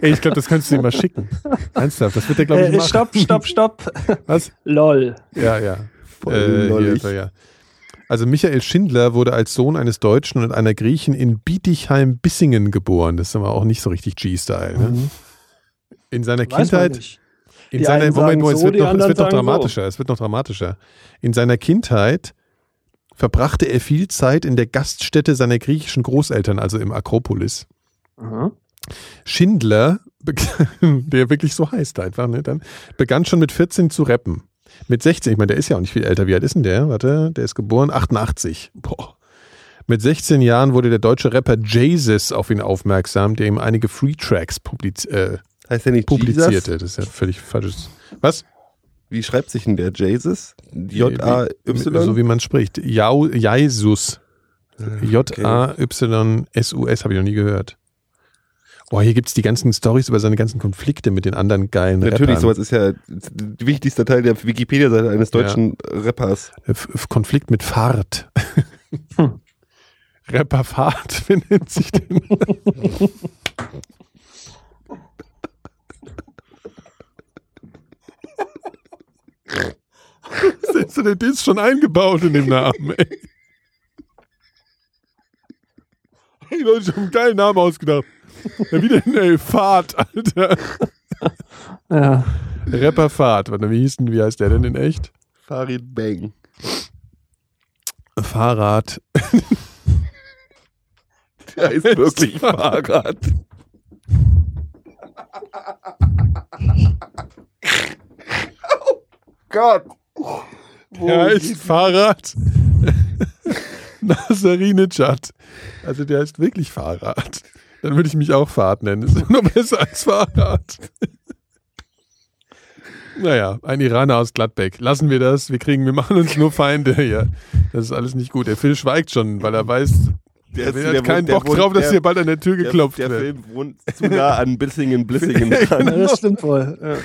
[SPEAKER 3] Ey, ich glaube, das könntest du ihm mal schicken. Ernsthaft, das wird der, glaube ich,
[SPEAKER 1] Äh,
[SPEAKER 3] machen.
[SPEAKER 1] stopp, stopp, stopp.
[SPEAKER 3] Was?
[SPEAKER 1] Lol.
[SPEAKER 3] Ja, ja.
[SPEAKER 2] Voll
[SPEAKER 3] Äh, hier
[SPEAKER 2] lollig.
[SPEAKER 3] ist er, ja. Also Michael Schindler wurde als Sohn eines Deutschen und einer Griechen in Bietigheim-Bissingen geboren. Das ist aber auch nicht so richtig G-Style. Ne? In seiner
[SPEAKER 1] Mhm. Weiß man
[SPEAKER 3] Kindheit,
[SPEAKER 1] nicht.
[SPEAKER 3] in
[SPEAKER 1] Die
[SPEAKER 3] seiner,
[SPEAKER 1] einen
[SPEAKER 3] Moment,
[SPEAKER 1] sagen
[SPEAKER 3] Moment, es
[SPEAKER 1] so,
[SPEAKER 3] wird
[SPEAKER 1] die
[SPEAKER 3] noch, es
[SPEAKER 1] anderen
[SPEAKER 3] wird noch
[SPEAKER 1] sagen so.
[SPEAKER 3] dramatischer, es wird noch dramatischer. In seiner Kindheit verbrachte er viel Zeit in der Gaststätte seiner griechischen Großeltern, also im Akropolis.
[SPEAKER 1] Aha.
[SPEAKER 3] Schindler, begann- der wirklich so heißt einfach, ne, dann, begann schon mit 14 zu rappen. Mit 16, ich meine, der ist ja auch nicht viel älter. Wie alt ist denn der? Warte, der ist geboren 88. Boah. Mit 16 Jahren wurde der deutsche Rapper Jesus auf ihn aufmerksam, der ihm einige Free Tracks publiz äh,
[SPEAKER 2] Heißt der nicht Jesus?
[SPEAKER 3] publizierte. Das ist ja völlig falsches. Was?
[SPEAKER 2] Wie schreibt sich denn der? Jesus? J-A-Y?
[SPEAKER 3] Äh, So wie man spricht. Jau, Jesus.
[SPEAKER 2] Ah,
[SPEAKER 3] J-A-Y-S-U-S habe ich noch nie gehört. Oh, hier gibt es die ganzen Stories über seine ganzen Konflikte mit den anderen geilen
[SPEAKER 2] Natürlich,
[SPEAKER 3] Rappern.
[SPEAKER 2] sowas ist ja der wichtigste Teil der Wikipedia-Seite eines deutschen Rappers.
[SPEAKER 3] F- F- Konflikt mit Fahrt. Rapper Fahrt, wie nennt sich denn? hast du denn das schon eingebaut in dem Namen, ey? Hey Leute, ich hab einen geilen Namen ausgedacht. Ja, wie denn, ey? Fahrt, Alter.
[SPEAKER 1] Ja.
[SPEAKER 3] Rapper Fahrt. Warte, wie hieß denn, wie heißt der denn in echt?
[SPEAKER 2] Farid Bang.
[SPEAKER 3] Fahrrad.
[SPEAKER 2] Der heißt wirklich Fahrrad. Oh Gott. Wo
[SPEAKER 3] Der heißt Fahrrad. Nazarinejad. Also der heißt wirklich Fahrrad. Dann würde ich mich auch Fahrt nennen. Ist immer noch besser als Fahrrad. Naja, ein Iraner aus Gladbeck. Lassen wir das. Wir kriegen, wir machen uns nur Feinde hier. Das ist alles nicht gut. Der Phil schweigt schon, weil er weiß,
[SPEAKER 2] Der
[SPEAKER 3] er
[SPEAKER 2] ist-
[SPEAKER 3] hat
[SPEAKER 2] der
[SPEAKER 3] keinen
[SPEAKER 2] wohnt- der
[SPEAKER 3] Bock
[SPEAKER 2] wohnt-
[SPEAKER 3] drauf, dass
[SPEAKER 2] der-
[SPEAKER 3] hier bald an der Tür geklopft
[SPEAKER 2] der, der
[SPEAKER 3] wird.
[SPEAKER 2] Film wohnt zu nah an Bissingen, Blissingen dran.
[SPEAKER 1] Ja, das stimmt wohl. Ja.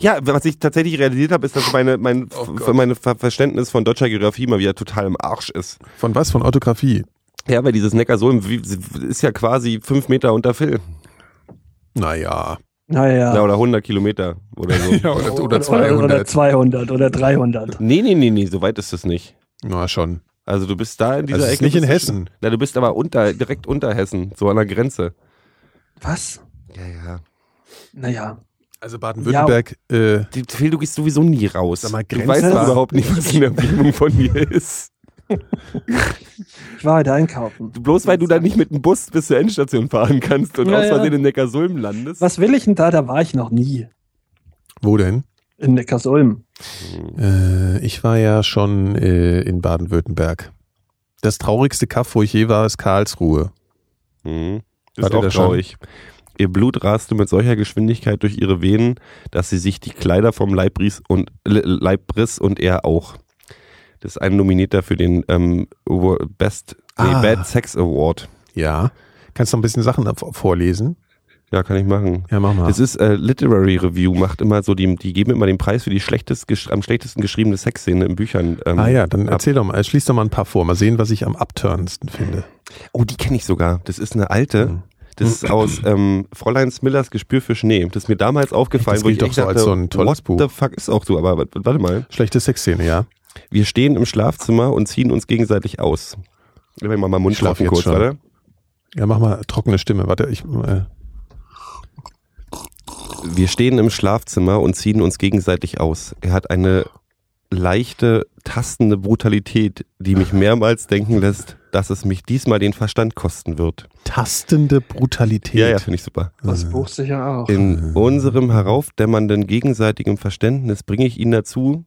[SPEAKER 2] Ja, was ich tatsächlich realisiert habe, ist, dass meine, mein
[SPEAKER 3] Oh Gott.
[SPEAKER 2] meine Ver Verständnis von deutscher Geografie mal wieder total im Arsch ist.
[SPEAKER 3] Von was? Von Orthographie?
[SPEAKER 2] Ja, weil dieses Neckarsulm wie- ist ja quasi fünf Meter unter Phil.
[SPEAKER 3] Naja. Ah.
[SPEAKER 1] Naja.
[SPEAKER 2] Ja, oder 100 Kilometer oder so.
[SPEAKER 3] Ja, oder, oder
[SPEAKER 1] Oder, oder
[SPEAKER 3] 200.
[SPEAKER 1] 200 oder 300.
[SPEAKER 2] Nee, nee, nee, nee, so weit ist es nicht.
[SPEAKER 3] Na schon.
[SPEAKER 2] Also du bist da in dieser
[SPEAKER 3] Also es
[SPEAKER 2] Ecke.
[SPEAKER 3] ist nicht in
[SPEAKER 2] bist du-
[SPEAKER 3] Hessen.
[SPEAKER 2] Na, du bist aber unter, direkt unter Hessen, so an der Grenze.
[SPEAKER 1] Was?
[SPEAKER 2] Ja, ja.
[SPEAKER 1] Naja.
[SPEAKER 3] Also Baden-Württemberg, äh,
[SPEAKER 2] Die- Phil, du gehst sowieso nie raus.
[SPEAKER 3] Sag mal,
[SPEAKER 2] du
[SPEAKER 3] Grenze-
[SPEAKER 2] weißt
[SPEAKER 1] Was?
[SPEAKER 2] überhaupt nicht, was in der Umgebung von dir ist.
[SPEAKER 1] Ich war heute einkaufen.
[SPEAKER 2] Bloß weil du da nicht mit dem Bus bis zur Endstation fahren kannst und
[SPEAKER 1] Ja,
[SPEAKER 2] aus
[SPEAKER 1] ja.
[SPEAKER 2] Versehen in Neckarsulm landest.
[SPEAKER 1] Was will ich denn da? Da war ich noch nie.
[SPEAKER 3] wo denn?
[SPEAKER 1] In Neckarsulm.
[SPEAKER 3] Äh, ich war ja schon äh, in Baden-Württemberg. Das traurigste Kaff, wo ich je war, ist Karlsruhe.
[SPEAKER 2] Mhm. Das
[SPEAKER 3] Wart
[SPEAKER 2] ist
[SPEAKER 3] ihr
[SPEAKER 2] auch
[SPEAKER 3] da schon?
[SPEAKER 2] traurig. Ihr Blut raste mit solcher Geschwindigkeit durch ihre Venen, dass sie sich die Kleider vom Leib riss und, Le- Leib riss und er auch. Das ist ein Nominierter für den ähm, Wo- Best nee,
[SPEAKER 3] Ah.
[SPEAKER 2] Bad Sex Award.
[SPEAKER 3] Ja. Kannst du noch ein bisschen Sachen ab- vorlesen?
[SPEAKER 2] Ja, kann ich machen.
[SPEAKER 3] Ja, mach mal.
[SPEAKER 2] Das ist äh, Literary Review, macht immer so, die, die geben immer den Preis für die schlechtest, gesch- am schlechtesten geschriebene Sexszene in Büchern. ähm,
[SPEAKER 3] ah ja, dann
[SPEAKER 2] ab.
[SPEAKER 3] erzähl doch mal, schließ doch mal ein paar vor. Mal sehen, was ich am abturnsten finde.
[SPEAKER 2] Oh, die kenne ich sogar. Das ist eine alte.
[SPEAKER 3] Mhm.
[SPEAKER 2] Das ist aus ähm, Fräulein Smillers Gespür für Schnee. Das ist mir damals aufgefallen.
[SPEAKER 3] Das
[SPEAKER 2] wo ich
[SPEAKER 3] gilt doch
[SPEAKER 2] echt
[SPEAKER 3] so als
[SPEAKER 2] dachte,
[SPEAKER 3] so ein tolles
[SPEAKER 2] what
[SPEAKER 3] Buch.
[SPEAKER 2] the fuck ist auch so, aber w- warte mal.
[SPEAKER 3] Schlechte Sexszene, ja.
[SPEAKER 2] Wir stehen im Schlafzimmer und ziehen uns gegenseitig aus. Wenn wir mal meinen Mund
[SPEAKER 3] Ich schlaf
[SPEAKER 2] schlafen
[SPEAKER 3] jetzt
[SPEAKER 2] kurz,
[SPEAKER 3] schon.
[SPEAKER 2] oder?
[SPEAKER 3] Ja, mach mal trockene Stimme. Warte, ich. Äh,
[SPEAKER 2] Wir stehen im Schlafzimmer und ziehen uns gegenseitig aus. Er hat eine leichte, tastende Brutalität, die mich mehrmals denken lässt, dass es mich diesmal den Verstand kosten wird.
[SPEAKER 3] tastende Brutalität.
[SPEAKER 2] Ja, ja, finde ich super.
[SPEAKER 1] Das Buch sicher auch.
[SPEAKER 2] In unserem heraufdämmernden gegenseitigen Verständnis bringe ich ihn dazu,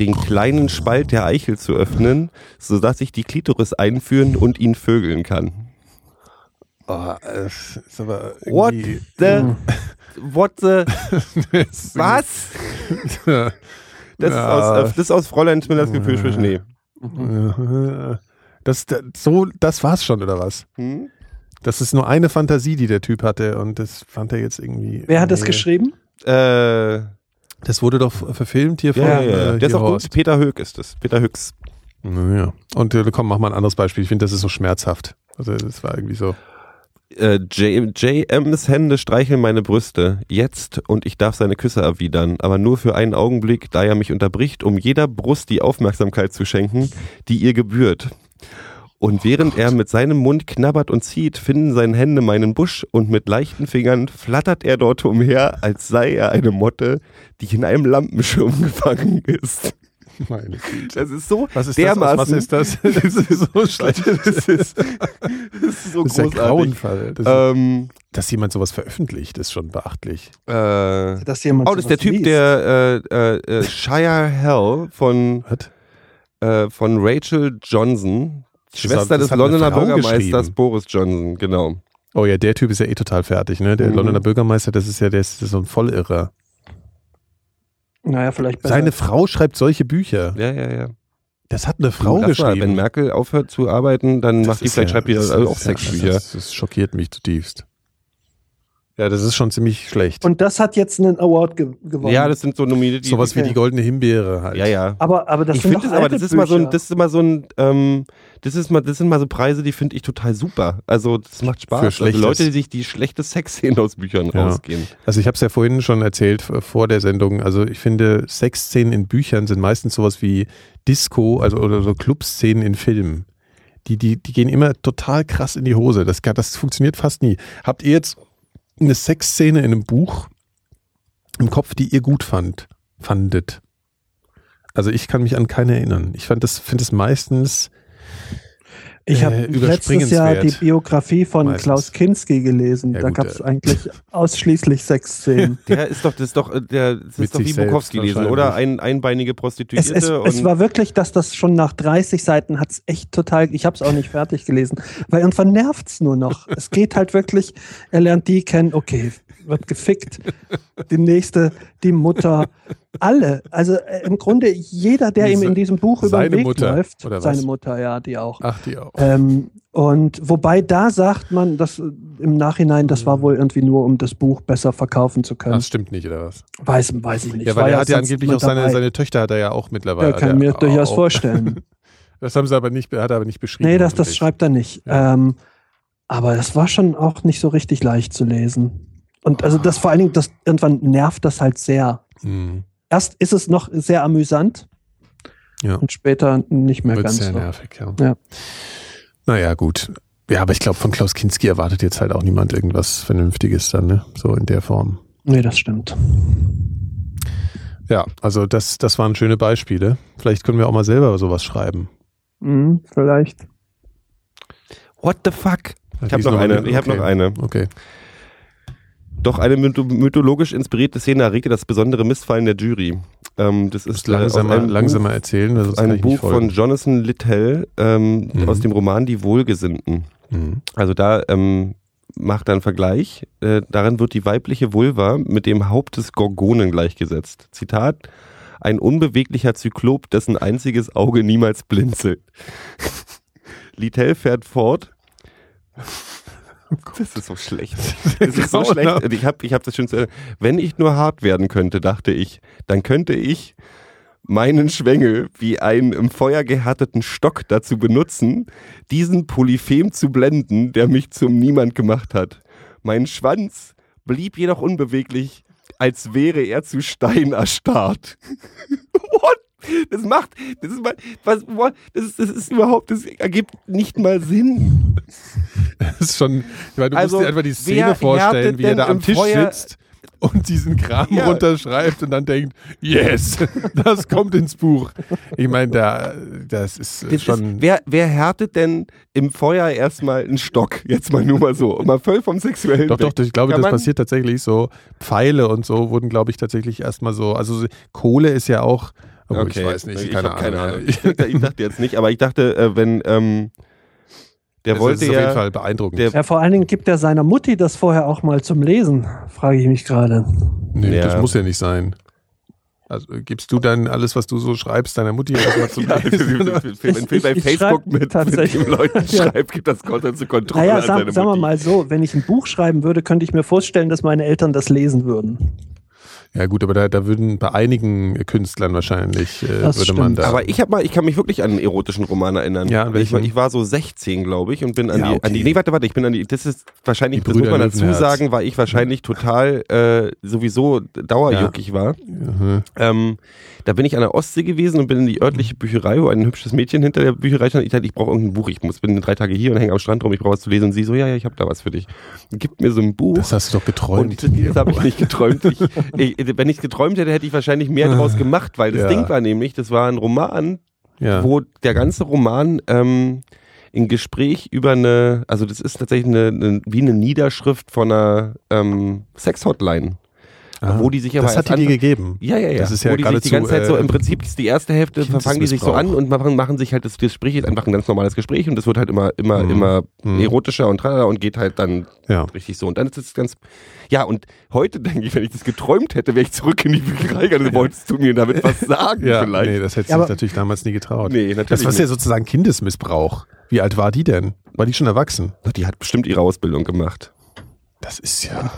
[SPEAKER 2] den kleinen Spalt der Eichel zu öffnen, sodass ich die Klitoris einführen und ihn vögeln kann.
[SPEAKER 3] Oh, äh, ist aber
[SPEAKER 2] What
[SPEAKER 3] irgendwie- Mhm.
[SPEAKER 2] the? What the?
[SPEAKER 3] Ist
[SPEAKER 2] Was?
[SPEAKER 3] irgendwie-
[SPEAKER 2] Das,
[SPEAKER 3] Ja.
[SPEAKER 2] ist, aus, äh, das ist aus Fräulein Schmillers Gefühl für Schnee.
[SPEAKER 3] Das, das, so, das war's schon, oder was?
[SPEAKER 2] Hm?
[SPEAKER 3] Das ist nur eine Fantasie, die der Typ hatte und das fand er jetzt irgendwie.
[SPEAKER 1] Wer hat das
[SPEAKER 3] Nee.
[SPEAKER 1] geschrieben?
[SPEAKER 2] Äh,
[SPEAKER 3] Das wurde doch verfilmt hier von
[SPEAKER 2] ja, ja, ja.
[SPEAKER 3] äh,
[SPEAKER 2] Der ist
[SPEAKER 3] hier
[SPEAKER 2] auch gut.
[SPEAKER 3] Horst.
[SPEAKER 2] Peter Höck ist es. Peter Höcks.
[SPEAKER 3] Naja. Und äh, komm, mach mal ein anderes Beispiel. Ich finde, das ist so schmerzhaft. Also das war irgendwie so.
[SPEAKER 2] Äh, J- JMs Hände streicheln meine Brüste. Jetzt und ich darf seine Küsse erwidern, aber nur für einen Augenblick, da er mich unterbricht, um jeder Brust die Aufmerksamkeit zu schenken, die ihr gebührt.
[SPEAKER 3] Oh
[SPEAKER 2] Und während er mit seinem Mund knabbert und zieht, finden seine Hände meinen Busch und mit leichten Fingern flattert er dort umher, als sei er eine Motte, die in einem Lampenschirm gefangen ist.
[SPEAKER 3] Meine
[SPEAKER 2] Das ist so
[SPEAKER 3] was ist
[SPEAKER 2] dermaßen.
[SPEAKER 3] das? Was ist das? Das ist so schlecht.
[SPEAKER 2] Das ist, das ist so
[SPEAKER 3] Das ist ja
[SPEAKER 2] großartig.
[SPEAKER 3] grauenvoll. Das ist,
[SPEAKER 2] Ähm,
[SPEAKER 3] dass jemand sowas veröffentlicht, ist schon beachtlich.
[SPEAKER 2] äh,
[SPEAKER 1] Dass jemand
[SPEAKER 2] Oh, das ist der
[SPEAKER 1] sowas
[SPEAKER 2] Typ,
[SPEAKER 1] liest.
[SPEAKER 2] der äh, äh, äh, Shire Hell von,
[SPEAKER 3] Was?
[SPEAKER 2] äh, von Rachel Johnson, Schwester
[SPEAKER 3] hat- das
[SPEAKER 2] des
[SPEAKER 3] hat eine
[SPEAKER 2] Londoner
[SPEAKER 3] Frau
[SPEAKER 2] Bürgermeisters
[SPEAKER 3] geschrieben.
[SPEAKER 2] Boris Johnson, genau.
[SPEAKER 3] Oh ja, der Typ ist ja eh total fertig, ne? Der
[SPEAKER 2] Mhm.
[SPEAKER 3] Londoner Bürgermeister, das ist ja der ist so ein Vollirrer.
[SPEAKER 1] Naja, vielleicht besser.
[SPEAKER 3] Seine Frau schreibt solche Bücher.
[SPEAKER 2] Ja, ja, ja.
[SPEAKER 3] Das hat eine Frau
[SPEAKER 2] Lass mal,
[SPEAKER 3] geschrieben.
[SPEAKER 2] wenn Merkel aufhört zu arbeiten, dann
[SPEAKER 3] Das
[SPEAKER 2] macht die
[SPEAKER 3] ist
[SPEAKER 2] vielleicht
[SPEAKER 3] ja-
[SPEAKER 2] schreibt die
[SPEAKER 3] das
[SPEAKER 2] also
[SPEAKER 3] ist
[SPEAKER 2] auch
[SPEAKER 3] ja-
[SPEAKER 2] Sexbücher.
[SPEAKER 3] Das, das schockiert mich zutiefst. Ja, das ist schon ziemlich schlecht.
[SPEAKER 1] Und das hat jetzt einen Award ge gewonnen.
[SPEAKER 2] Ja, das sind so nominierte. die-
[SPEAKER 3] Sowas wie die goldene Himbeere halt.
[SPEAKER 2] Ja, ja.
[SPEAKER 1] aber, aber das
[SPEAKER 2] ich
[SPEAKER 1] sind
[SPEAKER 2] finde
[SPEAKER 1] doch
[SPEAKER 2] es aber,
[SPEAKER 1] alte
[SPEAKER 2] das ist mal so ein,
[SPEAKER 1] Bücher.
[SPEAKER 2] das ist immer so ein, ähm, das ist mal, das sind mal so Preise, die finde ich total super. Also das macht Spaß.
[SPEAKER 3] Für
[SPEAKER 2] also
[SPEAKER 3] Schlechtes.
[SPEAKER 2] Leute, die sich die schlechte Sexszenen aus Büchern
[SPEAKER 3] Ja.
[SPEAKER 2] rausgehen.
[SPEAKER 3] Also ich habe es ja vorhin schon erzählt äh, vor der Sendung. Also ich finde, Sexszenen in Büchern sind meistens sowas wie Disco, also oder so Clubszenen in Filmen. Die, die, die gehen immer total krass in die Hose. Das, ga- das funktioniert fast nie. Habt ihr jetzt eine Sexszene in einem Buch im Kopf, die ihr gut fand, fandet? Also ich kann mich an keine erinnern. Ich fand das, finde es meistens
[SPEAKER 1] Ich
[SPEAKER 3] äh,
[SPEAKER 1] habe letztes Jahr die
[SPEAKER 3] überspringenswert.
[SPEAKER 1] Biografie von
[SPEAKER 3] Meistens.
[SPEAKER 1] Klaus Kinski gelesen.
[SPEAKER 3] Ja,
[SPEAKER 1] da
[SPEAKER 3] gut,
[SPEAKER 1] gab es
[SPEAKER 3] äh.
[SPEAKER 1] eigentlich ausschließlich Sexszenen.
[SPEAKER 2] Der ist doch, das ist doch, äh, der das
[SPEAKER 3] Mit
[SPEAKER 2] ist doch
[SPEAKER 3] sich
[SPEAKER 2] wie
[SPEAKER 3] selbst
[SPEAKER 2] Bukowski lesen,
[SPEAKER 3] wahrscheinlich.
[SPEAKER 2] oder? Ein, einbeinige
[SPEAKER 1] es,
[SPEAKER 2] Prostituierte
[SPEAKER 1] es,
[SPEAKER 2] und
[SPEAKER 1] es war wirklich, dass das schon nach 30 Seiten hat's echt total, ich habe es auch nicht fertig gelesen, weil irgendwann nervt's nur noch. Es geht halt wirklich, er lernt die kennen, okay, wird gefickt, die nächste, die Mutter, alle. Also äh, im Grunde jeder, der
[SPEAKER 3] Wie
[SPEAKER 1] ihm
[SPEAKER 3] se-
[SPEAKER 1] in diesem Buch über den
[SPEAKER 3] seine
[SPEAKER 1] Weg
[SPEAKER 3] Mutter,
[SPEAKER 1] läuft,
[SPEAKER 3] oder was? Ah.
[SPEAKER 1] seine Mutter, ja, die auch.
[SPEAKER 3] Ach, die auch.
[SPEAKER 1] Ähm, und wobei da sagt man, dass äh, im Nachhinein, das
[SPEAKER 3] Mhm.
[SPEAKER 1] war wohl irgendwie nur, um das Buch besser verkaufen zu können.
[SPEAKER 3] Ach, stimmt nicht, oder was?
[SPEAKER 1] weiß, weiß ich nicht.
[SPEAKER 3] Ja,
[SPEAKER 1] Ich
[SPEAKER 3] weil
[SPEAKER 1] war
[SPEAKER 3] er hat ja
[SPEAKER 1] sonst
[SPEAKER 3] angeblich
[SPEAKER 1] mit
[SPEAKER 3] auch seine,
[SPEAKER 1] dabei.
[SPEAKER 3] seine Töchter hat er ja auch mittlerweile.
[SPEAKER 1] ja,
[SPEAKER 3] Hat er
[SPEAKER 1] kann mir durchaus
[SPEAKER 3] auch-
[SPEAKER 1] vorstellen.
[SPEAKER 3] Das haben sie aber nicht, hat er aber nicht beschrieben.
[SPEAKER 1] Nee, das, das
[SPEAKER 3] hoffentlich.
[SPEAKER 1] schreibt er nicht.
[SPEAKER 3] Ja.
[SPEAKER 1] Ähm, aber das war schon auch nicht so richtig leicht zu lesen. Und also das vor allen Dingen, das irgendwann nervt das halt sehr.
[SPEAKER 3] Mhm.
[SPEAKER 1] Erst ist es noch sehr amüsant
[SPEAKER 3] Ja,
[SPEAKER 1] und später nicht mehr
[SPEAKER 3] wird
[SPEAKER 1] ganz. so.
[SPEAKER 3] sehr nervig, ja.
[SPEAKER 1] Ja.
[SPEAKER 3] Naja, gut. Ja, aber ich glaube, von Klaus Kinski erwartet jetzt halt auch niemand irgendwas Vernünftiges dann, ne? So in der Form.
[SPEAKER 1] Nee, das stimmt.
[SPEAKER 3] Ja, also das, das waren schöne Beispiele. Vielleicht können wir auch mal selber sowas schreiben.
[SPEAKER 1] Mhm, vielleicht.
[SPEAKER 2] What the fuck? Ich
[SPEAKER 3] Die
[SPEAKER 2] habe
[SPEAKER 3] ist
[SPEAKER 2] noch
[SPEAKER 3] noch
[SPEAKER 2] eine,
[SPEAKER 3] mit-
[SPEAKER 2] ich habe
[SPEAKER 3] okay.
[SPEAKER 2] noch eine.
[SPEAKER 3] Okay.
[SPEAKER 2] Doch eine mytho- mythologisch inspirierte Szene erregte das besondere Missfallen der Jury. Ähm, das ist äh, aus
[SPEAKER 3] Langsamer,
[SPEAKER 2] einem
[SPEAKER 3] langsamer erzählen, weil
[SPEAKER 2] Buch,
[SPEAKER 3] sonst kann
[SPEAKER 2] ein
[SPEAKER 3] ich
[SPEAKER 2] Buch
[SPEAKER 3] nicht
[SPEAKER 2] von
[SPEAKER 3] folgen.
[SPEAKER 2] Jonathan Littell ähm,
[SPEAKER 3] Mhm.
[SPEAKER 2] aus dem Roman Die Wohlgesinnten.
[SPEAKER 3] Mhm.
[SPEAKER 2] Also da ähm, macht er einen Vergleich. Äh, darin wird die weibliche Vulva mit dem Haupt des Gorgonen gleichgesetzt. Zitat: Ein unbeweglicher Zyklop, dessen einziges Auge niemals blinzelt. Littell fährt fort. Das ist so schlecht. Das ist so
[SPEAKER 3] Grauenhaft.
[SPEAKER 2] schlecht. Und Ich habe ich hab das schon zu Ende. Wenn ich nur hart werden könnte, dachte ich, dann könnte ich meinen Schwengel wie einen im Feuer gehärteten Stock dazu benutzen, diesen Polyphem zu blenden, der mich zum Niemand gemacht hat. Mein Schwanz blieb jedoch unbeweglich, als wäre er zu Stein erstarrt. What? Das macht, das ist mal, was, what? das, ist, das ist überhaupt, das ergibt nicht mal Sinn.
[SPEAKER 3] Das ist schon, ich meine, du
[SPEAKER 2] Also,
[SPEAKER 3] musst dir einfach die
[SPEAKER 2] wer
[SPEAKER 3] Szene
[SPEAKER 2] härtet
[SPEAKER 3] vorstellen, wie er
[SPEAKER 2] denn
[SPEAKER 3] da am
[SPEAKER 2] im
[SPEAKER 3] Tisch
[SPEAKER 2] Feuer-
[SPEAKER 3] sitzt und diesen Kram
[SPEAKER 2] Ja.
[SPEAKER 3] runterschreibt und dann denkt, yes, das kommt ins Buch. Ich meine, da, das ist äh,
[SPEAKER 2] Das
[SPEAKER 3] schon.
[SPEAKER 2] ist, wer, wer härtet denn im Feuer erstmal einen Stock? Jetzt mal nur mal so. Mal völlig vom Sexuellen.
[SPEAKER 3] doch, doch,
[SPEAKER 2] weg.
[SPEAKER 3] ich glaube,
[SPEAKER 2] Kann
[SPEAKER 3] das
[SPEAKER 2] man-
[SPEAKER 3] passiert tatsächlich so. Pfeile und so wurden, glaube ich, tatsächlich erstmal so. Also so- Kohle ist ja auch. obwohl,
[SPEAKER 2] Okay,
[SPEAKER 3] ich weiß nicht,
[SPEAKER 2] ich
[SPEAKER 3] keine,
[SPEAKER 2] hab
[SPEAKER 3] Ahnung.
[SPEAKER 2] keine Ahnung. Ich dachte, ich dachte jetzt nicht, aber ich dachte, äh, wenn ähm, der
[SPEAKER 3] Das
[SPEAKER 2] wollte
[SPEAKER 3] ist auf jeden
[SPEAKER 2] ja,
[SPEAKER 3] Fall beeindruckend.
[SPEAKER 2] der-
[SPEAKER 1] Ja, vor allen Dingen gibt er seiner Mutti das vorher auch mal zum Lesen, frage ich mich gerade.
[SPEAKER 3] nee,
[SPEAKER 2] Ja.
[SPEAKER 3] das muss ja nicht sein. Also äh, gibst du dann alles, was du so schreibst, deiner Mutti erstmal zum
[SPEAKER 2] Ja,
[SPEAKER 3] Lesen? oder?
[SPEAKER 2] wenn Phil
[SPEAKER 1] ich-
[SPEAKER 2] bei
[SPEAKER 1] ich
[SPEAKER 2] Facebook
[SPEAKER 1] schreib
[SPEAKER 2] mit, mit
[SPEAKER 1] tatsächlich-
[SPEAKER 2] dem Leuten
[SPEAKER 1] Ja.
[SPEAKER 2] schreibt, gibt das Content zu Kontrolle
[SPEAKER 1] Naja,
[SPEAKER 2] an
[SPEAKER 1] sag,
[SPEAKER 2] seine
[SPEAKER 1] sagen wir
[SPEAKER 2] Mutti.
[SPEAKER 1] mal so, wenn ich ein Buch schreiben würde, könnte ich mir vorstellen, dass meine Eltern das lesen würden.
[SPEAKER 3] Ja gut, aber da, da würden bei einigen Künstlern wahrscheinlich, äh, würde
[SPEAKER 1] Das
[SPEAKER 3] man
[SPEAKER 1] stimmt.
[SPEAKER 3] da...
[SPEAKER 2] Aber ich habe mal, ich kann mich wirklich an einen erotischen Roman erinnern.
[SPEAKER 3] Ja, an
[SPEAKER 2] ich, war,
[SPEAKER 3] welchen?
[SPEAKER 2] ich war so 16, glaube ich, und bin an,
[SPEAKER 3] Ja,
[SPEAKER 2] die,
[SPEAKER 3] okay.
[SPEAKER 2] an die. Nee, warte, warte, ich bin an die. Das ist wahrscheinlich,
[SPEAKER 3] Die
[SPEAKER 2] das muss
[SPEAKER 3] Brüder
[SPEAKER 2] man dazu
[SPEAKER 3] Löwenherz.
[SPEAKER 2] sagen, weil ich wahrscheinlich total äh, sowieso dauerjuckig war.
[SPEAKER 3] Mhm.
[SPEAKER 2] Ähm, da bin ich an der Ostsee gewesen und bin in die örtliche Bücherei, wo ein hübsches Mädchen hinter der Bücherei stand. Ich dachte, ich brauche irgendein Buch. Ich muss, bin drei Tage hier und hänge am Strand rum. Ich brauche was zu lesen. Und sie so, ja, ja, ich habe da was für dich. Gib mir so ein Buch.
[SPEAKER 3] Das hast du doch
[SPEAKER 2] und
[SPEAKER 3] geträumt.
[SPEAKER 2] das, habe ich nicht geträumt. Ich, ich, wenn ich geträumt hätte, hätte ich wahrscheinlich mehr draus gemacht, weil das
[SPEAKER 3] Ja.
[SPEAKER 2] Ding war nämlich, das war ein Roman,
[SPEAKER 3] ja.
[SPEAKER 2] wo der ganze Roman ähm, ein Gespräch über eine, also das ist tatsächlich eine, eine, wie eine Niederschrift von einer ähm, Sex-Hotline.
[SPEAKER 3] Ah,
[SPEAKER 2] wo die sich aber
[SPEAKER 3] das hat
[SPEAKER 2] erst
[SPEAKER 3] die dir
[SPEAKER 2] anfangen-
[SPEAKER 3] gegeben.
[SPEAKER 2] Ja, ja, ja.
[SPEAKER 3] Das ist ja
[SPEAKER 2] Wo die sich die
[SPEAKER 3] geradezu,
[SPEAKER 2] ganze Zeit so
[SPEAKER 3] äh,
[SPEAKER 2] im Prinzip ist die erste Hälfte fangen die sich so an
[SPEAKER 3] Kindesmissbrauch.
[SPEAKER 2] und machen, machen sich halt das Gespräch ist einfach ein ganz normales Gespräch und das wird halt immer immer
[SPEAKER 3] Mhm.
[SPEAKER 2] immer
[SPEAKER 3] Mhm.
[SPEAKER 2] erotischer und tralala und geht halt dann
[SPEAKER 3] Ja.
[SPEAKER 2] richtig so und dann ist es ganz ja und heute denke ich, wenn ich das geträumt hätte, wäre ich zurück in die Bücherei gegangen. Wolltest du mir damit was sagen
[SPEAKER 3] Ja,
[SPEAKER 2] vielleicht?
[SPEAKER 3] nee, das hättest
[SPEAKER 1] Ja,
[SPEAKER 3] du
[SPEAKER 1] aber-
[SPEAKER 3] natürlich damals nie getraut.
[SPEAKER 2] Nee, natürlich
[SPEAKER 3] Das war ja
[SPEAKER 2] nicht.
[SPEAKER 3] sozusagen Kindesmissbrauch. Wie alt war die denn? War die schon erwachsen?
[SPEAKER 2] Die hat bestimmt ihre Ausbildung gemacht.
[SPEAKER 3] Das ist ja.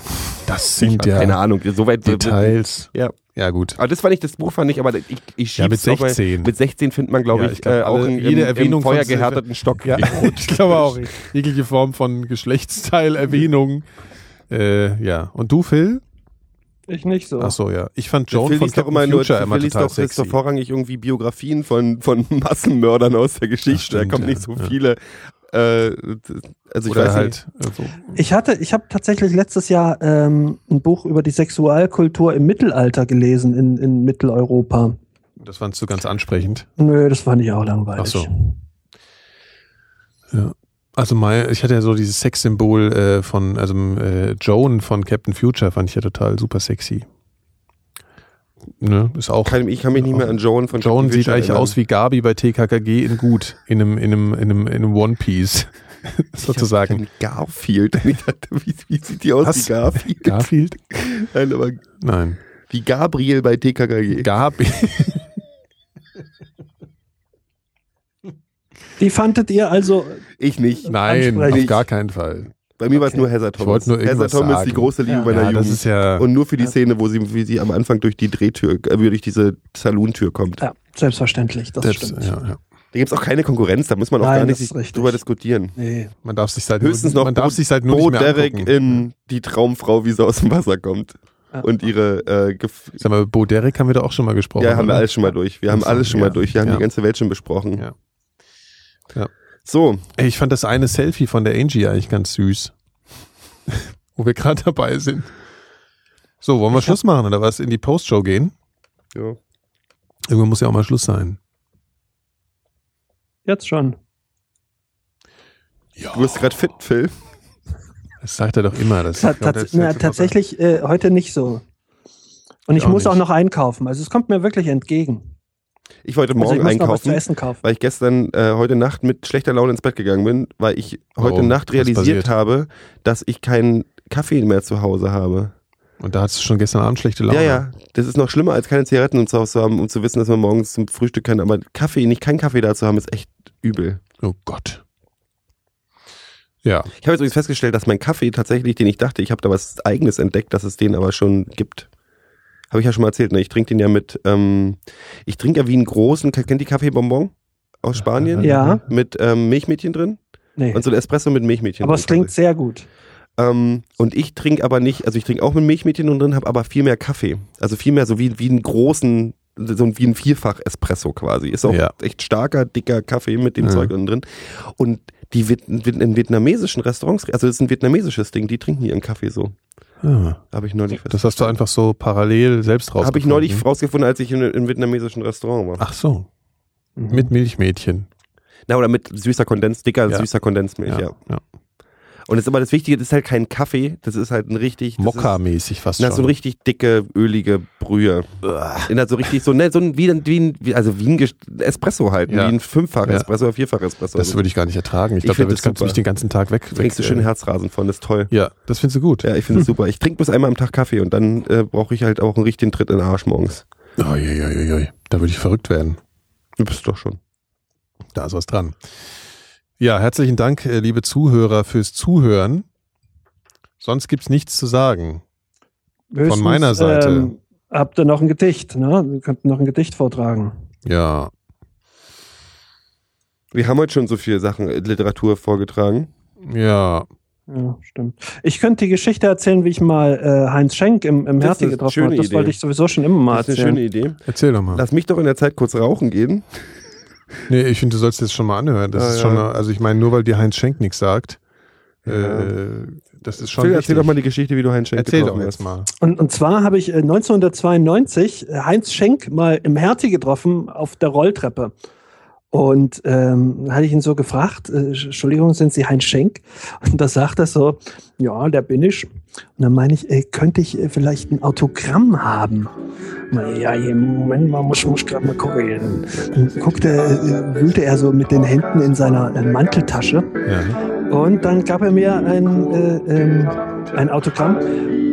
[SPEAKER 3] Das sind ja
[SPEAKER 2] Keine Ahnung, soweit.
[SPEAKER 3] Details.
[SPEAKER 2] Ja.
[SPEAKER 3] Ja, gut.
[SPEAKER 2] Aber das war nicht das Buch, fand ich, aber ich, ich
[SPEAKER 3] Ja, mit
[SPEAKER 2] schieb's noch mal-
[SPEAKER 3] 16.
[SPEAKER 2] Mit 16 findet man, glaube
[SPEAKER 3] Ja,
[SPEAKER 2] ich,
[SPEAKER 3] ich glaub,
[SPEAKER 2] äh, auch
[SPEAKER 3] alle-
[SPEAKER 2] in,
[SPEAKER 3] jede
[SPEAKER 2] im,
[SPEAKER 3] Erwähnung
[SPEAKER 2] im
[SPEAKER 3] von
[SPEAKER 2] Feuer
[SPEAKER 3] Silvester-
[SPEAKER 2] gehärteten Stock.
[SPEAKER 3] Ja, ich glaube auch. Jegliche Form von Geschlechtsteilerwähnung. Äh, ja. Und du, Phil?
[SPEAKER 1] Ich nicht so.
[SPEAKER 3] Ach so, ja. Ich fand
[SPEAKER 2] Joan
[SPEAKER 3] Joan
[SPEAKER 2] Phil
[SPEAKER 3] von
[SPEAKER 2] liest doch
[SPEAKER 3] Captain
[SPEAKER 2] immer nur,
[SPEAKER 3] Future
[SPEAKER 2] Phil
[SPEAKER 3] immer
[SPEAKER 2] liest
[SPEAKER 3] total
[SPEAKER 2] doch liest doch
[SPEAKER 3] sexy.
[SPEAKER 2] vorrangig irgendwie Biografien von, von Massenmördern aus der Geschichte. da
[SPEAKER 3] stimmt,
[SPEAKER 2] kommen
[SPEAKER 3] ja,
[SPEAKER 2] nicht so
[SPEAKER 3] ja.
[SPEAKER 2] viele. Äh, also ich
[SPEAKER 3] Oder
[SPEAKER 2] weiß nicht.
[SPEAKER 3] halt äh, so
[SPEAKER 1] Ich hatte, ich habe tatsächlich letztes Jahr ähm, ein Buch über die Sexualkultur im Mittelalter gelesen in, in Mitteleuropa.
[SPEAKER 3] Das fandst du ganz ansprechend.
[SPEAKER 1] Nö, das fand ich auch langweilig.
[SPEAKER 3] Ach so. Ja. Also mein, ich hatte ja so dieses Sexsymbol äh, von, also äh, Joan von Captain Future fand ich ja total super sexy. Ne, ist auch.
[SPEAKER 2] Kann, ich kann mich nicht mehr an Joan von
[SPEAKER 3] Joan
[SPEAKER 2] Captain
[SPEAKER 3] sieht
[SPEAKER 2] Future
[SPEAKER 3] eigentlich
[SPEAKER 2] erinnern.
[SPEAKER 3] aus wie Gabi bei TKKG in gut, in einem, in einem, in einem, in einem One Piece.
[SPEAKER 2] Ich
[SPEAKER 3] sozusagen.
[SPEAKER 2] hab- ich hab Garfield. Ich dachte, wie, wie sieht die aus
[SPEAKER 3] Was?
[SPEAKER 2] wie Garfield?
[SPEAKER 3] Garfield?
[SPEAKER 2] Nein, aber
[SPEAKER 3] Nein.
[SPEAKER 2] wie Gabriel bei TKKG.
[SPEAKER 3] Gabi.
[SPEAKER 1] Die fandet ihr also,
[SPEAKER 2] ich nicht.
[SPEAKER 3] Nein,
[SPEAKER 1] Ansprechend.
[SPEAKER 3] auf gar keinen Fall.
[SPEAKER 2] Bei mir war es nur Heather
[SPEAKER 3] Ich
[SPEAKER 2] Thomas.
[SPEAKER 3] wollte nur
[SPEAKER 2] Heather
[SPEAKER 3] irgendwas
[SPEAKER 2] Thomas,
[SPEAKER 3] sagen.
[SPEAKER 2] die große Liebe
[SPEAKER 1] Ja.
[SPEAKER 2] meiner
[SPEAKER 3] Ja,
[SPEAKER 2] Jugend.
[SPEAKER 3] das ist ja.
[SPEAKER 2] Und nur für die Szene, wo sie, wie sie am Anfang durch die Drehtür, äh, durch diese Salontür kommt.
[SPEAKER 1] ja, selbstverständlich, das
[SPEAKER 3] selbst,
[SPEAKER 1] stimmt.
[SPEAKER 3] ja, ja.
[SPEAKER 2] Da gibt es auch keine Konkurrenz, da muss man auch
[SPEAKER 1] Nein,
[SPEAKER 2] gar
[SPEAKER 1] das
[SPEAKER 2] nicht
[SPEAKER 1] ist
[SPEAKER 2] sich
[SPEAKER 1] richtig.
[SPEAKER 2] drüber diskutieren.
[SPEAKER 1] Nee.
[SPEAKER 3] Man darf sich halt
[SPEAKER 2] Höchstens
[SPEAKER 3] nur,
[SPEAKER 2] noch
[SPEAKER 3] man darf
[SPEAKER 2] Bo-
[SPEAKER 3] sich halt nur
[SPEAKER 2] Bo
[SPEAKER 3] nicht mehr
[SPEAKER 2] Derek
[SPEAKER 3] angucken.
[SPEAKER 2] in Die Traumfrau, wie sie aus dem Wasser kommt.
[SPEAKER 1] Ja.
[SPEAKER 2] Und ihre. Äh, Gef
[SPEAKER 3] Sag mal, Bo Derek haben wir da auch schon mal gesprochen.
[SPEAKER 2] ja, haben wir
[SPEAKER 3] oder?
[SPEAKER 2] alles schon mal durch. Wir haben
[SPEAKER 3] Oh, Das-
[SPEAKER 2] alles schon mal
[SPEAKER 3] ja.
[SPEAKER 2] durch. Wir haben
[SPEAKER 3] Ja.
[SPEAKER 2] die ganze Welt schon besprochen.
[SPEAKER 3] Ja. Ja.
[SPEAKER 2] So,
[SPEAKER 3] Ey, ich fand das eine Selfie von der Angie eigentlich ganz süß. Wo wir gerade dabei sind. So, wollen wir Schluss machen oder was? In die Postshow gehen?
[SPEAKER 2] ja.
[SPEAKER 3] Irgendwann muss ja auch mal Schluss sein.
[SPEAKER 1] Jetzt schon.
[SPEAKER 3] Ja.
[SPEAKER 2] du wirst gerade fit, Phil.
[SPEAKER 3] Das sagt er doch immer. Das
[SPEAKER 1] Ta
[SPEAKER 3] ich glaub,
[SPEAKER 1] tats-
[SPEAKER 3] das ist
[SPEAKER 1] na,
[SPEAKER 3] jetzt-
[SPEAKER 1] tatsächlich äh, heute nicht so. Und ich
[SPEAKER 3] auch
[SPEAKER 1] muss auch
[SPEAKER 3] nicht.
[SPEAKER 1] noch einkaufen. Also es kommt mir wirklich entgegen.
[SPEAKER 2] Ich wollte
[SPEAKER 1] also ich
[SPEAKER 2] morgen
[SPEAKER 1] muss noch was zu
[SPEAKER 2] einkaufen.
[SPEAKER 1] essen kaufen.
[SPEAKER 2] weil ich gestern, äh, heute Nacht mit schlechter Laune ins Bett gegangen bin, weil ich heute
[SPEAKER 3] Warum?
[SPEAKER 2] Nacht
[SPEAKER 3] Oh, Was
[SPEAKER 2] realisiert
[SPEAKER 3] passiert?
[SPEAKER 2] habe, dass ich keinen Kaffee mehr zu Hause habe.
[SPEAKER 3] Und da hattest du schon gestern Abend schlechte Laune.
[SPEAKER 2] Ja, ja. Das ist noch schlimmer, als keine Zigaretten zu Hause zu haben, um zu wissen, dass man morgens zum Frühstück kann. Aber Kaffee, nicht keinen Kaffee da zu haben, ist echt übel.
[SPEAKER 3] Oh Gott. Ja.
[SPEAKER 2] Ich habe jetzt übrigens festgestellt, dass mein Kaffee tatsächlich, den ich dachte, ich habe da was Eigenes entdeckt, dass es den aber schon gibt. Habe ich ja schon mal erzählt, ne? Ich trinke den ja mit, ähm, ich trinke ja wie einen großen, kennt die Kaffeebonbon aus Spanien?
[SPEAKER 1] Ja.
[SPEAKER 2] Mit ähm, Milchmädchen drin?
[SPEAKER 1] Nee.
[SPEAKER 3] Also,
[SPEAKER 2] Und so ein Espresso mit Milchmädchen
[SPEAKER 1] Aber
[SPEAKER 2] drin.
[SPEAKER 1] es klingt sehr gut.
[SPEAKER 2] Ähm, und ich trinke aber nicht, also ich trinke auch mit Milchmädchen und drin, habe aber viel mehr Kaffee. Also viel mehr so wie, wie einen großen, so wie ein Vierfach-Espresso quasi. Ist auch
[SPEAKER 3] Ja.
[SPEAKER 2] echt starker, dicker Kaffee mit dem
[SPEAKER 3] Mhm.
[SPEAKER 2] Zeug unten drin. Und die Viet- Viet- in vietnamesischen Restaurants, also das ist ein vietnamesisches Ding, die trinken ihren Kaffee so.
[SPEAKER 3] Ah,
[SPEAKER 2] Habe ich neulich
[SPEAKER 3] das hast du einfach so parallel selbst rausgefunden.
[SPEAKER 2] Habe ich neulich rausgefunden, als ich in einem vietnamesischen Restaurant war.
[SPEAKER 3] Ach so. Mit Milchmädchen.
[SPEAKER 2] Na, oder mit süßer Kondens, dicker,
[SPEAKER 3] Ja.
[SPEAKER 2] süßer Kondensmilch, ja.
[SPEAKER 3] ja. ja.
[SPEAKER 2] Und das ist aber das Wichtige, das ist halt kein Kaffee, das ist halt ein richtig. das ist-
[SPEAKER 3] Mokka-mäßig fast
[SPEAKER 2] Na, so
[SPEAKER 3] schon.
[SPEAKER 2] eine richtig dicke, ölige Brühe. In so richtig so, ne, so ein, wie, ein- wie, ein- wie, also wie ein Gest- Espresso halt,
[SPEAKER 3] Ja.
[SPEAKER 2] wie ein fünffacher
[SPEAKER 3] Ja.
[SPEAKER 2] Espresso oder vierfacher Espresso.
[SPEAKER 3] Das
[SPEAKER 2] also,
[SPEAKER 3] würde ich gar nicht ertragen.
[SPEAKER 2] Ich
[SPEAKER 3] Ich glaube,
[SPEAKER 2] find
[SPEAKER 3] da
[SPEAKER 2] das
[SPEAKER 3] kannst du
[SPEAKER 2] super.
[SPEAKER 3] nicht den ganzen Tag weg. weg
[SPEAKER 2] trinkst du schön Herzrasen von, ist toll.
[SPEAKER 3] Ja, das findest du gut.
[SPEAKER 2] Ja, ich finde es super. Ich trinke bloß einmal am Tag Kaffee und dann äh, brauche ich halt auch einen richtigen Tritt in den Arsch morgens.
[SPEAKER 3] Oi, oi, oi, oi. Da würde ich verrückt werden.
[SPEAKER 2] Du bist doch schon.
[SPEAKER 3] Da ist was dran. Ja, herzlichen Dank, äh, liebe Zuhörer, fürs Zuhören. Sonst gibt's nichts zu sagen.
[SPEAKER 1] Höchstens,
[SPEAKER 3] meiner Seite.
[SPEAKER 1] Ähm, habt ihr noch ein Gedicht, ne? Wir könnten noch ein Gedicht vortragen.
[SPEAKER 3] Ja,
[SPEAKER 2] Wir haben heute schon so viele Sachen, äh, Literatur vorgetragen.
[SPEAKER 3] ja.
[SPEAKER 1] Ja, stimmt. Ich könnte die Geschichte erzählen, wie ich mal äh, Heinz Schenk im, im
[SPEAKER 2] Das ist
[SPEAKER 1] Hertie
[SPEAKER 2] eine
[SPEAKER 1] getroffen
[SPEAKER 2] schöne
[SPEAKER 1] habe. Das
[SPEAKER 2] Idee.
[SPEAKER 1] wollte ich sowieso schon immer mal
[SPEAKER 2] Das ist eine
[SPEAKER 1] erzählen.
[SPEAKER 2] schöne Idee.
[SPEAKER 3] Erzähl doch mal.
[SPEAKER 2] Lass mich doch in der Zeit kurz rauchen gehen.
[SPEAKER 3] Nee, ich finde, du sollst jetzt schon mal anhören. Das
[SPEAKER 2] Ja,
[SPEAKER 3] ist schon,
[SPEAKER 2] ja.
[SPEAKER 3] also ich meine, nur weil dir Heinz Schenk nichts sagt,
[SPEAKER 2] Ja.
[SPEAKER 3] äh, das ist schon.
[SPEAKER 2] Phil, erzähl
[SPEAKER 3] wichtig.
[SPEAKER 2] doch mal die Geschichte, wie du Heinz Schenk
[SPEAKER 3] Erzähl doch
[SPEAKER 2] getroffen
[SPEAKER 3] jetzt
[SPEAKER 2] hast.
[SPEAKER 3] mal.
[SPEAKER 1] Und, und zwar habe ich äh, 1992 äh, Heinz Schenk mal im Hertie getroffen auf der Rolltreppe. Und ähm, dann hatte ich ihn so gefragt, äh, Entschuldigung, sind Sie Heinz Schenk? Und da sagt er so, ja, der bin ich. Und dann meine ich, äh, könnte ich äh, vielleicht ein Autogramm haben? Na Ja, hier, Moment mal, muss, muss gerade mal gucken. Dann guckte, äh, wühlte er so mit den Händen in seiner äh, Manteltasche.
[SPEAKER 3] Ja.
[SPEAKER 1] Und dann gab er mir ein, äh, ähm, ein Autogramm.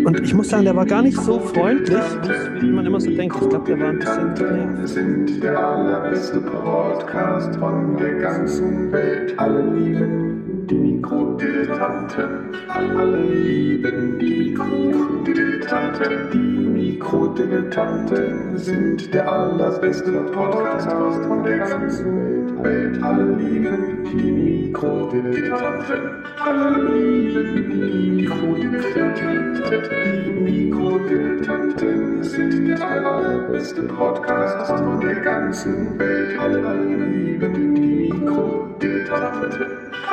[SPEAKER 1] Und ich muss sagen, der war gar nicht so freundlich, wie wie man immer so denkt. Ich glaube, der war ein bisschen genervt.
[SPEAKER 9] Wir sind der allerbeste Podcast von der ganzen Welt. Alle lieben die Mikrodilettanten. Alle lieben die Mikrodilettanten. Die Mikrodilettanten sind der allerbeste Podcast von der ganzen Welt. Alle lieben die Mikrodilettanten. Alle lieben die Mikrodilettanten. Die Mikrodilettanten sind der allerbeste Podcast von der ganzen Welt. Alle lieben die Mikrodilettanten.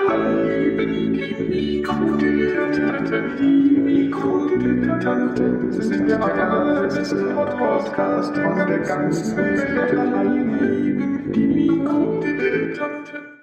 [SPEAKER 9] Alle lieben die Mikrodilettanten. Die Mikrodilettanten sind der allerbeste Podcast von der ganzen Welt. Alle lieben die Mikrodilettanten.